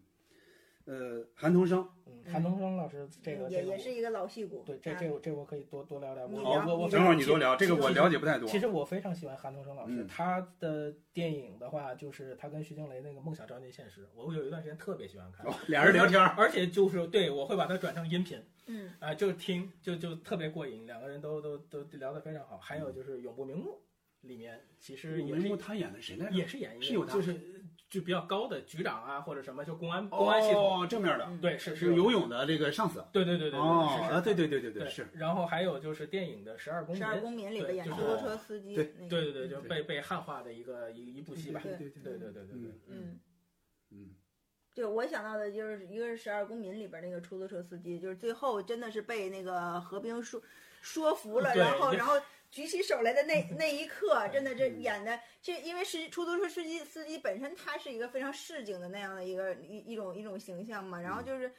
[SPEAKER 1] 呃，韩童生，
[SPEAKER 2] 嗯，韩东升老师这个
[SPEAKER 3] 嗯也
[SPEAKER 2] 这个
[SPEAKER 3] 也
[SPEAKER 2] 我
[SPEAKER 3] 是一个老戏骨，
[SPEAKER 2] 对这
[SPEAKER 3] 啊
[SPEAKER 2] 这我这我可以多多聊聊，
[SPEAKER 3] 你
[SPEAKER 2] 我
[SPEAKER 3] 聊
[SPEAKER 2] 我我
[SPEAKER 1] 正好你多
[SPEAKER 2] 多
[SPEAKER 1] 聊，这个我了解不太多。
[SPEAKER 2] 其实我非常喜欢韩童生老师，
[SPEAKER 1] 嗯
[SPEAKER 2] 他的电影的话，就是他跟徐静蕾那个《梦想照进现实》，我有一段时间特别喜欢看。
[SPEAKER 1] 哦，俩人聊天儿，
[SPEAKER 2] 而且就是对我会把它转成音频
[SPEAKER 3] 嗯
[SPEAKER 2] 啊、就听就就特别过瘾，两个人都都都聊得非常好。还
[SPEAKER 1] 嗯
[SPEAKER 2] 有就是《永不瞑目》里面其实也
[SPEAKER 1] 文
[SPEAKER 2] 是
[SPEAKER 1] 木他演的谁来着？
[SPEAKER 2] 也是演一个
[SPEAKER 1] 是有他
[SPEAKER 2] 就是就比较高的局长啊或者什么，就公安公安系统，
[SPEAKER 1] 哦，正面的
[SPEAKER 3] 嗯
[SPEAKER 2] 对是
[SPEAKER 1] 是游泳的这个上司。
[SPEAKER 2] 对对对对对
[SPEAKER 1] 哦
[SPEAKER 2] 是，是
[SPEAKER 1] 啊，对对对对
[SPEAKER 2] 对
[SPEAKER 1] 对，是。
[SPEAKER 2] 然后还有就是电影的《十二公
[SPEAKER 3] 十
[SPEAKER 2] 民》，
[SPEAKER 3] 二公民里边
[SPEAKER 2] 对
[SPEAKER 3] 演
[SPEAKER 2] 就
[SPEAKER 3] 出
[SPEAKER 2] 是
[SPEAKER 3] 租车司机，
[SPEAKER 1] 对
[SPEAKER 3] 那个嗯
[SPEAKER 2] 对对对，就是
[SPEAKER 1] 对
[SPEAKER 2] 被被汉化的一个一一部戏吧。
[SPEAKER 1] 对
[SPEAKER 3] 对
[SPEAKER 1] 对
[SPEAKER 2] 对对对对对，
[SPEAKER 3] 嗯。
[SPEAKER 1] 嗯，
[SPEAKER 3] 对，我想到的就是一个是《十二公民》里边那个出租车司机，就是最后真的是被那个何冰说说服了，
[SPEAKER 2] 对
[SPEAKER 3] 然后
[SPEAKER 2] 也
[SPEAKER 3] 然后举起手来的那那一刻，真的这
[SPEAKER 1] 嗯
[SPEAKER 3] 演的，这因为是出租车司机司机本身他是一个非常市井的那样的一个一一种一种形象嘛，然后就是。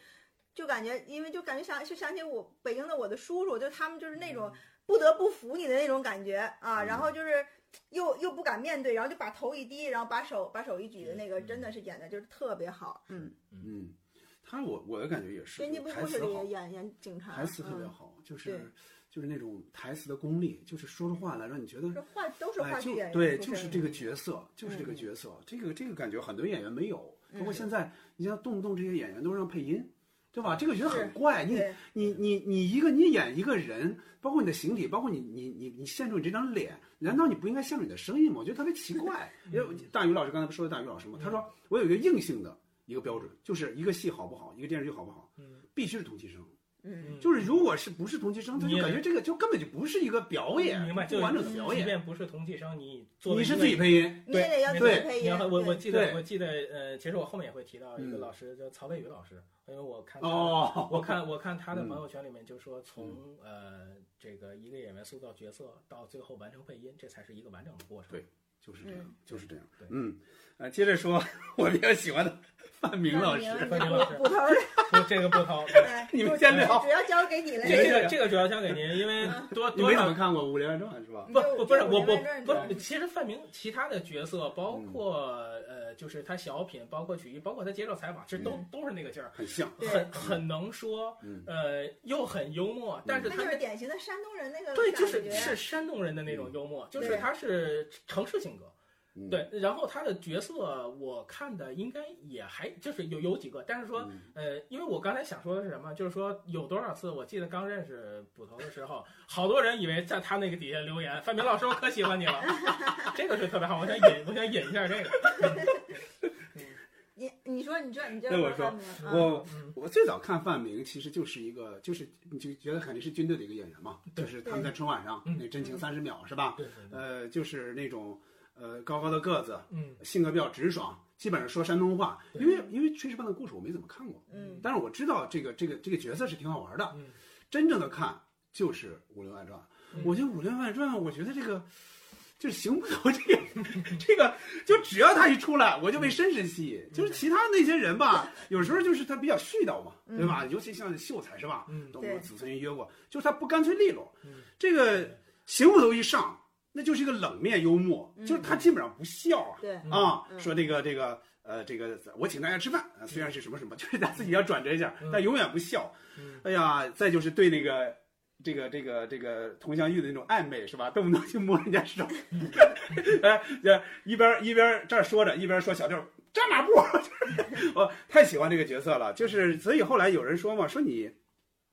[SPEAKER 3] 就感觉，因为就感觉想就想起我北京的我的叔叔，就他们就是那种不得不服你的那种感觉啊，然后就是又又不敢面对，然后就把头一低，然后把手把手一举的那个，
[SPEAKER 2] 嗯
[SPEAKER 3] 真的是演的就是特别好，嗯。
[SPEAKER 1] 嗯，他我我的感觉也是，
[SPEAKER 3] 编辑
[SPEAKER 1] 就
[SPEAKER 3] 部
[SPEAKER 1] 台
[SPEAKER 3] 故事
[SPEAKER 1] 词
[SPEAKER 3] 里
[SPEAKER 1] 好
[SPEAKER 3] 也，演演警察，
[SPEAKER 1] 台词特别
[SPEAKER 3] 嗯，
[SPEAKER 1] 好，就是
[SPEAKER 3] 对
[SPEAKER 1] 就是那种台词的功力，就是说出话来让你觉得
[SPEAKER 3] 这话都嗯是话
[SPEAKER 1] 哎，
[SPEAKER 3] 剧
[SPEAKER 1] 就
[SPEAKER 3] 演员
[SPEAKER 1] 对，
[SPEAKER 3] 出
[SPEAKER 1] 就是
[SPEAKER 3] 身
[SPEAKER 1] 这个角色，就是这个
[SPEAKER 3] 嗯
[SPEAKER 1] 角色，这个这个感觉很多演员没有，包括
[SPEAKER 3] 嗯
[SPEAKER 1] 现在你像动不动这些演员都让配音，对吧？这个觉得很
[SPEAKER 3] 是
[SPEAKER 1] 怪，你
[SPEAKER 3] 对，
[SPEAKER 1] 你你你一个你演一个人，包括你的形体，包括你你你你现出你这张脸，难道你不应该像你的声音吗？我觉得特别奇 怪。因为大宇老师刚才不说的大宇老师吗？他说
[SPEAKER 2] 嗯
[SPEAKER 1] 我有一个硬性的一个标准，就是一个戏好不好，一个电视剧好不好，
[SPEAKER 2] 嗯
[SPEAKER 1] 必须是同期声。
[SPEAKER 3] 嗯，
[SPEAKER 2] 嗯
[SPEAKER 1] 就是如果是不是同期声，他
[SPEAKER 2] 你
[SPEAKER 1] 就
[SPEAKER 2] 也
[SPEAKER 1] 感觉这个就根本就不是一个表演，
[SPEAKER 2] 明白，
[SPEAKER 1] 不完整的表
[SPEAKER 2] 嗯即
[SPEAKER 1] 演。
[SPEAKER 2] 便不是同济生，你作为
[SPEAKER 1] 你
[SPEAKER 2] 一
[SPEAKER 1] 是
[SPEAKER 2] 位
[SPEAKER 1] 自己配音，
[SPEAKER 3] 你也得要
[SPEAKER 2] 没
[SPEAKER 3] 自己
[SPEAKER 1] 错
[SPEAKER 3] 配
[SPEAKER 2] 嗯你
[SPEAKER 3] 音，
[SPEAKER 2] 要我我
[SPEAKER 3] 对
[SPEAKER 2] 记得
[SPEAKER 1] 对
[SPEAKER 2] 我记得呃，其实我后面也会提到一个
[SPEAKER 1] 嗯
[SPEAKER 2] 老师叫曹伟宇老师，因为我看他的
[SPEAKER 1] 哦，
[SPEAKER 2] 我看我看他的
[SPEAKER 1] 嗯
[SPEAKER 2] 朋友圈里面就说从呃这个一个演员塑造角色到最后完成配音，这才是一个完整的过程。
[SPEAKER 1] 对就是这样
[SPEAKER 3] 嗯，
[SPEAKER 1] 就是这样
[SPEAKER 2] 对。
[SPEAKER 1] 嗯，呃，接着说我比较喜欢的范明老师，
[SPEAKER 3] 范
[SPEAKER 2] 范
[SPEAKER 3] 明
[SPEAKER 2] 明老师
[SPEAKER 3] 捕头儿，
[SPEAKER 2] 不，这个不掏。
[SPEAKER 3] 哎
[SPEAKER 1] 你们
[SPEAKER 3] 主
[SPEAKER 1] 先聊
[SPEAKER 3] 主要交给你了。
[SPEAKER 2] 这这个这个主要交给您，因为多
[SPEAKER 1] 嗯你
[SPEAKER 2] 多
[SPEAKER 1] 没怎
[SPEAKER 2] 少
[SPEAKER 1] 么看过《武林外传》是吧？
[SPEAKER 2] 不不不是
[SPEAKER 3] 这个
[SPEAKER 2] 我
[SPEAKER 3] 我明白 这
[SPEAKER 2] 我
[SPEAKER 3] 个
[SPEAKER 2] 不，其实范明其他的角色，包
[SPEAKER 1] 嗯
[SPEAKER 2] 括呃，就是他小品，包括曲艺，包括他接受采访，其实都
[SPEAKER 3] 嗯
[SPEAKER 2] 都是那个劲儿，
[SPEAKER 1] 很像，
[SPEAKER 3] 对
[SPEAKER 2] 很很能说，
[SPEAKER 1] 嗯
[SPEAKER 2] 呃，又很幽默，但是
[SPEAKER 3] 他
[SPEAKER 2] 他
[SPEAKER 3] 就
[SPEAKER 2] 那
[SPEAKER 3] 是典型的山东人那个
[SPEAKER 2] 对，
[SPEAKER 3] 感
[SPEAKER 2] 就是
[SPEAKER 3] 觉
[SPEAKER 2] 是山东人的那种幽默，就是
[SPEAKER 3] 对
[SPEAKER 2] 他是城市性格。
[SPEAKER 1] 嗯
[SPEAKER 2] 对，然后他的角色我看的应该也还就是有有几个，但是说
[SPEAKER 1] 嗯
[SPEAKER 2] 呃，因为我刚才想说的是什么，就是说有多少次我记得刚认识捕头的时候，好多人以为在他那个底下留言，范明老师我可喜欢你了， 这个是特别好，我想引我想引一下这个，
[SPEAKER 3] 你你说你这你这
[SPEAKER 1] 那我说
[SPEAKER 3] 范明啊
[SPEAKER 1] 我
[SPEAKER 2] 嗯
[SPEAKER 1] 我最早看范明，其实就是一个，就是你就觉得肯定是军队的一个演员嘛，
[SPEAKER 2] 对
[SPEAKER 1] 就是他们在春晚上
[SPEAKER 2] 嗯
[SPEAKER 1] 那真情三十秒是吧？
[SPEAKER 2] 对对对，
[SPEAKER 1] 呃，就是那种呃高高的个子，
[SPEAKER 2] 嗯
[SPEAKER 1] 性格比较直爽，基本上说山东话。
[SPEAKER 2] 对
[SPEAKER 1] 因为因为炊事班的故事我没怎么看过，
[SPEAKER 3] 嗯
[SPEAKER 1] 但是我知道这个这个这个角色是挺好玩的。
[SPEAKER 2] 嗯
[SPEAKER 1] 真正的看就是《武林外传》，
[SPEAKER 2] 嗯
[SPEAKER 1] 我觉得《武林外传》，我觉得这个就是邢捕头这个这个，就只要他一出来，我就被深深吸
[SPEAKER 2] 嗯
[SPEAKER 1] 引。就是其他那些人 吧，有时候就是他比较絮叨嘛，对吧？尤其像秀才是吧？
[SPEAKER 2] 嗯
[SPEAKER 1] 都
[SPEAKER 3] 对
[SPEAKER 1] 跟子孙云约过，就是他不干脆利落
[SPEAKER 2] 嗯。
[SPEAKER 1] 这个邢捕头一上，那就是一个冷面幽默，
[SPEAKER 3] 嗯
[SPEAKER 1] 就是他基本上不笑啊。
[SPEAKER 3] 对
[SPEAKER 2] 嗯
[SPEAKER 1] 啊，
[SPEAKER 3] 嗯
[SPEAKER 1] 说这个这个呃这个我请大家吃饭，啊虽然是什么什么，就是他自己要转折一下，但永远不笑。
[SPEAKER 2] 嗯
[SPEAKER 1] 哎呀，再就是对那个这个这个这个佟湘玉的那种暧昧是吧？动不动就摸人家手， 哎，这一边一边这儿说着，一边说小六扎马 步，我太喜欢这个角色了。就是所以后来有人说嘛，说你。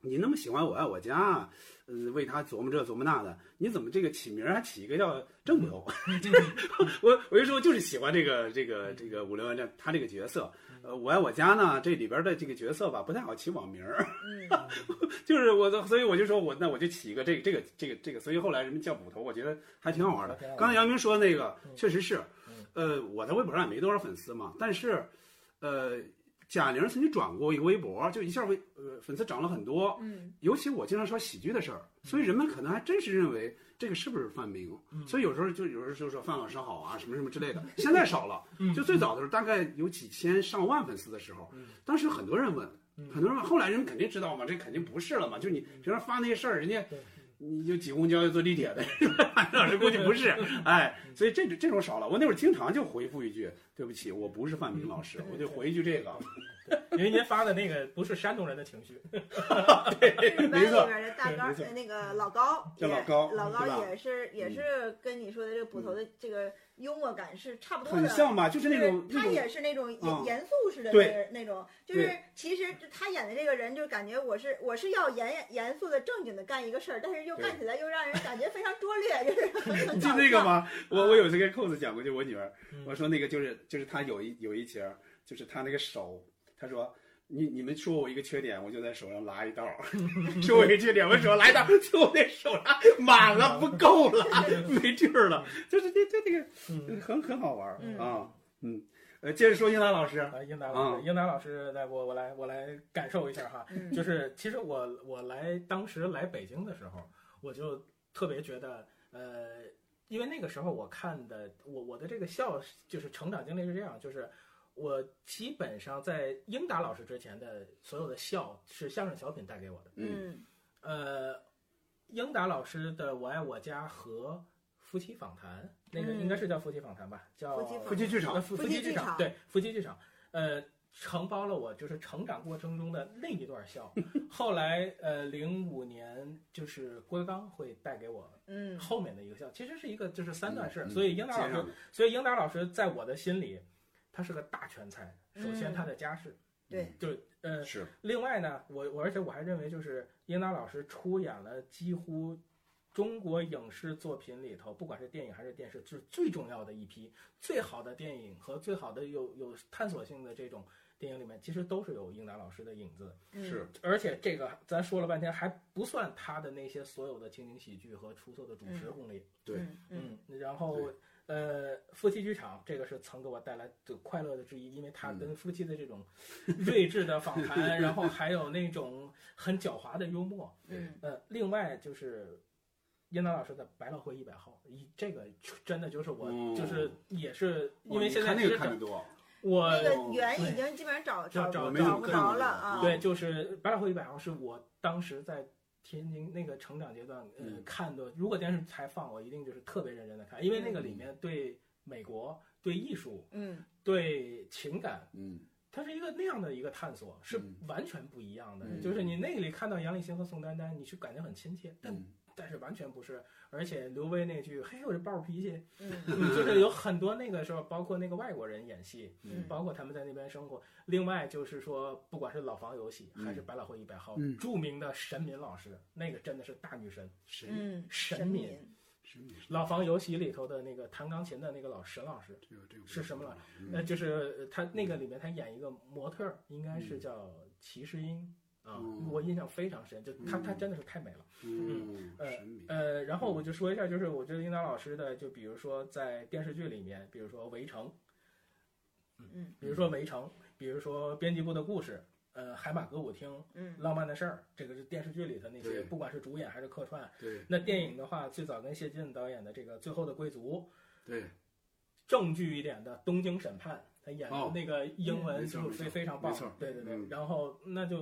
[SPEAKER 1] 你那么喜欢《我爱我家》，呃，为他琢磨这琢磨那的，你怎么这个起名儿还起一个叫郑骨头？我我就说就是喜欢这个这个这个五六万这他这个角色。
[SPEAKER 8] 嗯
[SPEAKER 1] 呃，《我爱我家》呢，这里边的这个角色吧不太好起网名儿，
[SPEAKER 3] 嗯，
[SPEAKER 1] 就是我的，所以我就说我那我就起一个这个这个这个这个，所以后来人们叫捕头，我觉得还挺好玩的
[SPEAKER 8] 嗯挺好。玩
[SPEAKER 1] 刚才杨明说的那个确实是
[SPEAKER 8] 嗯，
[SPEAKER 1] 呃，我在微博上也没多少粉丝嘛，但是，呃，贾玲曾经转过一个微博，就一下微呃粉丝涨了很多。
[SPEAKER 3] 嗯，
[SPEAKER 1] 尤其我经常说喜剧的事儿，所以人们可能还真是认为这个是不是范冰
[SPEAKER 8] 嗯？
[SPEAKER 1] 所以有时候就有人就说范老师好啊，什么什么之类的。现在少了，
[SPEAKER 8] 嗯
[SPEAKER 1] 就最早的时候大概有几千上万粉丝的时候
[SPEAKER 8] 嗯，
[SPEAKER 1] 当时很多人问，
[SPEAKER 8] 嗯
[SPEAKER 1] 很多人问，后来人们肯定知道嘛，这肯定不是了嘛，就你平常发那些事儿，人家
[SPEAKER 8] 对。
[SPEAKER 1] 你就挤公交又坐地铁的， 范老师估计不是，哎，所以这种这种少了。我那会儿经常就回复一句：“对不起，我不是范冰老师。”我就回一句这个，
[SPEAKER 2] 因为您发的那个不是山东人的情绪，
[SPEAKER 3] 日本
[SPEAKER 1] 没
[SPEAKER 3] 里
[SPEAKER 1] 错
[SPEAKER 3] 边的大高
[SPEAKER 1] 没错嗯
[SPEAKER 3] 呃那个老高
[SPEAKER 1] 叫
[SPEAKER 3] 也，
[SPEAKER 1] 老高
[SPEAKER 3] 老
[SPEAKER 1] 对吧嗯
[SPEAKER 3] 高也是也是跟你说的这个捕头的这个幽默感是差不多
[SPEAKER 1] 很
[SPEAKER 3] 的，
[SPEAKER 1] 像吧？就是那种那
[SPEAKER 3] 他
[SPEAKER 1] 种
[SPEAKER 3] 也是那种
[SPEAKER 1] 嗯
[SPEAKER 3] 严严肃式的
[SPEAKER 1] 对
[SPEAKER 3] 那个那种，就是其实他演的这个人，就感觉我是我是要严严肃的、正经的干一个事儿，但是又干起来又让人感觉非常拙劣，就是很 很
[SPEAKER 1] 你记
[SPEAKER 3] 搞
[SPEAKER 1] 得那个
[SPEAKER 3] 笑？
[SPEAKER 1] 吗？我我有次跟扣子讲过，就是我女儿
[SPEAKER 8] 嗯，
[SPEAKER 1] 我说那个就是就是她有一有一节儿，就是她那个手，她说。你你们说我一个缺点，我就在手上拉一道 儿；说我一个缺点，我手上拉一道儿，最后那手上满了，不够了，没地儿了，就是这这这个
[SPEAKER 8] 嗯
[SPEAKER 1] 很很好玩儿
[SPEAKER 3] 嗯
[SPEAKER 1] 啊，嗯，呃，接着说英达老师，
[SPEAKER 2] 啊，英达老
[SPEAKER 1] 嗯
[SPEAKER 2] 师，英达老师，来我我来我来感受一下哈，
[SPEAKER 3] 嗯
[SPEAKER 2] 就是其实我我来当时来北京的时候，我就特别觉得呃，因为那个时候我看的我我的这个笑就是成长经历是这样，就是我基本上在英达老师之前的所有的笑是相声小品带给我的，
[SPEAKER 3] 嗯
[SPEAKER 2] 呃，英达老师的《我爱我家》和夫妻访谈，那个
[SPEAKER 3] 嗯
[SPEAKER 2] 应该是叫夫妻访谈吧，叫
[SPEAKER 3] 夫妻访
[SPEAKER 1] 夫妻剧场
[SPEAKER 2] 呃夫
[SPEAKER 3] 夫
[SPEAKER 2] 夫
[SPEAKER 3] 妻
[SPEAKER 2] 妻
[SPEAKER 3] 剧
[SPEAKER 2] 剧
[SPEAKER 3] 场
[SPEAKER 2] 场，对，夫妻剧场，呃，承包了我就是成长过程中的另一段 笑。后来，呃，零五年就是郭德纲会带给我
[SPEAKER 3] 嗯
[SPEAKER 2] 后面的一个笑，其实是一个就是三段式，
[SPEAKER 1] 嗯嗯
[SPEAKER 2] 所以英达老
[SPEAKER 1] 接
[SPEAKER 2] 师
[SPEAKER 1] 上，
[SPEAKER 2] 所以英达老师在我的心里，他是个大全才。首先，
[SPEAKER 3] 嗯
[SPEAKER 2] 他的家世，
[SPEAKER 3] 对，
[SPEAKER 2] 就呃，
[SPEAKER 1] 是
[SPEAKER 2] 另外呢，我我而且我还认为，就是英达老师出演了几乎中国影视作品里头，不管是电影还是电视，就是最重要的一批最好的电影和最好的有有探索性的这种电影里面，其实都是有英达老师的影子。
[SPEAKER 3] 嗯
[SPEAKER 1] 是，
[SPEAKER 2] 而且这个咱说了半天，还不算他的那些所有的情景喜剧和出色的主持功力。
[SPEAKER 1] 对
[SPEAKER 3] 嗯嗯
[SPEAKER 2] 嗯，然后呃，夫妻剧场这个是曾给我带来的快乐的之一，因为他
[SPEAKER 1] 嗯
[SPEAKER 2] 跟夫妻的这种睿智的访 谈，然后还有那种很狡猾的幽默。
[SPEAKER 3] 嗯
[SPEAKER 2] 呃，另外就是燕达老师的《百老汇一百号》，一这个真的就是我、
[SPEAKER 1] 哦
[SPEAKER 2] 就是也是因
[SPEAKER 1] 哇
[SPEAKER 2] 为
[SPEAKER 1] 哦你
[SPEAKER 2] 现在
[SPEAKER 1] 看那
[SPEAKER 2] 其
[SPEAKER 1] 个
[SPEAKER 2] 实
[SPEAKER 1] 看的
[SPEAKER 2] 整
[SPEAKER 1] 多，
[SPEAKER 2] 我
[SPEAKER 3] 那
[SPEAKER 1] 哦
[SPEAKER 3] 个圆已经基本上找
[SPEAKER 2] 找
[SPEAKER 3] 找
[SPEAKER 2] 我没
[SPEAKER 3] 找
[SPEAKER 1] 有
[SPEAKER 3] 不
[SPEAKER 1] 看
[SPEAKER 3] 着
[SPEAKER 1] 过
[SPEAKER 3] 了
[SPEAKER 1] 那
[SPEAKER 3] 啊，
[SPEAKER 2] 对，就是《百老汇一百号》是我当时在天津那个成长阶段，呃，
[SPEAKER 1] 嗯
[SPEAKER 2] 看的。如果电视台放，我一定就是特别认真的看，因为那个里
[SPEAKER 1] 嗯
[SPEAKER 2] 面对美国、对艺术、
[SPEAKER 3] 嗯
[SPEAKER 2] 对情感，
[SPEAKER 1] 嗯，
[SPEAKER 2] 它是一个那样的一个探索，是
[SPEAKER 1] 嗯
[SPEAKER 2] 完全不一样的。
[SPEAKER 1] 嗯
[SPEAKER 2] 就是你那里看到杨立新和宋丹丹，你是感觉很亲切，但、
[SPEAKER 1] 嗯
[SPEAKER 2] 但是完全不是。而且刘威那句“嘿，我这暴 脾气”，
[SPEAKER 3] 嗯
[SPEAKER 2] 就是有很多那个时候，包括那个外国人演戏，
[SPEAKER 3] 嗯
[SPEAKER 2] 包括他们在那边生活。另外就是说，不管是老房游戏
[SPEAKER 1] 嗯
[SPEAKER 2] 还是百老汇一百号，
[SPEAKER 1] 嗯
[SPEAKER 2] 著名的沈敏老师，那个真的是大女神。
[SPEAKER 1] 谁
[SPEAKER 3] 嗯，
[SPEAKER 2] 神
[SPEAKER 3] 神
[SPEAKER 2] 敏
[SPEAKER 3] 敏
[SPEAKER 1] 谁
[SPEAKER 2] 老房游戏里头的那个弹钢琴的那个老沈老师，
[SPEAKER 1] 这个这个
[SPEAKER 2] 是什么了？呃，
[SPEAKER 1] 嗯
[SPEAKER 2] 就是他那个里面他演一个模特儿，应该是叫齐诗英。啊
[SPEAKER 1] 嗯，
[SPEAKER 2] 我印象非常深，就她
[SPEAKER 1] 嗯
[SPEAKER 2] 她真的是太美了。
[SPEAKER 1] 嗯，
[SPEAKER 2] 呃
[SPEAKER 1] 神秘
[SPEAKER 2] 呃，然后我就说一下，就是我觉得英达老师的，就比如说在电视剧里面，比如说《围城》，
[SPEAKER 3] 嗯
[SPEAKER 2] 比如说《围城》，比如说《编辑部的故事》，呃，《海马歌舞厅》，
[SPEAKER 3] 嗯
[SPEAKER 2] 浪漫的事儿，这个是电视剧里头那
[SPEAKER 1] 对
[SPEAKER 2] 些，不管是主演还是客串。
[SPEAKER 1] 对
[SPEAKER 2] 那电影的话，最早跟谢晋导演的这个《最后的贵族》，
[SPEAKER 1] 对，
[SPEAKER 2] 正剧一点的《东京审判》，他演
[SPEAKER 1] 哦
[SPEAKER 2] 的那个英
[SPEAKER 1] 嗯没
[SPEAKER 2] 文
[SPEAKER 1] 错
[SPEAKER 2] 就
[SPEAKER 1] 没
[SPEAKER 2] 非
[SPEAKER 1] 错
[SPEAKER 2] 非常棒
[SPEAKER 1] 没错，
[SPEAKER 2] 对对对
[SPEAKER 1] 嗯。
[SPEAKER 2] 然后那就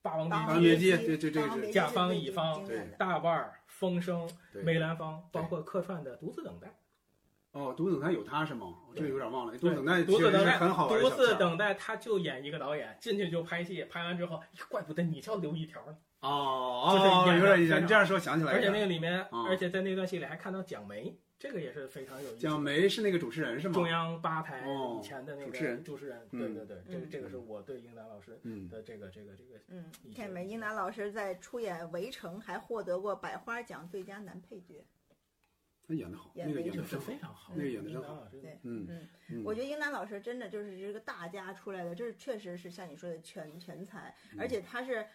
[SPEAKER 2] 《霸王
[SPEAKER 1] 霸
[SPEAKER 2] 别
[SPEAKER 3] 霸
[SPEAKER 1] 王
[SPEAKER 3] 王
[SPEAKER 1] 别
[SPEAKER 2] 姬》、
[SPEAKER 1] 姬
[SPEAKER 3] 姬
[SPEAKER 1] 这这这
[SPEAKER 3] 霸王
[SPEAKER 1] 这
[SPEAKER 3] 别姬
[SPEAKER 2] 甲
[SPEAKER 3] 是
[SPEAKER 2] 方
[SPEAKER 3] 最
[SPEAKER 2] 乙
[SPEAKER 3] 经
[SPEAKER 2] 方
[SPEAKER 3] 经典的
[SPEAKER 2] 大腕儿、风声、
[SPEAKER 1] 对
[SPEAKER 2] 梅兰芳，包
[SPEAKER 1] 对
[SPEAKER 2] 括客串的《独自等待
[SPEAKER 1] 哦，独子等待有他是吗？我这个
[SPEAKER 2] 对
[SPEAKER 1] 有点忘了。独
[SPEAKER 2] 对
[SPEAKER 1] 子等待》。
[SPEAKER 2] 独
[SPEAKER 1] 其
[SPEAKER 2] 自
[SPEAKER 1] 实
[SPEAKER 2] 等
[SPEAKER 1] 是
[SPEAKER 2] 待，
[SPEAKER 1] 很好玩的
[SPEAKER 2] 独
[SPEAKER 1] 小
[SPEAKER 2] 自
[SPEAKER 1] 片儿
[SPEAKER 2] 等待，他就演一个导演，进去就拍戏，拍完之后，哎怪不得你叫刘一条呢。
[SPEAKER 1] 哦
[SPEAKER 2] 就是
[SPEAKER 1] 哦，
[SPEAKER 2] 演
[SPEAKER 1] 有
[SPEAKER 2] 得
[SPEAKER 1] 点印
[SPEAKER 2] 非
[SPEAKER 1] 象。
[SPEAKER 2] 常
[SPEAKER 1] 你这样说想起来
[SPEAKER 2] 而
[SPEAKER 1] 一
[SPEAKER 2] 且
[SPEAKER 1] 点，
[SPEAKER 2] 那个里面，
[SPEAKER 1] 嗯
[SPEAKER 2] 而且在那段戏里还看到蒋梅，
[SPEAKER 9] 这个也是非常有意思。
[SPEAKER 1] 蒋梅是那个主持人是吗？
[SPEAKER 9] 中央八台
[SPEAKER 1] 哦
[SPEAKER 9] 以前的那个
[SPEAKER 1] 主持人
[SPEAKER 9] 主持人，
[SPEAKER 1] 嗯
[SPEAKER 9] 对对对，这个
[SPEAKER 3] 嗯
[SPEAKER 9] 这个是我对英达老师
[SPEAKER 1] 嗯，
[SPEAKER 9] 的这个这个这个
[SPEAKER 3] 嗯，
[SPEAKER 9] 以
[SPEAKER 3] 这
[SPEAKER 9] 前
[SPEAKER 3] 美英男老师在出演《围城》还获得过百花奖最佳男配角。
[SPEAKER 1] 他演得好，
[SPEAKER 3] 演
[SPEAKER 1] 那个
[SPEAKER 3] 得
[SPEAKER 1] 演
[SPEAKER 9] 就
[SPEAKER 1] 得
[SPEAKER 3] 好
[SPEAKER 9] 是
[SPEAKER 1] 真好
[SPEAKER 9] 非。常好，
[SPEAKER 1] 那个演得
[SPEAKER 9] 英
[SPEAKER 1] 真
[SPEAKER 9] 达
[SPEAKER 1] 好
[SPEAKER 9] 老师
[SPEAKER 3] 对
[SPEAKER 1] 嗯
[SPEAKER 3] 嗯，
[SPEAKER 1] 嗯，
[SPEAKER 3] 我觉得英男老师真的就是这个大家出来的，就是确实是像你说的全全才，
[SPEAKER 1] 嗯
[SPEAKER 3] 而且他是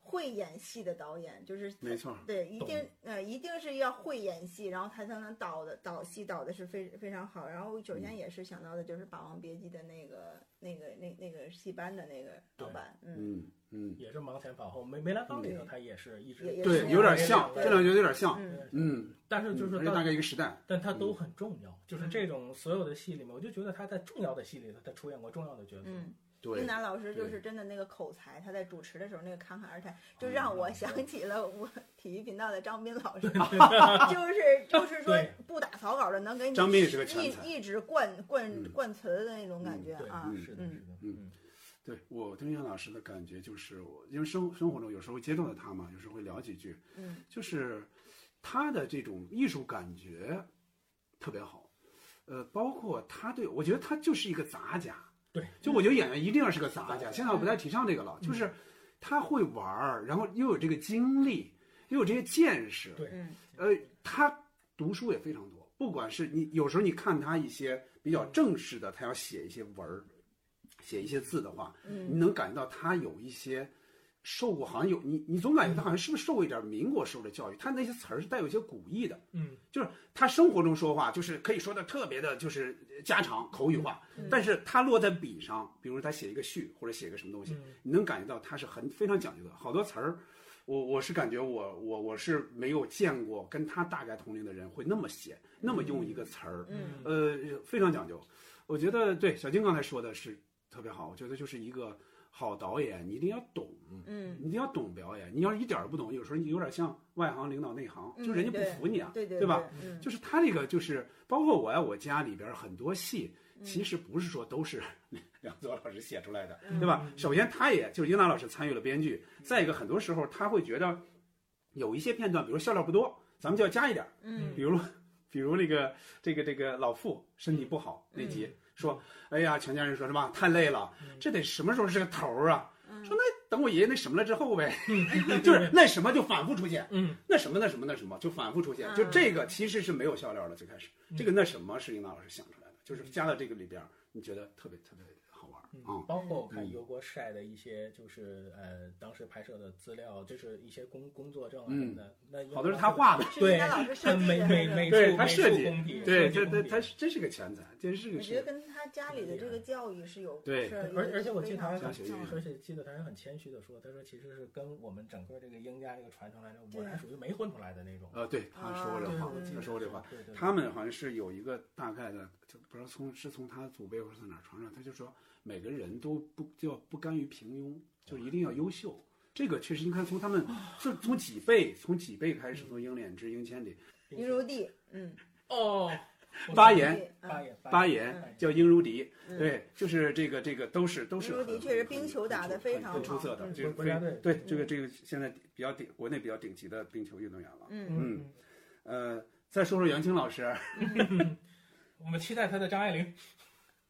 [SPEAKER 3] 会演戏的导演，就是他
[SPEAKER 1] 没错儿，
[SPEAKER 3] 对，一
[SPEAKER 9] 懂
[SPEAKER 3] 定呃，一定是要会演戏，然后他才能导的导戏导的是非非常好。然后首
[SPEAKER 1] 嗯
[SPEAKER 3] 先也是想到的就是《霸王别姬》的那个那个那那个戏班的那个老
[SPEAKER 9] 对
[SPEAKER 3] 板，嗯，
[SPEAKER 1] 嗯嗯，
[SPEAKER 9] 也是忙前反后，梅梅兰芳里头
[SPEAKER 1] 嗯
[SPEAKER 9] 他也是一直
[SPEAKER 3] 也也是
[SPEAKER 1] 对，有点像，这两个有点像，
[SPEAKER 3] 嗯
[SPEAKER 1] 嗯，
[SPEAKER 9] 但是就
[SPEAKER 1] 嗯
[SPEAKER 9] 是
[SPEAKER 1] 而且大
[SPEAKER 9] 到
[SPEAKER 1] 概一个嗯时代，
[SPEAKER 9] 但他都很重要，就是这种所有的戏里面，我就觉得他在重要的戏里头，他出演过重要的角色。
[SPEAKER 3] 嗯，
[SPEAKER 1] 对
[SPEAKER 3] 英，南老师就
[SPEAKER 1] 对嗯
[SPEAKER 3] 是真的那个口才，他在主持的时候那个侃侃而谈，就让我想起了我 体育频道的张斌老师， 就是就是说
[SPEAKER 9] 对
[SPEAKER 3] 不打草稿的能给你
[SPEAKER 1] 张斌也是个全才
[SPEAKER 3] 一一直灌灌
[SPEAKER 1] 嗯
[SPEAKER 3] 灌词的那种感觉
[SPEAKER 9] 对，
[SPEAKER 3] 啊，
[SPEAKER 9] 是的，
[SPEAKER 3] 嗯
[SPEAKER 9] 是的，
[SPEAKER 1] 对我对杨老师的感觉就是我，因为生生活中有时候接触到他嘛，有时候会聊几句，
[SPEAKER 3] 嗯
[SPEAKER 1] 就是他的这种艺术感觉特别好，呃，包括他对我觉得他就是一个杂家，
[SPEAKER 9] 对，
[SPEAKER 1] 就我觉得演员一定要是个杂家，
[SPEAKER 9] 嗯
[SPEAKER 1] 现在我不太提倡这个了，就是他会玩儿，然后又有这个精力，又有这些见识，
[SPEAKER 9] 对
[SPEAKER 3] 嗯
[SPEAKER 1] 呃，他读书也非常多，不管是你有时候你看他一些比较正式的，他要写一些文儿，写一些字的话，你
[SPEAKER 3] 嗯
[SPEAKER 1] 能感觉到他有一些受过，好像有你，你总感觉他好像是不是受过一点民国受的教育？他那些词儿是带有一些古意的，
[SPEAKER 9] 嗯，
[SPEAKER 1] 就是他生活中说话就是可以说的特别的，就是家常口语化，
[SPEAKER 3] 嗯
[SPEAKER 1] 但是他落在笔上，比如他写一个序或者写个什么东西，
[SPEAKER 9] 嗯
[SPEAKER 1] 你能感觉到他是很非常讲究的，好多词儿。我我是感觉我我我是没有见过跟他大概同龄的人会那么写，那么用一个词儿，
[SPEAKER 3] 嗯
[SPEAKER 1] 呃，非常讲究。我觉得对小金刚才说的是特别好，我觉得就是一个好导演，你一定要懂，
[SPEAKER 3] 嗯，
[SPEAKER 1] 你一定要懂表演。你要是一点儿不懂，有时候你有点像外行领导内行，
[SPEAKER 3] 嗯
[SPEAKER 1] 就人家不
[SPEAKER 3] 对
[SPEAKER 1] 服你啊，
[SPEAKER 3] 对对
[SPEAKER 1] 对吧？？
[SPEAKER 3] 嗯
[SPEAKER 1] 就是他这个就是包括我爱我家里边儿很多戏，
[SPEAKER 3] 嗯
[SPEAKER 1] 其实不是说都是梁左老师写出来的，
[SPEAKER 3] 嗯
[SPEAKER 1] 对吧？首先，他也就是英达老师参与了编剧，再一个，很多时候他会觉得有一些片段，比如笑料不多，咱们就要加一点儿，
[SPEAKER 3] 嗯
[SPEAKER 1] 比如 比如那个这个这个老傅身体不好
[SPEAKER 9] 嗯
[SPEAKER 1] 那集。说，哎呀，全家人说什么太累了，这得什么时候是个头儿啊？
[SPEAKER 3] 嗯
[SPEAKER 1] 说等我爷爷那什么了之 后呗，就是那什么就反复出现，
[SPEAKER 9] 嗯，
[SPEAKER 1] 那什么那什么那什么就反复出现，就
[SPEAKER 3] 嗯
[SPEAKER 1] 这个其实是没有笑料的。最开始
[SPEAKER 9] 啊嗯
[SPEAKER 1] 这个那什么是英达老师想出来的，就是加到这个里边儿，你觉得特别特别好玩儿啊
[SPEAKER 9] 嗯，。包括我看
[SPEAKER 1] 嗯
[SPEAKER 9] 油锅晒的一些，就是呃，当时拍摄的资料，就是一些工工作证啊
[SPEAKER 1] 嗯
[SPEAKER 9] 什么的，那
[SPEAKER 1] 好多是他画的，
[SPEAKER 3] 是
[SPEAKER 9] 对
[SPEAKER 3] 他老师设
[SPEAKER 9] 很
[SPEAKER 3] 计
[SPEAKER 9] 美
[SPEAKER 3] 的
[SPEAKER 9] 美
[SPEAKER 3] 那
[SPEAKER 9] 美
[SPEAKER 3] 个。
[SPEAKER 1] 对
[SPEAKER 9] 术
[SPEAKER 1] 他
[SPEAKER 9] 美术
[SPEAKER 1] 设计
[SPEAKER 9] 功底，
[SPEAKER 1] 对，
[SPEAKER 9] 美术
[SPEAKER 1] 这这
[SPEAKER 9] 功底
[SPEAKER 1] 他真是个全才，真是
[SPEAKER 3] 我
[SPEAKER 1] 个
[SPEAKER 3] 觉得
[SPEAKER 1] 是，
[SPEAKER 3] 跟他家里的这个教育是有
[SPEAKER 1] 对
[SPEAKER 3] 是有
[SPEAKER 9] 而而且我记
[SPEAKER 3] 非
[SPEAKER 9] 得他还
[SPEAKER 3] 常
[SPEAKER 1] 相
[SPEAKER 9] 很
[SPEAKER 1] 信
[SPEAKER 3] 像
[SPEAKER 1] 嗯
[SPEAKER 9] 而且记得他是很谦虚的说，他说其实是跟我们整个这个英家这个传承来的，
[SPEAKER 3] 对
[SPEAKER 9] 我还属于没混出来的那种。
[SPEAKER 1] 呃，啊对，他说过这
[SPEAKER 9] 啊对，
[SPEAKER 1] 话
[SPEAKER 9] 我记，
[SPEAKER 1] 他
[SPEAKER 9] 得
[SPEAKER 1] 说过这话。
[SPEAKER 9] 对，对
[SPEAKER 1] 他们好像是有一个大概的，就不知道从是从他祖辈或者从哪儿传上来，他就说每个人都不就要不甘于平庸，就一定要优秀。这个确实，你看从他们
[SPEAKER 9] 哦
[SPEAKER 1] 是从几辈从几辈开始，从英敛之、英千里、
[SPEAKER 9] 对
[SPEAKER 3] 云如地，嗯，
[SPEAKER 9] 哦，
[SPEAKER 1] 八
[SPEAKER 9] 爷，
[SPEAKER 1] 言、
[SPEAKER 9] 嗯八爷，
[SPEAKER 1] 八
[SPEAKER 9] 爷，
[SPEAKER 1] 言叫英如迪，
[SPEAKER 9] 嗯
[SPEAKER 3] 嗯
[SPEAKER 1] 对，就是这个这个都是都是
[SPEAKER 3] 英如
[SPEAKER 1] 很。
[SPEAKER 3] 迪确实
[SPEAKER 1] 很
[SPEAKER 3] 冰球打得非常
[SPEAKER 1] 很出
[SPEAKER 3] 好
[SPEAKER 1] 色的，
[SPEAKER 3] 嗯
[SPEAKER 1] 这个
[SPEAKER 9] 国
[SPEAKER 1] 非
[SPEAKER 9] 家队
[SPEAKER 1] 对这个这个现在比较顶国内比较顶级的冰球运动员了。
[SPEAKER 3] 嗯
[SPEAKER 9] 嗯，
[SPEAKER 1] 呃，再说说杨青老师，
[SPEAKER 9] 我们期待他的张爱玲。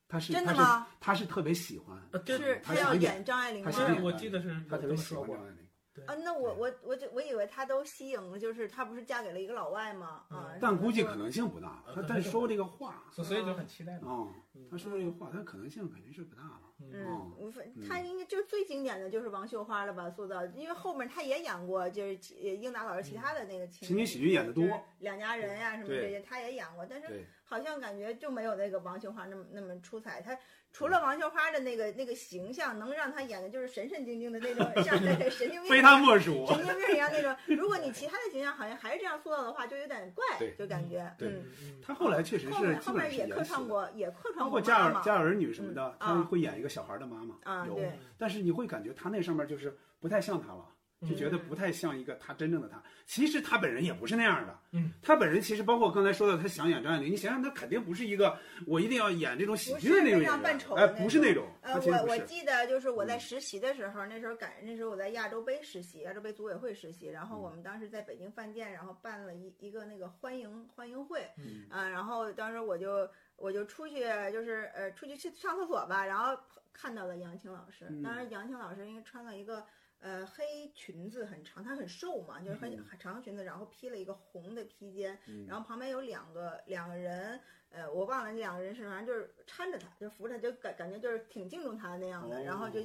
[SPEAKER 1] 他是
[SPEAKER 3] 真的
[SPEAKER 1] 他是
[SPEAKER 3] 吗？
[SPEAKER 1] 他是特别喜欢，
[SPEAKER 9] 呃，对
[SPEAKER 3] 是
[SPEAKER 1] 他
[SPEAKER 3] 他要
[SPEAKER 1] 想演
[SPEAKER 3] 演张爱玲
[SPEAKER 1] 他
[SPEAKER 3] 吗？
[SPEAKER 1] 想演
[SPEAKER 9] 我记得是
[SPEAKER 1] 他特
[SPEAKER 9] 这
[SPEAKER 1] 别
[SPEAKER 9] 么
[SPEAKER 1] 喜
[SPEAKER 9] 说
[SPEAKER 1] 欢
[SPEAKER 9] 过
[SPEAKER 1] 张。爱玲。
[SPEAKER 3] 啊，那我我我就我以为她都吸引了，就是她不是嫁给了一个老外吗？啊，
[SPEAKER 9] 嗯
[SPEAKER 1] 但估计可能性不大
[SPEAKER 9] 呃。
[SPEAKER 1] 他
[SPEAKER 9] 可能
[SPEAKER 1] 但
[SPEAKER 9] 性
[SPEAKER 1] 说
[SPEAKER 9] 不
[SPEAKER 1] 过这个话，
[SPEAKER 9] 所所以就很期待嘛。
[SPEAKER 1] 哦，
[SPEAKER 9] 嗯
[SPEAKER 1] 他说过这个话，但可能性肯定是不大了。
[SPEAKER 3] 嗯
[SPEAKER 1] 哦，
[SPEAKER 3] 我反
[SPEAKER 1] 嗯
[SPEAKER 3] 她应该就是最经典的就是王秀花了吧，塑造，因为后面她也演过，就是其呃英达老师其他的那个情
[SPEAKER 1] 嗯情景喜剧演得多，
[SPEAKER 3] 就是两家人呀、什么
[SPEAKER 1] 对
[SPEAKER 3] 这些她也演过，但是
[SPEAKER 1] 对，
[SPEAKER 3] 好像感觉就没有那个王秀花那么那么出彩。
[SPEAKER 1] 嗯
[SPEAKER 3] 她除了王秀花的那个那个形象，能让她演的就是神神经经的 那种，像那个神经病
[SPEAKER 1] 非
[SPEAKER 3] 一
[SPEAKER 1] 他
[SPEAKER 3] 样
[SPEAKER 1] 莫属。
[SPEAKER 3] 神经病一样那种。如果你其他的形象好像还是这样塑造的话，就有点怪
[SPEAKER 1] 对，
[SPEAKER 3] 就感觉
[SPEAKER 1] 对
[SPEAKER 3] 嗯。
[SPEAKER 1] 他后来确实
[SPEAKER 3] 后
[SPEAKER 1] 是
[SPEAKER 3] 面
[SPEAKER 1] 基
[SPEAKER 3] 后
[SPEAKER 1] 本
[SPEAKER 3] 面
[SPEAKER 1] 是
[SPEAKER 3] 也
[SPEAKER 1] 演
[SPEAKER 3] 客
[SPEAKER 1] 死
[SPEAKER 3] 串
[SPEAKER 1] 的，
[SPEAKER 3] 过，也客串
[SPEAKER 1] 包括《家
[SPEAKER 3] 妈
[SPEAKER 1] 有
[SPEAKER 3] 妈。
[SPEAKER 1] 家有儿女》什么的
[SPEAKER 3] 嗯，
[SPEAKER 1] 他
[SPEAKER 3] 啊
[SPEAKER 1] 会演一个小孩的妈妈
[SPEAKER 3] 啊，
[SPEAKER 1] 有。
[SPEAKER 3] 对，
[SPEAKER 1] 但是你会感觉他那上面就是不太像他了，就
[SPEAKER 9] 嗯
[SPEAKER 1] 觉得不太像一个他真正的他。其实他本人也不是那样的，
[SPEAKER 2] 嗯，
[SPEAKER 1] 他本人其实包括刚才说的，他想演张爱玲，你想想他肯定不是一个我一定要演这种喜剧的那种
[SPEAKER 3] 不是非
[SPEAKER 1] 演
[SPEAKER 3] 常扮
[SPEAKER 1] 员
[SPEAKER 3] 丑，的
[SPEAKER 1] 哎，
[SPEAKER 3] 那
[SPEAKER 1] 不是那种，
[SPEAKER 3] 呃，
[SPEAKER 1] 他其实
[SPEAKER 3] 我
[SPEAKER 1] 不
[SPEAKER 3] 我
[SPEAKER 1] 是。嗯
[SPEAKER 3] 记得就是我在实习的时候，那时候赶那时候我在亚洲杯实习，亚洲杯组委会实习，然后
[SPEAKER 1] 嗯
[SPEAKER 3] 我们当时在北京饭店，然后办了一一个那个欢迎欢迎会，
[SPEAKER 1] 嗯
[SPEAKER 3] 嗯，然后当时我就我就出去就是呃出去去上厕所吧，然后看到了杨青老师，
[SPEAKER 1] 嗯
[SPEAKER 3] 当时杨青老师因为穿了一个。呃，黑裙子很长，她很瘦嘛，就是很很长的裙子，然后披了一个红的披肩，
[SPEAKER 1] 嗯
[SPEAKER 3] 然后旁边有两个两个人，呃，我忘了那两个人是，反正就是搀着他，就扶着他，就感感觉就是挺敬重他的那样的，然后就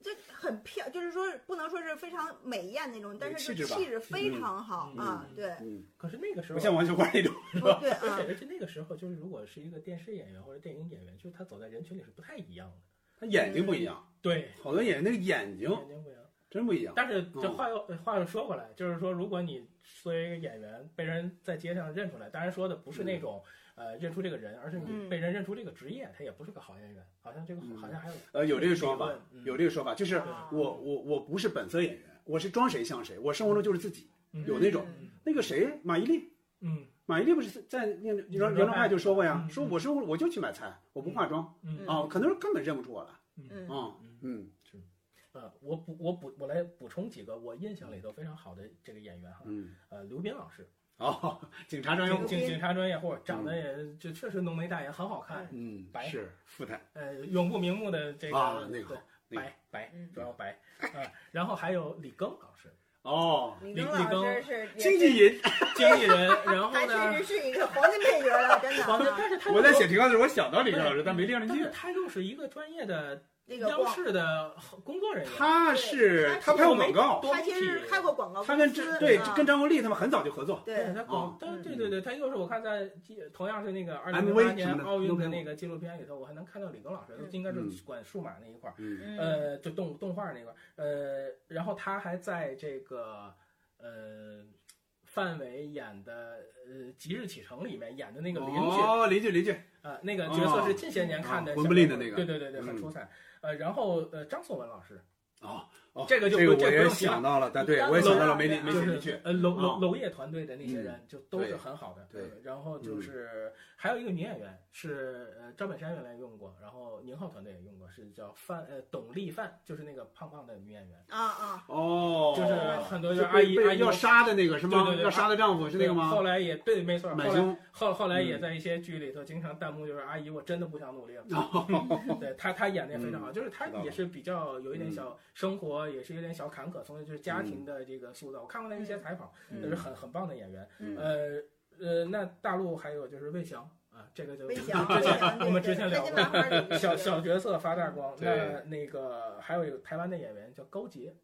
[SPEAKER 3] 就很漂，就是说不能说是非常美艳那种，但是
[SPEAKER 1] 气质
[SPEAKER 3] 就
[SPEAKER 1] 吧
[SPEAKER 3] 气质非常好
[SPEAKER 2] 嗯
[SPEAKER 3] 啊，
[SPEAKER 2] 嗯
[SPEAKER 3] 对，
[SPEAKER 1] 嗯，
[SPEAKER 2] 可是那个时候
[SPEAKER 1] 不像王小花那种，
[SPEAKER 3] 哦对
[SPEAKER 2] 而
[SPEAKER 3] 啊
[SPEAKER 2] 且，而且那个时候，就是如果是一个电视演员或者电影演员，就是他走在人群里是不太一样的。
[SPEAKER 1] 他眼睛不一样，
[SPEAKER 2] 对，
[SPEAKER 1] 好多演员那个眼睛
[SPEAKER 2] 肯定不一样。
[SPEAKER 1] 真不一样。
[SPEAKER 2] 但是这
[SPEAKER 1] 嗯
[SPEAKER 2] 话又呃话又说回来，就是说，如果你作为一个演员被人在街上认出来，当然说的不
[SPEAKER 1] 嗯
[SPEAKER 2] 是那种、呃认出这个人，而是你
[SPEAKER 3] 嗯
[SPEAKER 2] 被人认出这个职业，他也不是个好演员。好像这个、
[SPEAKER 1] 嗯
[SPEAKER 2] 好像还有
[SPEAKER 1] 呃，有这个说法，
[SPEAKER 2] 嗯
[SPEAKER 1] 有这个说法，就是
[SPEAKER 3] 啊
[SPEAKER 1] 我我我不是本色演员，我是装谁像谁，我生活中就是自己。有那种
[SPEAKER 3] 嗯
[SPEAKER 1] 那个谁，马伊琍，
[SPEAKER 2] 嗯
[SPEAKER 1] 马伊琍不是在那个
[SPEAKER 2] 原
[SPEAKER 1] 原原
[SPEAKER 2] 来
[SPEAKER 1] 来派就说过呀
[SPEAKER 2] 嗯，
[SPEAKER 1] 说我生活我就去买菜，我不化妆
[SPEAKER 2] 嗯
[SPEAKER 1] 啊，很多人根本认不出我来
[SPEAKER 2] 嗯
[SPEAKER 3] 嗯
[SPEAKER 1] 啊，嗯
[SPEAKER 2] 呃，我补我补我来补充几个我印象里头非常好的这个演员哈，
[SPEAKER 1] 嗯，
[SPEAKER 2] 呃，刘斌老师，
[SPEAKER 1] 哦，警察专用
[SPEAKER 2] 警
[SPEAKER 1] 户，
[SPEAKER 2] 警警察专业户，长得也就确实浓眉大眼，很好看，
[SPEAKER 1] 嗯
[SPEAKER 2] 白
[SPEAKER 1] 是富态
[SPEAKER 2] 呃，永不瞑目的这个、
[SPEAKER 1] 啊那个
[SPEAKER 2] 对
[SPEAKER 1] 好那个
[SPEAKER 2] 白白
[SPEAKER 3] 嗯
[SPEAKER 2] 主要白，呃，然后还有李庚老师，
[SPEAKER 1] 哦，
[SPEAKER 3] 李
[SPEAKER 2] 李
[SPEAKER 3] 庚
[SPEAKER 2] 李
[SPEAKER 3] 老师
[SPEAKER 2] 庚
[SPEAKER 3] 是
[SPEAKER 1] 经纪人，
[SPEAKER 2] 经纪人，然后
[SPEAKER 3] 他确
[SPEAKER 2] 呢
[SPEAKER 3] 实，是一个黄金配角了，真的
[SPEAKER 2] 王
[SPEAKER 3] 啊，
[SPEAKER 2] 但是他
[SPEAKER 1] 我在
[SPEAKER 2] 又
[SPEAKER 1] 写提纲的时候我想到李老师，但没列上
[SPEAKER 2] 但
[SPEAKER 1] 去
[SPEAKER 2] 是。他又是一个专业的
[SPEAKER 3] 那个
[SPEAKER 2] 央
[SPEAKER 3] 广，
[SPEAKER 2] 视的工作人员，
[SPEAKER 1] 他是
[SPEAKER 3] 对
[SPEAKER 1] 他拍过广告，
[SPEAKER 2] 多
[SPEAKER 3] 他其实
[SPEAKER 2] 媒体
[SPEAKER 3] 开过广告
[SPEAKER 1] 他
[SPEAKER 3] 公司，
[SPEAKER 1] 跟这对
[SPEAKER 3] 啊
[SPEAKER 1] 跟张国立他们很早就合作，
[SPEAKER 2] 对
[SPEAKER 3] 对，
[SPEAKER 2] 他广
[SPEAKER 1] 啊，
[SPEAKER 2] 他
[SPEAKER 3] 嗯
[SPEAKER 2] 对对对，他又是我看在同样是那个二零零
[SPEAKER 1] MV
[SPEAKER 2] 八年
[SPEAKER 1] 什么的
[SPEAKER 2] 奥运
[SPEAKER 1] 都
[SPEAKER 2] 的
[SPEAKER 1] 看
[SPEAKER 2] 那个纪录片里头，我还能看到李庚老师，
[SPEAKER 3] 嗯
[SPEAKER 2] 应该
[SPEAKER 1] 嗯
[SPEAKER 2] 是管数码那一块儿，
[SPEAKER 1] 嗯
[SPEAKER 3] 嗯
[SPEAKER 2] 呃，就动动画那块儿，呃，然后他还在这个呃范伟演的呃《即日启程》里面演的那个邻居，
[SPEAKER 1] 哦，邻居邻居，
[SPEAKER 2] 呃，那个角色
[SPEAKER 1] 哦
[SPEAKER 2] 是近些年看的
[SPEAKER 1] 哦
[SPEAKER 2] 小
[SPEAKER 1] 温布利的
[SPEAKER 2] 品
[SPEAKER 1] 那个
[SPEAKER 2] 对对对对，很
[SPEAKER 1] 嗯
[SPEAKER 2] 出彩。呃，然后呃，张颂文老师，
[SPEAKER 1] 哦哦，
[SPEAKER 2] 这个就
[SPEAKER 1] 这个
[SPEAKER 2] 不这
[SPEAKER 1] 我
[SPEAKER 2] 不
[SPEAKER 1] 也
[SPEAKER 2] 用提了
[SPEAKER 1] 想到了，但对
[SPEAKER 3] 你
[SPEAKER 1] 我也想到了，
[SPEAKER 3] 刚才
[SPEAKER 1] 没理没
[SPEAKER 3] 说
[SPEAKER 2] 就
[SPEAKER 1] 写进
[SPEAKER 2] 是
[SPEAKER 1] 去。
[SPEAKER 2] 呃娄
[SPEAKER 1] 啊
[SPEAKER 2] 娄娄烨团队的那些
[SPEAKER 1] 嗯
[SPEAKER 2] 人就都是
[SPEAKER 1] 对
[SPEAKER 2] 很好的，
[SPEAKER 1] 对嗯
[SPEAKER 2] 然后就是还有一个女演员是呃赵本山原来用过，然后宁浩团队也用过，是叫范呃董丽范，就是那个胖胖的女演员，
[SPEAKER 3] 啊啊，
[SPEAKER 1] 哦，
[SPEAKER 2] 就是很多就是
[SPEAKER 1] 被
[SPEAKER 2] 阿姨
[SPEAKER 1] 被
[SPEAKER 2] 阿姨
[SPEAKER 1] 要杀的那个是吗？
[SPEAKER 2] 对对对
[SPEAKER 1] 要杀的丈夫是那个吗
[SPEAKER 2] 后？来也对，没错，后
[SPEAKER 1] 买
[SPEAKER 2] 来
[SPEAKER 1] 凶，
[SPEAKER 2] 后后来也
[SPEAKER 1] 嗯
[SPEAKER 2] 在一些剧里头，经常弹幕就是阿姨，我真的不想努力 了。
[SPEAKER 1] 哦
[SPEAKER 2] 对他，他演的也非常好，就是
[SPEAKER 1] 嗯
[SPEAKER 2] 他
[SPEAKER 1] 知道了
[SPEAKER 2] 也是比较有一点
[SPEAKER 1] 嗯
[SPEAKER 2] 小生活，也是有点小坎坷，从就是家庭的这个塑造。我看过他一些采访，
[SPEAKER 3] 嗯
[SPEAKER 2] 也是很很棒的演员。
[SPEAKER 3] 嗯
[SPEAKER 2] 呃呃，那大陆还有就是魏翔啊，这个就
[SPEAKER 3] 魏翔，
[SPEAKER 2] 之
[SPEAKER 3] 魏
[SPEAKER 2] 前
[SPEAKER 3] 翔，
[SPEAKER 2] 我们之前聊
[SPEAKER 3] 过
[SPEAKER 2] 过，小小角色发大光。那
[SPEAKER 1] 对
[SPEAKER 2] 那个还有一个台湾的演员叫高杰，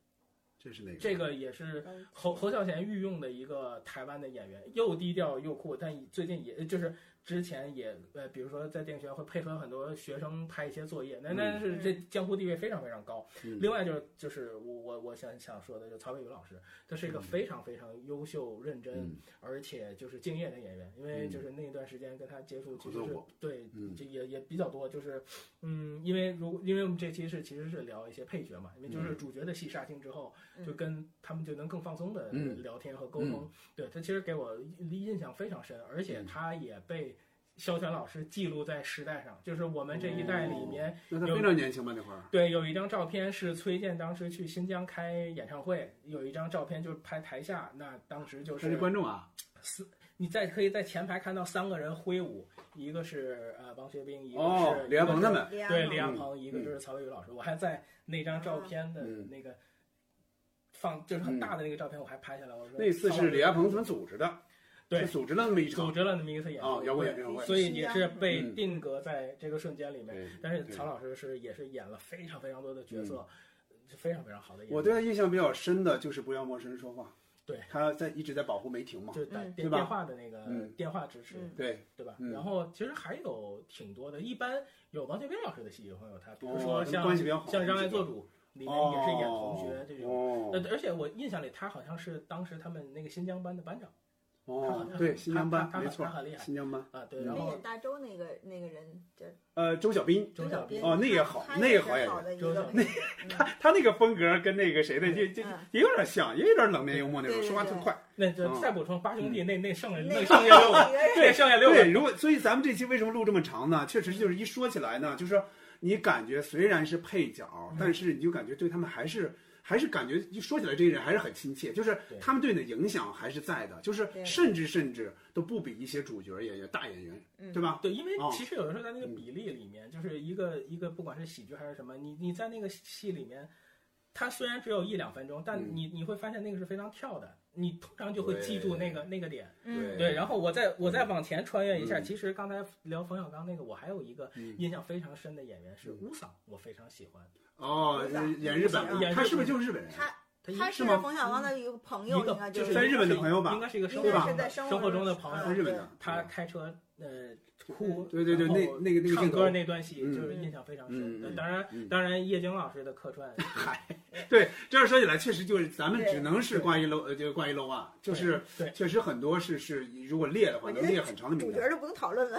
[SPEAKER 1] 这是哪个？
[SPEAKER 2] 这个也是侯侯孝贤御用的一个台湾的演员，又低调又酷，但最近也就是之前也呃，比如说在电影学院会配合很多学生拍一些作业，那
[SPEAKER 1] 嗯
[SPEAKER 2] 但是这江湖地位非常非常高。
[SPEAKER 1] 嗯
[SPEAKER 2] 另外就是就是我我我想想说的，就是曹伟宇老师，他是一个非常非常优秀、认真、
[SPEAKER 1] 嗯
[SPEAKER 2] 而且就是敬业的演员，因为就是那段时间跟他接触其实
[SPEAKER 1] 合
[SPEAKER 2] 是
[SPEAKER 1] 作过
[SPEAKER 2] 对
[SPEAKER 1] 嗯，
[SPEAKER 2] 这也也比较多，就是嗯，因为如因为我们这期是其实是聊一些配角嘛，因为就是
[SPEAKER 1] 嗯
[SPEAKER 2] 主角的戏杀青之后，
[SPEAKER 3] 嗯
[SPEAKER 2] 就跟他们就能更放松的
[SPEAKER 1] 嗯
[SPEAKER 2] 聊天和沟通。对他其实给我印印象非常深，而且
[SPEAKER 1] 嗯
[SPEAKER 2] 他也被萧全老师记录在时代上，就是我们这一代里面，
[SPEAKER 1] 那他非常年轻吧那会儿？
[SPEAKER 2] 对有一张照片是崔健当时去新疆开演唱会，有一张照片就是拍台下，那当时就
[SPEAKER 1] 他
[SPEAKER 2] 是
[SPEAKER 1] 是观众啊，
[SPEAKER 2] 你在可以在前排看到三个人挥舞，一个是呃王学兵，一个是、
[SPEAKER 1] 哦，李亚鹏他们，
[SPEAKER 3] 李亚
[SPEAKER 2] 对
[SPEAKER 3] 鹏
[SPEAKER 2] 李亚
[SPEAKER 1] 嗯
[SPEAKER 2] 鹏，一个就是曹伟宇老师，我还在那张照片的
[SPEAKER 1] 嗯
[SPEAKER 2] 那个放就是很大的那个照片，我还拍下来。我说
[SPEAKER 1] 那次
[SPEAKER 2] 曹伟
[SPEAKER 1] 是
[SPEAKER 2] 宇
[SPEAKER 1] 李亚鹏他们组织的，
[SPEAKER 2] 对
[SPEAKER 1] 是组织了那么一
[SPEAKER 2] 组
[SPEAKER 1] 场
[SPEAKER 2] 织了那么一哦次演
[SPEAKER 1] 啊
[SPEAKER 2] 出，
[SPEAKER 1] 摇滚演
[SPEAKER 2] 对
[SPEAKER 1] 唱会。
[SPEAKER 2] 所以也是被
[SPEAKER 1] 嗯
[SPEAKER 2] 定格在这个瞬间里面。
[SPEAKER 1] 对
[SPEAKER 2] 但是
[SPEAKER 1] 对
[SPEAKER 2] 曹老师是也是演了非常非常多的角色，是非常非常好的演
[SPEAKER 1] 嗯
[SPEAKER 2] 员。
[SPEAKER 1] 我对他印象比较深的就是不要陌生人说话，
[SPEAKER 2] 对
[SPEAKER 1] 他在一直在保护梅婷嘛，
[SPEAKER 2] 就是打
[SPEAKER 3] 嗯
[SPEAKER 2] 电
[SPEAKER 1] 对吧
[SPEAKER 2] 电话的那个
[SPEAKER 1] 嗯
[SPEAKER 2] 电话支持，
[SPEAKER 3] 嗯
[SPEAKER 1] 对，
[SPEAKER 2] 对吧？
[SPEAKER 1] 嗯
[SPEAKER 2] 然后其实还有挺多的，一般有王学兵老师的戏会有他，比如
[SPEAKER 1] 哦
[SPEAKER 2] 说
[SPEAKER 1] 他们
[SPEAKER 2] 像、
[SPEAKER 1] 关系比较好
[SPEAKER 2] 像《让爱做主》里面也是演
[SPEAKER 1] 哦
[SPEAKER 2] 同学这种。
[SPEAKER 1] 哦
[SPEAKER 2] 呃，而且我印象里他好像是当时他们那个新疆班的班长，
[SPEAKER 1] 哦
[SPEAKER 2] 他，很
[SPEAKER 1] 对，新疆班
[SPEAKER 2] 他他
[SPEAKER 1] 没错
[SPEAKER 2] 他很厉，害
[SPEAKER 1] 新疆班，嗯
[SPEAKER 2] 啊，对，
[SPEAKER 3] 那
[SPEAKER 2] 然后
[SPEAKER 3] 个大洲那个那个人叫
[SPEAKER 1] 呃，周小斌，
[SPEAKER 2] 周小斌
[SPEAKER 1] 哦那也好
[SPEAKER 3] 他
[SPEAKER 1] 那也好演
[SPEAKER 3] 也是好
[SPEAKER 1] 员
[SPEAKER 3] 的一
[SPEAKER 2] 周小
[SPEAKER 3] 个
[SPEAKER 2] 斌
[SPEAKER 1] 他他那个风格跟那个谁的，就就
[SPEAKER 3] 嗯
[SPEAKER 1] 也有点像，也有点冷面幽默那种，
[SPEAKER 3] 对对
[SPEAKER 1] 说话特
[SPEAKER 3] 对
[SPEAKER 1] 快。
[SPEAKER 2] 那就
[SPEAKER 1] 嗯
[SPEAKER 2] 再补充八兄弟那那剩
[SPEAKER 3] 那
[SPEAKER 2] 那
[SPEAKER 3] 个
[SPEAKER 2] 剩下六 个，
[SPEAKER 3] 人
[SPEAKER 2] 对，剩下六个
[SPEAKER 1] 对，如果所以咱们这期为什么录这么长呢？确实就是一说起来呢，就是说你感觉虽然是配角，
[SPEAKER 2] 嗯
[SPEAKER 1] 但是你就感觉对他们还是还是感觉一说起来这个人还是很亲切，就是
[SPEAKER 2] 对
[SPEAKER 1] 他们对你的影响还是在的，就是
[SPEAKER 3] 对
[SPEAKER 1] 甚至甚至都不比一些主角演员大演员，
[SPEAKER 3] 嗯
[SPEAKER 1] 对吧？
[SPEAKER 2] 对，因为
[SPEAKER 1] 哦
[SPEAKER 2] 其实有的时候在那个比例里面，就是一个一个不管是喜剧还是什么，你你在那个戏里面，它虽然只有一两分钟，但
[SPEAKER 1] 嗯
[SPEAKER 2] 你你会发现那个是非常跳的，你通常就会记住那个那个点。
[SPEAKER 3] 嗯
[SPEAKER 2] 对，然后我再我再往前穿越一下，
[SPEAKER 1] 嗯
[SPEAKER 2] 其实刚才聊冯小刚那个，我还有一个
[SPEAKER 1] 嗯
[SPEAKER 2] 印象非常深的演员是
[SPEAKER 1] 嗯
[SPEAKER 2] 乌桑，我非常喜欢。
[SPEAKER 1] 哦
[SPEAKER 3] 不是啊，
[SPEAKER 1] 演日本
[SPEAKER 3] 不是
[SPEAKER 2] 啊
[SPEAKER 1] 他是不是就是日本人？
[SPEAKER 3] 他
[SPEAKER 2] 他
[SPEAKER 3] 他
[SPEAKER 2] 一嗯
[SPEAKER 3] 是
[SPEAKER 1] 是吗
[SPEAKER 3] 冯小刚的一个朋
[SPEAKER 2] 一
[SPEAKER 3] 友，应
[SPEAKER 2] 个
[SPEAKER 3] 该
[SPEAKER 2] 就是
[SPEAKER 1] 在日本的朋友吧
[SPEAKER 2] 应该是一个生
[SPEAKER 3] 应
[SPEAKER 2] 活
[SPEAKER 1] 对吧
[SPEAKER 3] 该
[SPEAKER 2] 中
[SPEAKER 3] 是在
[SPEAKER 2] 的
[SPEAKER 3] 生
[SPEAKER 2] 生活中的
[SPEAKER 3] 朋
[SPEAKER 2] 朋
[SPEAKER 3] 友
[SPEAKER 2] 友
[SPEAKER 1] 在，日本
[SPEAKER 3] 对
[SPEAKER 1] 的，
[SPEAKER 2] 他
[SPEAKER 1] 嗯
[SPEAKER 2] 开车呃哭，
[SPEAKER 1] 对对对
[SPEAKER 2] 然后
[SPEAKER 1] 那那个那个
[SPEAKER 2] 唱
[SPEAKER 1] 镜头
[SPEAKER 2] 歌那段戏
[SPEAKER 1] 嗯
[SPEAKER 2] 就是印象非常深。
[SPEAKER 1] 嗯
[SPEAKER 2] 对
[SPEAKER 1] 嗯
[SPEAKER 2] 当
[SPEAKER 1] 嗯
[SPEAKER 2] 然当然，叶京老师的客串，
[SPEAKER 1] 对，这样说起来确实就是咱们
[SPEAKER 3] 对
[SPEAKER 1] 只能是挂一漏，呃，就挂一漏万，就是
[SPEAKER 2] 对
[SPEAKER 1] 确实很多是是如果列的话，
[SPEAKER 3] 我觉
[SPEAKER 1] 能
[SPEAKER 3] 得
[SPEAKER 1] 列很长的名
[SPEAKER 3] 主
[SPEAKER 1] 单
[SPEAKER 3] 角。都不用讨论了，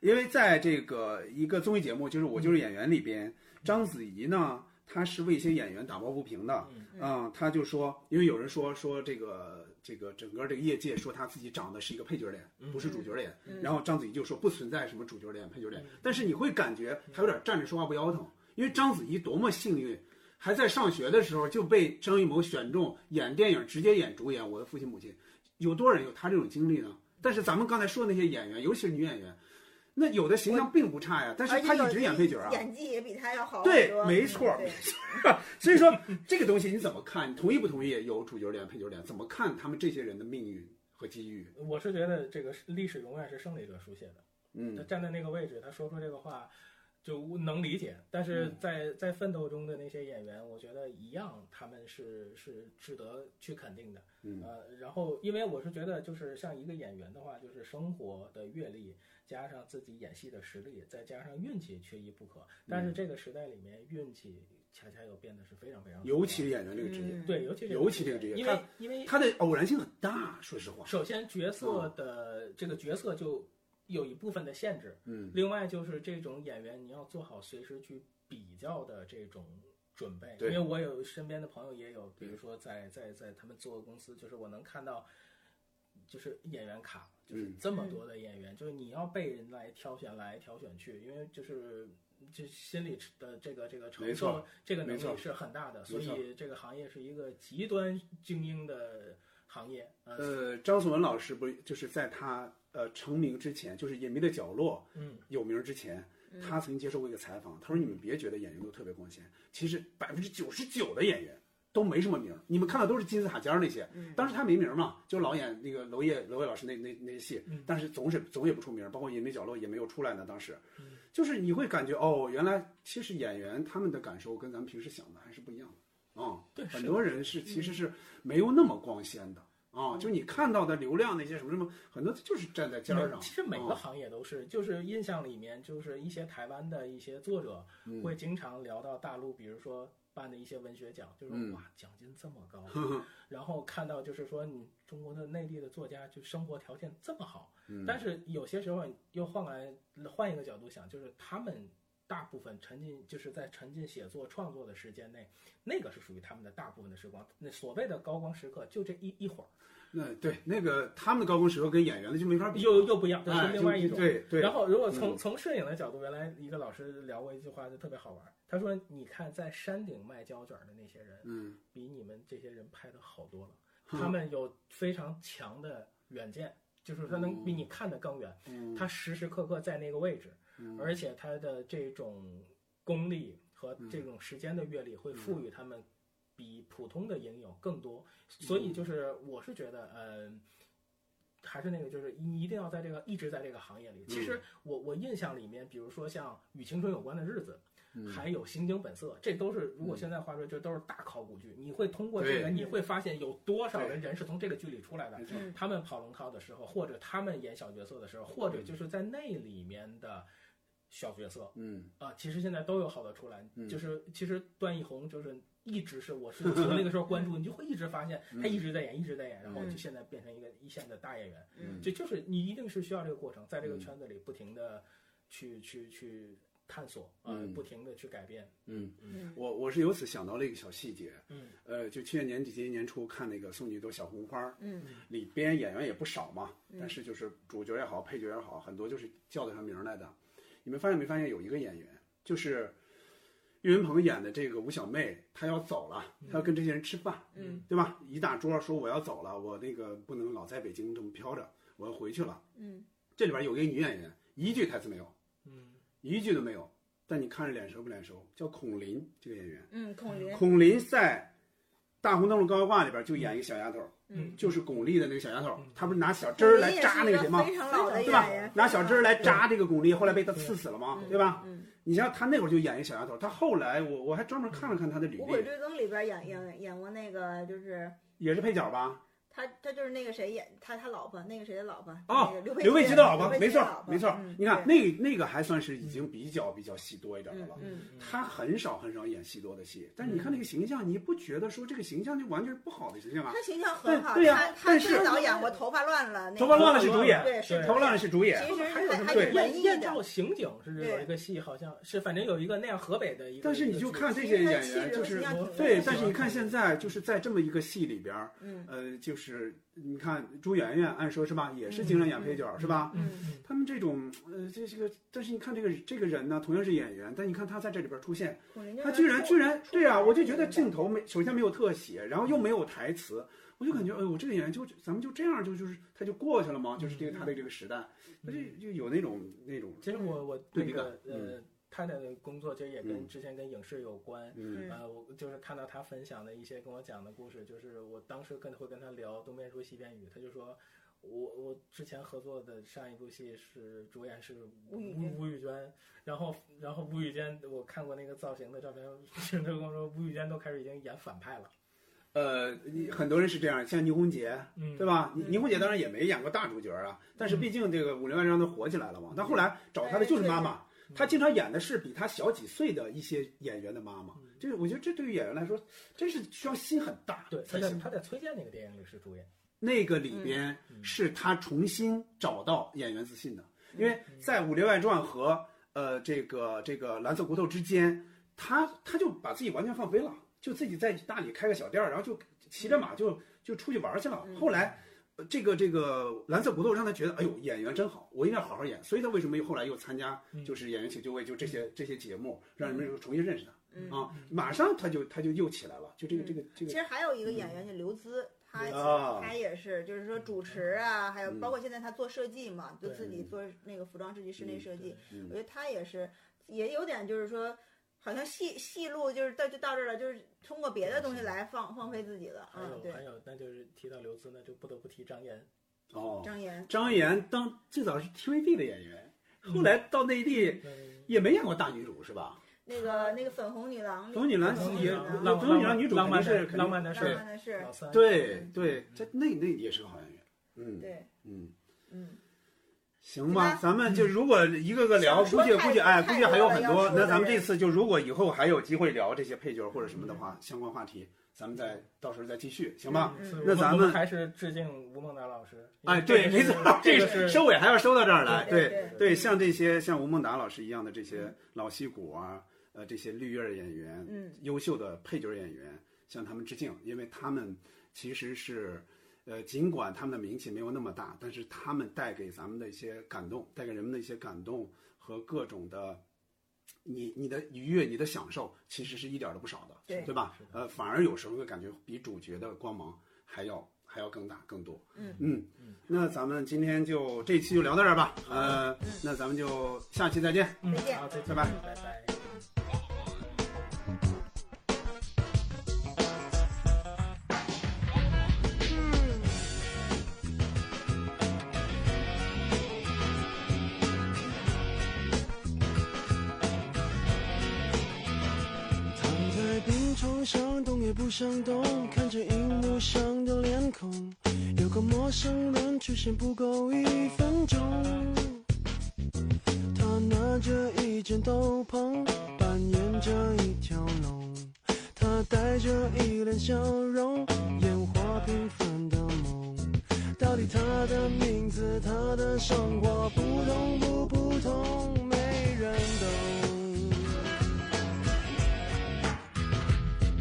[SPEAKER 1] 因为在这个一个综艺节目，就是《我就是演员》里边，章子怡呢，她是为一些演员打抱不平的。
[SPEAKER 3] 嗯
[SPEAKER 1] 嗯，她就说，因为有人说说这个这个整个这个业界说她自己长得是一个配角脸，不是主角脸。
[SPEAKER 3] 嗯
[SPEAKER 1] 然后章子怡就说不存在什么主角脸、配
[SPEAKER 2] 嗯
[SPEAKER 1] 角脸，但是你会感觉她有点站着说话不腰疼，因为章子怡多么幸运。还在上学的时候就被张艺谋选中演电影，直接演主演《我的父亲母亲》，有多少人有她这种经历呢？但是咱们刚才说的那些演员，尤其是女演员，那有的形象并不差呀，但是
[SPEAKER 3] 而且
[SPEAKER 1] 她
[SPEAKER 3] 有
[SPEAKER 1] 一直演配角啊。
[SPEAKER 3] 演技也比他要好很
[SPEAKER 1] 对
[SPEAKER 3] 多
[SPEAKER 1] 没
[SPEAKER 3] 嗯
[SPEAKER 1] 错
[SPEAKER 3] 对
[SPEAKER 1] 所以说这个东西你怎么看？你同意不同意？有主角脸、配角脸，怎么看他们这些人的命运和机遇？
[SPEAKER 2] 我是觉得这个是历史永远是胜利者书写的。他
[SPEAKER 1] 嗯
[SPEAKER 2] 站在那个位置，他说出这个话，就我能理解。但是
[SPEAKER 1] 嗯
[SPEAKER 2] 在在奋斗中的那些演员，我觉得一样，他们是是值得去肯定的。
[SPEAKER 1] 嗯
[SPEAKER 2] 呃，然后因为我是觉得，就是像一个演员的话，就是生活的阅历加上自己演戏的实力，再加上运气缺一不可。
[SPEAKER 1] 嗯
[SPEAKER 2] 但是这个时代里面，运气恰恰又变得是非常非常重要的，
[SPEAKER 1] 尤其是演员这个职业，
[SPEAKER 3] 嗯
[SPEAKER 2] 对，尤其是
[SPEAKER 1] 尤其这个职业
[SPEAKER 2] 因为
[SPEAKER 1] 他嗯
[SPEAKER 2] 因为
[SPEAKER 1] 它的偶然性很大，说实话。
[SPEAKER 2] 首先角色的这个角色就有一部分的限制，
[SPEAKER 1] 嗯
[SPEAKER 2] 另外就是这种演员，你要做好随时去比较的这种准备，因
[SPEAKER 1] 对
[SPEAKER 2] 为我有身边的朋友也有，比如说在在在他们做的公司，就是我能看到，就是演员卡，就是
[SPEAKER 1] 嗯
[SPEAKER 2] 这么多的演员，就是你要被人来挑选来挑选去，因为就是。这心理的这个这个承
[SPEAKER 1] 没错
[SPEAKER 2] 受，这个能
[SPEAKER 1] 没错
[SPEAKER 2] 力是很大的，所
[SPEAKER 1] 没错
[SPEAKER 2] 以这个行业是一个极端精英的行业。呃，
[SPEAKER 1] 呃，张颂文老师不是就是在他呃成名之前，就是《隐秘的角落》
[SPEAKER 2] 嗯，
[SPEAKER 1] 有名之前，
[SPEAKER 3] 嗯
[SPEAKER 1] 他曾经接受过一个采访，他说：“你们别觉得演员都特别光鲜，其实百分之九十九的演员都没什么名儿，你们看到都是金字塔尖儿那些。
[SPEAKER 3] 嗯
[SPEAKER 1] 当时他没名儿嘛，就老演那个娄烨，娄烨老师那那那些戏
[SPEAKER 2] 嗯，
[SPEAKER 1] 但是总是总也不出名儿，包括《隐秘角落》也没有出来呢。当时
[SPEAKER 2] 嗯，
[SPEAKER 1] 就是你会感觉哦，原来其实演员他们的感受跟咱们平时想的还是不一样的啊、
[SPEAKER 2] 对，
[SPEAKER 1] 很
[SPEAKER 2] 是嗯
[SPEAKER 1] 多人是其实是没有那么光鲜的。啊、
[SPEAKER 3] 嗯
[SPEAKER 1] 就你看到的流量那些什么什么，很多就是站在尖儿
[SPEAKER 2] 每
[SPEAKER 1] 上。
[SPEAKER 2] 其实每个
[SPEAKER 1] 啊
[SPEAKER 2] 行业都是，就是印象里面，就是一些台湾的一些作者
[SPEAKER 1] 嗯
[SPEAKER 2] 会经常聊到大陆，比如说办的一些文学奖，就是
[SPEAKER 1] 嗯
[SPEAKER 2] 哇，奖金这么高，然后看到就是说你中国的内地的作家就生活条件这么好，
[SPEAKER 1] 嗯
[SPEAKER 2] 但是有些时候又换来换一个角度想，就是他们。大部分沉浸就是在沉浸写作创作的时间内，那个是属于他们的大部分的时光。那所谓的高光时刻，就这一一会儿，
[SPEAKER 1] 那对那个他们的高光时刻跟演员的就没法比了，
[SPEAKER 2] 又又不一样，这
[SPEAKER 1] 哎
[SPEAKER 2] 是另外
[SPEAKER 1] 就
[SPEAKER 2] 一种。
[SPEAKER 1] 对对。
[SPEAKER 2] 然后，如果从、
[SPEAKER 1] 嗯
[SPEAKER 2] 从摄影的角度，原来一个老师聊过一句话，就特别好玩儿。他说：“你看，在山顶卖胶卷的那些人，
[SPEAKER 1] 嗯
[SPEAKER 2] 比你们这些人拍的好多了。他们有非常强的远见，就是他能比你看得更远。
[SPEAKER 1] 嗯
[SPEAKER 2] 他时时刻刻在那个位置，
[SPEAKER 1] 嗯
[SPEAKER 2] 而且他的这种功力和
[SPEAKER 1] 嗯
[SPEAKER 2] 这种时间的阅历，会赋予他们比普通的影友更多。所
[SPEAKER 1] 嗯
[SPEAKER 2] 以就是我是觉得，呃，还是那个，就是你一定要在这个一直在这个行业里。其
[SPEAKER 1] 嗯
[SPEAKER 2] 实我我印象里面，比如说像与青春有关的日子。
[SPEAKER 1] 嗯
[SPEAKER 2] 还有《刑警本色》，这都是如果现在话说，这都是大考古剧。你会通过这个，
[SPEAKER 1] 对
[SPEAKER 2] 你会发现有多少
[SPEAKER 1] 对
[SPEAKER 2] 人人是从这个剧里出来的
[SPEAKER 1] 没。错
[SPEAKER 3] 嗯
[SPEAKER 2] 他们跑龙套的时候，或者他们演小角色的时候，或者就是在那里面的小角色
[SPEAKER 1] 嗯
[SPEAKER 2] 啊，其实现在都有好的出来，
[SPEAKER 1] 嗯
[SPEAKER 2] 就是其实段奕宏就是一直是我是从那个时候关 注，你就会一直发现
[SPEAKER 1] 嗯
[SPEAKER 2] 他一直在演，一直在演，然后就现在变成一个一线的大演员，
[SPEAKER 1] 嗯
[SPEAKER 2] 这就是你一定是需要这个过程，在这个圈子里不停的去去去探索啊，
[SPEAKER 1] 嗯
[SPEAKER 2] 不停的去改变，
[SPEAKER 1] 嗯，
[SPEAKER 3] 嗯
[SPEAKER 1] 我我是由此想到了一个小细节，
[SPEAKER 2] 嗯，
[SPEAKER 1] 呃，就去年年底今年年初看那个《送你一朵小红花》，
[SPEAKER 3] 嗯，
[SPEAKER 1] 里边演员也不少嘛，
[SPEAKER 3] 嗯
[SPEAKER 1] 但是就是主角也好，配角也好，很多就是叫得上名儿来的。你们发现没发现有一个演员，就是岳云鹏演的这个吴小妹，她要走了，她要跟这些人吃饭，
[SPEAKER 3] 嗯，
[SPEAKER 1] 对吧？一大桌说我要走了，我那个不能老在北京这么飘着，我要回去了。
[SPEAKER 3] 嗯，
[SPEAKER 1] 这里边有一个女演员，一句台词没有，
[SPEAKER 2] 嗯
[SPEAKER 1] 一句都没有，但你看着脸熟不脸熟？叫孔琳这个演员。
[SPEAKER 3] 嗯，孔林，
[SPEAKER 1] 孔琳在《大红灯笼高高挂》里边就演一个小丫头，
[SPEAKER 3] 嗯，
[SPEAKER 1] 就是巩俐的那个小丫头
[SPEAKER 2] 嗯，
[SPEAKER 1] 她不是拿小针儿来扎那
[SPEAKER 3] 个
[SPEAKER 1] 个谁吗？
[SPEAKER 3] 非常老的
[SPEAKER 1] 对
[SPEAKER 3] 演
[SPEAKER 1] 吧
[SPEAKER 3] 员，？
[SPEAKER 1] 拿小针儿来扎这个巩俐，后来被她刺死了嘛，
[SPEAKER 3] 嗯
[SPEAKER 1] 对吧？
[SPEAKER 3] 嗯，
[SPEAKER 1] 你像她那会儿就演一个小丫头，她后来我我还专门看了看她的履
[SPEAKER 3] 《无鬼
[SPEAKER 1] 历，
[SPEAKER 3] 追踪》里边演演演过那个，就是
[SPEAKER 1] 也是配角吧？
[SPEAKER 3] 他他就是那个谁演他他老婆，那个谁的老婆
[SPEAKER 1] 哦
[SPEAKER 3] 那个
[SPEAKER 1] 刘
[SPEAKER 3] 刘
[SPEAKER 1] 佩
[SPEAKER 3] 佩
[SPEAKER 1] 琦
[SPEAKER 3] 琦
[SPEAKER 1] 的老婆，没
[SPEAKER 3] 刘佩琦
[SPEAKER 1] 错
[SPEAKER 3] 的
[SPEAKER 1] 儿
[SPEAKER 3] 老婆
[SPEAKER 1] 没错儿
[SPEAKER 3] 嗯。
[SPEAKER 1] 你看
[SPEAKER 3] 对
[SPEAKER 1] 那那个还算是已经比较比较戏多一点的了。
[SPEAKER 3] 嗯
[SPEAKER 1] 她很少很少演戏多的戏，但是你看那个形象，你不觉得说这个形象就完全不好的形象啊
[SPEAKER 3] 他？形象很好，
[SPEAKER 1] 对对呀
[SPEAKER 3] 他他
[SPEAKER 1] 但是
[SPEAKER 3] 最早演过《头发乱了》那个，
[SPEAKER 1] 头发乱了是主演，
[SPEAKER 3] 对是
[SPEAKER 2] 对
[SPEAKER 1] 头发乱了是主演，
[SPEAKER 3] 其实
[SPEAKER 1] 还有什
[SPEAKER 3] 还
[SPEAKER 1] 么
[SPEAKER 3] 还
[SPEAKER 1] 对
[SPEAKER 3] 挺文
[SPEAKER 2] 燕
[SPEAKER 3] 艺
[SPEAKER 2] 燕
[SPEAKER 3] 的，
[SPEAKER 2] 赵刑警是不是有一个戏，好像是反正有一个那样河北的一个。
[SPEAKER 1] 但是你就看这些
[SPEAKER 3] 他
[SPEAKER 1] 演
[SPEAKER 3] 气质
[SPEAKER 1] 员，就
[SPEAKER 3] 和
[SPEAKER 1] 是
[SPEAKER 3] 形象挺文艺
[SPEAKER 1] 对，
[SPEAKER 3] 的
[SPEAKER 1] 但是你看现在就是在这么一个戏里边儿，
[SPEAKER 3] 嗯
[SPEAKER 1] 呃，就是你看朱媛媛，按说是吧，也是经常演配角、是吧？
[SPEAKER 3] 嗯
[SPEAKER 1] 他们这种呃，这这个，但是你看这个这个人呢，同样是演员，但你看他在这里边出现，
[SPEAKER 3] 孔林
[SPEAKER 1] 他居然居然对啊，我就觉得镜
[SPEAKER 3] 镜
[SPEAKER 1] 头没，首先没有特写，然后又没有台词，我就感觉，哎呦，这个演员就咱们就这样就就是他就过去了吗？就是这个他的这个时代，他就就有那种那种，
[SPEAKER 2] 其实我我
[SPEAKER 1] 对
[SPEAKER 2] 那
[SPEAKER 1] 比感
[SPEAKER 2] 个呃，他的工作其实也跟
[SPEAKER 1] 嗯
[SPEAKER 2] 之前跟影视有关。
[SPEAKER 1] 嗯
[SPEAKER 3] 嗯
[SPEAKER 2] 呃，我就是看到他分享的一些跟我讲的故事，就是我当时跟会跟他聊东边说西边语，他就说我我之前合作的上一部戏是主演是
[SPEAKER 3] 吴宇
[SPEAKER 2] 吴吴宇娟，然后然后吴宇娟我看过那个造型的照片， 他跟我说吴宇娟都开始已经演反派了，
[SPEAKER 1] 呃，你很多人是这样，像倪虹洁，
[SPEAKER 2] 嗯
[SPEAKER 1] 对吧？倪倪虹洁当然也没演过大主角啊，但是毕竟这个《武林外传》都火起来了嘛。但后来找她的就是妈妈，
[SPEAKER 2] 嗯
[SPEAKER 1] 她经常演的是比她小几岁的一些演员的妈妈。
[SPEAKER 2] 嗯
[SPEAKER 1] 这个我觉得这对于演员来说，真是需要心很大。
[SPEAKER 2] 对，他
[SPEAKER 1] 才
[SPEAKER 2] 在
[SPEAKER 1] 行。
[SPEAKER 2] 他在崔健那个电影里是主演，嗯
[SPEAKER 1] 那个里边是她重新找到演员自信的，因为在《武林外传》和呃这个这个蓝色骨头之间，她她就把自己完全放飞了，就自己在那里开个小店儿，然后就骑着马就就出去玩儿去了。后来。呃这个这个蓝色骨头让她觉得，哎呦，演员真好，我一定要好好演。所以她为什么又后来又参加就是演员请就位，就这些这些节目，让人们又重新认识她啊，马上她就她就又起来了，就这个这个这
[SPEAKER 3] 嗯其
[SPEAKER 1] 个
[SPEAKER 3] 实还有一个演员叫刘孜，他
[SPEAKER 1] 啊
[SPEAKER 3] 他也是，就是说主持啊，还有包括现在他做设计嘛，就
[SPEAKER 2] 对
[SPEAKER 3] 自己做那个服装设计、室内设计
[SPEAKER 1] 嗯，
[SPEAKER 3] 我觉得他也是，也有点就是说。好像戏戏路就是到就到这儿了，就是通过别的东西来放放飞自己了。
[SPEAKER 2] 还
[SPEAKER 3] 嗯，
[SPEAKER 2] 有还
[SPEAKER 3] 对，
[SPEAKER 2] 有，那就是提到刘孜，那就不得不提张岩，
[SPEAKER 1] 哦，
[SPEAKER 3] 张岩，
[SPEAKER 1] 张岩当最早是 TVB 的演员，后来到内地也没演过大女主是吧？
[SPEAKER 3] 那个那个粉红女郎里，
[SPEAKER 1] 粉红女郎
[SPEAKER 3] 粉红
[SPEAKER 1] 也浪
[SPEAKER 3] 郎浪
[SPEAKER 1] 漫女郎女主
[SPEAKER 2] 浪漫
[SPEAKER 1] 肯定
[SPEAKER 2] 的
[SPEAKER 1] 是
[SPEAKER 2] 浪漫的
[SPEAKER 1] 是
[SPEAKER 2] 事，
[SPEAKER 3] 漫的是，
[SPEAKER 2] 老三，
[SPEAKER 1] 对对，这那那也是个好演员。嗯，
[SPEAKER 3] 对，
[SPEAKER 1] 嗯，
[SPEAKER 3] 嗯，
[SPEAKER 1] 行吧，
[SPEAKER 3] 那
[SPEAKER 1] 咱们就如果一个个聊，
[SPEAKER 3] 想
[SPEAKER 1] 估
[SPEAKER 3] 说
[SPEAKER 1] 计
[SPEAKER 3] 太
[SPEAKER 1] 估计哎，
[SPEAKER 3] 太
[SPEAKER 1] 估计还有很
[SPEAKER 3] 多
[SPEAKER 1] 多
[SPEAKER 3] 了要。说
[SPEAKER 1] 那
[SPEAKER 3] 的
[SPEAKER 1] 咱们
[SPEAKER 3] 人
[SPEAKER 1] 这次就如果以后还有机会聊这些配角或者什么的话，相关话题，咱们再到时候再继续，行吧？
[SPEAKER 3] 嗯
[SPEAKER 2] 所以
[SPEAKER 1] 那
[SPEAKER 2] 我
[SPEAKER 1] 咱
[SPEAKER 2] 我
[SPEAKER 1] 们
[SPEAKER 2] 还是致敬吴孟达老师。因为
[SPEAKER 1] 哎，对，
[SPEAKER 2] 这个
[SPEAKER 1] 没
[SPEAKER 2] 是
[SPEAKER 1] 错，这
[SPEAKER 2] 这个
[SPEAKER 1] 个
[SPEAKER 2] 是
[SPEAKER 1] 收尾还要收到这儿来。
[SPEAKER 3] 对
[SPEAKER 1] 对
[SPEAKER 2] 对
[SPEAKER 1] 像这些像吴孟达老师一样的这些老戏骨啊，呃，这些绿叶儿演员，
[SPEAKER 3] 嗯，
[SPEAKER 1] 优秀的配角演员，向他们致敬，因为他们其实是。呃，尽管他们的名气没有那么大，但是他们带给咱们的一些感动，带给人们的一些感动和各种的，你你的愉悦、你的享受，其实是一点儿都不少的，
[SPEAKER 3] 对
[SPEAKER 1] 吧？呃，反而有时候会感觉比主角的光芒还要还要更大更多。
[SPEAKER 3] 嗯
[SPEAKER 1] 嗯，那咱们今天就这一期就聊到这儿吧。呃，那咱们就下期再见。
[SPEAKER 2] 嗯
[SPEAKER 3] 再见
[SPEAKER 2] 好，再
[SPEAKER 1] 拜
[SPEAKER 2] 见，
[SPEAKER 1] 拜
[SPEAKER 2] 拜拜。
[SPEAKER 10] 躺在病床上，动也不想动，看着荧幕上的脸孔，有个陌生人出现不够一分钟，他拿着一件斗篷，扮演着一条龙。他带着一脸笑容，演化平凡的梦。到底他的名字，他的生活，普通不普通，没人懂。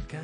[SPEAKER 10] 感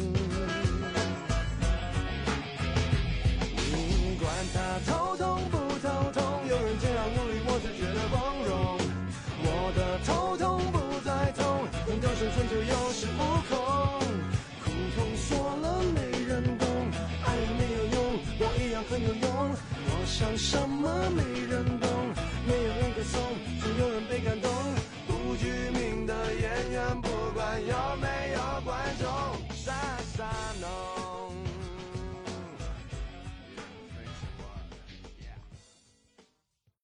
[SPEAKER 10] 管他头痛不头痛，有人这样无理，我只觉得光荣。我的头痛不再痛，能够生存就有恃无恐。苦痛说了没人懂，爱了没有用，我一样很有用。我想什么没人懂，